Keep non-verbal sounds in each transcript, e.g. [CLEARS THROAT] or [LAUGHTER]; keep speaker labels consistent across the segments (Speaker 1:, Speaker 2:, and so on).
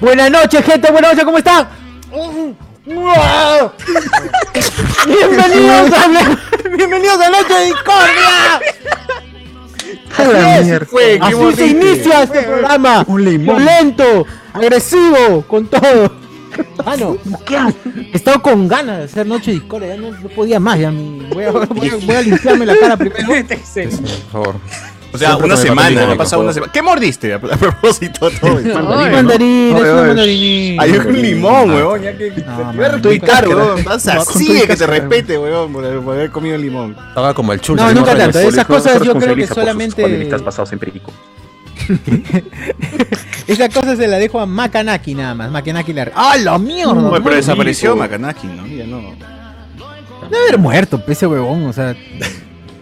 Speaker 1: Buenas noches, gente, buenas noches, ¿cómo están? bienvenidos [LAUGHS] a bienvenidos a Noche de Discordia.
Speaker 2: A la
Speaker 1: Así, es,
Speaker 2: mierda.
Speaker 1: fue,
Speaker 2: Así
Speaker 1: así se
Speaker 2: dice.
Speaker 1: inicia este programa.
Speaker 2: Un limón.
Speaker 1: Violento, agresivo, con todo. Mano, he estado con ganas de hacer Noche de Discordia, ya no, no podía más, ya mi- voy, a, voy a- voy a limpiarme la cara primero.
Speaker 3: Por favor.
Speaker 4: O sea,
Speaker 3: Siempre
Speaker 4: una
Speaker 3: con el
Speaker 4: semana,
Speaker 3: pandemia,
Speaker 4: ha pasado una semana. ¿Qué mordiste? A a propósito,
Speaker 3: [LAUGHS]
Speaker 4: todo.
Speaker 1: Un
Speaker 3: Mandarina, ¿no?
Speaker 1: mandarín, es
Speaker 2: Oye,
Speaker 1: un
Speaker 2: oye,
Speaker 1: mandarín.
Speaker 4: Hay un limón,
Speaker 3: Ah.
Speaker 4: weón. Ya que te
Speaker 1: man,
Speaker 4: iba a
Speaker 1: con tu
Speaker 4: retuitar,
Speaker 2: cáscara.
Speaker 4: weón. Estás
Speaker 2: con
Speaker 4: así
Speaker 2: tu
Speaker 4: de que te
Speaker 2: cáscara,
Speaker 4: respete, weón, por haber- por haber comido limón.
Speaker 3: Estaba como el chulo.
Speaker 1: No, nunca tanto.
Speaker 3: Eso
Speaker 1: Esas cosas yo creo que
Speaker 5: responsabiliza por sus
Speaker 1: solamente.
Speaker 5: panelistas pasados en Perico.
Speaker 1: Esa cosa se la dejo a Makanaki nada más. Makanaki la. ¡Ah, la mierda!
Speaker 4: Oye,
Speaker 1: No,
Speaker 4: pero desapareció Makanaki, ¿no? Ya no.
Speaker 1: Debe haber muerto, pues, ese huevón. O sea,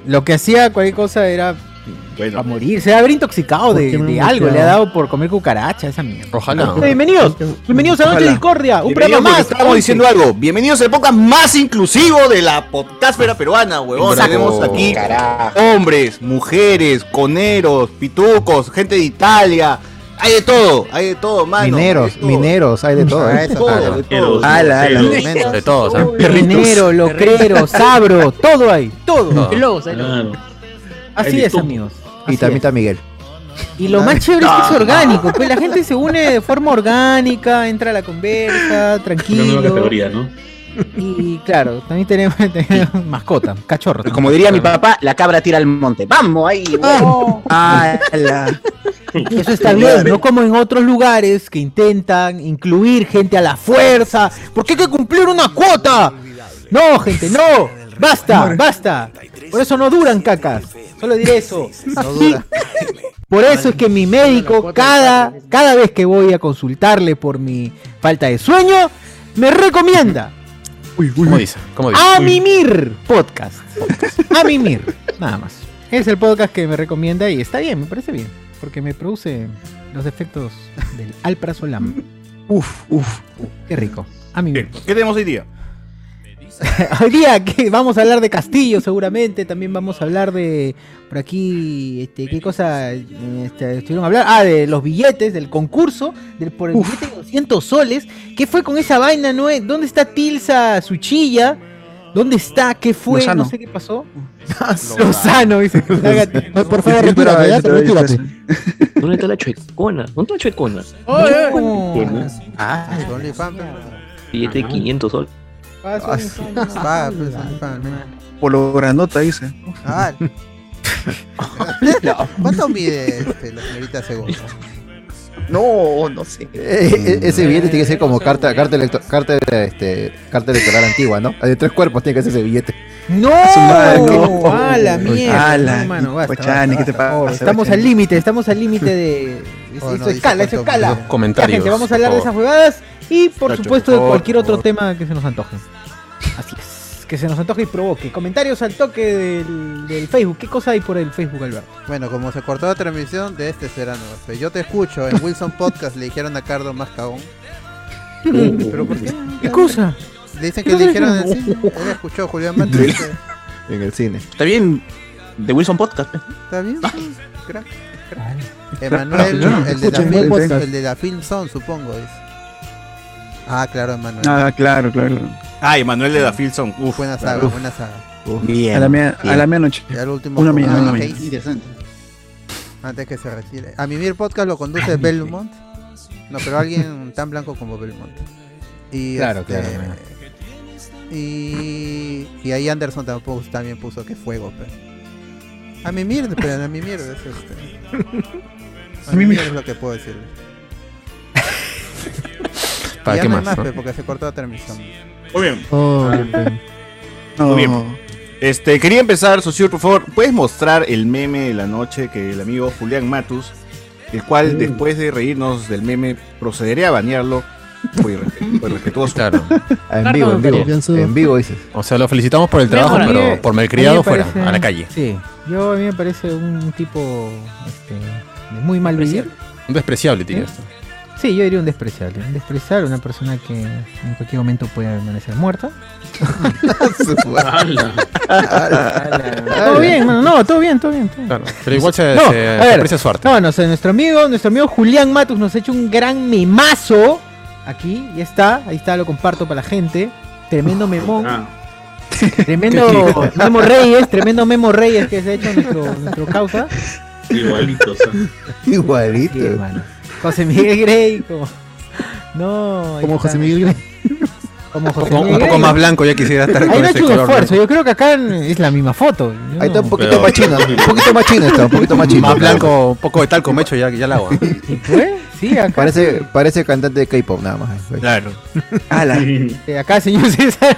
Speaker 1: lo que hacía cualquier cosa era a
Speaker 4: Bueno,
Speaker 1: morir. Se debe haber intoxicado
Speaker 2: ¿Por
Speaker 1: de,
Speaker 2: qué me
Speaker 1: de
Speaker 2: he
Speaker 1: algo. Le ha
Speaker 2: bloqueado?
Speaker 1: dado por comer cucaracha, esa mierda.
Speaker 3: Ojalá.
Speaker 1: Pero Bienvenidos. Bienvenidos a Noche
Speaker 2: Ojalá.
Speaker 1: Discordia. Un
Speaker 4: bienvenidos
Speaker 1: programa
Speaker 4: porque
Speaker 1: más.
Speaker 4: Estamos
Speaker 1: Once.
Speaker 4: diciendo algo. Bienvenidos al podcast más inclusivo de la podcastfera peruana, weón.
Speaker 3: Exacto.
Speaker 4: Tenemos aquí
Speaker 5: Carajo.
Speaker 4: hombres, mujeres, coneros, pitucos, gente de Italia. Hay de todo, hay de todo, mano. hay de todo.
Speaker 2: hay de todo.
Speaker 6: ¿eh?
Speaker 4: Hay de todo, de todo.
Speaker 2: Ala, ala,
Speaker 7: Ceros.
Speaker 2: tremendo.
Speaker 3: De todos, ¿ah?
Speaker 1: Perrinero, locrero, sabro, todo ahí. Todo.
Speaker 3: No.
Speaker 7: Lobos, ahí lo-
Speaker 1: Así
Speaker 7: Ahí
Speaker 1: es,
Speaker 7: tú.
Speaker 1: amigos. Así
Speaker 2: Y
Speaker 1: es.
Speaker 2: también
Speaker 4: [LAUGHS]
Speaker 2: está Miguel.
Speaker 1: Y lo más chévere es que es orgánico, pues la gente se une de forma orgánica, entra a la conversa,
Speaker 7: Una nueva
Speaker 1: tranquilo.
Speaker 7: categoría, ¿no?
Speaker 1: Y claro, también tenemos, [LAUGHS] tenemos mascota, cachorro.
Speaker 5: Como diría mi papá, la cabra tira al monte. ¡Vamos ahí! huevón!
Speaker 1: [LAUGHS]
Speaker 2: Ala.
Speaker 1: Ah. Eso está bien, no como en otros lugares que intentan incluir gente a la fuerza, porque hay que cumplir una cuota. No, gente, no. Basta, basta. Por eso no duran cacas. Solo diré eso. Así. Por eso es que mi médico cada cada vez que voy a consultarle por mi falta de sueño me recomienda
Speaker 3: ¿Cómo dice? ¿Cómo dice?
Speaker 1: A Ah, Mimir Podcast. A Mimir, nada más. Es el podcast que me recomienda y está bien, me parece bien. Porque me produce los efectos del alprazolam.
Speaker 2: Uf, uf.
Speaker 1: Qué rico. A Mimir.
Speaker 4: Bien, ¿Qué tenemos hoy día?
Speaker 1: [LAUGHS] Hoy día que vamos a hablar de Castillo seguramente, también vamos a hablar de por aquí, este, qué cosa este, estuvieron a hablar, ah, de los billetes, del concurso, del por el billete de 200 soles, ¿qué fue con esa vaina, Noé? ¿Dónde está Tilsa Suchilla? ¿Dónde está? ¿Qué fue?
Speaker 2: Lozano.
Speaker 1: No sé qué pasó. [LAUGHS] Lozano, dice. Lárgate.
Speaker 2: No, por favor,
Speaker 8: retírate, ya, retírate.
Speaker 9: ¿Dónde está la chuecona? ¿Dónde está la chuecona?
Speaker 1: No.
Speaker 2: Ah, el OnlyFans. pues.
Speaker 9: Billete de
Speaker 7: Ajá.
Speaker 9: 500
Speaker 1: [LAUGHS]
Speaker 9: soles.
Speaker 1: Paso,
Speaker 2: Ah,
Speaker 1: paso,
Speaker 8: Ah,
Speaker 1: paso.
Speaker 8: pues, ahí pa, ¿no?
Speaker 2: Polo grandota, dice.
Speaker 8: Ah. ¿Cuánto mide este, la señorita Según?
Speaker 2: No, no sé.
Speaker 6: Eh, eh, ese billete tiene que ser como carta, carta, electo- carta, este, carta electoral antigua, ¿no? De tres cuerpos tiene que ser ese billete.
Speaker 1: No,
Speaker 2: Su madre, no.
Speaker 1: a la mierda.
Speaker 2: Ala,
Speaker 1: No, mano, basta,
Speaker 2: Guachani,
Speaker 1: basta,
Speaker 2: ¿qué te
Speaker 1: basta.
Speaker 2: pasa,
Speaker 1: Oh, Estamos
Speaker 2: Guachani?
Speaker 1: al límite, estamos al límite de.
Speaker 8: Oh, no,
Speaker 1: Eso
Speaker 8: dice
Speaker 1: escala, eso
Speaker 8: cuánto
Speaker 1: escala.
Speaker 8: mide.
Speaker 1: Ya,
Speaker 3: Comentarios.
Speaker 1: gente, vamos a hablar de
Speaker 3: por
Speaker 1: esas
Speaker 3: favor.
Speaker 1: huevadas y por
Speaker 4: Nacho,
Speaker 1: supuesto
Speaker 4: por
Speaker 1: de
Speaker 4: favor,
Speaker 1: cualquier
Speaker 4: por
Speaker 1: otro
Speaker 4: favor.
Speaker 1: tema que se nos antoje. Así es, que se nos antoje y provoque. Comentarios al toque del, del Facebook. ¿Qué cosa hay por el Facebook, Alberto?
Speaker 8: Bueno, como se cortó la transmisión de este serano, pues, yo te escucho en Wilson Podcast, le dijeron a Cardo más cagón.
Speaker 2: Uh.
Speaker 8: ¿Pero por qué?
Speaker 1: ¿Qué cosa?
Speaker 8: Le dicen que le dijeron en sí. Él escuchó a Julián Manto. dice,
Speaker 2: En el cine.
Speaker 5: Está bien, de Wilson Podcast. pe.
Speaker 8: ¿Está bien?
Speaker 2: "Ah".
Speaker 8: sí, Crack. crack". Emanuel, el de, la
Speaker 2: Escuchen
Speaker 8: film,
Speaker 2: podcast.
Speaker 8: el de la Film Zone, supongo, dice. Ah, claro, Emanuel.
Speaker 2: Ah, claro, claro.
Speaker 4: Ay, Manuel de la Filson. Uf,
Speaker 8: buena saga,
Speaker 2: uf.
Speaker 8: buena saga.
Speaker 2: A la, mea- a la medianoche.
Speaker 8: Ya el último.
Speaker 2: Una
Speaker 8: programa,
Speaker 2: mañana, una mañana.
Speaker 8: Hayes. Antes que se retire. A Mimir Podcast lo conduce Belmont. No, pero alguien tan blanco como Belmont. Y
Speaker 1: Claro,
Speaker 8: este,
Speaker 1: claro, claro.
Speaker 8: Y, y ahí Anderson tampoco, también puso que fuego, pero. A Mimir, pero a Mimir es este. A Mimir es lo que puedo decirle. Y
Speaker 3: ¿Para
Speaker 8: ya
Speaker 3: qué
Speaker 8: no hay
Speaker 3: más? no?
Speaker 8: pe, porque se cortó la transmisión.
Speaker 4: Muy bien.
Speaker 2: No.
Speaker 4: Muy bien. Este, quería empezar, socio, por favor, ¿puedes mostrar el meme de la noche que el amigo Julián Matus, el cual después de reírnos del meme, procederé a banearlo por, irrespe- por irrespetuoso?
Speaker 3: Claro.
Speaker 2: Ah, En vivo, en vivo. En vivo, dices.
Speaker 3: O sea, lo felicitamos por el trabajo,
Speaker 1: Mejor.
Speaker 3: pero por
Speaker 1: Eh, A
Speaker 3: malcriado
Speaker 1: mí me
Speaker 3: fuera,
Speaker 1: parece-
Speaker 3: a la calle.
Speaker 1: Sí, yo a mí me parece un tipo este, de muy mal vivir.
Speaker 3: Un despreciable, tío. esto.
Speaker 1: ¿Eh? Sí, yo diría un despreciable. Un despreciable, una persona que en cualquier momento puede amanecer muerta. todo bien, mano, no, todo bien, todo bien. todo bien.
Speaker 3: Claro, pero igual se,
Speaker 1: No,
Speaker 3: se-
Speaker 1: a
Speaker 3: se
Speaker 1: ver.
Speaker 3: aprecia su arte.
Speaker 1: No, no sé, nuestro amigo, nuestro amigo Julián Matus nos ha hecho un gran memazo. Aquí, ya está, ahí está, lo comparto para la gente. Tremendo memón.
Speaker 3: [LAUGHS]
Speaker 1: Tremendo Memo Reyes, tremendo Memo Reyes que se ha hecho nuestro, nuestro causa.
Speaker 7: Igualitos.
Speaker 1: Sí,
Speaker 6: Igualito.
Speaker 1: hermano. José Miguel Grey, como. No, ahí
Speaker 6: Como
Speaker 1: está.
Speaker 6: José Miguel Grey.
Speaker 1: Como José
Speaker 3: Un, un
Speaker 1: Miguel
Speaker 3: poco
Speaker 1: Grey.
Speaker 3: más blanco ya quisiera estar
Speaker 1: Ahí
Speaker 3: con
Speaker 1: no ha
Speaker 3: ese
Speaker 1: hecho un
Speaker 3: color.
Speaker 1: esfuerzo.
Speaker 3: ¿no?
Speaker 1: Yo creo que acá es la misma foto. Yo
Speaker 6: Ahí está un
Speaker 1: no-
Speaker 6: poquito
Speaker 7: Pero-
Speaker 6: más chino, un poquito más chino está, un poquito más chino.
Speaker 3: Más blanco, un poco de talco me he hecho ya, ya la hago. ¿eh?
Speaker 1: ¿Y fue? Sí, acá.
Speaker 6: Parece, parece cantante de K-pop nada más. pues.
Speaker 4: Claro.
Speaker 1: Eh, acá, señor
Speaker 3: [LAUGHS]
Speaker 1: César.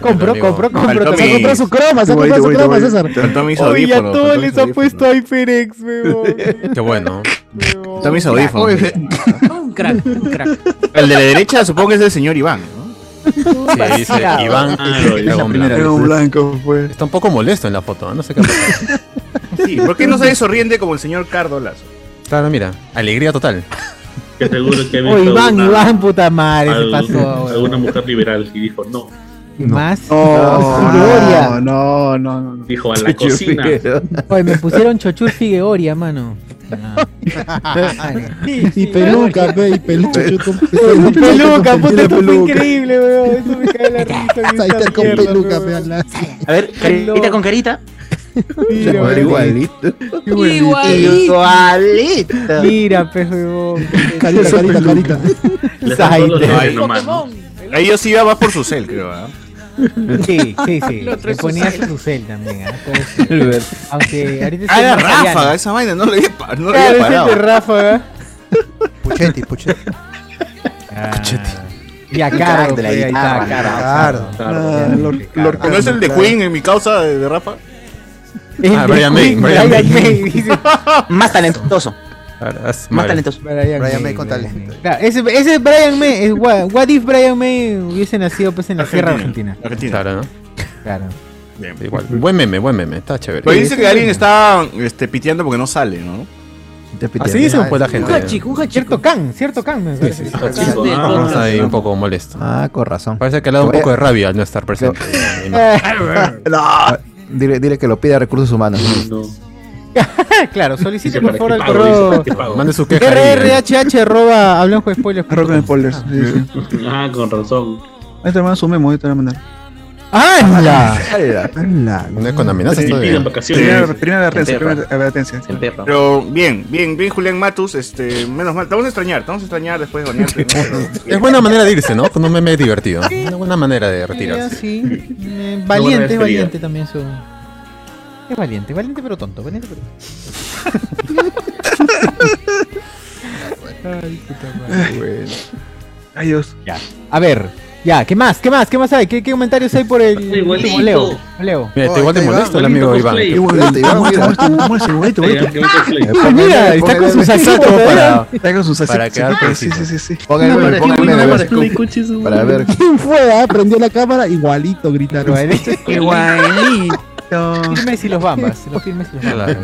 Speaker 1: Compró,
Speaker 3: amigo.
Speaker 1: compró,
Speaker 4: Faltó
Speaker 1: compró.
Speaker 4: mi-
Speaker 1: también.
Speaker 4: compró su
Speaker 6: croma,
Speaker 2: se ha comprado su croma, César.
Speaker 4: Faltó mis
Speaker 1: Oye, a
Speaker 4: audífonos.
Speaker 1: todos
Speaker 4: faltó
Speaker 1: les
Speaker 4: mis
Speaker 1: ha
Speaker 4: audífonos.
Speaker 1: puesto HyperX, weón.
Speaker 3: Qué bueno.
Speaker 4: Faltó mis audífonos.
Speaker 10: [LAUGHS] Un crack, un crack.
Speaker 4: El de la derecha supongo que es el señor Iván, ¿no?
Speaker 3: Sí, dice Iván.
Speaker 7: Ah, lo-
Speaker 3: Dragón
Speaker 7: la primera
Speaker 3: Blanco.
Speaker 2: Pero blanco fue.
Speaker 3: Está un poco molesto en la foto, no sé qué pasa.
Speaker 4: Sí, ¿por qué no sale sonriente como el señor Cardo Lazo?
Speaker 3: Claro, mira, alegría total.
Speaker 7: Que seguro que ha
Speaker 1: Oh,
Speaker 7: visto
Speaker 1: Iván,
Speaker 7: una-
Speaker 1: Iván, puta madre, se
Speaker 7: al-
Speaker 1: pasó. weón.
Speaker 7: alguna mujer liberal y dijo no.
Speaker 1: ¿Qué más?
Speaker 2: No,
Speaker 1: Gloria.
Speaker 2: no, no, no. no.
Speaker 7: Dijo a la cocina.
Speaker 1: Oye, me pusieron Chochur Figueoria,
Speaker 2: [LAUGHS]
Speaker 1: mano. No.
Speaker 2: Y peluca, ve, y peluca. yo con-
Speaker 1: Con peluca, puta, esto fue
Speaker 2: Peluca.
Speaker 1: increíble, weón. Eso me cae
Speaker 11: [LAUGHS]
Speaker 1: la risa.
Speaker 2: Ahí está con peluca, ve, al lado.
Speaker 5: A
Speaker 1: [LAUGHS]
Speaker 5: ver, carita con carita.
Speaker 1: Mira, weón.
Speaker 6: Igualito.
Speaker 10: Igualito.
Speaker 11: [LAUGHS]
Speaker 5: Igualito.
Speaker 1: Mira, pe, weón.
Speaker 2: Carita, carita, carita.
Speaker 7: Le sacó los
Speaker 3: Ay,
Speaker 7: dientes nomás, ¿no?
Speaker 4: Ahí yo sí iba más por su cel, creo, ¿ah?
Speaker 1: Sí, sí, sí.
Speaker 10: Lo
Speaker 1: Le
Speaker 10: trae
Speaker 1: ponía
Speaker 10: Susel.
Speaker 1: su cel también. ¿ah? Entonces, Aunque ahorita
Speaker 4: Ah, era
Speaker 1: más
Speaker 4: ráfaga
Speaker 1: italiano.
Speaker 4: esa vaina, no le había, pa- no le
Speaker 1: Claro,
Speaker 4: había
Speaker 1: es el de
Speaker 4: parado.
Speaker 1: ráfaga.
Speaker 8: Puchetti, Puchetti.
Speaker 1: Ah. Y a Caro,
Speaker 5: de la
Speaker 1: pe, ahí está,
Speaker 5: guitarra.
Speaker 1: Caro.
Speaker 8: Claro.
Speaker 2: Ah, Lord- Lord
Speaker 4: ¿No es el de Queen en mi causa de, de Rafa?
Speaker 1: El
Speaker 3: Ah,
Speaker 1: de
Speaker 3: Brian May,
Speaker 1: Queen,
Speaker 3: Brian
Speaker 1: Brian
Speaker 3: May. [LAUGHS]
Speaker 1: May, dice.
Speaker 5: Más talentoso.
Speaker 3: Ahora, haz
Speaker 5: Más
Speaker 3: mal.
Speaker 5: talentoso.
Speaker 1: Brian,
Speaker 8: Brian May con
Speaker 1: Brian
Speaker 8: talento.
Speaker 1: May. Claro, ese, ese Brian May, es what, what if Brian May hubiese nacido pues en la Sierra Argentina?
Speaker 4: Argentina.
Speaker 3: Claro, ¿no?
Speaker 1: Claro.
Speaker 4: Bien.
Speaker 3: Igual. Buen meme, buen meme, está chévere.
Speaker 4: Pero dice que alguien está este, piteando porque no sale, ¿no?
Speaker 3: Así dicen pues la gente.
Speaker 10: Un hachico, un hachico.
Speaker 1: Cierto Can, cierto Can, me parece.
Speaker 7: Tóxico, ah,
Speaker 3: Vamos ahí un poco molesto.
Speaker 6: Ah, con razón.
Speaker 3: Parece que le ha dado un poco de rabia al no estar presente. Y [LAUGHS] no.
Speaker 6: [LAUGHS] Dile, dile que lo pida a recursos humanos.
Speaker 7: no.
Speaker 1: [LAUGHS] claro, solicite
Speaker 7: Dice,
Speaker 1: por
Speaker 7: ¿para
Speaker 1: favor
Speaker 7: qué
Speaker 1: al
Speaker 7: pago?
Speaker 1: correo
Speaker 7: Dice, ¿para qué pago?
Speaker 3: Mande su queja. ahí.
Speaker 1: rrhh arroba hablanjodespoilers punto
Speaker 2: Arroz con
Speaker 1: com.
Speaker 2: spoilers. sí, sí.
Speaker 7: Ah, con razón.
Speaker 2: Ahí te mandan su memo, ahí te lo van a mandar.
Speaker 1: ¡Hala!
Speaker 6: Ala.
Speaker 2: Ala.
Speaker 3: No es con amenazas
Speaker 7: Y
Speaker 3: todavía.
Speaker 7: pidan
Speaker 2: Primera
Speaker 7: vacaciones.
Speaker 2: primera advertencia,
Speaker 9: Enterra.
Speaker 2: primera advertencia.
Speaker 9: Se emperra.
Speaker 4: Pero bien, bien, bien Julián Matus, este, menos mal, te vamos a extrañar, te vamos a extrañar después de bañarte.
Speaker 3: [LAUGHS]
Speaker 4: ¿no? Pero-
Speaker 3: [LAUGHS] Es buena manera de irse, ¿no? Con un meme divertido. Una buena manera de retirarse. [LAUGHS]
Speaker 1: Sí, eh, valiente,
Speaker 7: despedida.
Speaker 1: valiente también su. Es valiente, valiente pero tonto, valiente pero tonto. [LAUGHS] Ay, puta madre.
Speaker 2: Ay, Dios.
Speaker 1: A ver, ya, ¿qué más? ¿Qué más? ¿Qué más hay? ¿Qué, qué comentarios hay por el
Speaker 7: Igualito.
Speaker 1: como Leo? Leo.
Speaker 3: Mira, está igual de
Speaker 8: Ahí va,
Speaker 3: molesto el
Speaker 7: bonito
Speaker 3: amigo Iván. este.
Speaker 7: cosplay.
Speaker 6: Igualito,
Speaker 3: [LAUGHS]
Speaker 6: Iván, mira.
Speaker 2: Igualito, igualito.
Speaker 1: Uy, mira, está con su sacato
Speaker 11: ¿eh?
Speaker 1: para.
Speaker 2: Está con sus
Speaker 3: Para quedar
Speaker 2: Sí,
Speaker 3: preciso.
Speaker 2: sí, sí, sí.
Speaker 6: Ponga el meme, ponga el meme, a ver. Para
Speaker 11: [LAUGHS]
Speaker 6: ver.
Speaker 2: ¿Quién fue?
Speaker 11: ¿eh?
Speaker 2: Ah, prendió la cámara, igualito gritaron.
Speaker 11: [LAUGHS]
Speaker 2: Igualito.
Speaker 1: Firmes y [LAUGHS] los bambas. Los firmes y los bambas.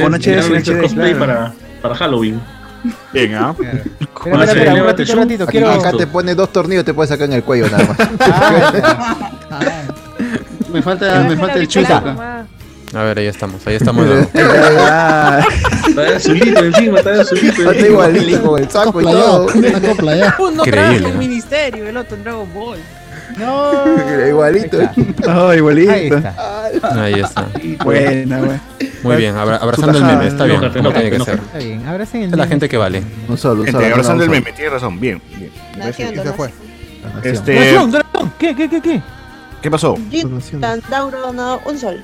Speaker 2: Con HD,
Speaker 7: Con
Speaker 2: HD,
Speaker 7: cosplay
Speaker 2: claro.
Speaker 7: para, para Halloween.
Speaker 4: Bien, ¿ah?
Speaker 1: Espera, espera, espera, un ratito, un ratito.
Speaker 6: Aquí-
Speaker 1: Quiero.
Speaker 6: Acá te pone dos tornillos, te puedes sacar en el cuello nada
Speaker 1: [LAUGHS]
Speaker 6: más.
Speaker 1: Ah.
Speaker 11: Me falta, me falta el chuta.
Speaker 3: A ver, ahí estamos, ahí estamos.
Speaker 1: [LAUGHS]
Speaker 3: de nuevo.
Speaker 7: Está de zulito encima, está de zulito.
Speaker 6: Está
Speaker 7: encima.
Speaker 6: igualito con el saco y todo.
Speaker 11: Playado, una copla
Speaker 1: [LAUGHS]
Speaker 11: ya.
Speaker 10: Uno
Speaker 3: Increíble,
Speaker 10: trabaja en
Speaker 3: ¿no?
Speaker 10: ministerio, el otro en Dragon Ball.
Speaker 6: Igualito.
Speaker 11: [LAUGHS]
Speaker 2: Ah,
Speaker 1: Ahí
Speaker 2: igualito.
Speaker 1: está.
Speaker 3: Ahí está.
Speaker 2: Buena, güey.
Speaker 3: Muy bien, abra- abrazando el meme, está bien.
Speaker 7: Enójate,
Speaker 3: Como tiene que
Speaker 7: enójate,
Speaker 3: ser.
Speaker 1: Está bien, abracen el
Speaker 3: Es la
Speaker 1: meme.
Speaker 3: gente que vale.
Speaker 6: Un solo, un solo.
Speaker 4: Gente, abrazando el
Speaker 6: un
Speaker 4: meme, tienes razón, bien, bien.
Speaker 8: Y se fue.
Speaker 6: solo.
Speaker 4: Este,
Speaker 1: Donación, donación. ¿Qué, qué, qué, qué?
Speaker 4: ¿qué pasó?
Speaker 6: Donación.
Speaker 12: Dauro, no, un sol.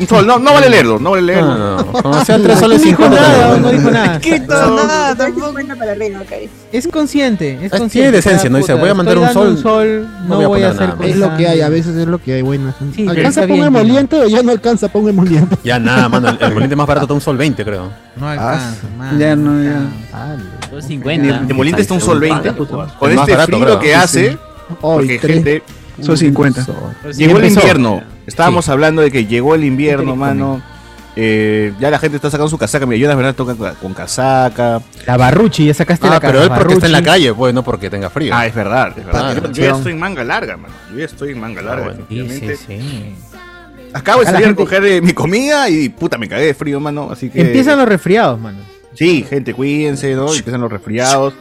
Speaker 4: Un sol, no, no vale leerlo, no vale
Speaker 3: No,
Speaker 4: leerlo.
Speaker 3: no, no. Como sea, tres
Speaker 1: No
Speaker 3: soles
Speaker 1: dijo
Speaker 3: cincuenta.
Speaker 1: nada, no dijo nada.
Speaker 10: Quito.
Speaker 12: nada, tampoco. para arriba, ok.
Speaker 1: Es consciente, es
Speaker 3: Ah,
Speaker 1: consciente.
Speaker 3: tiene decencia, ¿no? Dice,
Speaker 1: Puta,
Speaker 3: voy a mandar
Speaker 1: estoy
Speaker 3: un
Speaker 1: dando
Speaker 3: sol,
Speaker 1: no voy a,
Speaker 3: poner
Speaker 1: hacer
Speaker 3: nada más.
Speaker 1: cosas.
Speaker 11: Es lo que hay, a veces es lo que hay, buena.
Speaker 1: Sí, pero está
Speaker 11: ¿Alcanza con
Speaker 1: bien,
Speaker 11: emoliente o ya no alcanza? Pon emoliente.
Speaker 3: Ya nada, mano. El moliente más barato está un sol 20, creo.
Speaker 1: No alcanza, man.
Speaker 2: Ya no, ya.
Speaker 10: Dos cincuenta.
Speaker 4: De Moliente está un sol 20. Con
Speaker 3: El más
Speaker 4: este
Speaker 3: barato,
Speaker 4: frío
Speaker 3: creo.
Speaker 4: que hace,
Speaker 11: Hoy,
Speaker 4: porque
Speaker 11: tres.
Speaker 4: gente,
Speaker 2: Son 50.
Speaker 4: llegó el
Speaker 3: empezó.
Speaker 4: invierno. Estábamos hablando de que llegó el invierno, mano. Eh, ya la gente está sacando su casaca. Mira, Jonas Bernal toca con- con casaca.
Speaker 1: La Barruchi, ya
Speaker 8: Este
Speaker 1: sacaste
Speaker 4: Ah,
Speaker 1: la
Speaker 4: pero él porque está en la
Speaker 1: Barruchi.
Speaker 4: calle, pues, no porque tenga frío. Ah, es verdad, es
Speaker 1: verdad.
Speaker 4: Yo, yo ya Ah, estoy en manga larga, mano. Yo ya estoy en manga larga. efectivamente. Acabo de
Speaker 1: Acá la
Speaker 4: salir a
Speaker 1: gente-
Speaker 4: recoger eh, mi comida y puta, me cagué de frío, mano. Así que.
Speaker 1: Empiezan los resfriados, mano.
Speaker 4: Sí, gente, cuídense, ¿no? Empiezan los resfriados.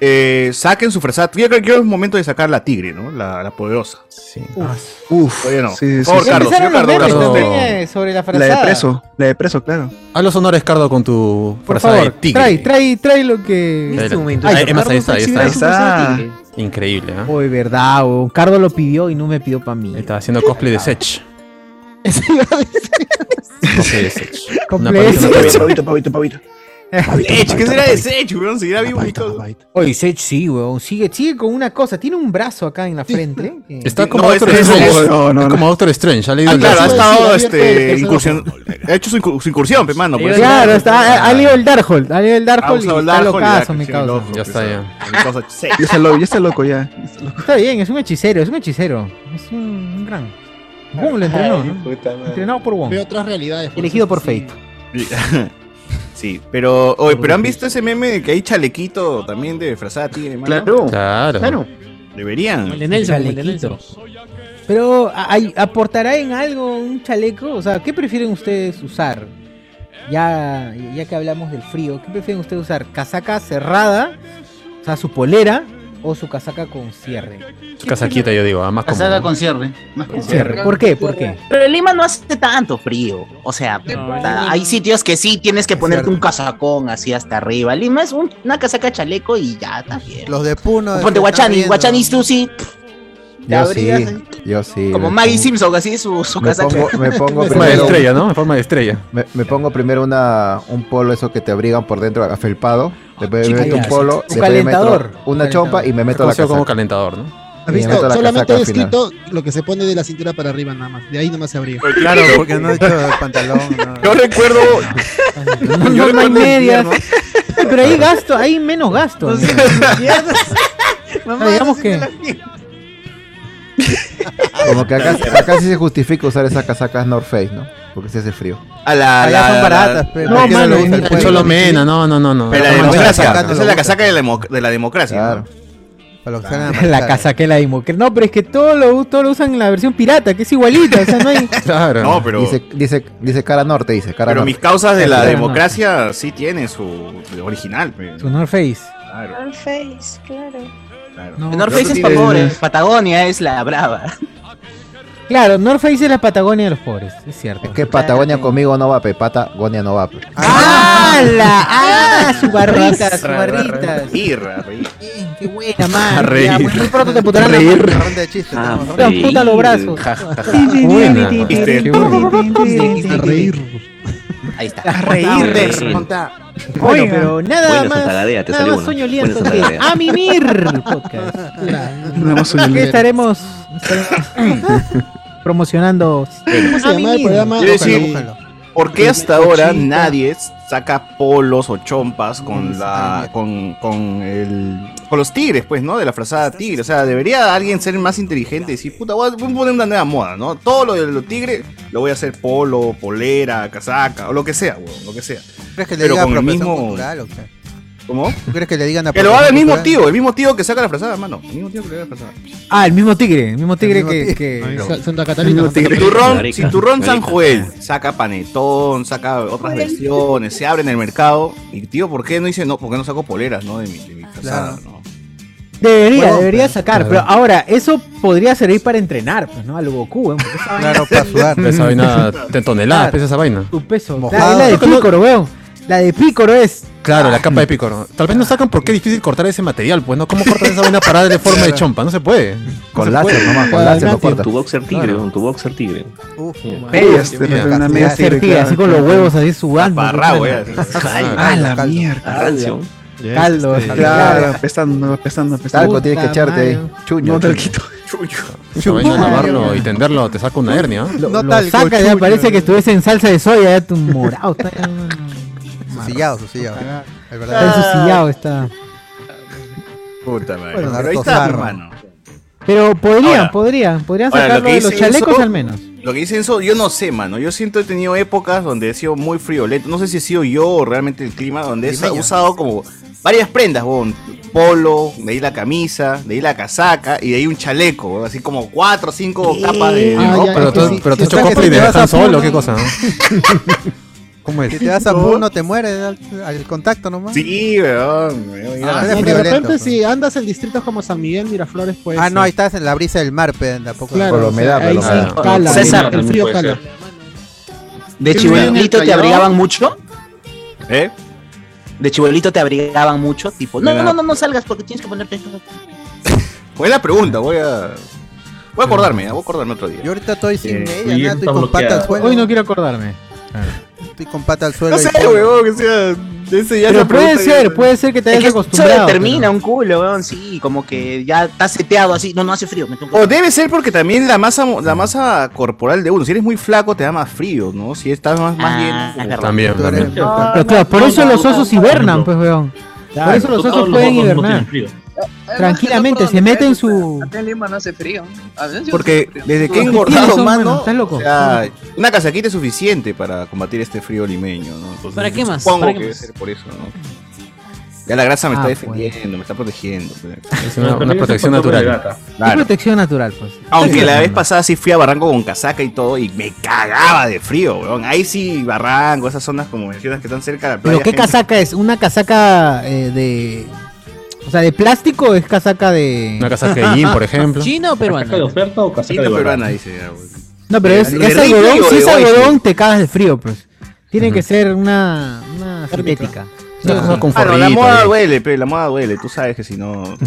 Speaker 4: Eh, saquen su fresata. Yo creo que es momento de sacar la tigre, ¿no? La, la poderosa. Sí. Uf. Todavía no.
Speaker 1: sí,
Speaker 4: Por favor,
Speaker 1: sí.
Speaker 4: Carlos, señor Carlos,
Speaker 1: Empezaron los memes
Speaker 4: Carlos,
Speaker 1: también,
Speaker 4: usted-
Speaker 1: eh, sobre
Speaker 4: de
Speaker 1: la frazada.
Speaker 4: preso.
Speaker 6: La de preso, claro. A los honores, Cardo, con tu
Speaker 1: Por
Speaker 3: frazada de
Speaker 1: favor,
Speaker 3: tigre.
Speaker 1: trae, trae, trae lo que...
Speaker 3: Ahí la-
Speaker 1: Ay,
Speaker 3: ahí, es más, ahí
Speaker 1: Carlos,
Speaker 3: está, ahí está.
Speaker 1: exhibe su frazada de tigre. Ah.
Speaker 3: Increíble, ¿eh?
Speaker 1: Uy, verdad, weón. Cardo lo pidió y no me pidió para mí. Ah. Estaba
Speaker 3: haciendo cosplay de Sech.
Speaker 1: [LAUGHS]
Speaker 3: Cosplay de Sech. Una
Speaker 1: Cosplay de
Speaker 3: pavita, una
Speaker 1: Sech.
Speaker 3: pavita.
Speaker 4: Sech, ¿Qué será de Sech, weón? ¿Seguirá vivo mi cosa?
Speaker 1: Oye, Sech sí, weón. Sigue, sigue con una cosa. Tiene un brazo acá en la frente. eh, que-
Speaker 3: [LAUGHS] Está como
Speaker 4: No,
Speaker 3: Doctor
Speaker 4: ese-
Speaker 3: Strange.
Speaker 4: ese- no, no,
Speaker 3: Es
Speaker 4: no.
Speaker 3: como Doctor Strange. Ha leído
Speaker 4: Ah,
Speaker 3: el
Speaker 4: claro, ha
Speaker 3: Darkhold.
Speaker 4: estado
Speaker 1: abierto desde
Speaker 4: este,
Speaker 1: hace
Speaker 4: incursión. Ha hecho su, incu- su incursión, pe, mano. pues.
Speaker 1: Claro, está, ha, ha leído el Darkhold. Ha leído el
Speaker 4: Ha
Speaker 1: Darkhold
Speaker 4: usado
Speaker 1: y
Speaker 4: el
Speaker 1: está
Speaker 4: Darkhold y
Speaker 1: locazo,
Speaker 4: la
Speaker 1: mi
Speaker 4: acción
Speaker 1: causa.
Speaker 4: loco,
Speaker 3: Ya está,
Speaker 4: pues,
Speaker 3: ya.
Speaker 4: mi causa, Sech.
Speaker 6: Ya está, lo- ya está loco ya.
Speaker 1: Está bien, es un hechicero, es un hechicero. Es un, un gran. Wong lo entrenó,
Speaker 4: Ay,
Speaker 1: ¿no?
Speaker 4: puta madre.
Speaker 1: Entrenado por Wong.
Speaker 11: Veo otras realidades. por
Speaker 1: Elegido
Speaker 11: eso
Speaker 1: por
Speaker 11: sí.
Speaker 1: Fate.
Speaker 4: [LAUGHS] Sí, pero, oye, pero han visto ese meme de que hay chalequito también de frazada tigre, mano?
Speaker 5: Claro.
Speaker 3: Claro.
Speaker 5: Claro.
Speaker 4: Deberían.
Speaker 10: El de Nelson, el de
Speaker 1: Chalequito.
Speaker 10: Nelson.
Speaker 1: Pero, ¿a- hay- ¿aportará en algo un chaleco? O sea, ¿qué prefieren ustedes usar? Ya, ya que hablamos del frío, ¿qué prefieren ustedes usar? ¿Casaca cerrada? O sea, su polera o su casaca con cierre.
Speaker 3: Su casaquita, yo digo, ah, más como.
Speaker 13: Casaca con cierre. Más con
Speaker 1: Cierre. ¿Por qué? ¿Por qué?
Speaker 5: Pero en Lima no hace tanto frío. O sea, puta, hay sitios que sí tienes que ponerte un casacón así hasta arriba. Lima es un- una casaca chaleco y ya está bien.
Speaker 8: Los de Puno.
Speaker 5: Ponte Guachani, Guachani Susi, Te
Speaker 6: Yo sí,
Speaker 5: abrigas,
Speaker 6: yo sí.
Speaker 5: como
Speaker 6: me
Speaker 5: Maggie Simpson, así su, su
Speaker 6: Me
Speaker 5: casaca.
Speaker 6: pongo, me
Speaker 5: [LAUGHS]
Speaker 6: pongo
Speaker 3: [LAUGHS] En forma de estrella, ¿no? En forma de estrella.
Speaker 6: Me, me pongo primero una, un polo, eso que te abrigan por dentro, afelpado. Después me meto
Speaker 3: Chiquita.
Speaker 6: un polo,
Speaker 3: Un
Speaker 6: después me
Speaker 3: calentador.
Speaker 6: meto una chompa y me meto la
Speaker 3: Conocido
Speaker 6: casaca.
Speaker 3: como calentador, ¿no?
Speaker 6: Y
Speaker 11: ¿Has
Speaker 6: me
Speaker 11: visto?
Speaker 6: meto la
Speaker 11: Solamente
Speaker 6: casaca
Speaker 11: he
Speaker 6: al final.
Speaker 11: escrito lo que se pone de la cintura para arriba nada más. De ahí nomás se abría.
Speaker 8: Claro, porque no he hecho el pantalón. no.
Speaker 4: [LAUGHS] Yo recuerdo.
Speaker 1: No, no, no hay medias. Ay, [LAUGHS] Pero hay gasto, hay menos
Speaker 8: [LAUGHS]
Speaker 1: gasto. amigo. [LAUGHS]
Speaker 8: Mamá,
Speaker 1: Ah, digamos
Speaker 8: no
Speaker 1: que-
Speaker 8: siento la fiesta.
Speaker 6: Como que acá, acá sí se justifica usar esas casacas North Face, ¿no? Porque se hace frío.
Speaker 4: A la,
Speaker 6: Allá
Speaker 4: la-
Speaker 6: son
Speaker 4: la-
Speaker 6: baratas,
Speaker 4: la-
Speaker 6: pero- No,
Speaker 4: porque
Speaker 6: mano,
Speaker 4: le gusta
Speaker 6: ni-
Speaker 4: el
Speaker 6: ni-
Speaker 4: pueblo.
Speaker 6: solo mena, no, no, no, no.
Speaker 4: Pero la
Speaker 6: No,
Speaker 4: democracia.
Speaker 6: no, no,
Speaker 4: Esa es
Speaker 6: no,
Speaker 4: la
Speaker 6: no.
Speaker 4: casaca de la, demo- de la democracia. Claro.
Speaker 8: Para los
Speaker 6: Ah,
Speaker 1: [LAUGHS] La casaca de la democracia. No, pero es que todo lo, todo lo usan en la versión pirata, que es igualita. O sea, no hay.
Speaker 6: [LAUGHS] Claro.
Speaker 4: No, pero-
Speaker 6: Dice, dice, dice cara norte, dice cara
Speaker 4: Pero
Speaker 6: norte.
Speaker 4: mis causas de la
Speaker 6: Cara
Speaker 4: democracia sí tienen su su original. pe.
Speaker 1: Su North Face.
Speaker 4: Claro,
Speaker 12: North Face, claro.
Speaker 4: claro.
Speaker 1: No.
Speaker 5: North Face es para pobres, Patagonia es la brava.
Speaker 1: Claro, North Face es la Patagonia de los pobres, es cierto.
Speaker 6: norte. Es que Patagonia conmigo no va, pe. Patagonia no va, pe.
Speaker 1: ¡Hala! ¡Ah! Su barrita,
Speaker 6: Barras,
Speaker 1: su barrita.
Speaker 4: Irra, reír.
Speaker 1: ¡Qué buena, man!
Speaker 6: A reír.
Speaker 1: Ya, pues, muy pronto te putarán la
Speaker 6: Reír.
Speaker 1: mano.
Speaker 8: Ronda de chistes.
Speaker 1: Ah,
Speaker 8: estamos.
Speaker 1: Te amputan los brazos. Buena.
Speaker 4: Viste,
Speaker 1: Qué
Speaker 11: A reír.
Speaker 4: [LAUGHS]
Speaker 5: Ahí está.
Speaker 1: A reír, desmonta. Bueno, pero nada
Speaker 13: Buena
Speaker 1: más.
Speaker 13: Santa Gadea, te
Speaker 1: Nada
Speaker 13: salió
Speaker 1: más
Speaker 13: una.
Speaker 1: sueño
Speaker 13: Buena
Speaker 1: liento
Speaker 13: Santa
Speaker 1: que
Speaker 13: Gadea.
Speaker 1: a mimir podcast.
Speaker 13: Nada más sueño
Speaker 1: Aquí
Speaker 13: liento.
Speaker 1: estaremos estaremos promocionando.
Speaker 11: ¿Cómo se llama
Speaker 1: A
Speaker 11: el
Speaker 1: mimir.
Speaker 11: programa?
Speaker 4: Quiero decir, ¿por qué hasta ahora nadie saca polos o chompas
Speaker 8: Mm,
Speaker 4: con la con, con el con los tigres, pues, ¿no? De la frazada tigre. O sea, debería alguien ser más inteligente y decir, puta, voy a voy a poner una nueva moda, ¿no? Todo lo de los tigres lo voy a hacer polo, polera, casaca, o lo que sea, weón, lo que sea.
Speaker 8: ¿Crees que le
Speaker 4: Pero
Speaker 8: diga
Speaker 4: con el
Speaker 8: apropiación
Speaker 4: mismo.
Speaker 8: cultural o qué?
Speaker 4: ¿Cómo?
Speaker 8: ¿Tú crees que le digan
Speaker 4: Que lo haga el
Speaker 8: apropiación
Speaker 4: mismo
Speaker 8: cultural?
Speaker 4: tío, el mismo tío que saca la frazada, mano. El mismo tío que le da la frazada.
Speaker 1: Ah, el mismo tigre, el mismo tigre
Speaker 4: mismo
Speaker 1: que.
Speaker 4: tigre.
Speaker 1: que-
Speaker 4: Ahí está.
Speaker 11: Santa Catalina.
Speaker 4: Sin
Speaker 11: Santa Catalina.
Speaker 4: turrón, sin turrón San Joel, saca panetón, saca otras versiones, se abre en el mercado. Y tío, ¿por qué no dice no? ¿Por qué no saco poleras, no? De mi, de mi casada, ¿no?
Speaker 1: Debería,
Speaker 4: Bueno,
Speaker 1: debería sacar, pero
Speaker 4: claro.
Speaker 1: ahora, eso podría servir para entrenar, pues, ¿no? Al Goku, ¿eh? Porque esa vaina-
Speaker 3: [LAUGHS] Esa vaina, de toneladas, pesa esa vaina.
Speaker 1: Tu peso.
Speaker 3: Mojado.
Speaker 1: La, es la de
Speaker 3: Creo que no-
Speaker 1: Pícoro, weón. La de Pícoro es.
Speaker 3: Claro, la capa de pícoro. Tal vez no sacan porque es difícil cortar ese material, pues no. ¿Cómo cortas esa vaina parada de forma de chompa? No se puede.
Speaker 6: Con
Speaker 3: láser
Speaker 6: láser nomás, con láser no cortas.
Speaker 3: Tu
Speaker 13: boxer
Speaker 3: tigre,
Speaker 13: con tu boxer tigre.
Speaker 1: Medias, de repente, una media tigre, claro. así con los huevos así sudando.
Speaker 13: Parrao,
Speaker 1: Ay,
Speaker 4: [LAUGHS]
Speaker 13: Ah, la mierda.
Speaker 1: Caldo.
Speaker 13: Caldo.
Speaker 1: Caldo,
Speaker 13: Este,
Speaker 1: claro.
Speaker 13: Claro, apestando, apestando, apestando.
Speaker 6: Talco tienes que echarte ahí. Chuño.
Speaker 13: No,
Speaker 6: chuño.
Speaker 13: talquito.
Speaker 3: Esa vaina lavarlo y tenderlo, te saca una hernia. ¿eh?
Speaker 1: Lo, lo saca, ya parece que estuviese en salsa de soya, ya [LAUGHS] tu morado. Está,
Speaker 8: Susillado, susillado. Es
Speaker 1: está
Speaker 8: verdad.
Speaker 1: ensuciado, está.
Speaker 4: Puta madre.
Speaker 8: Bueno,
Speaker 4: Pero ahí
Speaker 8: Narcos
Speaker 4: está,
Speaker 8: Zarro.
Speaker 4: hermano.
Speaker 1: Pero podrían,
Speaker 4: Ahora-
Speaker 1: podrían, podrían
Speaker 4: ahora,
Speaker 1: sacarlo
Speaker 4: lo que
Speaker 1: de los
Speaker 4: hice
Speaker 1: chalecos
Speaker 4: eso-
Speaker 1: al menos.
Speaker 4: Lo que dice Enzo, yo no sé, mano. Yo siento he tenido épocas donde he sido muy friolento. No sé si he sido yo o realmente el clima, donde he
Speaker 8: Limeño.
Speaker 4: usado como varias prendas, bon. Polo, de ahí la camisa, de ahí la casaca y de ahí un chaleco, weón. así como cuatro o cinco capas de, de
Speaker 3: Ah, ya,
Speaker 4: ropa.
Speaker 3: pero tú- pero tú has hecho cosplay de Han Solo, ¿qué cosa? ¿Cómo
Speaker 8: Si te vas a Puno, te mueres al, al contacto nomás.
Speaker 4: Sí, weón. weón, ya.
Speaker 8: Ah,
Speaker 11: de
Speaker 8: friolento,
Speaker 11: repente,
Speaker 8: pues.
Speaker 11: si andas en distritos como San Miguel, Miraflores, pues.
Speaker 8: Ah, no, ahí estás en la brisa del mar, pero tampoco.
Speaker 11: Claro, Por la humedad, o sea, por la ahí humedad. sí cala,
Speaker 5: César,
Speaker 11: el frío cala.
Speaker 5: ¿De
Speaker 11: Sí,
Speaker 5: chibolito
Speaker 11: mira,
Speaker 5: te
Speaker 11: cayó.
Speaker 5: abrigaban mucho?
Speaker 4: ¿Eh?
Speaker 5: ¿De chibolito te abrigaban mucho? Tipo, no,
Speaker 4: Mira.
Speaker 5: no, no, no, no salgas porque tienes que ponerte esto.
Speaker 4: Buena pregunta, voy a. Voy a acordarme, ya, voy a acordarme otro día.
Speaker 8: Yo ahorita estoy sin
Speaker 4: Eh,
Speaker 8: media, nada, estoy con pata al suelo.
Speaker 1: Hoy no quiero acordarme.
Speaker 8: Estoy con pata al suelo.
Speaker 4: No sé,
Speaker 8: y-
Speaker 4: weón, que sea. Ese ya
Speaker 1: Pero
Speaker 4: esa
Speaker 1: puede
Speaker 4: pregunta ya-
Speaker 1: ser, puede ser que te
Speaker 5: Es
Speaker 1: hayas
Speaker 5: que eso
Speaker 1: acostumbrado.
Speaker 5: determina un culo, weón, sí, como que ya está seteado así, no, no hace frío, me tengo que...
Speaker 4: O debe ser porque también la masa la masa corporal de uno, si eres muy flaco te da más frío, ¿no? Si estás más,
Speaker 8: Ah,
Speaker 4: más bien.
Speaker 3: También, también.
Speaker 1: Pero claro, por eso los osos hibernan, pues, weón. Por eso los osos pueden hibernar.
Speaker 4: Eh,
Speaker 1: Tranquilamente, se meten su.
Speaker 14: Acá en Lima no hace frío. A veces yo
Speaker 4: [LAUGHS] Porque
Speaker 14: hace frío.
Speaker 4: desde que he
Speaker 1: Los
Speaker 4: engordado,
Speaker 1: pies son buenos,
Speaker 4: mano,
Speaker 1: estás loco.
Speaker 4: o sea, una casaquita es suficiente para combatir este frío limeño, ¿no? Entonces,
Speaker 10: ¿Para qué más?
Speaker 4: Supongo
Speaker 10: ¿Para qué
Speaker 4: que
Speaker 10: más?
Speaker 4: debe ser por eso, ¿no? Ya la grasa me
Speaker 1: Ah,
Speaker 4: está
Speaker 1: pues.
Speaker 4: defendiendo, me está protegiendo.
Speaker 3: Es una- una protección natural.
Speaker 1: Es
Speaker 4: Claro.
Speaker 1: protección natural, pues.
Speaker 4: Aunque la vez pasada sí fui a Barranco con casaca y todo y me cagaba de frío, weón. Ahí sí, Barranco, esas zonas como mencionas que están cerca de la playa.
Speaker 1: Pero qué
Speaker 4: gente-
Speaker 1: casaca es, una casaca eh, de o sea, de plástico o es casaca de
Speaker 3: Una casaca de jean, por ejemplo.
Speaker 1: ¿China o peruana?
Speaker 7: ¿Casaca de oferta o casaca
Speaker 4: China
Speaker 7: de
Speaker 4: peruana, dice. ya, weón.
Speaker 1: [LAUGHS] No, pero es,
Speaker 4: ¿De
Speaker 1: es
Speaker 4: ripio
Speaker 1: algodón,
Speaker 4: o
Speaker 1: si
Speaker 4: de
Speaker 1: es
Speaker 4: oasis?
Speaker 1: algodón te cagas de frío, pues. Tiene que ser una una sintética.
Speaker 4: Ah,
Speaker 1: Una-
Speaker 4: no, la moda
Speaker 3: eh.
Speaker 4: duele, pe, la moda duele, tú sabes que si
Speaker 3: [LAUGHS]
Speaker 4: no. Tú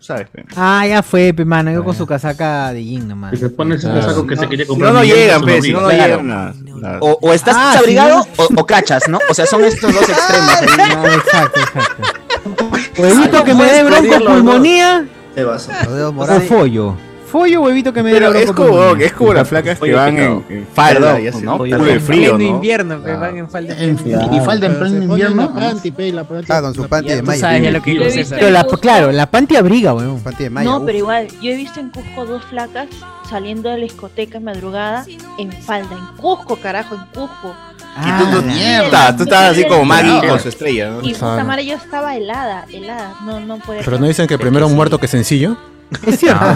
Speaker 4: sabes, pe.
Speaker 1: Ah, ya fue, pe, mano, yo con su casaca de jean nomás.
Speaker 7: Que se pone ese
Speaker 1: Claro.
Speaker 7: casaco que se quería
Speaker 4: Si
Speaker 7: comprar.
Speaker 4: no, no
Speaker 7: Miguel,
Speaker 4: llegan,
Speaker 7: eso
Speaker 4: pe, si
Speaker 7: brilla.
Speaker 4: no, no
Speaker 7: Claro.
Speaker 4: llegan. nada, nada.
Speaker 5: O, o estás
Speaker 1: Ah,
Speaker 5: desabrigado o, o cachas, ¿no? O sea, son estos dos extremos.
Speaker 1: [LAUGHS]
Speaker 5: ahí.
Speaker 1: exacto, exacto. Huevito que me dé broncopulmonía
Speaker 14: Te vas a-
Speaker 1: o follo. Follo huevito que me dé
Speaker 4: Pero es como,
Speaker 1: broncopulmonía.
Speaker 4: es como las flacas que
Speaker 1: Oye,
Speaker 4: van
Speaker 1: picado.
Speaker 4: en, en falda
Speaker 1: Perdón,
Speaker 4: y hacen
Speaker 1: ¿no?
Speaker 4: un
Speaker 1: Oye,
Speaker 4: culo de
Speaker 1: en
Speaker 4: frío,
Speaker 10: pleno
Speaker 4: ¿no?
Speaker 10: invierno, pe, van en falda.
Speaker 11: Claro, pero se pone
Speaker 10: invierno?
Speaker 11: La panty, pe, la panty.
Speaker 8: Ah, con su panty de
Speaker 11: tú
Speaker 8: malla.
Speaker 11: sabes ya lo que iba a hacer.
Speaker 1: Pero la, claro, la panty abriga, weón.
Speaker 8: Panty de
Speaker 1: malla.
Speaker 15: no, pero igual, yo he visto en Cusco dos flacas saliendo de la discoteca en madrugada en falda. En Cusco, carajo, en Cusco. Ah,
Speaker 4: Y tú, tú,
Speaker 15: mierda.
Speaker 4: tú estabas así como Maggie
Speaker 15: Claro.
Speaker 4: con su estrella, ¿no?
Speaker 15: Y puta
Speaker 3: Claro.
Speaker 15: madre, yo estaba helada, helada. No, no podía.
Speaker 3: Pero no dicen que primero un muerto que sencillo. Ah.
Speaker 1: Es cierto.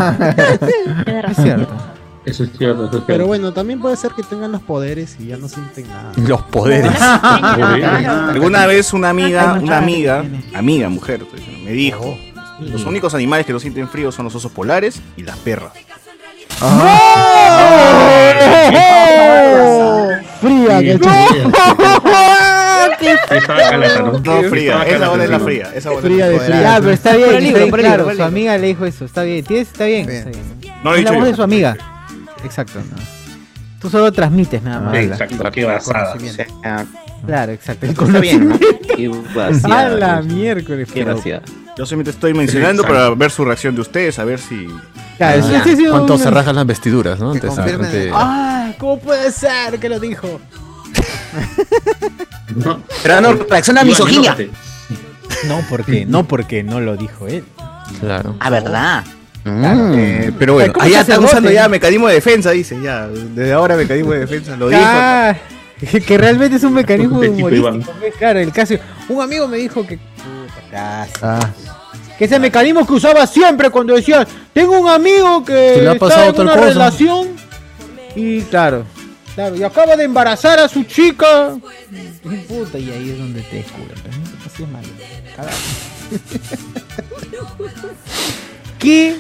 Speaker 15: Es
Speaker 1: cierto.
Speaker 7: Eso es cierto, eso es
Speaker 11: Pero
Speaker 7: cierto.
Speaker 11: bueno, también puede ser que tengan los poderes y ya no sienten [LAUGHS] nada.
Speaker 3: Los
Speaker 4: [LAUGHS]
Speaker 3: poderes.
Speaker 11: [LAUGHS]
Speaker 4: Alguna vez una amiga, una amiga, amiga, mujer, estoy diciendo, me dijo, los únicos animales que no sienten frío son los osos polares y las perras.
Speaker 11: [LAUGHS]
Speaker 4: Ah. [LAUGHS]
Speaker 11: Fría, que
Speaker 10: [LAUGHS]
Speaker 4: No, fría, esa bola es la fría, esa bola es la fría.
Speaker 1: Ya, pero está bien,
Speaker 4: Por el libro, por
Speaker 1: está bien,
Speaker 4: el libro,
Speaker 1: claro,
Speaker 4: por el
Speaker 1: su amiga le dijo eso, está bien, tienes, está bien. está bien.
Speaker 4: No lo he
Speaker 1: Es la
Speaker 4: dicho
Speaker 1: voz
Speaker 4: yo.
Speaker 1: de su amiga. Exacto. Tú solo transmites nada más.
Speaker 7: Exacto, qué basada.
Speaker 1: Claro, exacto. El
Speaker 4: Está bien, ¿no?
Speaker 1: conocimiento. A la miércoles.
Speaker 4: Qué
Speaker 1: pero-
Speaker 4: basada. Yo solamente estoy mencionando
Speaker 3: Exacto.
Speaker 4: para ver su reacción de ustedes, a ver si. Ah,
Speaker 1: Claro, sí, sí, sí,
Speaker 3: Ah, ¿Cuánto
Speaker 1: un-
Speaker 3: se rajan las vestiduras, no? Antes,
Speaker 4: confirmen.
Speaker 3: ante-
Speaker 1: Ah,
Speaker 11: Ay, ¿cómo puede ser que lo dijo?
Speaker 5: Pero no, reacciona a
Speaker 11: [LAUGHS]
Speaker 5: misoginia.
Speaker 1: No, porque no, porque no lo dijo él.
Speaker 3: Claro.
Speaker 5: Ah, ¿verdad?
Speaker 4: Eh, pero bueno,
Speaker 1: ¿Cómo
Speaker 4: allá
Speaker 1: se hace
Speaker 4: están
Speaker 1: el
Speaker 4: usando
Speaker 1: bote?
Speaker 4: ya mecanismo de defensa, dice, ya. Desde ahora mecanismo de defensa, lo dijo.
Speaker 1: Ah, que realmente es un mecanismo
Speaker 4: Este tipo,
Speaker 1: humorístico. pues, Claro, el caso. Un amigo me dijo que. Puta, casi.
Speaker 11: Ah,
Speaker 1: Que ese mecanismo que usaba siempre cuando decía, tengo un amigo que
Speaker 11: Eh,
Speaker 3: Que le ha pasado
Speaker 1: está en
Speaker 3: tal
Speaker 1: una
Speaker 3: cosa".
Speaker 1: relación y claro, claro, y acaba de embarazar a su chica. Y Puta, y ahí es donde te descubren. pues, ¿no? Así es malo. cagado. ¿Qué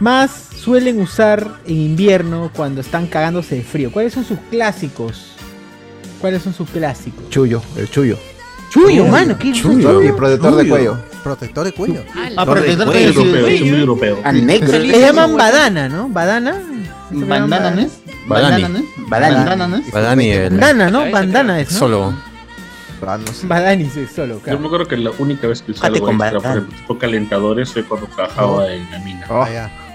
Speaker 1: más suelen usar en invierno cuando están cagándose de frío? ¿Cuáles son sus clásicos? ¿Cuáles son sus clásicos?
Speaker 6: Chullo, el chullo.
Speaker 1: Chullo, mano, qué
Speaker 6: Chullo. Y protector de
Speaker 1: Chullo.
Speaker 6: cuello.
Speaker 8: Protector de cuello.
Speaker 1: Ah, protector de
Speaker 7: Muy europeo, es muy europeo.
Speaker 1: Le llaman badana, ¿no? Badana.
Speaker 14: Bandana, ¿no?
Speaker 3: Badani.
Speaker 14: Bandana, ¿no?
Speaker 3: Badani, el.
Speaker 1: Bandana, ¿no? Bandana es, ¿no?
Speaker 3: Solo.
Speaker 1: Badani sí, solo,
Speaker 7: Yo me
Speaker 1: claro.
Speaker 7: acuerdo que la única vez que usé algo extra, por ejemplo, tipo calentadores, fue cuando trabajaba en la mina.
Speaker 6: Oh.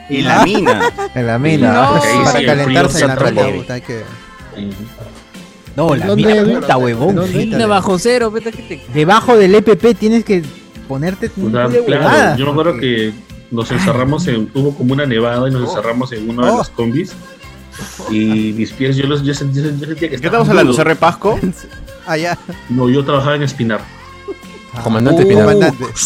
Speaker 4: En la mina.
Speaker 6: En la
Speaker 7: mina. No.
Speaker 8: Para
Speaker 7: Sí,
Speaker 8: calentarse
Speaker 7: sí,
Speaker 8: en la
Speaker 7: sí,
Speaker 8: playa.
Speaker 7: sí.
Speaker 8: puta, hay que-
Speaker 1: No, la
Speaker 8: ¿Dónde,
Speaker 1: mira,
Speaker 8: dónde?
Speaker 1: puta huevón.
Speaker 8: ¿Dónde?
Speaker 1: sí.
Speaker 8: Dale.
Speaker 10: Bajo cero, vete que
Speaker 11: Ah,
Speaker 10: te.
Speaker 1: Debajo del EPP tienes que ponerte
Speaker 7: O
Speaker 1: un
Speaker 7: sea,
Speaker 1: culo de
Speaker 7: claro,
Speaker 1: huevada.
Speaker 7: yo me acuerdo que nos encerramos en, hubo como una nevada y nos encerramos en una de las combis Y mis pies, yo, los, yo, sent- yo sentía que estaban
Speaker 4: estamos hablando,
Speaker 7: duros.
Speaker 4: Cerro de Pasco?
Speaker 8: Allá. Uh,
Speaker 7: No, yo trabajaba en Espinar.
Speaker 3: Ah, Comandante Pinar.
Speaker 8: Comandante.
Speaker 6: Uh.
Speaker 8: [LAUGHS]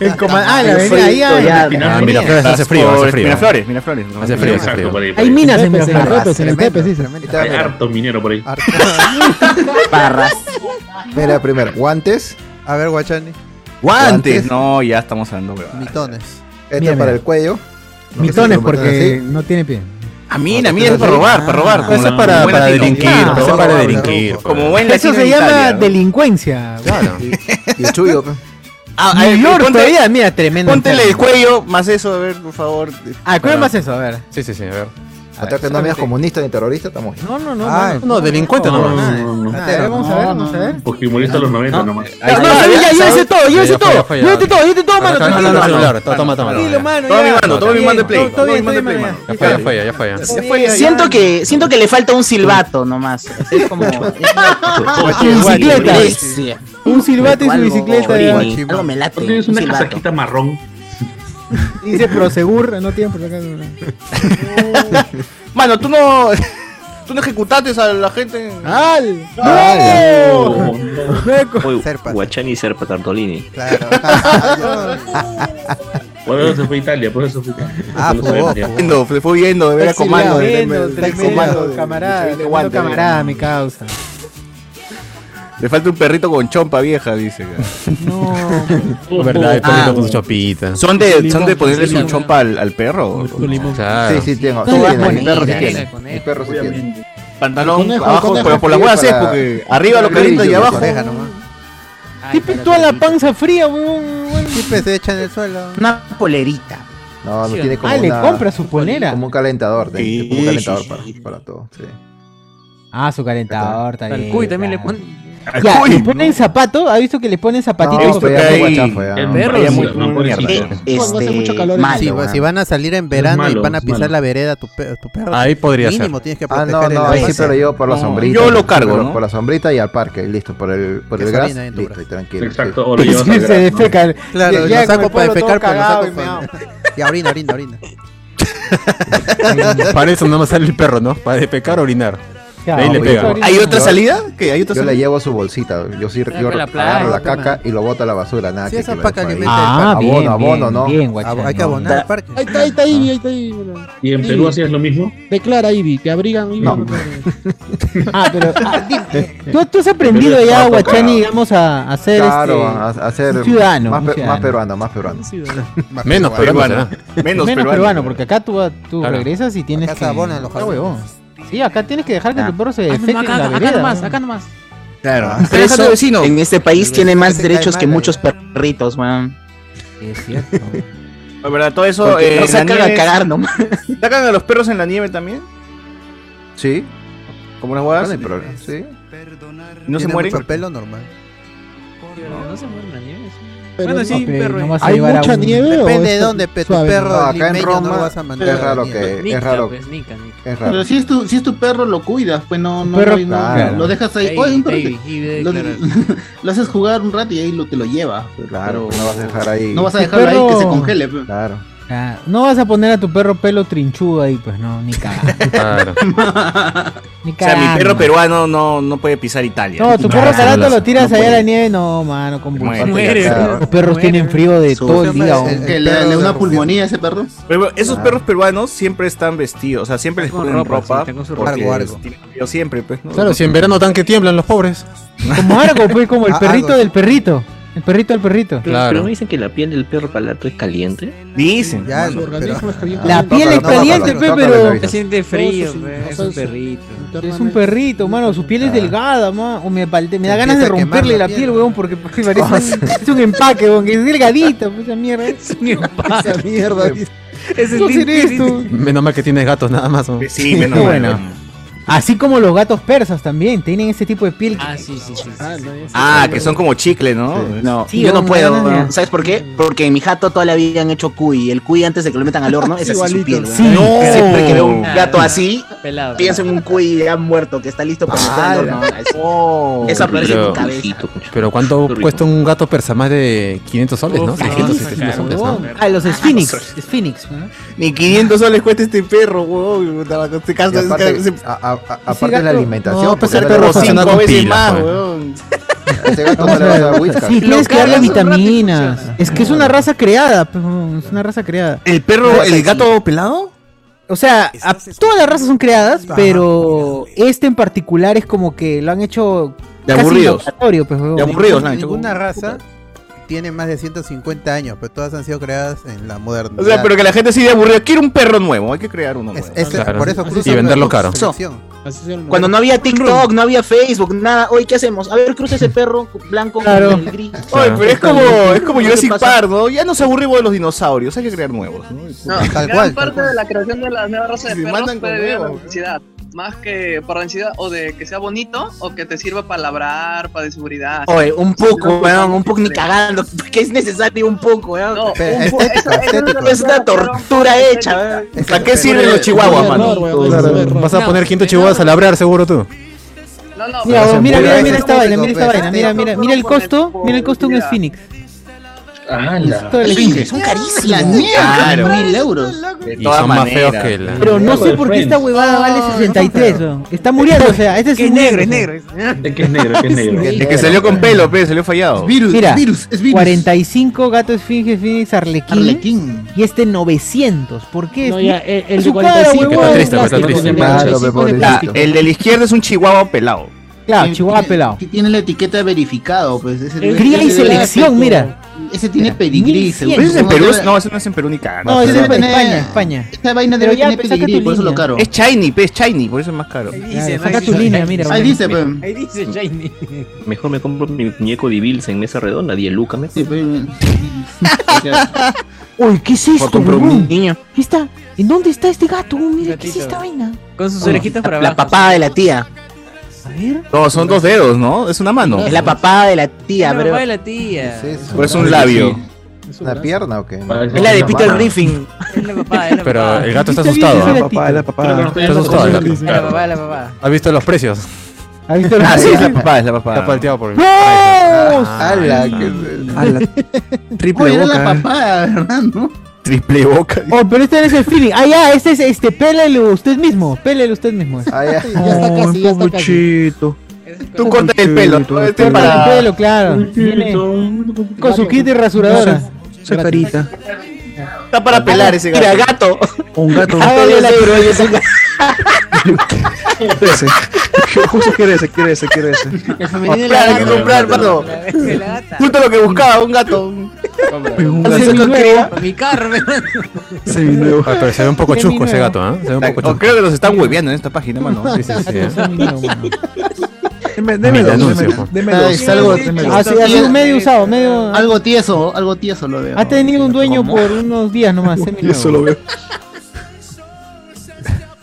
Speaker 11: El coma- ah, la
Speaker 7: Yo
Speaker 11: avenida
Speaker 7: soy
Speaker 11: ahí. ah,
Speaker 7: Toyada.
Speaker 11: la-
Speaker 3: Ah, Miraflores hace frío, hace frío.
Speaker 4: Miraflores, Miraflores.
Speaker 3: Hace frío, hace
Speaker 7: Exacto,
Speaker 3: frío.
Speaker 7: por ahí, por
Speaker 1: Hay
Speaker 7: ahí.
Speaker 1: minas en
Speaker 11: Repes, en el
Speaker 1: Miraflores.
Speaker 11: Repes, en el Repes, sí,
Speaker 7: Hay harto minero por ahí.
Speaker 6: Parras. Mira, primero, guantes.
Speaker 8: A ver, Guachani.
Speaker 4: Guantes. No, ya estamos hablando, weón.
Speaker 8: Mitones.
Speaker 6: Este
Speaker 1: Mira,
Speaker 6: para
Speaker 1: mira.
Speaker 6: el cuello.
Speaker 1: Mitones
Speaker 6: Sí,
Speaker 1: porque
Speaker 6: sí.
Speaker 1: no tiene pie.
Speaker 4: A mí, a mí es para robar, para robar.
Speaker 1: Ah,
Speaker 4: como
Speaker 1: eso es
Speaker 4: la-
Speaker 1: para-
Speaker 4: como buen
Speaker 1: para
Speaker 4: latino.
Speaker 1: delinquir,
Speaker 4: Claro,
Speaker 1: eso es para
Speaker 4: robar,
Speaker 1: delinquir. pues.
Speaker 4: robar. Como buen
Speaker 1: Eso
Speaker 4: latino
Speaker 1: se
Speaker 4: de
Speaker 1: llama
Speaker 4: Italia, ¿no?
Speaker 1: delincuencia. [LAUGHS] Claro.
Speaker 6: Y el chullo. pe.
Speaker 4: Ah,
Speaker 1: New
Speaker 4: a ver,
Speaker 1: York
Speaker 4: ponte-
Speaker 1: todavía, mira, tremendo.
Speaker 4: Póntele el
Speaker 1: enfermo.
Speaker 4: cuello, más eso, a ver, por favor.
Speaker 1: Ah, ¿cuál
Speaker 4: Para-
Speaker 1: más eso? A ver.
Speaker 3: Sí, sí, sí, a ver.
Speaker 6: Hasta que no me digas comunista ni terrorista, estamos bien.
Speaker 1: No, no, no.
Speaker 6: Ah,
Speaker 1: no,
Speaker 6: no, delincuente nomás.
Speaker 1: nada, nada. A ver, Vamos a ver, vamos a ver.
Speaker 7: Fujimorista de los 90 nomás.
Speaker 1: No, no, ya, ya, llévese todo, llévese todo. Llévete todo, llévete todo, mano.
Speaker 3: Acá, acá,
Speaker 1: tranquilo.
Speaker 3: acá, celular, toma, toma, toma.
Speaker 1: Tranquilo, mano.
Speaker 4: Toma
Speaker 1: ya.
Speaker 4: mi mando, toma mi mando de play.
Speaker 1: Todo bien, todo bien, mano, ya.
Speaker 11: [LAUGHS]
Speaker 3: Ya fue, ya fue, ya fue. ya.
Speaker 5: Siento que, siento que le falta un silbato nomás. Es
Speaker 1: [LAUGHS]
Speaker 5: como. es una-
Speaker 1: Y bicicleta.
Speaker 5: Sí.
Speaker 1: Un silbato y su
Speaker 5: Algo-
Speaker 1: bicicleta.
Speaker 5: Algo
Speaker 1: ya.
Speaker 5: me late.
Speaker 7: ¿Por qué es una
Speaker 5: un silbato.
Speaker 7: casaquita marrón?
Speaker 1: Dice Prosegur, no tienen por acá.
Speaker 11: [LAUGHS]
Speaker 4: Mano, tú no. [LAUGHS] Tú no ejecutaste a la gente.
Speaker 1: ¡Al!
Speaker 4: ¡No!
Speaker 9: Oye, Guachani y Serpa Tartolini. [LAUGHS]
Speaker 4: [LAUGHS]
Speaker 7: Por eso se fue a Italia, por eso se fue a Italia.
Speaker 4: Ah,
Speaker 7: Por eso
Speaker 4: fue
Speaker 7: Italia.
Speaker 4: viendo, fue- fue viendo, de ver a comando. de- de-
Speaker 1: Tremendo,
Speaker 4: de-
Speaker 1: tremendo, camarada.
Speaker 4: de- de- de-
Speaker 1: Tremendo
Speaker 4: guante,
Speaker 1: camarada,
Speaker 4: de-
Speaker 9: [LAUGHS]
Speaker 1: mi causa.
Speaker 4: Le falta un perrito con chompa vieja, dice.
Speaker 3: Es Verdad, el
Speaker 11: ah,
Speaker 3: perrito con su chopita.
Speaker 4: Ah. ¿Son de, son de
Speaker 3: Limón,
Speaker 4: ponerle
Speaker 3: sí,
Speaker 4: su
Speaker 3: limón.
Speaker 4: chompa al, al perro?
Speaker 3: Claro.
Speaker 6: Sí, sí, tengo.
Speaker 4: No,
Speaker 6: Sí,
Speaker 4: la
Speaker 6: tiene, mi
Speaker 4: bonita,
Speaker 6: perro sí
Speaker 4: la
Speaker 6: tiene.
Speaker 4: coneja.
Speaker 6: Mi perro sí tiene.
Speaker 4: Pantalón Ah.
Speaker 6: Conejo,
Speaker 4: abajo,
Speaker 6: conejo
Speaker 4: pero por las
Speaker 6: frío
Speaker 4: huevas es,
Speaker 6: para-
Speaker 4: porque arriba lo
Speaker 6: para
Speaker 4: calienta y
Speaker 6: brillo,
Speaker 4: abajo.
Speaker 6: coneja
Speaker 1: ¿Qué pintó a la panza fría, weón?
Speaker 8: Siempre se echa en el suelo.
Speaker 5: Una polerita.
Speaker 6: No, no tiene como
Speaker 1: Ah, le
Speaker 6: una-
Speaker 1: compra su polera.
Speaker 6: Como un calentador, de-
Speaker 1: Sí,
Speaker 6: como un calentador
Speaker 1: sí,
Speaker 6: para, para todo. Sí.
Speaker 1: Ah, su calentador
Speaker 6: Al
Speaker 1: también.
Speaker 6: cuy
Speaker 1: también le ponen.
Speaker 6: Al
Speaker 1: Ya,
Speaker 6: cuy.
Speaker 1: ¿le ponen zapato? ¿Ha visto que le ponen zapatito?
Speaker 6: No, esto ya fue
Speaker 1: Porque-
Speaker 6: guachafa, ya. El perro,
Speaker 1: Ya
Speaker 6: sí,
Speaker 1: muy-
Speaker 6: no,
Speaker 1: muy
Speaker 6: pobrecito.
Speaker 1: mierda.
Speaker 6: Eh,
Speaker 1: Cuando hace
Speaker 6: este,
Speaker 1: mucho calor en-
Speaker 6: malo,
Speaker 8: Sí, pues,
Speaker 6: weón.
Speaker 8: si van a salir en verano y van a pisar la vereda, tu, pe- tu perro.
Speaker 6: Ahí podría ser.
Speaker 8: mínimo tienes que
Speaker 6: Ah,
Speaker 8: proteger
Speaker 6: no,
Speaker 8: el
Speaker 6: no, ahí sí,
Speaker 8: avance.
Speaker 6: pero yo por la
Speaker 8: No.
Speaker 6: sombrita.
Speaker 8: Yo lo cargo,
Speaker 6: por,
Speaker 8: ¿no?
Speaker 6: por la sombrita y al parque, y listo, por el, por el
Speaker 8: Que
Speaker 6: gras,
Speaker 8: salina en tu
Speaker 6: listo, y tranquilo.
Speaker 7: Exacto,
Speaker 6: sí.
Speaker 7: o lo llevas al
Speaker 1: Se defeca.
Speaker 8: Claro,
Speaker 1: Ya
Speaker 8: lo
Speaker 1: llega
Speaker 8: saco
Speaker 1: con el
Speaker 8: para
Speaker 1: pelo
Speaker 8: defecar,
Speaker 1: todo
Speaker 8: pero lo saco
Speaker 1: cagado y
Speaker 8: con- Y orina, orina, [LAUGHS] orina.
Speaker 3: [LAUGHS] Para eso nomás sale el perro, ¿no? Para despecar, orinar. De ahí le
Speaker 6: Oye,
Speaker 3: pega.
Speaker 6: yo-
Speaker 4: yo-
Speaker 8: Ah,
Speaker 4: salida? ¿Qué? ¿Hay otra
Speaker 6: yo
Speaker 4: salida?
Speaker 6: le llevo su bolsita. Yo sí, yo
Speaker 8: con la
Speaker 6: agarro la
Speaker 8: playa,
Speaker 6: caca y lo boto a la basura. Nada,
Speaker 8: Sí,
Speaker 6: que-
Speaker 8: esa
Speaker 6: que lo
Speaker 8: paca
Speaker 6: dejo ahí.
Speaker 8: alimenta el Ah,
Speaker 6: abono,
Speaker 8: bien,
Speaker 6: abono,
Speaker 8: bien,
Speaker 6: ¿no?
Speaker 8: bien, guachano. Hay que abonar al parque.
Speaker 11: Ahí está, ahí está Ivy, ahí está Ivy. mira.
Speaker 7: ¿Y en Perú hacías lo mismo?
Speaker 11: Declara Ivy, te abrigan Ivy. [LAUGHS]
Speaker 1: Ah, pero.
Speaker 4: [LAUGHS]
Speaker 1: ah, ¿Tú, tú has aprendido ya, Guachani, digamos, a, a ser.
Speaker 6: Claro,
Speaker 1: este,
Speaker 6: a, a ser
Speaker 1: un ciudadano.
Speaker 6: más,
Speaker 1: un
Speaker 6: pe-
Speaker 1: ciudadano.
Speaker 6: más peruano, más peruano.
Speaker 3: Menos peruano.
Speaker 1: Menos, peruano, porque acá tú, ah, tú
Speaker 6: Claro.
Speaker 1: regresas y tienes
Speaker 8: Acá se
Speaker 1: que.
Speaker 8: abonan los
Speaker 1: Ah,
Speaker 8: jardines.
Speaker 1: huevón. Sí, acá tienes que dejar que
Speaker 5: Ah.
Speaker 1: tu perro se
Speaker 5: Ah, no,
Speaker 1: defeque
Speaker 5: acá-
Speaker 1: en la
Speaker 5: acá
Speaker 1: vereda.
Speaker 5: nomás,
Speaker 1: ¿no?
Speaker 5: acá
Speaker 11: nomás.
Speaker 5: Claro.
Speaker 1: Pero eso-
Speaker 5: en este país tiene más
Speaker 1: Ese cae
Speaker 5: derechos que
Speaker 1: mal, eh.
Speaker 5: muchos perritos, weón.
Speaker 1: Es cierto.
Speaker 4: La verdad, todo eso.
Speaker 5: Porque
Speaker 4: eh,
Speaker 5: no
Speaker 4: en la
Speaker 5: sacan a
Speaker 4: nieve-
Speaker 5: cagar nomás.
Speaker 4: [LAUGHS] ¿Sacan a los perros en la nieve también?
Speaker 6: [LAUGHS] Sí.
Speaker 4: ¿Como unas huevas?
Speaker 6: No hay problema, sí.
Speaker 4: ¿No se
Speaker 8: Tiene
Speaker 4: mueren?
Speaker 8: mucho pelo normal.
Speaker 10: No se mueve la nieve. sí.
Speaker 11: Pero
Speaker 10: bueno, sí,
Speaker 11: no, pe-
Speaker 10: un perro.
Speaker 11: no
Speaker 10: es.
Speaker 11: vas a ¿Hay llevar a mucha un- nieve o
Speaker 8: Depende de
Speaker 11: esto
Speaker 8: dónde, pe, tu
Speaker 11: suave?
Speaker 8: perro
Speaker 6: No, acá en
Speaker 8: limeño no
Speaker 6: Roma
Speaker 8: lo vas a mandar.
Speaker 6: es
Speaker 8: a la
Speaker 6: raro
Speaker 8: mierda.
Speaker 6: que- es
Speaker 10: Nica,
Speaker 6: raro.
Speaker 10: pues, nica, nica.
Speaker 6: Es
Speaker 14: Pero
Speaker 6: raro.
Speaker 14: si es, tu, si es tu perro, lo cuidas, pues no, no,
Speaker 1: Perro,
Speaker 14: no, no-
Speaker 6: claro.
Speaker 14: lo dejas ahí.
Speaker 10: Ey,
Speaker 14: Oye, un
Speaker 10: ey,
Speaker 14: perro
Speaker 10: y
Speaker 14: te-
Speaker 10: de-
Speaker 14: lo,
Speaker 10: claro.
Speaker 14: [LAUGHS] lo haces jugar un rato y ahí lo, te lo llevas. pero-
Speaker 6: Claro, no vas a dejar ahí.
Speaker 14: No vas a
Speaker 1: Tu
Speaker 14: dejarlo ahí que se
Speaker 1: perro-
Speaker 14: congele. pues.
Speaker 6: Claro.
Speaker 1: Ah, no vas a poner a tu perro pelo trinchudo ahí, pues no,
Speaker 4: [LAUGHS]
Speaker 1: ni cagando.
Speaker 3: Claro.
Speaker 1: Ni
Speaker 4: O sea, mi
Speaker 1: cagando.
Speaker 4: perro peruano no, no puede pisar Italia.
Speaker 1: No, tu perro carato lo tiras
Speaker 4: no
Speaker 1: allá a la
Speaker 4: puede.
Speaker 1: nieve, no, mano, con
Speaker 4: Muere.
Speaker 1: Los
Speaker 4: Muere.
Speaker 1: perros tienen frío de
Speaker 4: Su-
Speaker 1: todo el
Speaker 4: siempre
Speaker 1: día.
Speaker 4: es el-
Speaker 1: hombre.
Speaker 14: Que
Speaker 4: El
Speaker 14: le,
Speaker 4: perro
Speaker 14: le da
Speaker 4: de
Speaker 14: una
Speaker 4: Rufián.
Speaker 14: pulmonía a ese perro.
Speaker 4: Pero esos
Speaker 14: Ah.
Speaker 4: perros peruanos siempre están vestidos, o sea, siempre les ponen
Speaker 14: ropa, sí,
Speaker 4: ropa.
Speaker 14: están con su
Speaker 4: porque
Speaker 14: ropa. Algo, algo.
Speaker 4: tienen frío siempre, pues. ¿no?
Speaker 3: Claro, si en verano tan que tiemblan los pobres.
Speaker 1: Como algo, pues, como
Speaker 8: [LAUGHS]
Speaker 1: el
Speaker 4: Ah,
Speaker 1: perrito
Speaker 4: algo.
Speaker 1: del perrito. El perrito del perrito.
Speaker 9: Pero, pero no dicen que la piel del perro palato es caliente.
Speaker 4: Dicen.
Speaker 8: Ya, el organismo
Speaker 4: [LAUGHS]
Speaker 8: es
Speaker 1: Ah, La piel es caliente,
Speaker 6: pues,
Speaker 1: pe, pero.
Speaker 10: Se siente frío, pe, es un perrito.
Speaker 1: Es un perrito, mano. Su piel es delgada, mano. O me, palte- me da
Speaker 8: Se
Speaker 1: ganas de
Speaker 8: empieza a quemar
Speaker 1: romperle
Speaker 8: la
Speaker 1: la piel, weón, porque porque parece un, es un empaque, weón. Que es delgadito, pues, esa mierda. Es un empaque.
Speaker 8: Esa mierda. dice.
Speaker 1: ¿Cómo será esto?
Speaker 3: Menos mal que tienes gatos nada más. ¿no?
Speaker 4: Sí, menos
Speaker 3: [LAUGHS] Qué
Speaker 4: mal.
Speaker 3: bueno.
Speaker 1: Así como los gatos persas también tienen ese tipo de piel. [LAUGHS] Ah, sí, sí, sí.
Speaker 4: Ah, que son como chicle, ¿no?
Speaker 5: No, yo no puedo. ¿Sabes por qué? Porque en mi jato toda la vida han hecho cuy. El cuy antes de que lo metan al horno es así su
Speaker 1: Igualito.
Speaker 5: piel.
Speaker 1: Sí.
Speaker 5: No.
Speaker 1: No.
Speaker 5: Siempre que veo un
Speaker 1: Ah,
Speaker 5: gato así,
Speaker 10: pelado.
Speaker 5: pienso en un cuy ya muerto que está listo para
Speaker 1: Ah,
Speaker 5: meter al horno. Eso-
Speaker 1: Oh,
Speaker 5: Eso aparece en tu
Speaker 3: Pero,
Speaker 5: cabeza.
Speaker 3: pues, pero ¿cuánto cuesta un gato persa? Más de 500 soles, ¿no? 600, 700 soles, ¿no?
Speaker 1: Ah, los Sphinx. Sphinx, ¿no?
Speaker 4: Ni 500 soles cuesta este perro, huevón. Te
Speaker 6: Y
Speaker 4: casas,
Speaker 6: aparte-
Speaker 4: se-
Speaker 6: Eh, a- a- a- aparte de la alimentación.
Speaker 4: No, pues el
Speaker 6: porque
Speaker 4: perro
Speaker 6: ahora-
Speaker 4: funciona
Speaker 6: cinco
Speaker 4: con
Speaker 6: veces
Speaker 4: pilas,
Speaker 6: más,
Speaker 4: pues.
Speaker 6: weón.
Speaker 4: [LAUGHS]
Speaker 6: Ese gato
Speaker 1: O
Speaker 6: no le va a dar
Speaker 1: sea,
Speaker 6: whiskas.
Speaker 1: Sí, tienes que darle
Speaker 6: Lo cagas un rato y
Speaker 1: vitaminas. Es que es una raza creada, pe, es una raza creada.
Speaker 4: ¿El perro, el gato pelado?
Speaker 1: O sea, a- todas las razas son creadas,
Speaker 4: Ajá.
Speaker 1: pero este en particular es como que lo han hecho
Speaker 4: De
Speaker 1: casi
Speaker 4: aburridos.
Speaker 1: laboratorio, pe, huevón.
Speaker 8: Ninguna raza tiene más de 150 años, pero todas han sido creadas en la moderna.
Speaker 4: O sea, pero que la gente sigue aburrida. Quiero un perro nuevo, hay que crear uno pues. nuevo.
Speaker 14: Este,
Speaker 8: es- Claro. por eso
Speaker 4: cruzan venderlo caro.
Speaker 5: Cuando no había TikTok, no había Facebook, nada. Hoy, ¿qué hacemos? A ver, cruza ese perro blanco
Speaker 4: Claro.
Speaker 5: con el gris.
Speaker 4: Oye, pero es como, es como
Speaker 5: ¿Qué
Speaker 4: Jurassic
Speaker 5: pasa?
Speaker 4: Park, ¿no? Ya nos aburrimos de los dinosaurios, hay que crear nuevos. ¿no?
Speaker 16: No, gran
Speaker 4: Tal cual, tal
Speaker 16: parte
Speaker 4: cual.
Speaker 16: de la creación de la nueva raza de
Speaker 4: Se
Speaker 16: perros
Speaker 4: matan
Speaker 16: puede
Speaker 4: con
Speaker 16: venir a la
Speaker 4: huevos,
Speaker 16: necesidad. Más que por la necesidad o de que sea bonito o que te sirva para labrar, para de seguridad.
Speaker 5: Oye, un poco, weón, un poco ni cagando. Que es necesario un poco, weón.
Speaker 16: No,
Speaker 5: Pero
Speaker 16: un
Speaker 5: es-
Speaker 16: po- eso-
Speaker 5: es,
Speaker 16: eso
Speaker 5: una- es una tortura hecha, weón.
Speaker 4: ¿Para qué sirven los chihuahuas, mano?
Speaker 3: Claro, vas a poner 500 chihuahuas a labrar, seguro tú.
Speaker 1: Mira,
Speaker 3: Pero
Speaker 1: huevón, mira,
Speaker 3: se
Speaker 1: mira,
Speaker 3: empuja.
Speaker 1: mira esta vaina, mira esta
Speaker 3: Pero
Speaker 1: vaina, mira, mira, mira el costo, mira el costo de un Sphinx.
Speaker 5: Son carísimas, Son carísimas.
Speaker 4: Claro.
Speaker 5: Mil euros.
Speaker 4: De todas
Speaker 3: son más
Speaker 4: maneras.
Speaker 3: feos que la-
Speaker 1: Pero no sé por qué esta huevada vale 63. huevón. Está muriendo, o sea, este es un negro, es negro.
Speaker 7: Es que es negro, es que es negro.
Speaker 4: Es que salió con pelo, pero salió fallado.
Speaker 1: Mira, 45 gato esfinge Phoenix Arlequín, eh, y este 900. ¿Por qué?
Speaker 11: No, ya, el- el de
Speaker 1: Su cara,
Speaker 11: 45
Speaker 1: huevón.
Speaker 11: está triste, está triste.
Speaker 4: Claro,
Speaker 14: Sí,
Speaker 4: pe,
Speaker 14: pone
Speaker 4: La-
Speaker 14: plástico.
Speaker 4: el de la izquierda es un chihuahua pelado.
Speaker 1: Claro, chihuahua pelado.
Speaker 14: Eh, Que tiene la etiqueta verificado, pues. Ese,
Speaker 1: Cría y
Speaker 14: ese-
Speaker 1: selección, mira.
Speaker 14: Ese tiene pedigrí, seguro.
Speaker 4: ¿Pero ese es en
Speaker 14: ¿Cómo
Speaker 4: Perú?
Speaker 14: debe-
Speaker 4: No, ese no es en Perú ni cagando.
Speaker 1: No, ese es
Speaker 14: debe
Speaker 1: en
Speaker 14: tener-
Speaker 1: España, España.
Speaker 14: Esa vaina
Speaker 1: Pero
Speaker 14: debe
Speaker 1: ya,
Speaker 14: tener
Speaker 1: pues, saca tu
Speaker 14: pedigrí, por eso
Speaker 1: línea.
Speaker 14: lo caro.
Speaker 4: Es shiny, pe, es shiny, por eso es más caro.
Speaker 1: dice, Claro, saca tu línea, mira,
Speaker 14: Ahí
Speaker 1: bueno.
Speaker 14: dice, pues.
Speaker 10: Ahí dice Shiny.
Speaker 9: Mejor me compro mi muñeco de Bills en mesa redonda, 10 lucas. me-
Speaker 4: [LAUGHS]
Speaker 1: Uy, ¿qué es esto?
Speaker 9: comprar un
Speaker 1: huevón? ¿Qué está? ¿En dónde está este gato? Mira, ¿qué es esta vaina?
Speaker 10: Con sus
Speaker 5: No,
Speaker 10: orejitas
Speaker 5: la-
Speaker 10: para
Speaker 5: La
Speaker 10: abajo.
Speaker 5: papada de la tía.
Speaker 4: No, son dos dedos, ¿no? Es una mano.
Speaker 5: Es la papada de la tía,
Speaker 10: La
Speaker 5: bro.
Speaker 10: mamá de la tía.
Speaker 4: O es un labio.
Speaker 6: ¿Una pierna o qué?
Speaker 4: Es
Speaker 5: Es la de Peter
Speaker 6: Mano.
Speaker 5: Griffin.
Speaker 10: Es la papada, es la
Speaker 3: Pero
Speaker 10: papada.
Speaker 3: el gato está
Speaker 1: ¿Viste bien
Speaker 3: asustado.
Speaker 1: ese
Speaker 3: ¿ah?
Speaker 1: gatito?
Speaker 3: Papá, la papá. Está asustado el gato.
Speaker 10: La papada, la papada.
Speaker 3: ¿Has visto los precios?
Speaker 1: ¿Has visto los
Speaker 3: Ah, sí, es la
Speaker 1: precios?
Speaker 3: papá, es la papá. Está palteado por mí.
Speaker 6: ¡Hala!
Speaker 14: [LAUGHS]
Speaker 6: que-
Speaker 4: Triple
Speaker 14: Oye, era
Speaker 4: boca.
Speaker 14: la papada, ¿verdad? ¿No?
Speaker 4: Triple boca.
Speaker 1: eh. [LAUGHS] Oh, pero este no es el feeling. Ah, ya, este es este. Pélelo usted mismo. Pélelo usted mismo.
Speaker 6: Ah,
Speaker 1: [LAUGHS]
Speaker 6: ya.
Speaker 1: Oh,
Speaker 4: Tú cortas el pelo. ¿no? Este es
Speaker 1: Para
Speaker 4: para...
Speaker 1: pelo, claro. Viene Con su kit de rasuradora.
Speaker 13: Esa carita.
Speaker 4: Está para pelar ese gato.
Speaker 5: Mira, gato.
Speaker 13: Un gato.
Speaker 5: Hágale la cruz.
Speaker 4: [LAUGHS]
Speaker 13: Ese. Justo quiere ese, quiere ese, quiere ese.
Speaker 2: Ah,
Speaker 4: Comprar, hay que comprar, mano. Justo lo que buscaba, un gato.
Speaker 13: Un
Speaker 4: Hace
Speaker 13: gato.
Speaker 4: con cría.
Speaker 10: Mi Carmen.
Speaker 13: Seminuevo.
Speaker 3: Ah, pero se ve un poco chusco ese gato, ¿ah? Se ve un poco
Speaker 4: O
Speaker 3: chusco.
Speaker 4: creo que los están hueveando en esta página, mano.
Speaker 3: Sí,
Speaker 4: [LAUGHS]
Speaker 3: ¿eh? sí, sí.
Speaker 13: Deme,
Speaker 3: Mil
Speaker 13: deme dos,
Speaker 3: anuncios,
Speaker 13: deme,
Speaker 3: po.
Speaker 13: deme
Speaker 14: Ay,
Speaker 13: dos.
Speaker 14: es algo-
Speaker 13: deme dos.
Speaker 1: Ha sido ha sido medio usado, medio.
Speaker 14: Algo tieso, algo tieso lo veo.
Speaker 1: Ha tenido un dueño por unos días nomás. eh,
Speaker 2: [LAUGHS]
Speaker 14: Yo
Speaker 1: seminuevo.
Speaker 14: [LAUGHS] solo veo.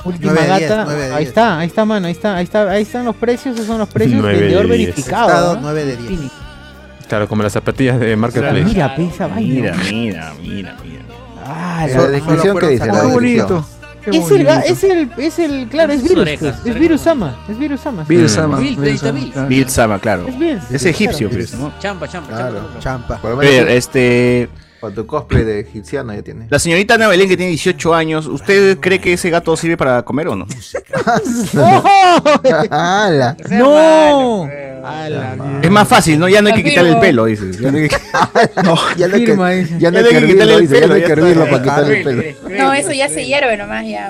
Speaker 1: Última
Speaker 8: Nueve de diez,
Speaker 1: gata.
Speaker 8: nueve de
Speaker 1: ahí
Speaker 8: diez.
Speaker 1: está, ahí está, mano. Ahí está, ahí está, ahí están los precios. Esos son los precios.
Speaker 3: Nueve de
Speaker 1: Vendedor
Speaker 3: diez.
Speaker 1: verificado.
Speaker 8: Estado
Speaker 1: ¿no?
Speaker 8: 9 de 10.
Speaker 3: Claro, como las zapatillas de Marketplace.
Speaker 1: Mira, pe, esa vaina.
Speaker 4: Mira, mira, mira, mira.
Speaker 1: Ah,
Speaker 6: La descripción que dice. la
Speaker 13: Qué
Speaker 6: descripción.
Speaker 13: bonito. qué
Speaker 1: Es el, ga-
Speaker 13: bonito.
Speaker 1: es el, es el, claro, es
Speaker 10: Sus
Speaker 1: virus,
Speaker 10: orejas,
Speaker 1: pues,
Speaker 10: sus
Speaker 1: es virus ama, es virus ama.
Speaker 13: Bill Sama.
Speaker 10: Bill,
Speaker 13: Bill
Speaker 10: treinta
Speaker 13: Sama,
Speaker 10: mil.
Speaker 13: claro.
Speaker 4: Bill Sama, claro.
Speaker 1: Es Bill,
Speaker 4: Es
Speaker 1: sí,
Speaker 4: egipcio,
Speaker 1: claro.
Speaker 4: pues, ¿no?
Speaker 10: Champa, champa,
Speaker 6: Claro,
Speaker 10: champa.
Speaker 6: champa.
Speaker 4: Pero, este...
Speaker 6: Con tu cosplay de egipciano ya tiene.
Speaker 4: La señorita Ana Belén, que tiene 18 años, ¿usted cree que ese gato sirve para comer o no?
Speaker 6: ¡Hala!
Speaker 1: No,
Speaker 4: Es más fácil, ¿no? Ya no hay que quitarle el pelo, dice. Ya no hay que,
Speaker 6: Ya [LAUGHS] no hay
Speaker 1: Firma,
Speaker 6: que,
Speaker 1: dice.
Speaker 6: ya no hay que hervirlo, dice, ya no hay que hervirlo para quitarle el pelo.
Speaker 12: No, eso ya se hierve nomás ya.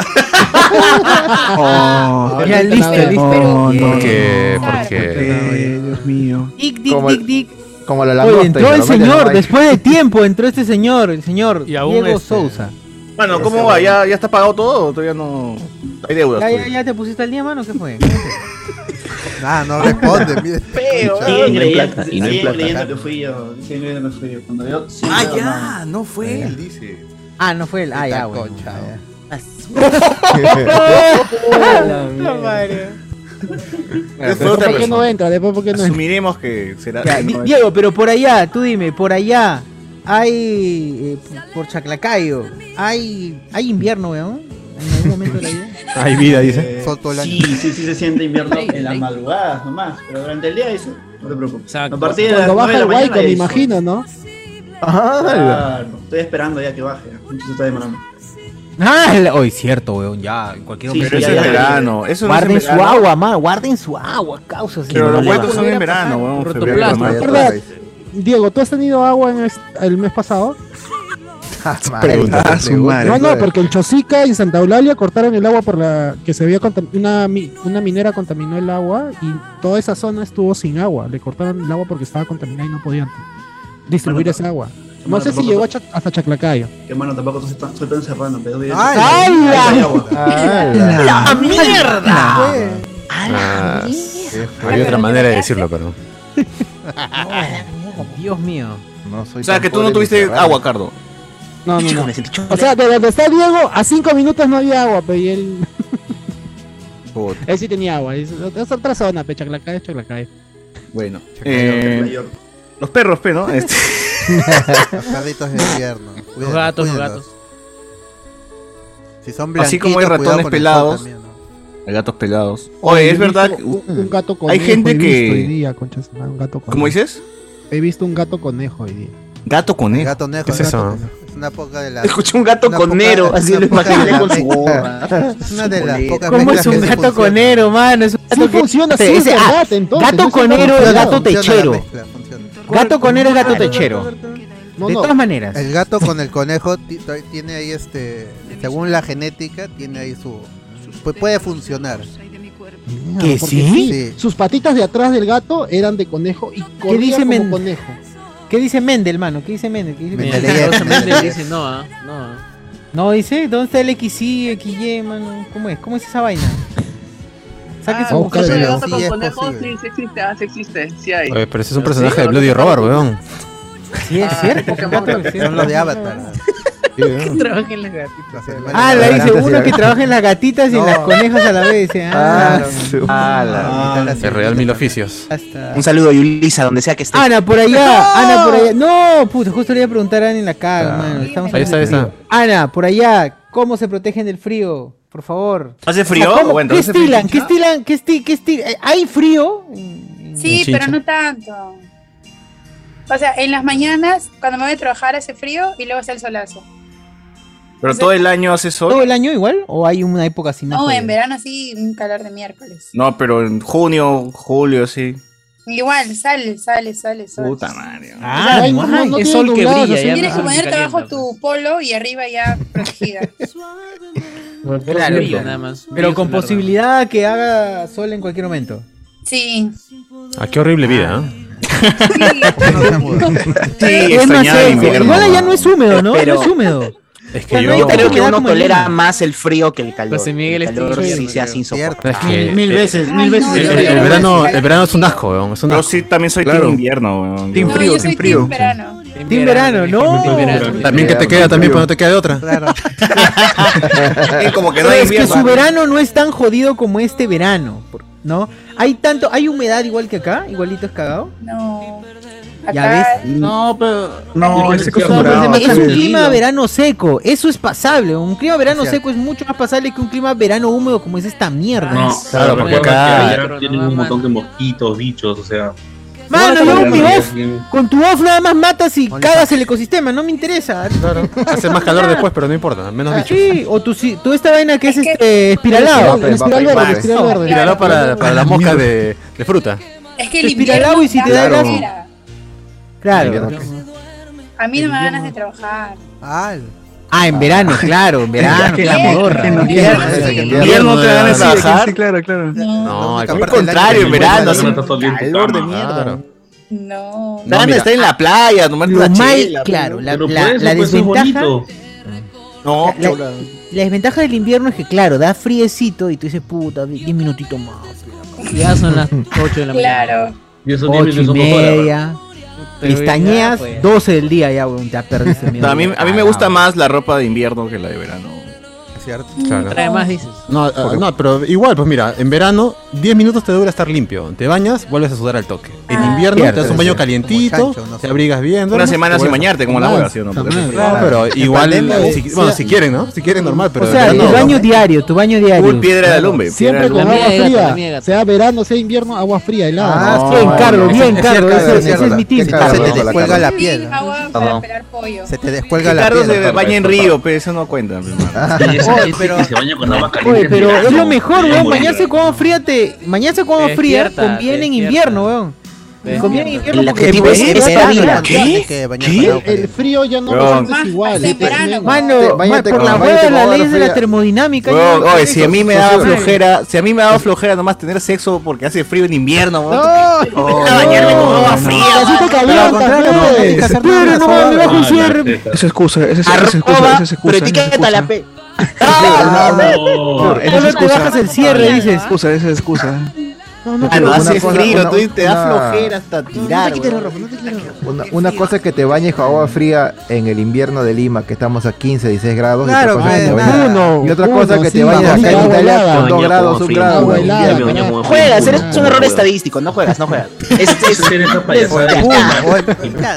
Speaker 13: Oh,
Speaker 1: Ya, listo, listo.
Speaker 13: No, no,
Speaker 3: Porque, porque.
Speaker 13: Eh, Dios mío.
Speaker 1: Dic, dic,
Speaker 6: Como
Speaker 1: dic,
Speaker 6: el-
Speaker 1: dic.
Speaker 6: Como la
Speaker 1: Oye,
Speaker 6: langosta.
Speaker 1: entró
Speaker 6: y
Speaker 1: el
Speaker 6: lo meten al
Speaker 1: señor,
Speaker 6: baño.
Speaker 1: después de tiempo entró este señor, el señor
Speaker 3: aún
Speaker 1: Diego
Speaker 3: este-
Speaker 1: Sousa.
Speaker 4: Bueno, ¿cómo va? ¿Ya, ¿Ya está pagado todo o todavía no hay deudas? Pues,
Speaker 1: ¿Ya, ya,
Speaker 4: todavía?
Speaker 1: ya te pusiste al día, mano? ¿Qué
Speaker 3: [LAUGHS]
Speaker 1: fue?
Speaker 8: Ah, no responde, mire.
Speaker 12: Feo.
Speaker 9: Y no hay plata, y no hay
Speaker 14: Siguen
Speaker 9: plata.
Speaker 14: creyendo que fui yo. siguen creyendo que fui yo. Cuando yo.
Speaker 12: Ah,
Speaker 14: yo no.
Speaker 12: no fue.
Speaker 1: Ah, no fue él. Ah, ya, bueno. ya.
Speaker 3: [LAUGHS]
Speaker 11: La madre.
Speaker 4: Después otra
Speaker 11: ¿Por qué no
Speaker 4: persona.
Speaker 11: entra? Después, ¿por qué no entra?
Speaker 4: este Asumiremos que será.
Speaker 1: Ya,
Speaker 4: que
Speaker 1: Di-
Speaker 4: no es-
Speaker 1: Diego, pero por allá, tú dime, por allá hay eh, por Chaclacayo, hay hay invierno, weón. En algún momento de la vida.
Speaker 3: Hay vida, dice.
Speaker 17: Eh, Sí, sí, sí se siente invierno en las madrugadas nomás, pero durante el día eso, no te preocupes. A partir de las 9
Speaker 11: Cuando baja
Speaker 17: de
Speaker 11: el
Speaker 17: la
Speaker 11: Waiko,
Speaker 17: mañana
Speaker 11: me
Speaker 17: hay sol.
Speaker 11: imagino, ¿no?
Speaker 17: Claro,
Speaker 6: Ah,
Speaker 17: estoy esperando ya que baje, mucho se está demorando.
Speaker 1: [LAUGHS] Ah, la- hoy cierto, weón, ya, en cualquier
Speaker 17: Sí,
Speaker 1: momento.
Speaker 17: pero
Speaker 1: ya,
Speaker 17: eso es
Speaker 1: ya, ya.
Speaker 17: verano,
Speaker 4: eso no es en
Speaker 1: guarden su
Speaker 4: verano.
Speaker 1: agua, man, guarden su agua, causas.
Speaker 4: Pero los huecos son en verano, weón. febrero,
Speaker 11: Rotoplasto.
Speaker 4: marzo.
Speaker 11: Verdad, Diego, ¿tú has tenido agua en est- el
Speaker 4: [LAUGHS]
Speaker 11: mes pasado?
Speaker 17: Ah,
Speaker 4: Pregunta a Ah, su madre.
Speaker 11: No, no, porque en Chosica y en Santa Eulalia cortaron el agua por la que se había contam- una mi- una minera contaminó el agua y toda esa zona estuvo sin agua. Le cortaron el agua porque estaba contaminada y no podían distribuir
Speaker 17: Bueno,
Speaker 11: ese agua. No
Speaker 17: bueno,
Speaker 11: sé si
Speaker 17: tampoco-
Speaker 11: llegó a Chac- hasta Chaclacayo.
Speaker 17: Que hermano, tampoco estoy tan, soy tan serrano, pero doy
Speaker 2: ¡Ah,
Speaker 11: ¡La
Speaker 5: mierda!
Speaker 3: Ah, Hay otra manera de decirlo, perdón.
Speaker 1: Dios mío.
Speaker 6: No soy
Speaker 4: O sea,
Speaker 6: tan
Speaker 4: que tú no
Speaker 6: pobre
Speaker 4: tuviste
Speaker 6: ni tan raro.
Speaker 4: agua, Cardo.
Speaker 11: No, no, no. O sea, de donde está Diego, a cinco minutos no había agua, pero y él, [LAUGHS]
Speaker 4: Puta.
Speaker 11: él sí tenía agua. Es, es otra zona, pe, Chaclacayo, es Chaclacayo.
Speaker 4: Bueno. Eh, los perros, pero, [LAUGHS] ¿no? Este.
Speaker 8: Los perritos de invierno. Cuídenlos,
Speaker 4: gatos, los
Speaker 8: cuídenlos. Si
Speaker 4: [LAUGHS]
Speaker 8: son
Speaker 4: Así como hay
Speaker 8: blanquitos,
Speaker 4: ratones
Speaker 8: cuidado con el sol
Speaker 4: pelados.
Speaker 8: también.
Speaker 4: Hay gatos pelados. Oye,
Speaker 11: Yo
Speaker 4: es
Speaker 11: he visto
Speaker 4: verdad. que-
Speaker 11: Un, un gato conejo.
Speaker 4: Hay gente
Speaker 11: he visto Hoy
Speaker 4: que.
Speaker 11: día, concha su madre, un gato
Speaker 4: ¿Cómo
Speaker 11: conejo.
Speaker 4: dices?
Speaker 11: He visto un gato conejo hoy día.
Speaker 4: Gato conejo.
Speaker 8: Gato conejo.
Speaker 4: ¿Qué es
Speaker 8: gato
Speaker 4: eso?
Speaker 8: conejo. Es una poca de las.
Speaker 5: Escuché un gato
Speaker 8: una poca-
Speaker 5: conero,
Speaker 8: una
Speaker 5: así lo
Speaker 8: poca de
Speaker 5: imaginé
Speaker 8: las
Speaker 5: con su
Speaker 8: mezclas-
Speaker 5: gorra.
Speaker 8: Es una de las
Speaker 5: Su
Speaker 8: pocas
Speaker 1: ¿Cómo
Speaker 8: mezclas
Speaker 1: es un
Speaker 8: que
Speaker 1: gato
Speaker 8: funciona.
Speaker 1: conero, mano? Es un gato que-
Speaker 11: funciona, sí,
Speaker 1: te-
Speaker 11: es
Speaker 1: ese-
Speaker 11: verdad,
Speaker 1: ah,
Speaker 11: entonces,
Speaker 1: Gato
Speaker 11: es una
Speaker 1: conero es
Speaker 11: funciona,
Speaker 1: gato
Speaker 11: funciona la
Speaker 1: techero.
Speaker 11: mezcla,
Speaker 1: Gato conero es gato
Speaker 11: Claro.
Speaker 1: techero.
Speaker 11: No,
Speaker 1: De
Speaker 11: no.
Speaker 1: todas maneras.
Speaker 8: El gato con el conejo ti- t- tiene ahí este. Según la genética, tiene ahí su. Pues puede funcionar.
Speaker 11: ¿Que
Speaker 8: Porque
Speaker 11: sí? Sus patitas de atrás del gato eran de conejo y
Speaker 1: ¿Qué
Speaker 11: corría
Speaker 1: dice
Speaker 11: como
Speaker 1: Mendel?
Speaker 11: conejo.
Speaker 1: ¿Qué dice Mendel, mano? ¿Qué dice Mendel? ¿Qué [LAUGHS] dice
Speaker 8: Mendel.
Speaker 1: Mendel?
Speaker 8: Mendel
Speaker 18: dice no, ah, no. ah.
Speaker 1: No, dice, ¿dónde está el XY, XY, mano? ¿Cómo es? ¿Cómo es esa vaina? Saque
Speaker 16: Ah,
Speaker 1: su
Speaker 16: un caso de
Speaker 1: mujer.
Speaker 16: gato con conejos, sí, sí existe, ah, sí existe, sí hay.
Speaker 3: Oye, pero ese es un personaje de Bloody Robert, weón.
Speaker 1: Sí, es cierto.
Speaker 16: Ah, Pokémon.
Speaker 1: gato que sea.
Speaker 8: Son los de Avatar.
Speaker 18: Trabaja en las gatitas.
Speaker 1: Ah, la dice uno que trabaja en las gatitas y en
Speaker 8: No.
Speaker 1: las conejas a la vez. Ah,
Speaker 3: El Real Mil Oficios.
Speaker 5: Un saludo a Yulisa, donde sea que esté.
Speaker 1: Ana por allá, Ana por allá. No, puta, justo le iba a preguntar a Ana en la caga,
Speaker 5: Ah.
Speaker 1: mano. Estamos
Speaker 3: Ahí está, ahí
Speaker 1: hablando de frío. Ana, por allá, ¿cómo se protegen del frío? Por favor.
Speaker 4: ¿Hace frío?
Speaker 1: ¿cómo-
Speaker 4: Bueno,
Speaker 1: ¿Qué
Speaker 4: ¿hace frío,
Speaker 1: estilan? ¿Qué estilan? ¿Qué estilan? ¿Qué esti- eh, ¿Hay frío?
Speaker 12: Sí,
Speaker 1: Chincha.
Speaker 12: pero no tanto. O sea, en las mañanas, cuando me voy a trabajar hace frío y luego está el solazo.
Speaker 4: Pero todo el año hace
Speaker 1: ¿Todo
Speaker 4: sol.
Speaker 1: el año igual? ¿O hay una época sin
Speaker 12: No, en verano sí, un calor de miércoles.
Speaker 4: No, pero en junio, julio, sí.
Speaker 12: Igual, sale, sale, sale, sale.
Speaker 4: Puta madre.
Speaker 11: Ah, no, no, no tiene nublados, así.
Speaker 12: Tienes
Speaker 1: Ah,
Speaker 12: que ponerte abajo
Speaker 1: pues.
Speaker 12: tu polo y arriba ya protegida.
Speaker 1: Claro,
Speaker 18: Brillo,
Speaker 1: pero-
Speaker 18: nada más.
Speaker 1: Pero
Speaker 18: Brillo
Speaker 1: con
Speaker 18: solar,
Speaker 1: posibilidad que haga sol en cualquier
Speaker 4: [LAUGHS]
Speaker 1: momento.
Speaker 12: Sí.
Speaker 3: Ah, qué horrible vida, ¿eh?
Speaker 1: es más
Speaker 3: extrañaba el
Speaker 1: seco.
Speaker 3: invierno.
Speaker 1: Igual allá no es húmedo, ¿no?
Speaker 5: Pero-
Speaker 1: no es húmedo.
Speaker 3: Es
Speaker 5: que yo creo que uno tolera más el frío que el calor.
Speaker 18: José Miguel
Speaker 5: el calor
Speaker 18: Esteban.
Speaker 5: sí se hace insoportable.
Speaker 3: Es que-
Speaker 5: Mil
Speaker 3: eh,
Speaker 5: veces,
Speaker 3: eh,
Speaker 5: mil
Speaker 3: el-
Speaker 5: veces.
Speaker 3: El, el verano, el verano es un asco, weón. Es un
Speaker 4: Yo
Speaker 3: asco.
Speaker 4: sí también soy
Speaker 3: Claro.
Speaker 4: team invierno, weón.
Speaker 3: Team
Speaker 4: Yo-
Speaker 3: frío,
Speaker 12: Yo soy team verano.
Speaker 1: Team verano, no.
Speaker 3: También que te queda también, pero no te queda de otra.
Speaker 4: Es como que no
Speaker 1: Pero
Speaker 4: hay
Speaker 1: es que
Speaker 4: invierno.
Speaker 1: su verano no es tan jodido como este verano, por- ¿no? Hay tanto, hay humedad igual que acá, igualito es cagado.
Speaker 12: No.
Speaker 1: Ya
Speaker 12: Acá,
Speaker 1: ves.
Speaker 18: No, pero.
Speaker 4: No, ese que
Speaker 1: O sea, pues, es un clima verano seco, eso es pasable. Un clima verano seco es mucho más pasable que un clima verano húmedo como es esta mierda.
Speaker 3: claro, porque acá-
Speaker 7: Tienen un montón de mosquitos, bichos, o sea.
Speaker 1: Mano, pues, yo con mi off,
Speaker 7: Bien.
Speaker 1: con tu off nada más matas y cagas el ecosistema, no me interesa.
Speaker 3: [LAUGHS] Hace
Speaker 1: [LAUGHS]
Speaker 3: más calor después, pero no importa, menos
Speaker 1: Ah,
Speaker 3: bicho.
Speaker 1: Sí, o tu, si- tu esta vaina que es, este espiralado.
Speaker 3: Papel, papel, papel. Espiralado para, para la mosca de, de fruta.
Speaker 12: es que el
Speaker 1: Te estira el
Speaker 12: invierno
Speaker 1: agua y si te da
Speaker 12: da
Speaker 1: el
Speaker 12: flojera.
Speaker 1: Claro.
Speaker 12: A mí no me dan ganas de trabajar.
Speaker 1: Ah, en verano, claro, en verano, que la modorra.
Speaker 12: En
Speaker 1: invierno,
Speaker 4: invierno te dan ganas de trabajar.
Speaker 13: Sí, claro, claro.
Speaker 3: No,
Speaker 4: Al contrario, en verano hace un calor de mierda.
Speaker 12: No.
Speaker 4: Dame
Speaker 3: mira.
Speaker 4: estar en la playa, tomarte
Speaker 1: Lo
Speaker 4: una
Speaker 1: mal,
Speaker 4: chela,
Speaker 1: claro,
Speaker 4: pero-
Speaker 1: la,
Speaker 4: pero
Speaker 1: la-
Speaker 4: por eso,
Speaker 1: la
Speaker 4: pues, es
Speaker 1: desventaja.
Speaker 4: bonito. No,
Speaker 1: la,
Speaker 4: chola.
Speaker 1: la desventaja del invierno es que, claro, da friecito y tú dices, puta, 10 minutitos más.
Speaker 18: Ya son las 8 de la mañana.
Speaker 12: Claro.
Speaker 7: Y esos 10
Speaker 1: Ocho y
Speaker 7: minutos son dos horas,
Speaker 1: media. Pestañeas,
Speaker 18: pues.
Speaker 1: 12 del día ya, weón, ya perdiste.
Speaker 4: No, a mí, a mí me gusta más la ropa de invierno que la de verano.
Speaker 8: cierto.
Speaker 3: Claro.
Speaker 18: Trae más, dices.
Speaker 3: No, ah, no, pero igual, pues mira, en verano 10 minutos te dura estar limpio. Te bañas, vuelves a sudar al toque. En
Speaker 18: Ah.
Speaker 3: invierno te
Speaker 4: Cierto,
Speaker 3: das un baño
Speaker 4: sí.
Speaker 3: calientito,
Speaker 4: Como chancho, no
Speaker 3: te abrigas bien.
Speaker 4: Una
Speaker 3: duermes,
Speaker 4: semana
Speaker 3: te
Speaker 4: sin
Speaker 3: vuelves a-
Speaker 4: bañarte, como la hueva, ¿sí o no?
Speaker 3: Jamás,
Speaker 4: Porque-
Speaker 3: jamás. No, pero
Speaker 4: En
Speaker 3: igual,
Speaker 4: pandemia,
Speaker 3: eh, si-
Speaker 4: sí.
Speaker 3: bueno, si quieren, ¿no? Si quieren, normal, pero
Speaker 1: O sea, tu
Speaker 3: en verano-
Speaker 1: baño diario, tu baño diario.
Speaker 3: Full piedra de alumbra.
Speaker 1: Siempre
Speaker 11: Siempre con
Speaker 1: La
Speaker 11: agua
Speaker 1: mía de gato, la
Speaker 11: fría,
Speaker 1: mía de
Speaker 11: sea verano, sea invierno, agua fría, helada.
Speaker 1: Ah, No, bien, Carlos, bueno, bien, ese- ese Carlos, es ese- ese es Carlos, mi tip. ese Carlos,
Speaker 8: Se te
Speaker 1: Carlos,
Speaker 8: descuelga
Speaker 1: Carlos.
Speaker 8: la piel. ¿no? Se te descuelga la
Speaker 4: Ricardo
Speaker 8: piel.
Speaker 4: se
Speaker 8: doctor.
Speaker 4: baña en río, pero eso no cuenta. mi hermano.
Speaker 8: [LAUGHS] Sí, ese-
Speaker 4: Oye,
Speaker 8: ese
Speaker 4: pero-
Speaker 8: que se baña con agua
Speaker 1: Oye, pero es lo mejor,
Speaker 4: Bien
Speaker 1: weón.
Speaker 4: bonito.
Speaker 1: Mañana con agua fría te. Mañana se
Speaker 4: Te
Speaker 1: con fría
Speaker 4: despierta,
Speaker 1: conviene
Speaker 4: te
Speaker 1: en
Speaker 4: despierta.
Speaker 1: invierno, weón.
Speaker 4: Te
Speaker 1: Conviene en
Speaker 4: despierta.
Speaker 1: invierno
Speaker 4: El
Speaker 1: porque
Speaker 4: objetivo es
Speaker 1: puedes
Speaker 4: esta vida.
Speaker 1: verano.
Speaker 4: ¿Qué?
Speaker 1: Que bañar con agua
Speaker 11: ¿Qué?
Speaker 1: fría.
Speaker 11: El frío ya no
Speaker 4: Weón.
Speaker 11: lo sientes igual.
Speaker 1: Mano, man, por la hueá de la ley de la
Speaker 8: [LAUGHS]
Speaker 1: termodinámica.
Speaker 4: Weón,
Speaker 1: ya-
Speaker 4: oye, si a mí me daba
Speaker 1: Madre.
Speaker 4: flojera, si a mí me daba flojera nomás tener sexo porque hace frío en invierno, weón.
Speaker 1: No,
Speaker 8: [LAUGHS]
Speaker 4: Oh, bañarme con agua fría.
Speaker 11: Así te calientas, pues.
Speaker 1: Pero no mames, me bajo un cierre.
Speaker 13: Esa es excusa, esa es esa es excusa, esa es excusa. esa es excusa.
Speaker 1: P.
Speaker 13: No, esa es
Speaker 1: Solo te
Speaker 13: excusa.
Speaker 1: bajas el cierre, dices.
Speaker 13: Esa es excusa, esa es excusa.
Speaker 6: Ah, no, hace frío, tú
Speaker 4: te da flojera hasta tirar, weón.
Speaker 6: Una, una cosa es que te bañes con agua fría en el invierno de Lima, que estamos a 15, 16 grados. y
Speaker 8: Claro,
Speaker 6: otra cosa es que te
Speaker 8: pues,
Speaker 6: bañes-
Speaker 8: uno,
Speaker 6: y otra cosa
Speaker 8: uno,
Speaker 6: que
Speaker 8: sí,
Speaker 6: te bañes acá en
Speaker 8: agua helada.
Speaker 6: Italia con 2
Speaker 8: Me baño con
Speaker 6: grados,
Speaker 8: agua
Speaker 6: 1
Speaker 8: fría,
Speaker 6: grado.
Speaker 8: agua helada,
Speaker 6: Ya, ya, ya.
Speaker 5: Juegas, eres es un error estadístico, no juegas, no juegas. Es, es,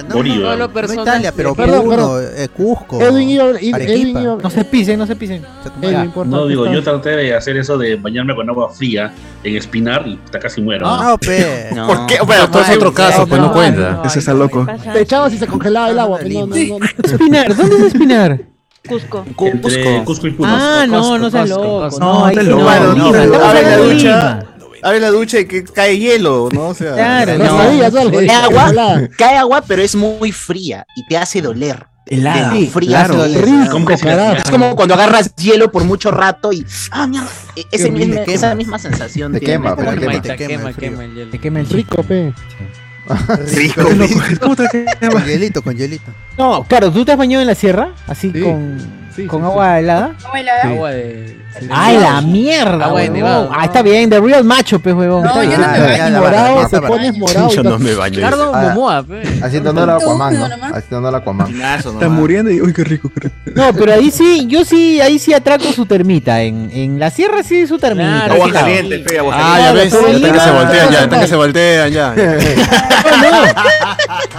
Speaker 8: No,
Speaker 12: lo personal.
Speaker 8: Italia, pero
Speaker 1: Perdón,
Speaker 8: Puno,
Speaker 1: perdón.
Speaker 8: eh, Cusco.
Speaker 1: Edwin y- Edwin
Speaker 8: Arequipa.
Speaker 1: y- No se pisen, no se pisen.
Speaker 8: Ya.
Speaker 7: No, digo, yo traté de hacer eso de bañarme con agua fría en espinar y hasta casi muero.
Speaker 8: No, no, pe.
Speaker 2: [LAUGHS]
Speaker 7: ¿Por qué?
Speaker 3: Bueno, todo es otro caso, pues no cuenta.
Speaker 13: Ese está loco.
Speaker 11: Te echabas y se congelaba el agua. No, no, no, no.
Speaker 1: Espinar, ¿dónde es Espinar?
Speaker 15: Cusco.
Speaker 7: Entre Cusco y Puno.
Speaker 1: Ah, no, no seas
Speaker 7: Cusco,
Speaker 1: loco.
Speaker 7: Cusco.
Speaker 1: No, ahí
Speaker 4: te
Speaker 1: sí
Speaker 4: lo-
Speaker 1: no.
Speaker 4: Bueno, no,
Speaker 1: Lima,
Speaker 4: pero
Speaker 1: estamos
Speaker 4: abre la
Speaker 1: hablando de Lima.
Speaker 4: ducha, abre la ducha y que cae hielo, ¿no? O sea,
Speaker 5: Claro,
Speaker 4: no.
Speaker 5: Cae agua, cae agua, pero es muy fría y te hace doler.
Speaker 4: Helada,
Speaker 5: De lo fría.
Speaker 4: claro,
Speaker 5: que es.
Speaker 4: rico, ¿Cómo que se carajo.
Speaker 5: es como cuando agarras hielo por mucho rato y. Ah, mierda. e- ese
Speaker 8: Te
Speaker 5: mismo-
Speaker 8: quema.
Speaker 5: esa misma sensación.
Speaker 6: Te
Speaker 5: tiene.
Speaker 6: quema, pero te quema.
Speaker 18: Te quema, quema el hielo.
Speaker 1: Te quema el
Speaker 11: Rico, pe.
Speaker 6: Rico.
Speaker 8: [LAUGHS] Con hielito, con hielito.
Speaker 1: No, claro, ¿tú te has bañado en la sierra? Así con, con agua helada.
Speaker 12: ¿Cómo es la
Speaker 18: Agua de.
Speaker 1: ¡Ay, la mierda!
Speaker 18: Agua de
Speaker 1: huevón!
Speaker 18: nevado.
Speaker 1: Ah, está bien, The Real Macho, pues, huevón.
Speaker 12: No,
Speaker 1: Está
Speaker 12: yo
Speaker 1: bien.
Speaker 12: no me baño.
Speaker 11: Morado,
Speaker 6: Morado,
Speaker 11: te pones morado.
Speaker 3: Yo no me baño.
Speaker 11: Ricardo
Speaker 6: Ah.
Speaker 11: Momoa, pe.
Speaker 6: Haciendo honor a Aquaman, ¿no? Haciendo honor a Aquaman.
Speaker 13: Está muriendo y, uy, qué rico, qué rico.
Speaker 1: No, pero ahí sí, yo sí, ahí sí atraco su termita. En, en la sierra sí su termita.
Speaker 4: Agua
Speaker 1: sí, claro.
Speaker 4: caliente, pe, agua
Speaker 3: Ah, ya ves,
Speaker 1: Pero
Speaker 3: ya
Speaker 1: en
Speaker 3: está que
Speaker 1: Lima-
Speaker 3: se voltean, ya está que se voltean, ya.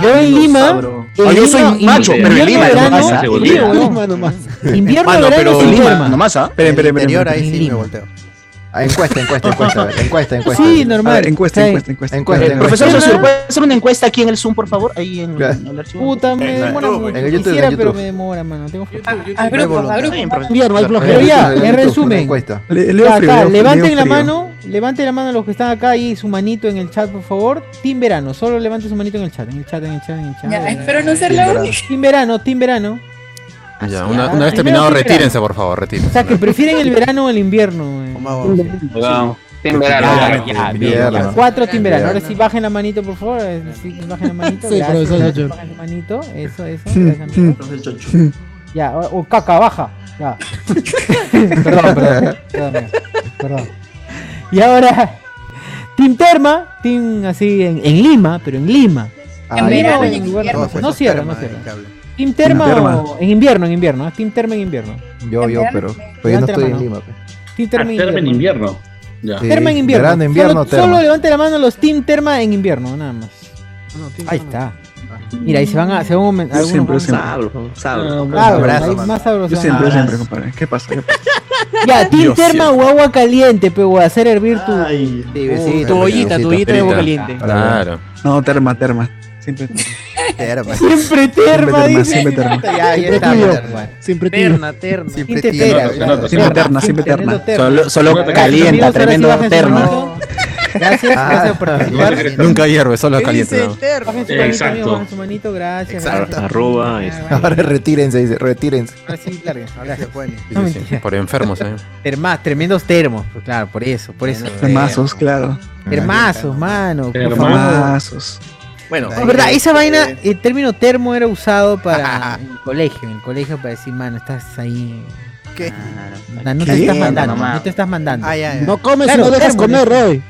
Speaker 1: Yo en Lima. en
Speaker 5: Ah, yo soy
Speaker 1: Lima-
Speaker 5: macho, pero en Lima,
Speaker 1: invierno,
Speaker 5: nomás,
Speaker 1: verano-
Speaker 5: ah, se
Speaker 1: Sí,
Speaker 5: voltea.
Speaker 1: huevón. Invierno,
Speaker 5: Mano,
Speaker 1: verano,
Speaker 5: pero
Speaker 1: sin
Speaker 5: Lima,
Speaker 1: terma.
Speaker 5: nomás, ¿ah?
Speaker 6: Esperen, esperen,
Speaker 8: Interior,
Speaker 6: esperen.
Speaker 8: ahí sí me volteo.
Speaker 6: Ah, Encuesta, encuesta, encuesta, a ver, encuesta, encuesta.
Speaker 1: Sí, normal.
Speaker 6: A ver, encuesta,
Speaker 1: Sí.
Speaker 6: encuesta, encuesta,
Speaker 5: Eh,
Speaker 6: encuesta.
Speaker 5: profesor
Speaker 6: encuesta.
Speaker 5: Sosur, ¿puede hacer una encuesta aquí en el Zoom, por favor? Ahí en,
Speaker 6: Claro.
Speaker 5: en el archivo.
Speaker 1: Puta, me
Speaker 6: Exacto.
Speaker 1: demora mucho.
Speaker 6: En el YouTube,
Speaker 1: Quisiera,
Speaker 6: en el
Speaker 1: pero
Speaker 6: YouTube.
Speaker 1: me demora, mano. Tengo
Speaker 12: A grupos, a grupos.
Speaker 11: Invierno, hay
Speaker 1: Pero
Speaker 11: flojera.
Speaker 1: ya,
Speaker 6: Leo
Speaker 1: en
Speaker 6: Frío, una
Speaker 1: resumen.
Speaker 6: encuesta.
Speaker 13: Le-
Speaker 1: Ya,
Speaker 13: Leo
Speaker 1: acá,
Speaker 13: frío, Leo-
Speaker 1: levanten
Speaker 13: Leo
Speaker 1: la
Speaker 13: frío.
Speaker 1: mano, levanten la mano los que están acá y su manito en el chat, por favor. Team Verano, solo levanten su manito en el chat, en el chat, en el chat, en el chat.
Speaker 12: Ya, espero no ser la única.
Speaker 1: Team Verano, Team Verano.
Speaker 3: Ya, una, una vez terminado, retírense, por favor,
Speaker 1: O sea, que
Speaker 12: [LAUGHS]
Speaker 3: retírense.
Speaker 1: prefieren el verano o el invierno. eh.
Speaker 9: verano,
Speaker 6: Ah,
Speaker 1: Ya,
Speaker 9: ya,
Speaker 1: bien,
Speaker 9: ya.
Speaker 1: Cuatro Team Verano. [LAUGHS] Ahora sí, bajen la manito, por favor. eh, sí, bajen la manito.
Speaker 11: Sí,
Speaker 1: Gracias,
Speaker 11: profesor
Speaker 1: gracias,
Speaker 11: Chocho.
Speaker 1: Bajen la manito, eso, eso. gracias, amigo.
Speaker 12: [LAUGHS]
Speaker 1: Ya, o, o caca, baja. Ya. perdón, perdón, perdón, amigo, perdón. Y ahora, Team Terma, Team así en, en Lima, pero en Lima.
Speaker 12: Ah, En verano
Speaker 1: Lima o
Speaker 12: y en
Speaker 1: lugar-
Speaker 12: invierno.
Speaker 1: no, No cierra, no
Speaker 8: Terma,
Speaker 1: cierra.
Speaker 8: el cable.
Speaker 1: Team Terma,
Speaker 6: Team
Speaker 1: o- en invierno, en invierno. ¿eh? Team Terma en invierno.
Speaker 6: Yo, yo, pero, pero yo no
Speaker 1: Levante la
Speaker 6: estoy en
Speaker 1: mano.
Speaker 6: Lima. pe.
Speaker 1: Team Terma en
Speaker 7: Terma en
Speaker 1: invierno.
Speaker 7: invierno. Ya.
Speaker 6: Sí.
Speaker 1: Terma en invierno.
Speaker 6: Verano, invierno,
Speaker 1: solo,
Speaker 6: terma.
Speaker 1: solo levante la mano los Team Terma en invierno, nada más.
Speaker 18: Ah,
Speaker 1: Ahí está. Mira, ahí se van a. Se van a aumentar-
Speaker 13: Yo siempre,
Speaker 1: algunos van a-
Speaker 13: siempre.
Speaker 2: Ah,
Speaker 1: sabro. Claro,
Speaker 13: Abrazo,
Speaker 1: ahí
Speaker 13: mano.
Speaker 1: más sabroso.
Speaker 13: Yo siempre,
Speaker 1: Abrazo.
Speaker 13: siempre, compadre. ¿Qué pasa? ¿Qué pasa?
Speaker 1: Ya, Team
Speaker 13: Dios
Speaker 1: Terma o agua caliente, pero hacer hervir tu.
Speaker 13: Uy,
Speaker 18: tu ollita, tu ollita de agua
Speaker 13: Perita.
Speaker 18: caliente.
Speaker 3: Claro.
Speaker 13: No, terma, terma. Siempre terma.
Speaker 8: Terma.
Speaker 1: Siempre terma, dice.
Speaker 13: Siempre terma.
Speaker 1: Ya, ya
Speaker 13: Siempre
Speaker 1: está,
Speaker 13: tibio.
Speaker 1: terma.
Speaker 13: Siempre tibio.
Speaker 18: Terna, terna.
Speaker 1: Siempre tibia.
Speaker 13: Siempre terna, siempre terna.
Speaker 1: Solo- solo calienta, tremendo terma. Gracias,
Speaker 3: Ah.
Speaker 1: gracias por participar.
Speaker 3: Nunca hierve, solo
Speaker 1: ¿Qué dice
Speaker 3: caliente.
Speaker 1: el termo? Bajen su manito,
Speaker 3: Exacto.
Speaker 1: amigo, bajen su manito, gracias. gracias.
Speaker 9: Arroba. es-
Speaker 6: Ahora retírense, dice, retírense.
Speaker 1: Ahora sí, larguen, ahora sí.
Speaker 6: Sí,
Speaker 1: No,
Speaker 6: sí,
Speaker 1: mentira.
Speaker 3: ¿no? Por enfermos, ¿eh?
Speaker 1: Termas, tremendos termos, pues, claro, por eso, por eso.
Speaker 13: Termazos, claro.
Speaker 1: Termazos, mano. por favor.
Speaker 13: Termazos.
Speaker 4: Bueno,
Speaker 1: Es verdad, esa
Speaker 8: Eh,
Speaker 1: vaina, el término termo era usado
Speaker 8: [LAUGHS]
Speaker 1: para en el colegio, en el colegio para decir, mano, estás ahí. Ah,
Speaker 8: ¿Qué?
Speaker 1: No, no te
Speaker 8: ¿Qué?
Speaker 1: estás mandando,
Speaker 5: Mamá.
Speaker 1: no te estás mandando.
Speaker 8: Ah, ya, ya.
Speaker 11: No comes
Speaker 1: Claro,
Speaker 11: y no dejas
Speaker 1: termo,
Speaker 11: comer,
Speaker 1: dice.
Speaker 11: Roy.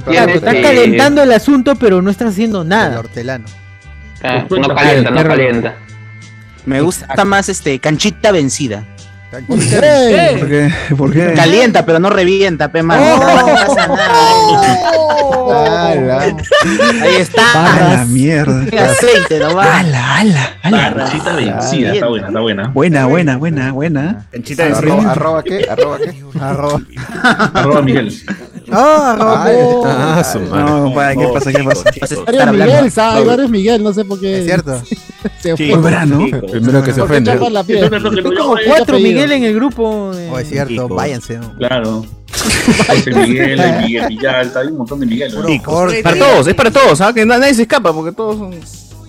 Speaker 1: Claro, estás calentando el asunto, pero no estás haciendo nada.
Speaker 8: Hortelano.
Speaker 5: Ah,
Speaker 1: no calienta, no calienta.
Speaker 5: Me gusta más este canchita vencida.
Speaker 6: ¿Por qué?
Speaker 5: ¿Por
Speaker 13: qué? ¿Por qué?
Speaker 5: Calienta, pero no revienta, pe, mano. No
Speaker 6: Oh.
Speaker 5: pasa
Speaker 6: Ah,
Speaker 5: nada.
Speaker 13: A
Speaker 5: Ahí
Speaker 13: la
Speaker 5: está.
Speaker 13: mierda.
Speaker 5: Tiene
Speaker 11: [LAUGHS]
Speaker 5: aceite, no va.
Speaker 13: Ala, ala, ala.
Speaker 7: Canchita
Speaker 4: Ah,
Speaker 7: vencida, está buena, está buena.
Speaker 13: Buena, buena, buena, buena.
Speaker 6: Canchita vencida. Arroba- arroba qué, arroba qué.
Speaker 13: Arroba.
Speaker 7: [LAUGHS] Arroba Miguel.
Speaker 13: Ah,
Speaker 3: Ah, su madre.
Speaker 13: No, compadre,
Speaker 7: Oh,
Speaker 13: ¿qué pasa? ¿Qué pasa?
Speaker 11: Eres Miguel, ¿sabes? Eres Miguel, no sé por qué.
Speaker 8: Es cierto.
Speaker 11: Se
Speaker 13: Sí, verano.
Speaker 3: Primero que se
Speaker 11: Porque
Speaker 3: ofende.
Speaker 11: chapas la piel.
Speaker 1: Yo creo que no, como
Speaker 11: Hay
Speaker 1: cuatro
Speaker 11: apellido.
Speaker 1: Miguel en el grupo. eh. de-
Speaker 8: O Oh, es cierto, váyanse. ¿no?
Speaker 7: Claro. Hay Miguel, hay Miguel Villalta, hay un montón de Miguel. ¿no?
Speaker 1: Para todos, ¿eh? es para
Speaker 4: todos, ¿ah? Que na- nadie se escapa porque todos son.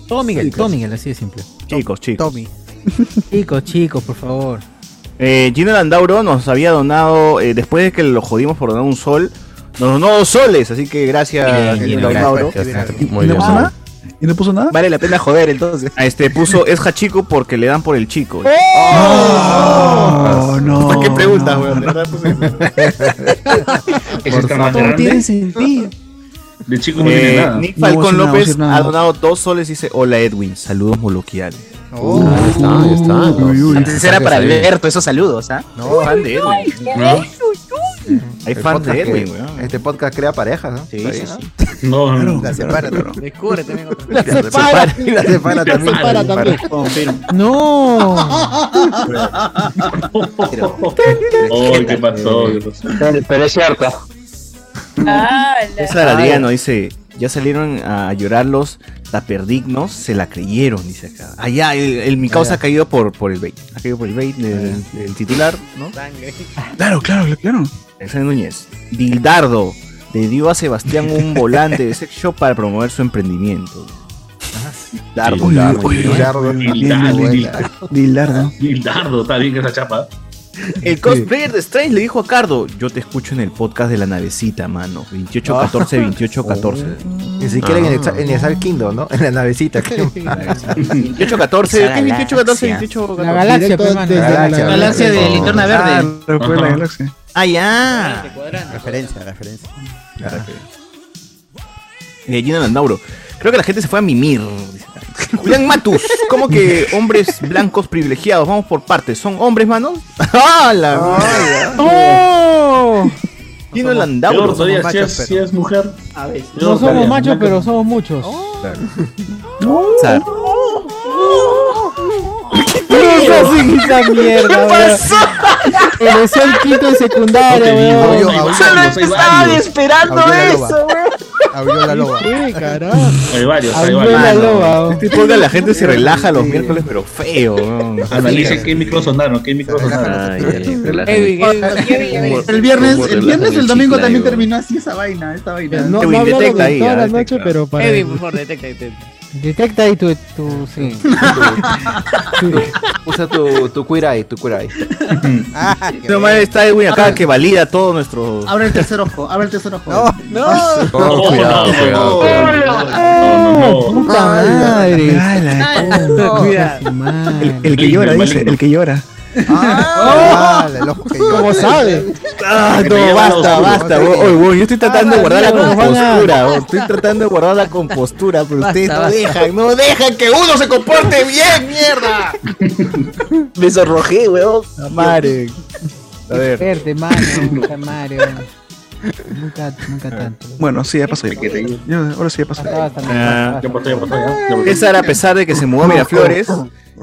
Speaker 1: Todo Miguel, todo Miguel, así de simple.
Speaker 4: Chicos, chicos.
Speaker 8: Tommy.
Speaker 1: Chicos, chicos, por favor.
Speaker 4: Eh, Gino Landauro nos había donado, eh, después de que lo jodimos por donar un sol, nos donó dos soles, así que gracias,
Speaker 13: Bien,
Speaker 4: Gino
Speaker 13: Gino,
Speaker 4: Landauro.
Speaker 13: gracias. ¿Y no puso nada? ¿Y no puso nada?
Speaker 4: Vale la pena joder, entonces. A este puso, es Hachico porque le dan por el chico.
Speaker 13: Oh, no.
Speaker 4: ¿Para qué preguntas, weón? De verdad Pues,
Speaker 13: [LAUGHS]
Speaker 4: puse
Speaker 7: Ese está más
Speaker 13: Todo
Speaker 7: grande.
Speaker 13: tiene sentido.
Speaker 7: De chico no tiene
Speaker 4: Eh,
Speaker 7: nada.
Speaker 4: Nick
Speaker 7: No voy a
Speaker 4: Falcón
Speaker 7: decir nada, voy a
Speaker 4: López
Speaker 7: decir nada.
Speaker 4: ha donado dos soles y dice, hola Edwin, saludos moloquiales.
Speaker 13: Oh.
Speaker 3: Ahí está, ahí está.
Speaker 5: Antes era para
Speaker 4: Saludos.
Speaker 5: Alberto esos saludos, ¿ah?
Speaker 4: No, fan de Edwin.
Speaker 5: ¿No?
Speaker 4: Hay
Speaker 6: El
Speaker 4: fan
Speaker 6: podcast
Speaker 4: de Edwin,
Speaker 6: que-
Speaker 4: weón.
Speaker 6: Este podcast crea parejas, ¿no?
Speaker 4: Sí, sí, sí.
Speaker 7: [LAUGHS] No, no,
Speaker 6: La separa, ¿no?
Speaker 10: Descubre también otra.
Speaker 6: La separa. Y la separa también.
Speaker 8: separa también.
Speaker 7: Confirmo.
Speaker 1: No.
Speaker 7: Ay, ¿qué pasó? ¿Qué pasó?
Speaker 5: Pero es cierto.
Speaker 4: César Adriano dice, ya salieron a llorar los taperdignos, se la creyeron, dice acá. Allá, el, el mi causa
Speaker 6: Ah,
Speaker 4: ha caído por, por el bait. Ha caído por el bait del, del titular, ¿no?
Speaker 13: Claro, claro, claro.
Speaker 4: Alexander Núñez. Dildardo le dio a Sebastián un volante de sex shop para promover su emprendimiento. Ah, Dildardo.
Speaker 13: Uy,
Speaker 4: Dildardo.
Speaker 13: uy, uy.
Speaker 4: Dildardo.
Speaker 7: Dildardo,
Speaker 4: Dildardo.
Speaker 7: Dildardo.
Speaker 13: Dildardo.
Speaker 7: Dildardo, está bien que esa chapa.
Speaker 4: El cosplayer de Strange le dijo a Cardo, yo te escucho en el podcast de la navecita, mano. 2814, 2814.
Speaker 6: Ah. Oh. Ni siquiera en el exa- en el
Speaker 5: Ah.
Speaker 6: Star Kingdom, ¿no? En la
Speaker 4: [LAUGHS]
Speaker 6: navecita.
Speaker 4: 2814, ¿qué 2814, 2814?
Speaker 6: La galaxia, Directo pues, mano. desde la galaxia.
Speaker 5: Galaxia de
Speaker 6: Oh.
Speaker 5: Linterna Verde.
Speaker 6: Claro, fue la
Speaker 5: Ajá.
Speaker 6: galaxia.
Speaker 4: Ah, ya.
Speaker 8: Referencia, referencia.
Speaker 4: Eh, Gina Landauro. Creo que la gente se fue a mimir. dice. Julián Matus, ¿cómo que hombres blancos privilegiados? Vamos por partes. ¿Son hombres, [LAUGHS] manos? ¡Ah, la mierda! ¡Oh! Gino Landauro.
Speaker 7: Peor todavía, si es, si es mujer.
Speaker 14: A veces.
Speaker 4: No
Speaker 1: No
Speaker 4: sabía,
Speaker 1: somos machos,
Speaker 4: nunca-
Speaker 1: pero somos muchos.
Speaker 4: Oh. Sar-
Speaker 1: esa mierda, Empezó el quinto de
Speaker 5: No
Speaker 1: secundaria,
Speaker 5: te digo,
Speaker 1: weón.
Speaker 5: yo Solo varios, hay estaba varios. esperando Abrió la eso, loba.
Speaker 6: Abrió la loba.
Speaker 1: Sí, carajo.
Speaker 7: Hay varios, hay
Speaker 1: Abrió
Speaker 7: varios.
Speaker 1: la loba, weón.
Speaker 4: Este podcast la gente se relaja los miércoles, pero feo. ¿no?
Speaker 7: Ah, Analice qué micros sonaron, qué micros sonaron.
Speaker 14: El viernes,
Speaker 7: Humor
Speaker 14: el
Speaker 7: de
Speaker 14: viernes,
Speaker 7: la
Speaker 14: el domingo
Speaker 7: chifla,
Speaker 14: también
Speaker 7: yo.
Speaker 14: terminó así esa vaina, esta vaina.
Speaker 1: No,
Speaker 4: Edwin,
Speaker 1: no hablaron
Speaker 4: detecta
Speaker 1: de
Speaker 4: ahí,
Speaker 1: toda
Speaker 4: ah,
Speaker 1: la
Speaker 4: detecta.
Speaker 1: noche, pero para...
Speaker 10: Edwin, por favor, detecta, detecta.
Speaker 1: Detecta ahí tu... tu sí.
Speaker 6: Usa tu, tu queer eye, tu queer eye.
Speaker 4: No más está Edwin acá que valida todo nuestro.
Speaker 14: Abre el tercer ojo, abre el tercer ojo.
Speaker 8: No,
Speaker 4: Oh, cuidado, cuidado,
Speaker 1: ¡Puta
Speaker 13: El,
Speaker 1: madre!
Speaker 13: el que llora, dice, el que llora.
Speaker 1: ¿Cómo sabe?
Speaker 4: Ah, no, basta, basta. Ah, weón. Oye, weón, yo estoy tratando de guardar la
Speaker 1: mierda,
Speaker 4: compostura. weón. Estoy tratando de guardar la compostura, pero ustedes no
Speaker 5: basta.
Speaker 4: dejan, no dejan que uno se comporte bien, mierda.
Speaker 5: [LAUGHS] Me sonrojé, weón.
Speaker 4: Madre. A ver.
Speaker 1: Verde, mano, puta madre, weón. Nunca, nunca tanto.
Speaker 13: Bueno, sí, ya pasó. ya. Ya, Ahora sí, ya pasó.
Speaker 4: Ah,
Speaker 7: Ya pasó, ya pasó, ya. ya pasó.
Speaker 4: César, a pesar de que se mudó a Miraflores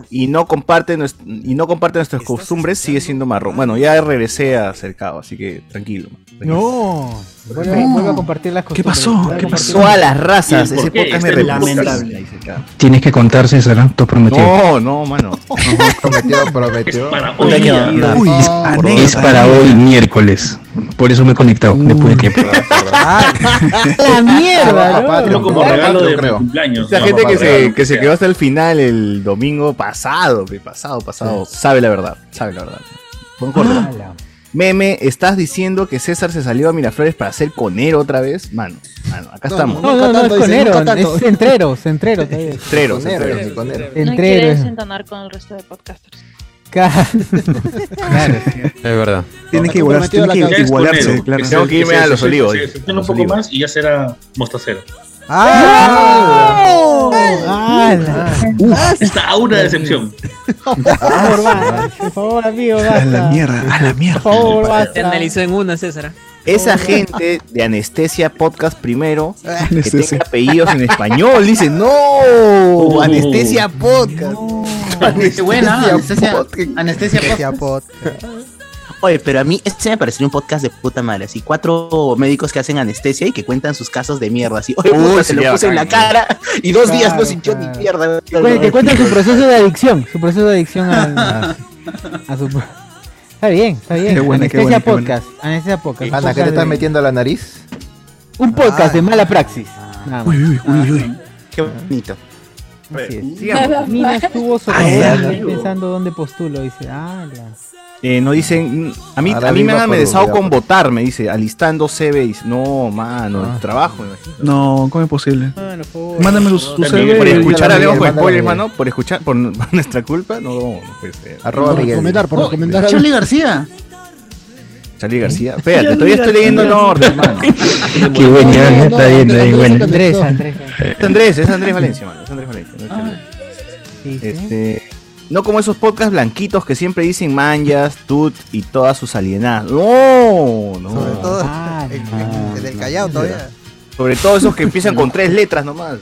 Speaker 4: y no comparte nues- y no comparte nuestras costumbres, sigue siendo marrón. Bueno, ya regresé a Cercado, así que tranquilo.
Speaker 1: No. Vuelve, vuelve a compartir las
Speaker 13: ¿Qué
Speaker 1: costumbres.
Speaker 13: pasó?
Speaker 1: Vuelve a
Speaker 13: ¿Qué
Speaker 1: compartir-
Speaker 13: pasó?
Speaker 4: A las razas,
Speaker 7: ¿Y por
Speaker 4: ese
Speaker 7: qué?
Speaker 4: podcast
Speaker 7: Este
Speaker 4: me
Speaker 7: es
Speaker 4: repulsa.
Speaker 7: lamentable.
Speaker 9: Tienes que contar,
Speaker 2: ¿eh?
Speaker 9: César, tú prometido.
Speaker 4: No, no, mano.
Speaker 6: Prometió, prometió.
Speaker 7: Para
Speaker 4: Una que andar.
Speaker 13: Uy, es
Speaker 9: Es
Speaker 13: anécdota.
Speaker 9: para hoy miércoles. Por eso me he conectado
Speaker 1: Mm.
Speaker 9: después de tiempo.
Speaker 1: [LAUGHS] ¡La mierda,
Speaker 6: Papá,
Speaker 1: no!
Speaker 7: Solo como
Speaker 6: Creo,
Speaker 7: regalo de
Speaker 6: creo.
Speaker 7: cumpleaños.
Speaker 4: Esa
Speaker 7: No,
Speaker 4: gente
Speaker 7: papá,
Speaker 4: que
Speaker 7: regalo,
Speaker 4: se, que se
Speaker 7: sea.
Speaker 4: quedó hasta el final el domingo pasado, pe, pasado, pasado, sabe la verdad, sabe la verdad. Buen corte. Meme, ¿estás diciendo que César se salió a Miraflores para ser conero otra vez? Mano, mano, acá estamos.
Speaker 1: No, no, no, es
Speaker 8: Nunca
Speaker 1: conero,
Speaker 8: tanto, dice,
Speaker 1: es centrero, centrero. todavía.
Speaker 4: Treros,
Speaker 6: Conero,
Speaker 4: treros.
Speaker 6: ni conero.
Speaker 15: No
Speaker 1: Centrero.
Speaker 15: quiere desentonar con el resto de podcasters.
Speaker 1: Claro.
Speaker 3: Es verdad.
Speaker 13: Tiene que igualarse, tiene que
Speaker 7: Ya es
Speaker 13: igualarse,
Speaker 7: conero,
Speaker 13: claro.
Speaker 7: que
Speaker 4: Tengo
Speaker 7: se-
Speaker 4: que irme
Speaker 7: se-
Speaker 4: a los
Speaker 7: se-
Speaker 4: olivos.
Speaker 7: se- se- se- se- Un
Speaker 4: Los
Speaker 7: poco
Speaker 4: olivos.
Speaker 7: más y ya será mostacero.
Speaker 1: ¡Ah!
Speaker 2: ¡No!
Speaker 1: ¡Ala! Ah,
Speaker 7: Está una decepción.
Speaker 18: Por favor, basta. Por favor, amigo, basta.
Speaker 4: A la mierda, a la mierda.
Speaker 18: Por favor, basta. Te analizó en una, César.
Speaker 4: Esa gente de Anestesia Podcast primero, que tenga apellidos en español, dice, no,
Speaker 7: Uh.
Speaker 4: Anestesia Podcast.
Speaker 5: Qué buena, anestesia, anestesia
Speaker 8: Anestesia
Speaker 5: Oye, pero a mí este me pareció un podcast de puta madre. Así, cuatro médicos que hacen anestesia y que cuentan sus casos de mierda. Así, oye,
Speaker 1: Uy,
Speaker 5: puta,
Speaker 1: sí,
Speaker 5: se lo
Speaker 1: ya,
Speaker 5: puse en la
Speaker 1: [LAUGHS]
Speaker 5: cara y dos días no sintió ni mierda.
Speaker 1: Cuen- Te cuentan su proceso de adicción, su proceso de adicción a, a su... Está bien, está bien.
Speaker 6: Qué buena, qué buena,
Speaker 1: Anestesia
Speaker 6: qué buena.
Speaker 1: Podcast, Anestesia Podcast.
Speaker 6: Ana, ¿qué
Speaker 1: podcast
Speaker 6: te estás
Speaker 1: de-
Speaker 6: metiendo a la nariz? Ah.
Speaker 1: Un podcast de mala praxis. Nada más.
Speaker 6: Uy, uy, uy, uy.
Speaker 5: Qué bonito.
Speaker 1: Así es.
Speaker 2: Sigamos.
Speaker 1: Mina estuvo
Speaker 4: Ay,
Speaker 1: sobrada
Speaker 4: amigo.
Speaker 1: pensando dónde postulo. Dice, ah, la-
Speaker 4: Eh, no dicen, mm, a mí,
Speaker 1: Ahora
Speaker 4: a mí me
Speaker 1: viva
Speaker 4: han
Speaker 1: por
Speaker 4: amenazado
Speaker 1: Uruguay.
Speaker 4: con votar, me dice, alistando CV. Dice, no, mano, el trabajo. me imagino.
Speaker 13: No, ¿cómo es posible? Mándame tu tu
Speaker 4: También
Speaker 13: CV.
Speaker 4: Por
Speaker 13: y
Speaker 4: escuchar
Speaker 13: la-
Speaker 4: a Leo
Speaker 13: mándame-
Speaker 4: con spoilers, mano, por escuchar, por [LAUGHS] n- por nuestra culpa, no, no puede ser.
Speaker 6: Arroba
Speaker 4: No,
Speaker 6: Miguel.
Speaker 4: recomendar,
Speaker 6: por recomendar
Speaker 4: algo.
Speaker 14: Charlie García.
Speaker 4: Charlie García. Espérate, todavía estoy leyendo el orden, [LAUGHS] mano.
Speaker 2: Qué buen ya,
Speaker 4: No, no,
Speaker 2: está bien,
Speaker 4: no,
Speaker 2: está bien,
Speaker 4: no,
Speaker 2: bueno.
Speaker 4: no, Andrés, Andrés. Es Andrés, es Andrés Valencia, mano. Es Andrés Valencia. no es Charlie. Este, no como esos podcasts blanquitos que siempre dicen manjas, tut y todas sus alienadas. No, no.
Speaker 8: Sobre todo
Speaker 1: ¡Ah!
Speaker 8: el, el- el del Callao todavía.
Speaker 4: Ah, Sobre todo esos que empiezan con tres letras
Speaker 8: [LAUGHS]
Speaker 4: nomás.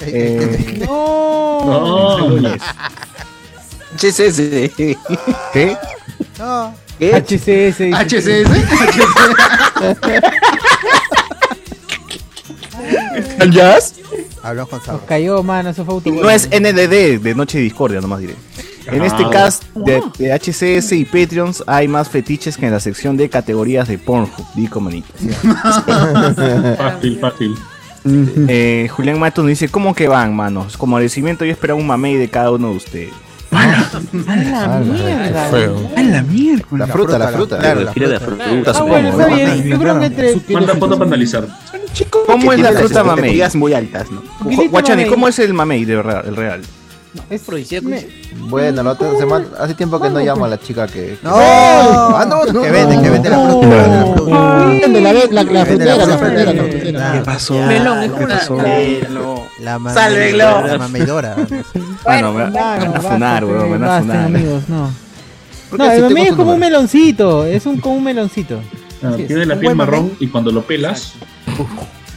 Speaker 4: Eh,
Speaker 8: No.
Speaker 4: no.
Speaker 5: HCS.
Speaker 4: ¿Qué?
Speaker 8: No.
Speaker 5: ¿Qué?
Speaker 1: HCS. dice.
Speaker 5: [LAUGHS]
Speaker 4: ¿Al jazz?
Speaker 8: Hablamos con Sabo.
Speaker 1: Nos cayó, mano, eso fue autogol.
Speaker 4: No es NDD, de Noche de Discordia, nomás diré. En este
Speaker 1: Ah.
Speaker 4: cast de, de HCS y Patreons hay más fetiches que en la sección de categorías de Pornhub, dijo Manito. [LAUGHS]
Speaker 7: Fácil, fácil.
Speaker 4: Eh, Julián Matos nos dice, ¿cómo que van, manos? Como agradecimiento yo esperaba un mamey de cada uno de ustedes.
Speaker 2: A la mierda.
Speaker 13: A la mierda.
Speaker 6: Pues La fruta, la fruta.
Speaker 4: Claro, la
Speaker 9: Tira de fruta,
Speaker 4: Ah,
Speaker 9: supongo.
Speaker 4: bueno, está bien.
Speaker 1: Yo creo que entre...
Speaker 7: Manda foto para analizar.
Speaker 4: ¿Cómo
Speaker 5: Que
Speaker 4: es la
Speaker 5: tiene las
Speaker 4: fruta mamey?
Speaker 5: expectativas muy altas, ¿no?
Speaker 4: Ujú, Guachani, ¿cómo es el mamey de verdad, el real?
Speaker 1: Es
Speaker 6: Bueno, la otra semana, hace tiempo que no llamo a
Speaker 1: pues.
Speaker 6: la chica que.
Speaker 8: No.
Speaker 6: Ah, no, no,
Speaker 8: Que vende, que vende la fruta.
Speaker 11: La, la, la, la frutera, la frutera, la
Speaker 8: frutera.
Speaker 11: ¿Qué
Speaker 13: pasó?
Speaker 11: Melón,
Speaker 8: ¿Qué pasó? La mame-
Speaker 11: Sálvenlo.
Speaker 8: La mameidora.
Speaker 4: Bueno, me van a funar, weón, me van a
Speaker 1: Basta,
Speaker 4: funar.
Speaker 1: amigos, no.
Speaker 4: Porque
Speaker 1: No,
Speaker 4: si
Speaker 1: el mamey
Speaker 4: tengo
Speaker 1: es
Speaker 4: su
Speaker 1: como un
Speaker 4: número.
Speaker 1: meloncito, es un como un meloncito.
Speaker 7: Ah,
Speaker 1: Así es,
Speaker 7: Tiene la
Speaker 1: un
Speaker 7: piel
Speaker 1: buen mamey.
Speaker 7: marrón y cuando lo pelas,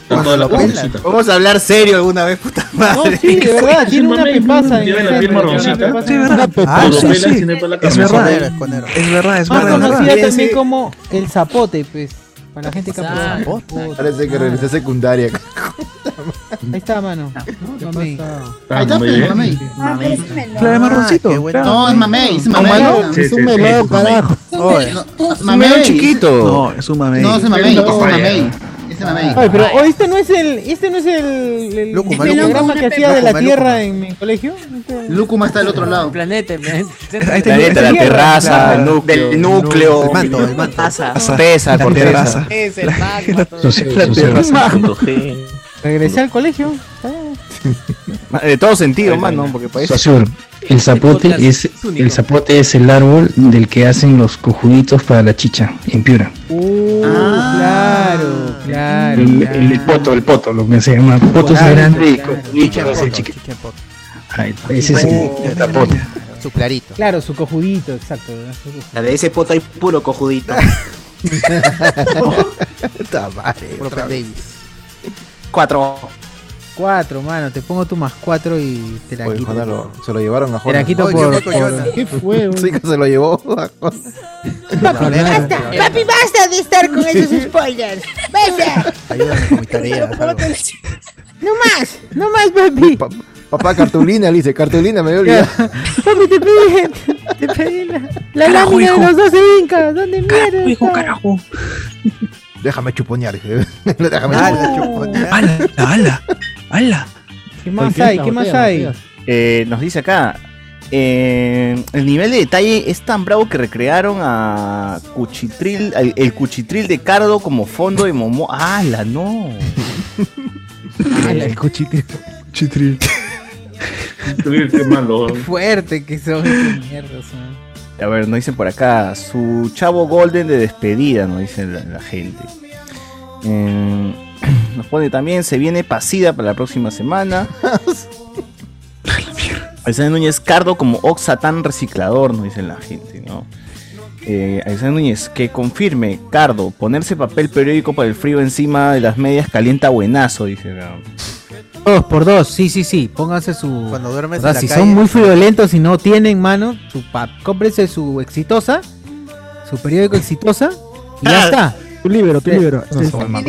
Speaker 7: está toda la pelucita.
Speaker 4: Vamos a hablar serio alguna vez,
Speaker 1: [LAUGHS]
Speaker 4: puta madre.
Speaker 1: No, sí, de verdad, tiene una pepaza.
Speaker 7: Tiene
Speaker 1: en
Speaker 7: la piel
Speaker 1: el centro,
Speaker 7: marroncita.
Speaker 1: tiene una pepaza
Speaker 7: Sí, verdad, Ah, pepaza.
Speaker 1: en el centro. Ah, sí,
Speaker 7: Lo pela
Speaker 1: sí.
Speaker 7: sin el pelo
Speaker 13: Es
Speaker 7: carnoso.
Speaker 13: verdad,
Speaker 1: Esconero,
Speaker 13: esconero. es verdad, es
Speaker 1: Más
Speaker 13: verdad.
Speaker 1: conocida
Speaker 13: es
Speaker 1: también
Speaker 13: verdad.
Speaker 1: como el zapote, pues. Para la gente que aprecia.
Speaker 6: Parece que regresé a secundaria.
Speaker 1: Ahí está, mano. Mamey.
Speaker 14: Ahí está,
Speaker 6: Mamey.
Speaker 14: pues, mamey.
Speaker 1: Mamey.
Speaker 6: Claro, es marroncito,
Speaker 14: qué bueno.
Speaker 6: claro.
Speaker 14: No, es mamey, es mamey.
Speaker 6: No, mano, es un melón, carajo.
Speaker 14: Oye, no, mamey.
Speaker 4: melón chiquito.
Speaker 13: No, es un mamey.
Speaker 14: No, es mamey, es mamey. Es mamey.
Speaker 1: Ay, pero ¿o este no es el, este no es el, el-
Speaker 14: Lúcuma,
Speaker 1: el
Speaker 14: lúcuma.
Speaker 1: programa que hacía de la
Speaker 14: Lúcuma,
Speaker 1: tierra
Speaker 14: lúcuma.
Speaker 1: en mi colegio.
Speaker 11: [LAUGHS]
Speaker 1: Este-
Speaker 14: Lúcuma está del otro lado.
Speaker 18: Planeta,
Speaker 1: Ahí
Speaker 4: La neta, la terraza, el núcleo.
Speaker 14: Del
Speaker 4: núcleo. El manto,
Speaker 14: el manto.
Speaker 4: Tesa,
Speaker 13: La
Speaker 4: por
Speaker 13: terraza.
Speaker 4: Tesa.
Speaker 18: Es el magma. todo.
Speaker 13: La terraza. punto G.
Speaker 1: Regresé al colegio. está
Speaker 14: Ah.
Speaker 1: bien.
Speaker 4: De todo sentido, mano, porque parece.
Speaker 2: Sosur, el zapote es el zapote es el árbol del que hacen los cojuditos para la chicha en Piura.
Speaker 1: Uh, claro, claro.
Speaker 2: El, el- el poto, el poto, lo que se llama. Poto es grande y cojuditos es el chiquito. Ahí, Ese es
Speaker 1: Oh,
Speaker 2: el el zapote.
Speaker 8: Su clarito.
Speaker 1: Claro, su cojudito, exacto.
Speaker 5: La de ese poto hay puro cojudito.
Speaker 1: [LAUGHS]
Speaker 8: Propio Davis.
Speaker 5: Cuatro.
Speaker 1: Cuatro, mano, te pongo tu más cuatro y te la
Speaker 6: Oye,
Speaker 1: quito.
Speaker 6: Jona, Pues, lo- se lo llevaron a
Speaker 1: Te la
Speaker 6: Jona.
Speaker 1: quito
Speaker 6: Oye,
Speaker 1: por-
Speaker 6: ¿qué fue, Jona?
Speaker 1: por- ¿Qué fue, güey?
Speaker 6: Sí, que se lo llevó a Jona.
Speaker 19: Papi, basta de estar con esos spoilers. Basta.
Speaker 8: Ayúdame con mi
Speaker 1: [LAUGHS]
Speaker 8: tarea. algo.
Speaker 19: No más.
Speaker 1: No más, papi.
Speaker 6: papá, cartulina, le dice, cartulina, me había olvidado.
Speaker 1: Papi, te pedí, te pedí la, la
Speaker 6: Carajo,
Speaker 1: lámina
Speaker 6: hijo.
Speaker 1: de los 12 incas. ¿Dónde mierda? Hijo, carajo.
Speaker 6: Déjame chuponear, dice. [LAUGHS] Déjame
Speaker 8: Ala,
Speaker 6: chuponear. Ala, ala, ala.
Speaker 1: ¿Qué más hay? ¿Qué más hay?
Speaker 4: Eh, nos dice acá. eh, el nivel de detalle es tan bravo que recrearon a Cuchitril, al- el cuchitril de Cardo como fondo de Momo. [LAUGHS] ¡Hala,
Speaker 1: [LAUGHS]
Speaker 4: no!
Speaker 1: el Ah, cuchitril.
Speaker 13: Chitril.
Speaker 7: Qué malo.
Speaker 1: Fuerte que son esas mierdas, man.
Speaker 4: A ver, nos dicen por acá. Su chavo golden de despedida, nos dice la, la gente. Eh, [CLEARS THROAT] nos pone también, se viene pasida para la próxima semana. Alexander Núñez Cardo como Oxatán reciclador, nos dice la gente, ¿no? Eh, Alexander Núñez, que confirme, Cardo, ponerse papel periódico para el frío encima de las medias calienta buenazo, dice. ¿no?
Speaker 1: Dos por dos, sí, sí, sí. Pónganse su. Cuando
Speaker 8: duermes
Speaker 4: en la
Speaker 1: si
Speaker 4: calle.
Speaker 1: son muy friolentos y no tienen mano, su pa- cómprense su exitosa, su periódico exitosa, y
Speaker 5: Ah.
Speaker 1: ya está. Tu libro, tu libro.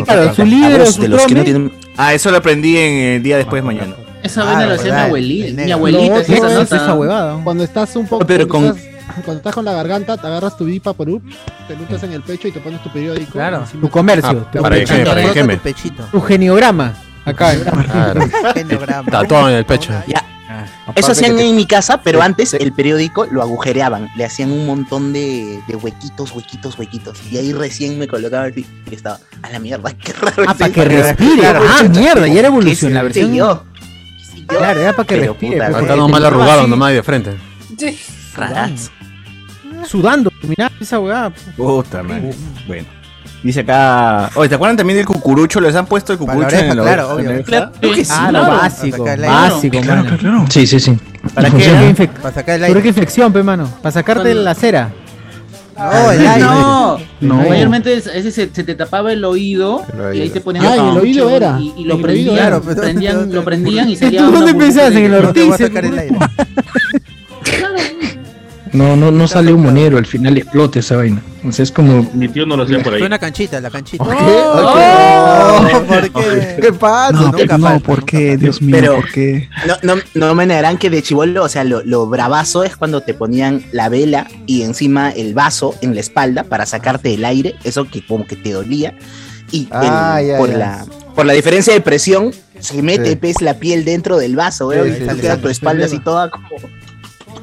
Speaker 1: Claro, su libro, su trome.
Speaker 4: Ah, eso lo aprendí en el día después de mañana. Ah,
Speaker 11: Esa
Speaker 4: vaina la hacía mi abuelita- mi abuelita
Speaker 11: Lo
Speaker 4: hacía
Speaker 11: otro
Speaker 4: esa
Speaker 11: es
Speaker 4: nota.
Speaker 11: Cuando estás un poco.
Speaker 4: Pero
Speaker 11: cuando,
Speaker 4: con-
Speaker 11: estás, cuando estás con la garganta, te agarras tu bipa por up, te lutas en el pecho y te pones tu periódico.
Speaker 1: Claro,
Speaker 11: encima.
Speaker 1: tu comercio.
Speaker 11: Ah,
Speaker 1: tu
Speaker 3: para que
Speaker 1: pechito.
Speaker 3: queme, para que queme.
Speaker 1: Tu geniograma. Acá. [LAUGHS]
Speaker 3: Tatuado en el pecho.
Speaker 5: Eso hacían en mi casa, pero
Speaker 3: Sí.
Speaker 5: antes el periódico lo agujereaban, le hacían un montón de, de huequitos, huequitos, huequitos. Y ahí recién me colocaba el pi- y estaba, a la mierda, qué raro.
Speaker 1: Ah,
Speaker 5: es
Speaker 1: para
Speaker 5: esto".
Speaker 1: que respire. Ah, mierda, ya era evolución la
Speaker 5: Sí,
Speaker 1: versión.
Speaker 5: yo.
Speaker 1: Claro, era para que
Speaker 5: Pero
Speaker 1: respire.
Speaker 5: puta,
Speaker 1: pues.
Speaker 3: Acá nomás la arrugaron, nomás de frente.
Speaker 5: Rarazo.
Speaker 1: Sudando, mirá esa weá.
Speaker 4: Puta madre. pues. Bueno. Dice acá. Oye, ¿te acuerdan también del cucurucho? ¿Les han puesto el
Speaker 1: la
Speaker 4: cucurucho
Speaker 1: oreja,
Speaker 4: en la
Speaker 1: claro,
Speaker 4: oreja?
Speaker 1: obvio.
Speaker 4: ¿En la
Speaker 1: Claro.
Speaker 4: oreja? Creo que sí,
Speaker 1: Ah, lo
Speaker 4: claro.
Speaker 1: básico,
Speaker 4: Para sacar el aire.
Speaker 1: básico,
Speaker 4: Claro,
Speaker 1: mano.
Speaker 4: claro.
Speaker 2: Sí, sí, sí.
Speaker 1: ¿Para
Speaker 2: qué
Speaker 1: qué?
Speaker 2: era?
Speaker 1: Para sacar el aire. infección, pe, mano. Para sacarte la cera.
Speaker 2: No,
Speaker 1: el aire.
Speaker 10: No,
Speaker 1: No.
Speaker 10: mayormente es- ese se, se te tapaba el oído y ahí te ponían
Speaker 1: Ah,
Speaker 10: un
Speaker 1: el oído
Speaker 10: chon
Speaker 1: era.
Speaker 10: y, y lo
Speaker 1: El
Speaker 10: prendían,
Speaker 1: oído
Speaker 11: pues,
Speaker 1: era, pero-
Speaker 10: prendían- lo prendían y salía
Speaker 1: ¿Tú
Speaker 10: una
Speaker 1: dónde
Speaker 10: burbuja
Speaker 1: pensabas?
Speaker 10: de-
Speaker 1: En el
Speaker 10: Te voy a
Speaker 1: Ortiz.
Speaker 10: sacar el aire.
Speaker 2: No, no, no sale un monero, al final explota esa vaina. O sea, es como.
Speaker 7: Mi tío no lo hacía por ahí.
Speaker 8: Fue una canchita, la canchita. Oh,
Speaker 2: ¿por
Speaker 8: qué?
Speaker 5: ¿Qué pasa?
Speaker 2: No, pero no, ¿por qué? Dios mío,
Speaker 5: Pero-
Speaker 2: ¿por qué?
Speaker 5: No, no, no me negarán que de chivolo, o sea, lo, lo bravazo es cuando te ponían la vela y encima el vaso en la espalda para sacarte el aire, eso que como que te dolía. Y el-
Speaker 6: Ah, ya,
Speaker 5: por,
Speaker 6: ya.
Speaker 5: La, por la diferencia de presión, se mete pues, la piel dentro del vaso, weón,
Speaker 6: Sí,
Speaker 5: y
Speaker 6: sí,
Speaker 5: te
Speaker 6: sí,
Speaker 5: queda
Speaker 6: sí.
Speaker 5: tu espalda así toda como.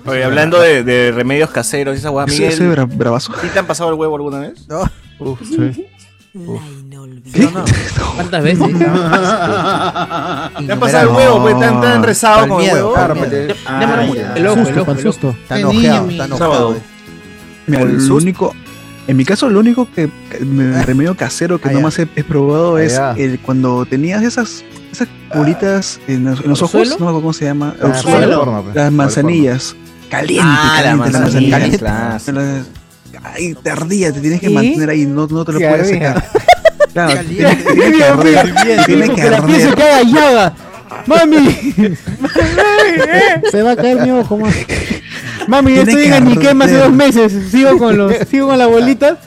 Speaker 4: Oye, hablando de, de remedios caseros, esa weá,
Speaker 2: Ese
Speaker 4: Miguel.
Speaker 2: ese bra- bravazo.
Speaker 4: ¿Sí te han pasado el huevo alguna vez?
Speaker 8: No.
Speaker 11: [LAUGHS]
Speaker 4: Uf,
Speaker 2: sí.
Speaker 4: ¿Sí o [LAUGHS] no? Ah,
Speaker 18: ¿Cuántas veces?
Speaker 4: [LAUGHS] ¿Te han pasado el huevo? Pues, tan, tan rezado con el huevo.
Speaker 18: El ojo, el ojo, el ojo.
Speaker 8: Tan ojeado, tan ojeado.
Speaker 2: Mira, lo único. En mi caso, lo único que, que me- remedio casero que nomás he, he probado es
Speaker 6: Ah, ya.
Speaker 2: el cuando tenías esas esas bolitas en los, en los ojos,
Speaker 6: ¿Orzuelo?
Speaker 2: no me acuerdo cómo se llama,
Speaker 6: Ah,
Speaker 2: Orzuelo.
Speaker 6: para el porno, pues. Para
Speaker 2: las
Speaker 6: el
Speaker 2: manzanillas, caliente,
Speaker 6: Ah, la
Speaker 2: caliente, las
Speaker 6: manzanilla,
Speaker 2: manzanillas,
Speaker 6: claro.
Speaker 2: te las- Ay, te ardía, te tienes que
Speaker 6: ¿Y?
Speaker 2: mantener ahí, no, no te lo
Speaker 6: Te
Speaker 2: puedes
Speaker 6: ardía. [LAUGHS]
Speaker 2: sacar. Claro, te
Speaker 6: Caliente.
Speaker 2: te tiene que arder, te tiene que
Speaker 1: Que la piel se
Speaker 2: arder.
Speaker 1: caiga llaga.
Speaker 4: [LAUGHS]
Speaker 1: Mami.
Speaker 11: Se va a caer mi ojo, man.
Speaker 1: Mami, yo
Speaker 11: Tiene
Speaker 1: estoy
Speaker 11: que
Speaker 1: en Aniquema hace
Speaker 11: arder.
Speaker 1: dos meses. Sigo con los, sigo con las bolitas.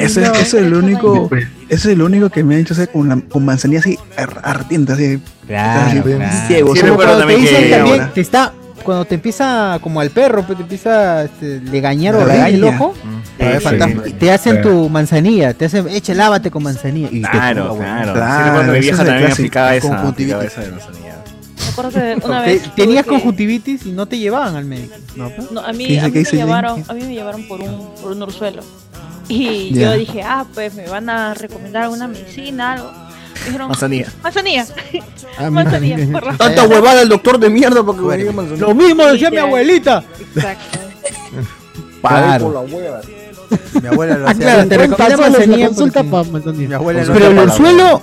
Speaker 2: Eso es, eso es el único, eso es lo único que me han hecho hacer con, la, con manzanilla así ar- ardiente, así. así, Ciego,
Speaker 1: Sí, pero
Speaker 2: solo
Speaker 1: cuando
Speaker 2: cuando
Speaker 1: te dicen
Speaker 2: que-
Speaker 1: también,
Speaker 2: ahora.
Speaker 1: te está, cuando te empieza como al perro, pues, te empieza este, legañar
Speaker 8: La
Speaker 1: o regañar el
Speaker 8: regaña.
Speaker 1: ojo.
Speaker 8: Mm. A ver, fantasma.
Speaker 1: y Te hacen
Speaker 8: Claro.
Speaker 1: tu manzanilla, te hacen, eche, lávate con manzanilla. Y te-
Speaker 4: Claro,
Speaker 1: bueno.
Speaker 4: claro. Sí, recuerdo, mi vieja también aplicaba esa. aplicaba esa de manzanilla.
Speaker 15: Me acuerdo que Eh, una
Speaker 1: Te-
Speaker 15: vez. tuve
Speaker 1: tenías
Speaker 15: que-
Speaker 1: conjuntivitis y no te llevaban al médico. No, pues.
Speaker 15: No, a
Speaker 1: ¿Qué
Speaker 15: mí,
Speaker 1: dice-
Speaker 15: a mí
Speaker 1: qué dice
Speaker 15: me
Speaker 1: el link?
Speaker 15: llevaron, a mí me llevaron por un, por un ursuelo. Y
Speaker 1: Ya.
Speaker 15: yo dije, ah, pues me van a recomendar alguna medicina, algo. Me dijeron,
Speaker 4: Manzanilla. [LAUGHS]
Speaker 15: Manzanilla.
Speaker 1: Ah,
Speaker 15: manzanilla, por favor.
Speaker 1: Tanta
Speaker 4: huevada el doctor de mierda porque me diga manzanilla.
Speaker 1: Lo mismo decía mi abuelita.
Speaker 15: Exacto.
Speaker 1: Claro.
Speaker 4: la hueva.
Speaker 8: Mi abuela lo
Speaker 1: Ah,
Speaker 8: hacía.
Speaker 1: claro, te recomienda manzanilla
Speaker 11: consulta
Speaker 1: porque-
Speaker 11: pa' manzanilla.
Speaker 8: Mi abuela
Speaker 1: Pero el
Speaker 8: Palabra.
Speaker 1: orzuelo.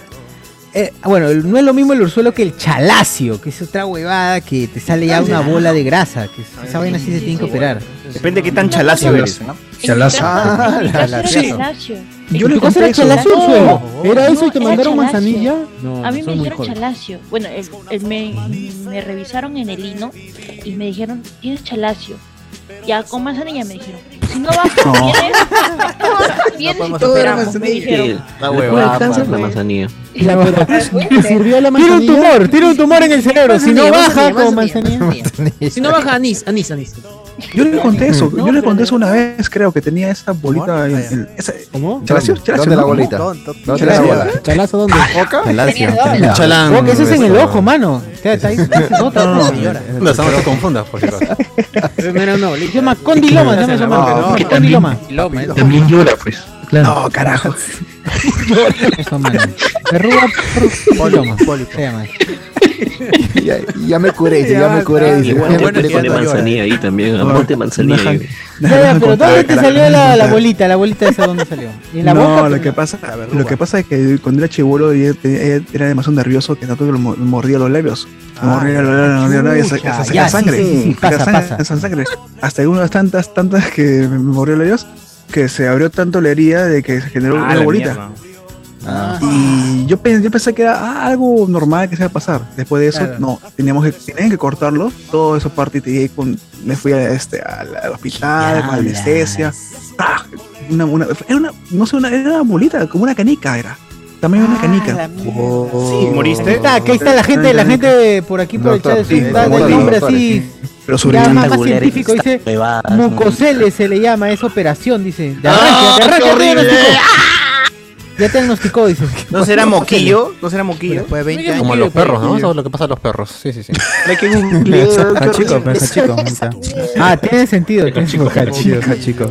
Speaker 1: eh, bueno, el- no es lo mismo el orzuelo que el chalacio, que es otra huevada que te sale ya una bola de grasa. Que es- esa vaina sí se tiene que operar.
Speaker 4: Depende de qué tan chalazo eres, ¿no?
Speaker 1: Chalazo.
Speaker 4: Ah,
Speaker 1: En mi
Speaker 4: la-
Speaker 1: caso
Speaker 4: la-
Speaker 1: era
Speaker 4: sí.
Speaker 15: Chalacio.
Speaker 11: Yo le
Speaker 1: ¿Tu casa
Speaker 11: compré
Speaker 1: era
Speaker 11: eso.
Speaker 1: chalazo o orzuelo?
Speaker 11: Era eso y te
Speaker 15: No, era chalacio.
Speaker 11: mandaron manzanilla.
Speaker 15: a mí me dijeron chalacio. Bueno, el- el me, me revisaron en el hino y me dijeron, tienes chalacio. Ya con manzanilla me dijeron, si no vas,
Speaker 9: No.
Speaker 1: [LAUGHS]
Speaker 15: vienes, vienes y te operamos. Me dijeron,
Speaker 9: La
Speaker 15: huevada,
Speaker 9: huevada. cáncer la
Speaker 15: papá.
Speaker 9: manzanilla.
Speaker 11: La verdad, ¿te sirvió la
Speaker 1: Tiene un
Speaker 11: manzanilla?
Speaker 1: tumor, tiene un tumor en el cerebro. Si no baja con manzanilla.
Speaker 18: Si no baja anís, anís, anís.
Speaker 2: Yo le conté eso, yo le conté eso una vez, creo que tenía esa bolita. en- en- esa-
Speaker 11: ¿Cómo?
Speaker 2: Chalacio,
Speaker 6: ¿Dónde?
Speaker 2: chalacio,
Speaker 6: ¿Dónde la
Speaker 2: ¿no?
Speaker 6: bolita?
Speaker 2: ¿Cómo?
Speaker 6: ¿Dónde
Speaker 2: Chalacio.
Speaker 6: la bola?
Speaker 11: ¿Chalazo dónde?
Speaker 6: Chalacio.
Speaker 1: Chalán. Ese es en el ojo, mano. Quédate ahí. No,
Speaker 3: No, no,
Speaker 1: no,
Speaker 3: no, no, no, no te confundas, por si acaso.
Speaker 1: no era una bolita. Se llama condiloma, se llama esa marca. Condiloma.
Speaker 2: También llora, pues. No, carajo.
Speaker 11: [LAUGHS]
Speaker 1: Eso, mano. Verruga por- condiloma. Se llama.
Speaker 6: ya, ya me curé, dice, ya me curé. Dice,
Speaker 9: Igual
Speaker 6: ya
Speaker 9: te
Speaker 6: me curé
Speaker 9: pone
Speaker 6: cuando llora.
Speaker 9: manzanilla ahí también,
Speaker 10: Ah,
Speaker 9: amor de manzanilla.
Speaker 2: Naja-
Speaker 9: ahí.
Speaker 1: Ya, ya, pero
Speaker 2: contar,
Speaker 1: ¿dónde te
Speaker 2: carajo,
Speaker 1: salió
Speaker 2: no me
Speaker 1: la, la
Speaker 2: contar.
Speaker 1: bolita? La bolita esa, ¿dónde salió? ¿En la
Speaker 2: no,
Speaker 1: boca?
Speaker 2: lo que pasa, lo que pasa es que cuando era chivolo ella tenía- ella era demasiado nervioso que tanto que lo mo- mordía los labios. Lo mordía los labios, lo mordía los labios, hasta-
Speaker 1: Ah, chucha,
Speaker 2: hasta
Speaker 1: ya,
Speaker 2: sacar
Speaker 1: sí,
Speaker 2: sangre.
Speaker 1: sí, sí,
Speaker 2: Sacar
Speaker 1: pasa,
Speaker 2: sangre,
Speaker 1: pasa.
Speaker 2: sacar sangre. Hasta unas tantas, tantas que me mordió los labios que se abrió tanto la herida de que se generó
Speaker 6: Ah,
Speaker 2: una
Speaker 6: la
Speaker 2: bolita.
Speaker 6: mierda. Ah.
Speaker 2: Y yo pensé, yo pensé que era ah, algo normal que se iba a pasar. Después de eso,
Speaker 6: Claro.
Speaker 2: no, teníamos que, tenían que cortarlo. Todo eso parte y ahí con- me fui a este, al, al hospital con
Speaker 6: Diablas.
Speaker 2: anestesia. ¡Ah! Una, una- era una, no sé, una, era una bolita, como una canica era. También una canica. Oh.
Speaker 1: Sí, Ahí
Speaker 3: Ah,
Speaker 1: está, que ahí está la gente, la gente por aquí por el
Speaker 2: Doctor,
Speaker 1: chat
Speaker 2: sí,
Speaker 1: está
Speaker 2: doctor,
Speaker 1: el nombre
Speaker 2: doctor,
Speaker 1: así.
Speaker 2: sí. Pero sobre
Speaker 1: ya
Speaker 2: el
Speaker 1: más,
Speaker 2: nombre
Speaker 1: más
Speaker 2: vulgar
Speaker 1: científico
Speaker 2: está
Speaker 1: dice
Speaker 2: huevada, ¿no?
Speaker 1: mucoceles se le llama esa operación, dice. De arranque,
Speaker 5: ¡Ah,
Speaker 1: de
Speaker 5: qué
Speaker 1: arranque, ya te
Speaker 5: horrible!
Speaker 1: diagnosticó. Ya te diagnosticó, dice.
Speaker 5: ¿No será moquillo? ¿No será moquillo?
Speaker 1: Después
Speaker 4: pues,
Speaker 1: de 20
Speaker 3: Como a los perros, ¿no? Eso es lo que pasa a los perros. Sí,
Speaker 1: [LAUGHS]
Speaker 3: sí, sí. [LAUGHS] Hachico, pues, hachico,
Speaker 8: [LAUGHS]
Speaker 1: Ah, tiene sentido. tiene
Speaker 3: Hachico,
Speaker 1: sentido.
Speaker 3: hachico,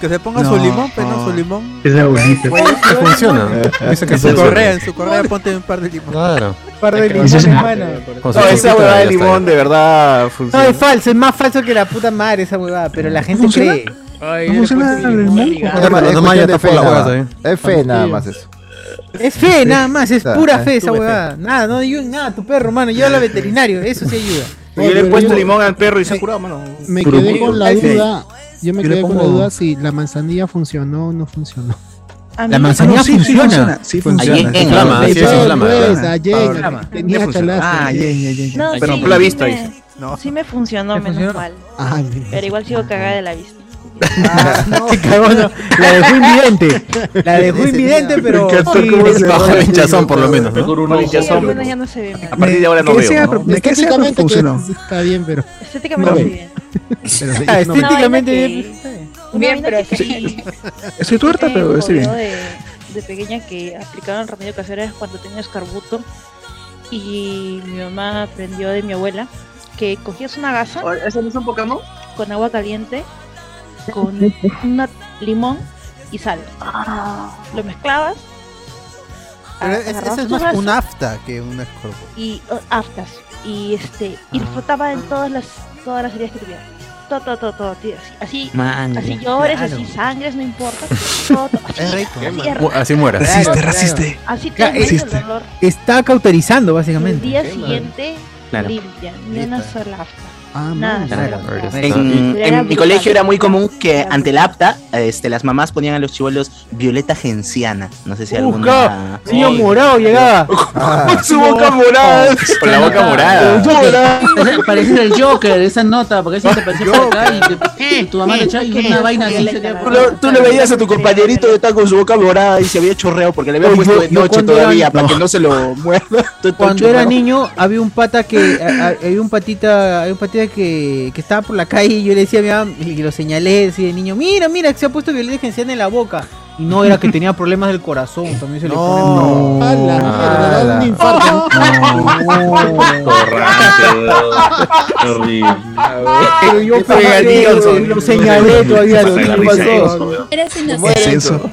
Speaker 8: Que se ponga
Speaker 3: No,
Speaker 8: su limón, pero no su limón. Pues,
Speaker 3: Es la bonita. Que funciona. Dice que
Speaker 8: en su
Speaker 3: funciona.
Speaker 8: correa, en su correa ponte un par de limón.
Speaker 3: Claro.
Speaker 1: Un par de
Speaker 8: Eso
Speaker 1: limones,
Speaker 8: es-
Speaker 1: mano.
Speaker 4: No,
Speaker 3: su
Speaker 4: esa
Speaker 3: chupita
Speaker 4: huevada de
Speaker 3: ya está,
Speaker 4: limón de verdad
Speaker 1: No,
Speaker 4: funciona.
Speaker 1: es falso, es más falso que la puta madre esa huevada, pero la gente
Speaker 2: funciona?
Speaker 1: cree.
Speaker 2: No funciona el moco.
Speaker 6: Es más, Ah, es cuestión de fe
Speaker 3: la
Speaker 6: nada
Speaker 3: hueá ¿eh?
Speaker 6: más. Es fe nada más eso.
Speaker 1: Es fe, nada más, es
Speaker 6: Claro.
Speaker 8: Ah,
Speaker 1: pura fe esa
Speaker 6: Tuve fe.
Speaker 1: huevada. Nada, no ayuda en nada, tu perro, mano. Llévalo al veterinario, eso sí ayuda.
Speaker 4: Yo le he puesto limón al perro y se ha curado, mano.
Speaker 11: Me quedé con la duda. Yo me
Speaker 4: Yo le
Speaker 11: quedé con la
Speaker 4: pongo-
Speaker 11: duda si la manzanilla funcionó o no funcionó.
Speaker 1: mí- La manzanilla
Speaker 11: Ah, no,
Speaker 1: funciona.
Speaker 2: Sí,
Speaker 1: Funciona.
Speaker 2: funciona.
Speaker 1: Inflama, sí, sí, inflama.
Speaker 11: Pues,
Speaker 1: Ah,
Speaker 11: ayer,
Speaker 1: inflama.
Speaker 11: tenía
Speaker 1: Ya funciona.
Speaker 11: chalazo.
Speaker 1: Ah, ya, ya, ya, ya.
Speaker 15: No,
Speaker 1: Pero
Speaker 15: sí,
Speaker 1: no la
Speaker 15: sí
Speaker 1: vista,
Speaker 15: me-
Speaker 11: [LAUGHS]
Speaker 1: dice. No.
Speaker 15: Sí me funcionó,
Speaker 1: ¿Te
Speaker 15: menos
Speaker 1: funcionó? Ah,
Speaker 15: mal.
Speaker 11: Ay, mira.
Speaker 15: Pero igual sigo cagada de la vista.
Speaker 1: Se
Speaker 15: [LAUGHS]
Speaker 1: cagó, no. [LAUGHS] La dejó invidente. La dejó
Speaker 4: Ese
Speaker 1: invidente,
Speaker 4: día.
Speaker 1: pero.
Speaker 4: Me encantó cómo se
Speaker 3: Bajo
Speaker 4: llama.
Speaker 3: el hinchazón, por lo menos. ¿no?
Speaker 4: Con un
Speaker 15: Sí,
Speaker 4: hinchazón,
Speaker 15: al menos
Speaker 4: pero-
Speaker 15: ya no se ve mal.
Speaker 4: A partir de ahora no
Speaker 2: Que
Speaker 4: veo.
Speaker 2: sea,
Speaker 4: ¿no?
Speaker 2: ¿De qué se
Speaker 11: Estéticamente que
Speaker 2: funcionó?
Speaker 11: está bien, pero.
Speaker 15: Estéticamente
Speaker 2: No.
Speaker 11: [LAUGHS]
Speaker 15: bien.
Speaker 2: Pero sí,
Speaker 15: Ah,
Speaker 2: no-
Speaker 15: estéticamente
Speaker 1: Una
Speaker 15: bien.
Speaker 1: vaina que-
Speaker 15: Bien, pero
Speaker 2: Estoy tuerta, pero estoy bien.
Speaker 15: De, de pequeña que aplicaban remedio casero es cuando tenía escarbuto y mi mamá aprendió de mi abuela que cogías una gasa.
Speaker 16: ¿Eso no es un Pokémon?
Speaker 15: Con agua caliente, con un limón y sal. Lo mezclabas
Speaker 8: Pero es-
Speaker 15: agarrabas
Speaker 8: ese es
Speaker 15: tu
Speaker 8: más
Speaker 15: brazo.
Speaker 8: un afta que un escorbuto.
Speaker 15: [LAUGHS] y o- aftas y este y
Speaker 2: Ah.
Speaker 15: lo frotaba en todas las todas las heridas que tuviera. Todo, todo, todo, todo, tío, así, así,
Speaker 6: Man,
Speaker 15: así llores,
Speaker 6: claro.
Speaker 15: así sangres, no importa, todo, todo, así, así,
Speaker 3: Mu- Así muera.
Speaker 1: Raciste, Claro, raciste.
Speaker 15: es- así te
Speaker 1: Claro,
Speaker 15: mueres el
Speaker 1: existe.
Speaker 15: dolor.
Speaker 1: Está
Speaker 15: Y
Speaker 1: cauterizando,
Speaker 15: El
Speaker 1: básicamente.
Speaker 15: día siguiente,
Speaker 1: Claro.
Speaker 15: limpia, ni una sola afta.
Speaker 11: Ah,
Speaker 15: nada,
Speaker 5: Claro.
Speaker 15: solo aftas.
Speaker 5: En,
Speaker 15: Era
Speaker 5: en mi
Speaker 15: brutal.
Speaker 5: colegio era muy común que ante el apta este, las mamás ponían a los chivolos violeta genciana. No sé si
Speaker 1: Uh,
Speaker 5: alguna.
Speaker 1: claro, señor morado llegaba.
Speaker 5: Con
Speaker 1: su boca morada.
Speaker 5: Con la boca morada.
Speaker 10: Parecer el Joker, esa nota, porque
Speaker 4: Ah,
Speaker 10: eso te parecía por acá y te- y tu mamá le echaba y una vaina así sería
Speaker 5: Tú, lo- tú le veías a tu compañerito que estaba con su boca morada y se había chorreado porque le había
Speaker 1: Oye,
Speaker 5: puesto
Speaker 1: yo-
Speaker 5: de
Speaker 1: yo
Speaker 5: noche
Speaker 1: cuando
Speaker 5: todavía
Speaker 1: era-
Speaker 5: para
Speaker 1: no.
Speaker 5: que no se lo muerda. Todo
Speaker 1: Cuando era
Speaker 5: chorreado.
Speaker 1: niño había un pata [LAUGHS] que a- a- había un patita, había un patita que, que estaba por la calle y yo le decía a mi mamá y lo señalé así de niño, mira, mira, que se ha puesto violeta genciana en la boca. Y no era que tenía problemas del [LAUGHS] corazón, también se le
Speaker 2: No.
Speaker 1: pone
Speaker 11: no.
Speaker 1: un infarto.
Speaker 7: Qué horrible.
Speaker 1: Pero yo
Speaker 7: Qué pegadillo,
Speaker 1: pegué,
Speaker 7: son.
Speaker 1: lo señalé todavía,
Speaker 7: Pasa
Speaker 1: lo
Speaker 7: la
Speaker 1: que
Speaker 7: risa
Speaker 1: pasó.
Speaker 7: eso,
Speaker 12: Eres
Speaker 2: Eso.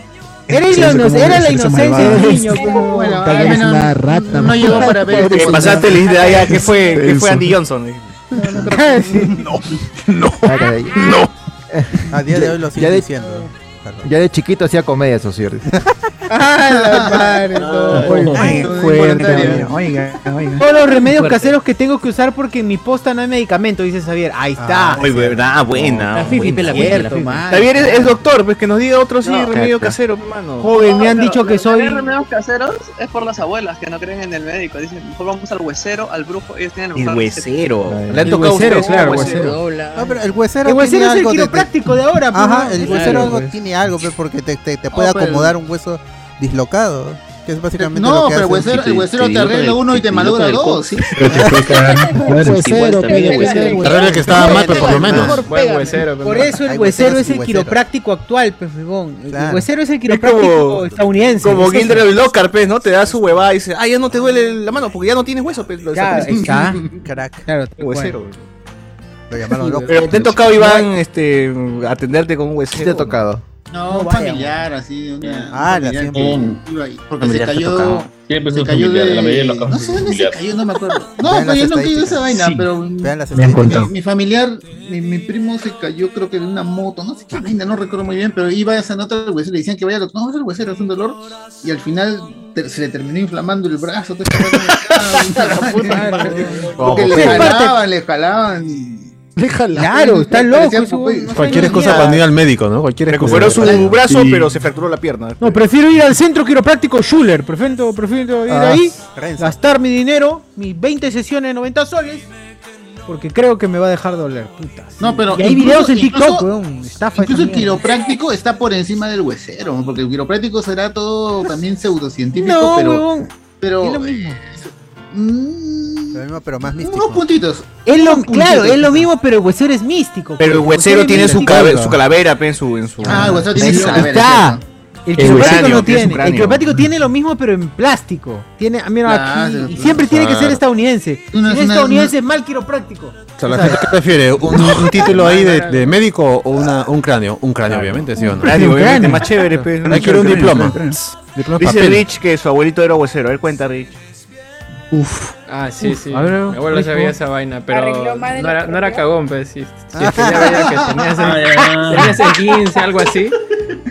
Speaker 1: Era,
Speaker 2: Eso,
Speaker 1: inoc-
Speaker 2: ¿cómo
Speaker 1: era la
Speaker 2: eres? Eres
Speaker 1: inocencia
Speaker 2: malvado.
Speaker 1: del niño, como
Speaker 10: Bueno, al
Speaker 2: Tal vez
Speaker 10: menos
Speaker 2: una rata,
Speaker 10: no
Speaker 2: man.
Speaker 10: llegó para
Speaker 6: Eh,
Speaker 10: ver.
Speaker 4: Te pasaste la idea ya que fue, que fue
Speaker 2: Eso.
Speaker 4: Andy Johnson.
Speaker 6: Ah,
Speaker 8: A día de hoy lo
Speaker 6: Ya
Speaker 8: sigo
Speaker 6: de-
Speaker 8: diciendo.
Speaker 6: Ya de chiquito hacía comedia, eso sí.
Speaker 1: Ah,
Speaker 2: Ay, fuerte. Oiga, oiga.
Speaker 1: Todos los remedios
Speaker 2: Fuerte.
Speaker 1: caseros que tengo que usar porque en mi posta no hay medicamento, dice Javier. Ahí está.
Speaker 4: Ah, Muy verdad, buena.
Speaker 1: La fifi,
Speaker 4: buena.
Speaker 1: la fifi, la
Speaker 4: Cierto,
Speaker 1: fifi.
Speaker 4: man. Javier es, es doctor, pues que nos diga otro sí remedio casero, hermano.
Speaker 1: Joven, me han dicho que soy.
Speaker 16: Los remedios caseros es por las abuelas que no creen en el médico. Dicen, mejor vamos al huesero, al brujo. Ellos tienen
Speaker 4: El
Speaker 16: mejor-
Speaker 4: huesero.
Speaker 1: Le han El tocado [LAUGHS] huesero, ustedes, claro, huesero. huesero.
Speaker 8: No, pero el huesero,
Speaker 1: El huesero
Speaker 8: tiene
Speaker 1: es el
Speaker 8: algo de-
Speaker 1: quiropráctico de ahora, pues,
Speaker 8: Ajá,
Speaker 1: ¿no?
Speaker 8: el
Speaker 1: Claro,
Speaker 8: huesero algo
Speaker 1: pues.
Speaker 8: tiene algo, pues, porque te, te, te puede
Speaker 1: pero-
Speaker 8: acomodar un hueso dislocado. Que es básicamente
Speaker 14: No,
Speaker 8: lo que
Speaker 14: pero el
Speaker 8: hace
Speaker 14: huesero- el huesero te arregla uno y te madura dos, ¿sí?
Speaker 11: Huesero, pide
Speaker 14: Te
Speaker 11: huesero.
Speaker 3: arregla que estaba mal, pero por lo menos.
Speaker 14: Buen huesero.
Speaker 1: Por eso el
Speaker 8: Hay
Speaker 1: huesero
Speaker 8: hueseros
Speaker 1: es
Speaker 8: y
Speaker 1: el
Speaker 8: hueseros.
Speaker 1: quiropráctico actual, pues, huevón. El
Speaker 4: Claro.
Speaker 1: huesero es el
Speaker 4: Es
Speaker 1: quiropráctico
Speaker 4: como-
Speaker 1: estadounidense.
Speaker 4: Como
Speaker 1: Eso sí.
Speaker 4: Gilder el Lockhart, pues, ¿no? Te da su huevada y dice, ah, ya no te duele la mano porque [LAUGHS] ya no tienes hueso, pues. lo
Speaker 1: Ya, ahí
Speaker 4: desaparece. [LAUGHS]
Speaker 1: está.
Speaker 8: Crack.
Speaker 1: Claro,
Speaker 4: El huesero.
Speaker 8: Lo llamaron loco.
Speaker 4: Pero te ha tocado, Iván, este, atenderte con un huesero.
Speaker 6: Sí te ha tocado.
Speaker 17: No, un
Speaker 14: vaya,
Speaker 17: familiar, así. Una,
Speaker 14: Ah, la
Speaker 17: familiar
Speaker 14: siempre.
Speaker 17: que iba ahí. Porque
Speaker 14: Familiar
Speaker 17: se
Speaker 14: que
Speaker 17: cayó.
Speaker 14: tocaba.
Speaker 7: Siempre
Speaker 17: se
Speaker 7: es un
Speaker 17: cayó
Speaker 7: familiar,
Speaker 17: de...
Speaker 7: la mayoría de los casos
Speaker 17: No
Speaker 7: es
Speaker 17: sé dónde se
Speaker 7: familiar.
Speaker 17: cayó, no me acuerdo. No,
Speaker 7: Vean
Speaker 17: pero
Speaker 7: las
Speaker 17: yo nunca he ido a esa
Speaker 7: estadísticas.
Speaker 17: vaina,
Speaker 7: Sí.
Speaker 17: pero.
Speaker 7: Vean las
Speaker 17: mi-
Speaker 7: estadísticas.
Speaker 17: Mi, mi familiar, mi, mi primo se cayó, creo que de una moto, no sé qué vaina, no recuerdo muy bien, pero iba a esa nota del huesero, le decían que vaya al doctor, no, es el huesero, es un dolor, y al final te- se le terminó inflamando el brazo, toda
Speaker 7: [LAUGHS]
Speaker 17: esa vaina. Porque le
Speaker 1: Pues, parte-
Speaker 17: jalaban, le jalaban. y-
Speaker 1: Claro, está loco.
Speaker 17: Parecía
Speaker 1: ese
Speaker 17: Popeye,
Speaker 1: huevón.
Speaker 17: no sé,
Speaker 3: Cualquier
Speaker 17: no
Speaker 3: excusa
Speaker 17: tenía-
Speaker 3: para no ir al médico, ¿no? Cualquier excusa.
Speaker 4: Recuperó su brazo,
Speaker 3: Sí.
Speaker 4: pero se fracturó la pierna.
Speaker 1: No, prefiero ir al centro quiropráctico Schuller. Prefiero, prefiero ir
Speaker 4: Ah,
Speaker 1: ahí, gastar mi dinero, mis 20 sesiones de 90 soles, porque creo que me va a dejar doler. Puta.
Speaker 17: No, pero
Speaker 1: Y hay videos en TikTok,
Speaker 17: incluso-
Speaker 1: weón, estafa
Speaker 17: Incluso
Speaker 1: esa
Speaker 17: el
Speaker 1: mierda.
Speaker 17: quiropráctico está por encima del huesero, porque el quiropráctico será todo también pseudocientífico,
Speaker 8: No,
Speaker 17: pero.
Speaker 8: huevón.
Speaker 17: Pero. eh, mm,
Speaker 8: Es lo
Speaker 17: mismo. Lo
Speaker 8: mismo, pero más
Speaker 17: místico. Unos puntitos.
Speaker 1: Es lo,
Speaker 17: Unos puntitos.
Speaker 1: claro, es lo mismo, pero el huesero es místico.
Speaker 4: Pero el huesero tiene su, cabe- su calavera pe, en su, en su.
Speaker 17: Ah, el huesero
Speaker 1: tiene su
Speaker 4: calavera.
Speaker 1: Está. El quiropráctico
Speaker 4: cráneo, tiene su
Speaker 1: no tiene. El
Speaker 4: cráneo.
Speaker 1: quiropráctico tiene lo mismo, pero en plástico. Tiene, ah, mira,
Speaker 4: Claro,
Speaker 1: aquí, y
Speaker 4: claro.
Speaker 1: siempre tiene que ser
Speaker 4: Claro.
Speaker 1: estadounidense. Si
Speaker 4: Una-
Speaker 1: es
Speaker 4: una-
Speaker 1: estadounidense, es mal quiropráctico.
Speaker 3: O sea, ¿la gente qué prefiere? ¿Un, un título ahí de, de médico o una, un cráneo? Un cráneo, obviamente, ¿sí o no?
Speaker 4: Cráneo, obviamente, más chévere,
Speaker 1: pues,
Speaker 4: pe.
Speaker 3: Hay que ir a un
Speaker 4: Cráneo,
Speaker 3: diploma.
Speaker 4: cráneo.
Speaker 3: Diploma de
Speaker 4: Dice
Speaker 3: papel.
Speaker 4: Rich que su abuelito era huesero. A ver, cuenta, Rich.
Speaker 2: Uf.
Speaker 20: Ah, sí,
Speaker 4: Uf,
Speaker 20: sí.
Speaker 4: a ver,
Speaker 20: Mi abuelo
Speaker 4: rico.
Speaker 20: sabía esa vaina, pero
Speaker 4: Arregló
Speaker 20: no
Speaker 4: más de lo
Speaker 20: era, no era cagón, pues sí. Si
Speaker 1: [LAUGHS]
Speaker 20: es que ya veía que tenías [LAUGHS] el,
Speaker 16: Ah,
Speaker 20: tenías el 15, algo así,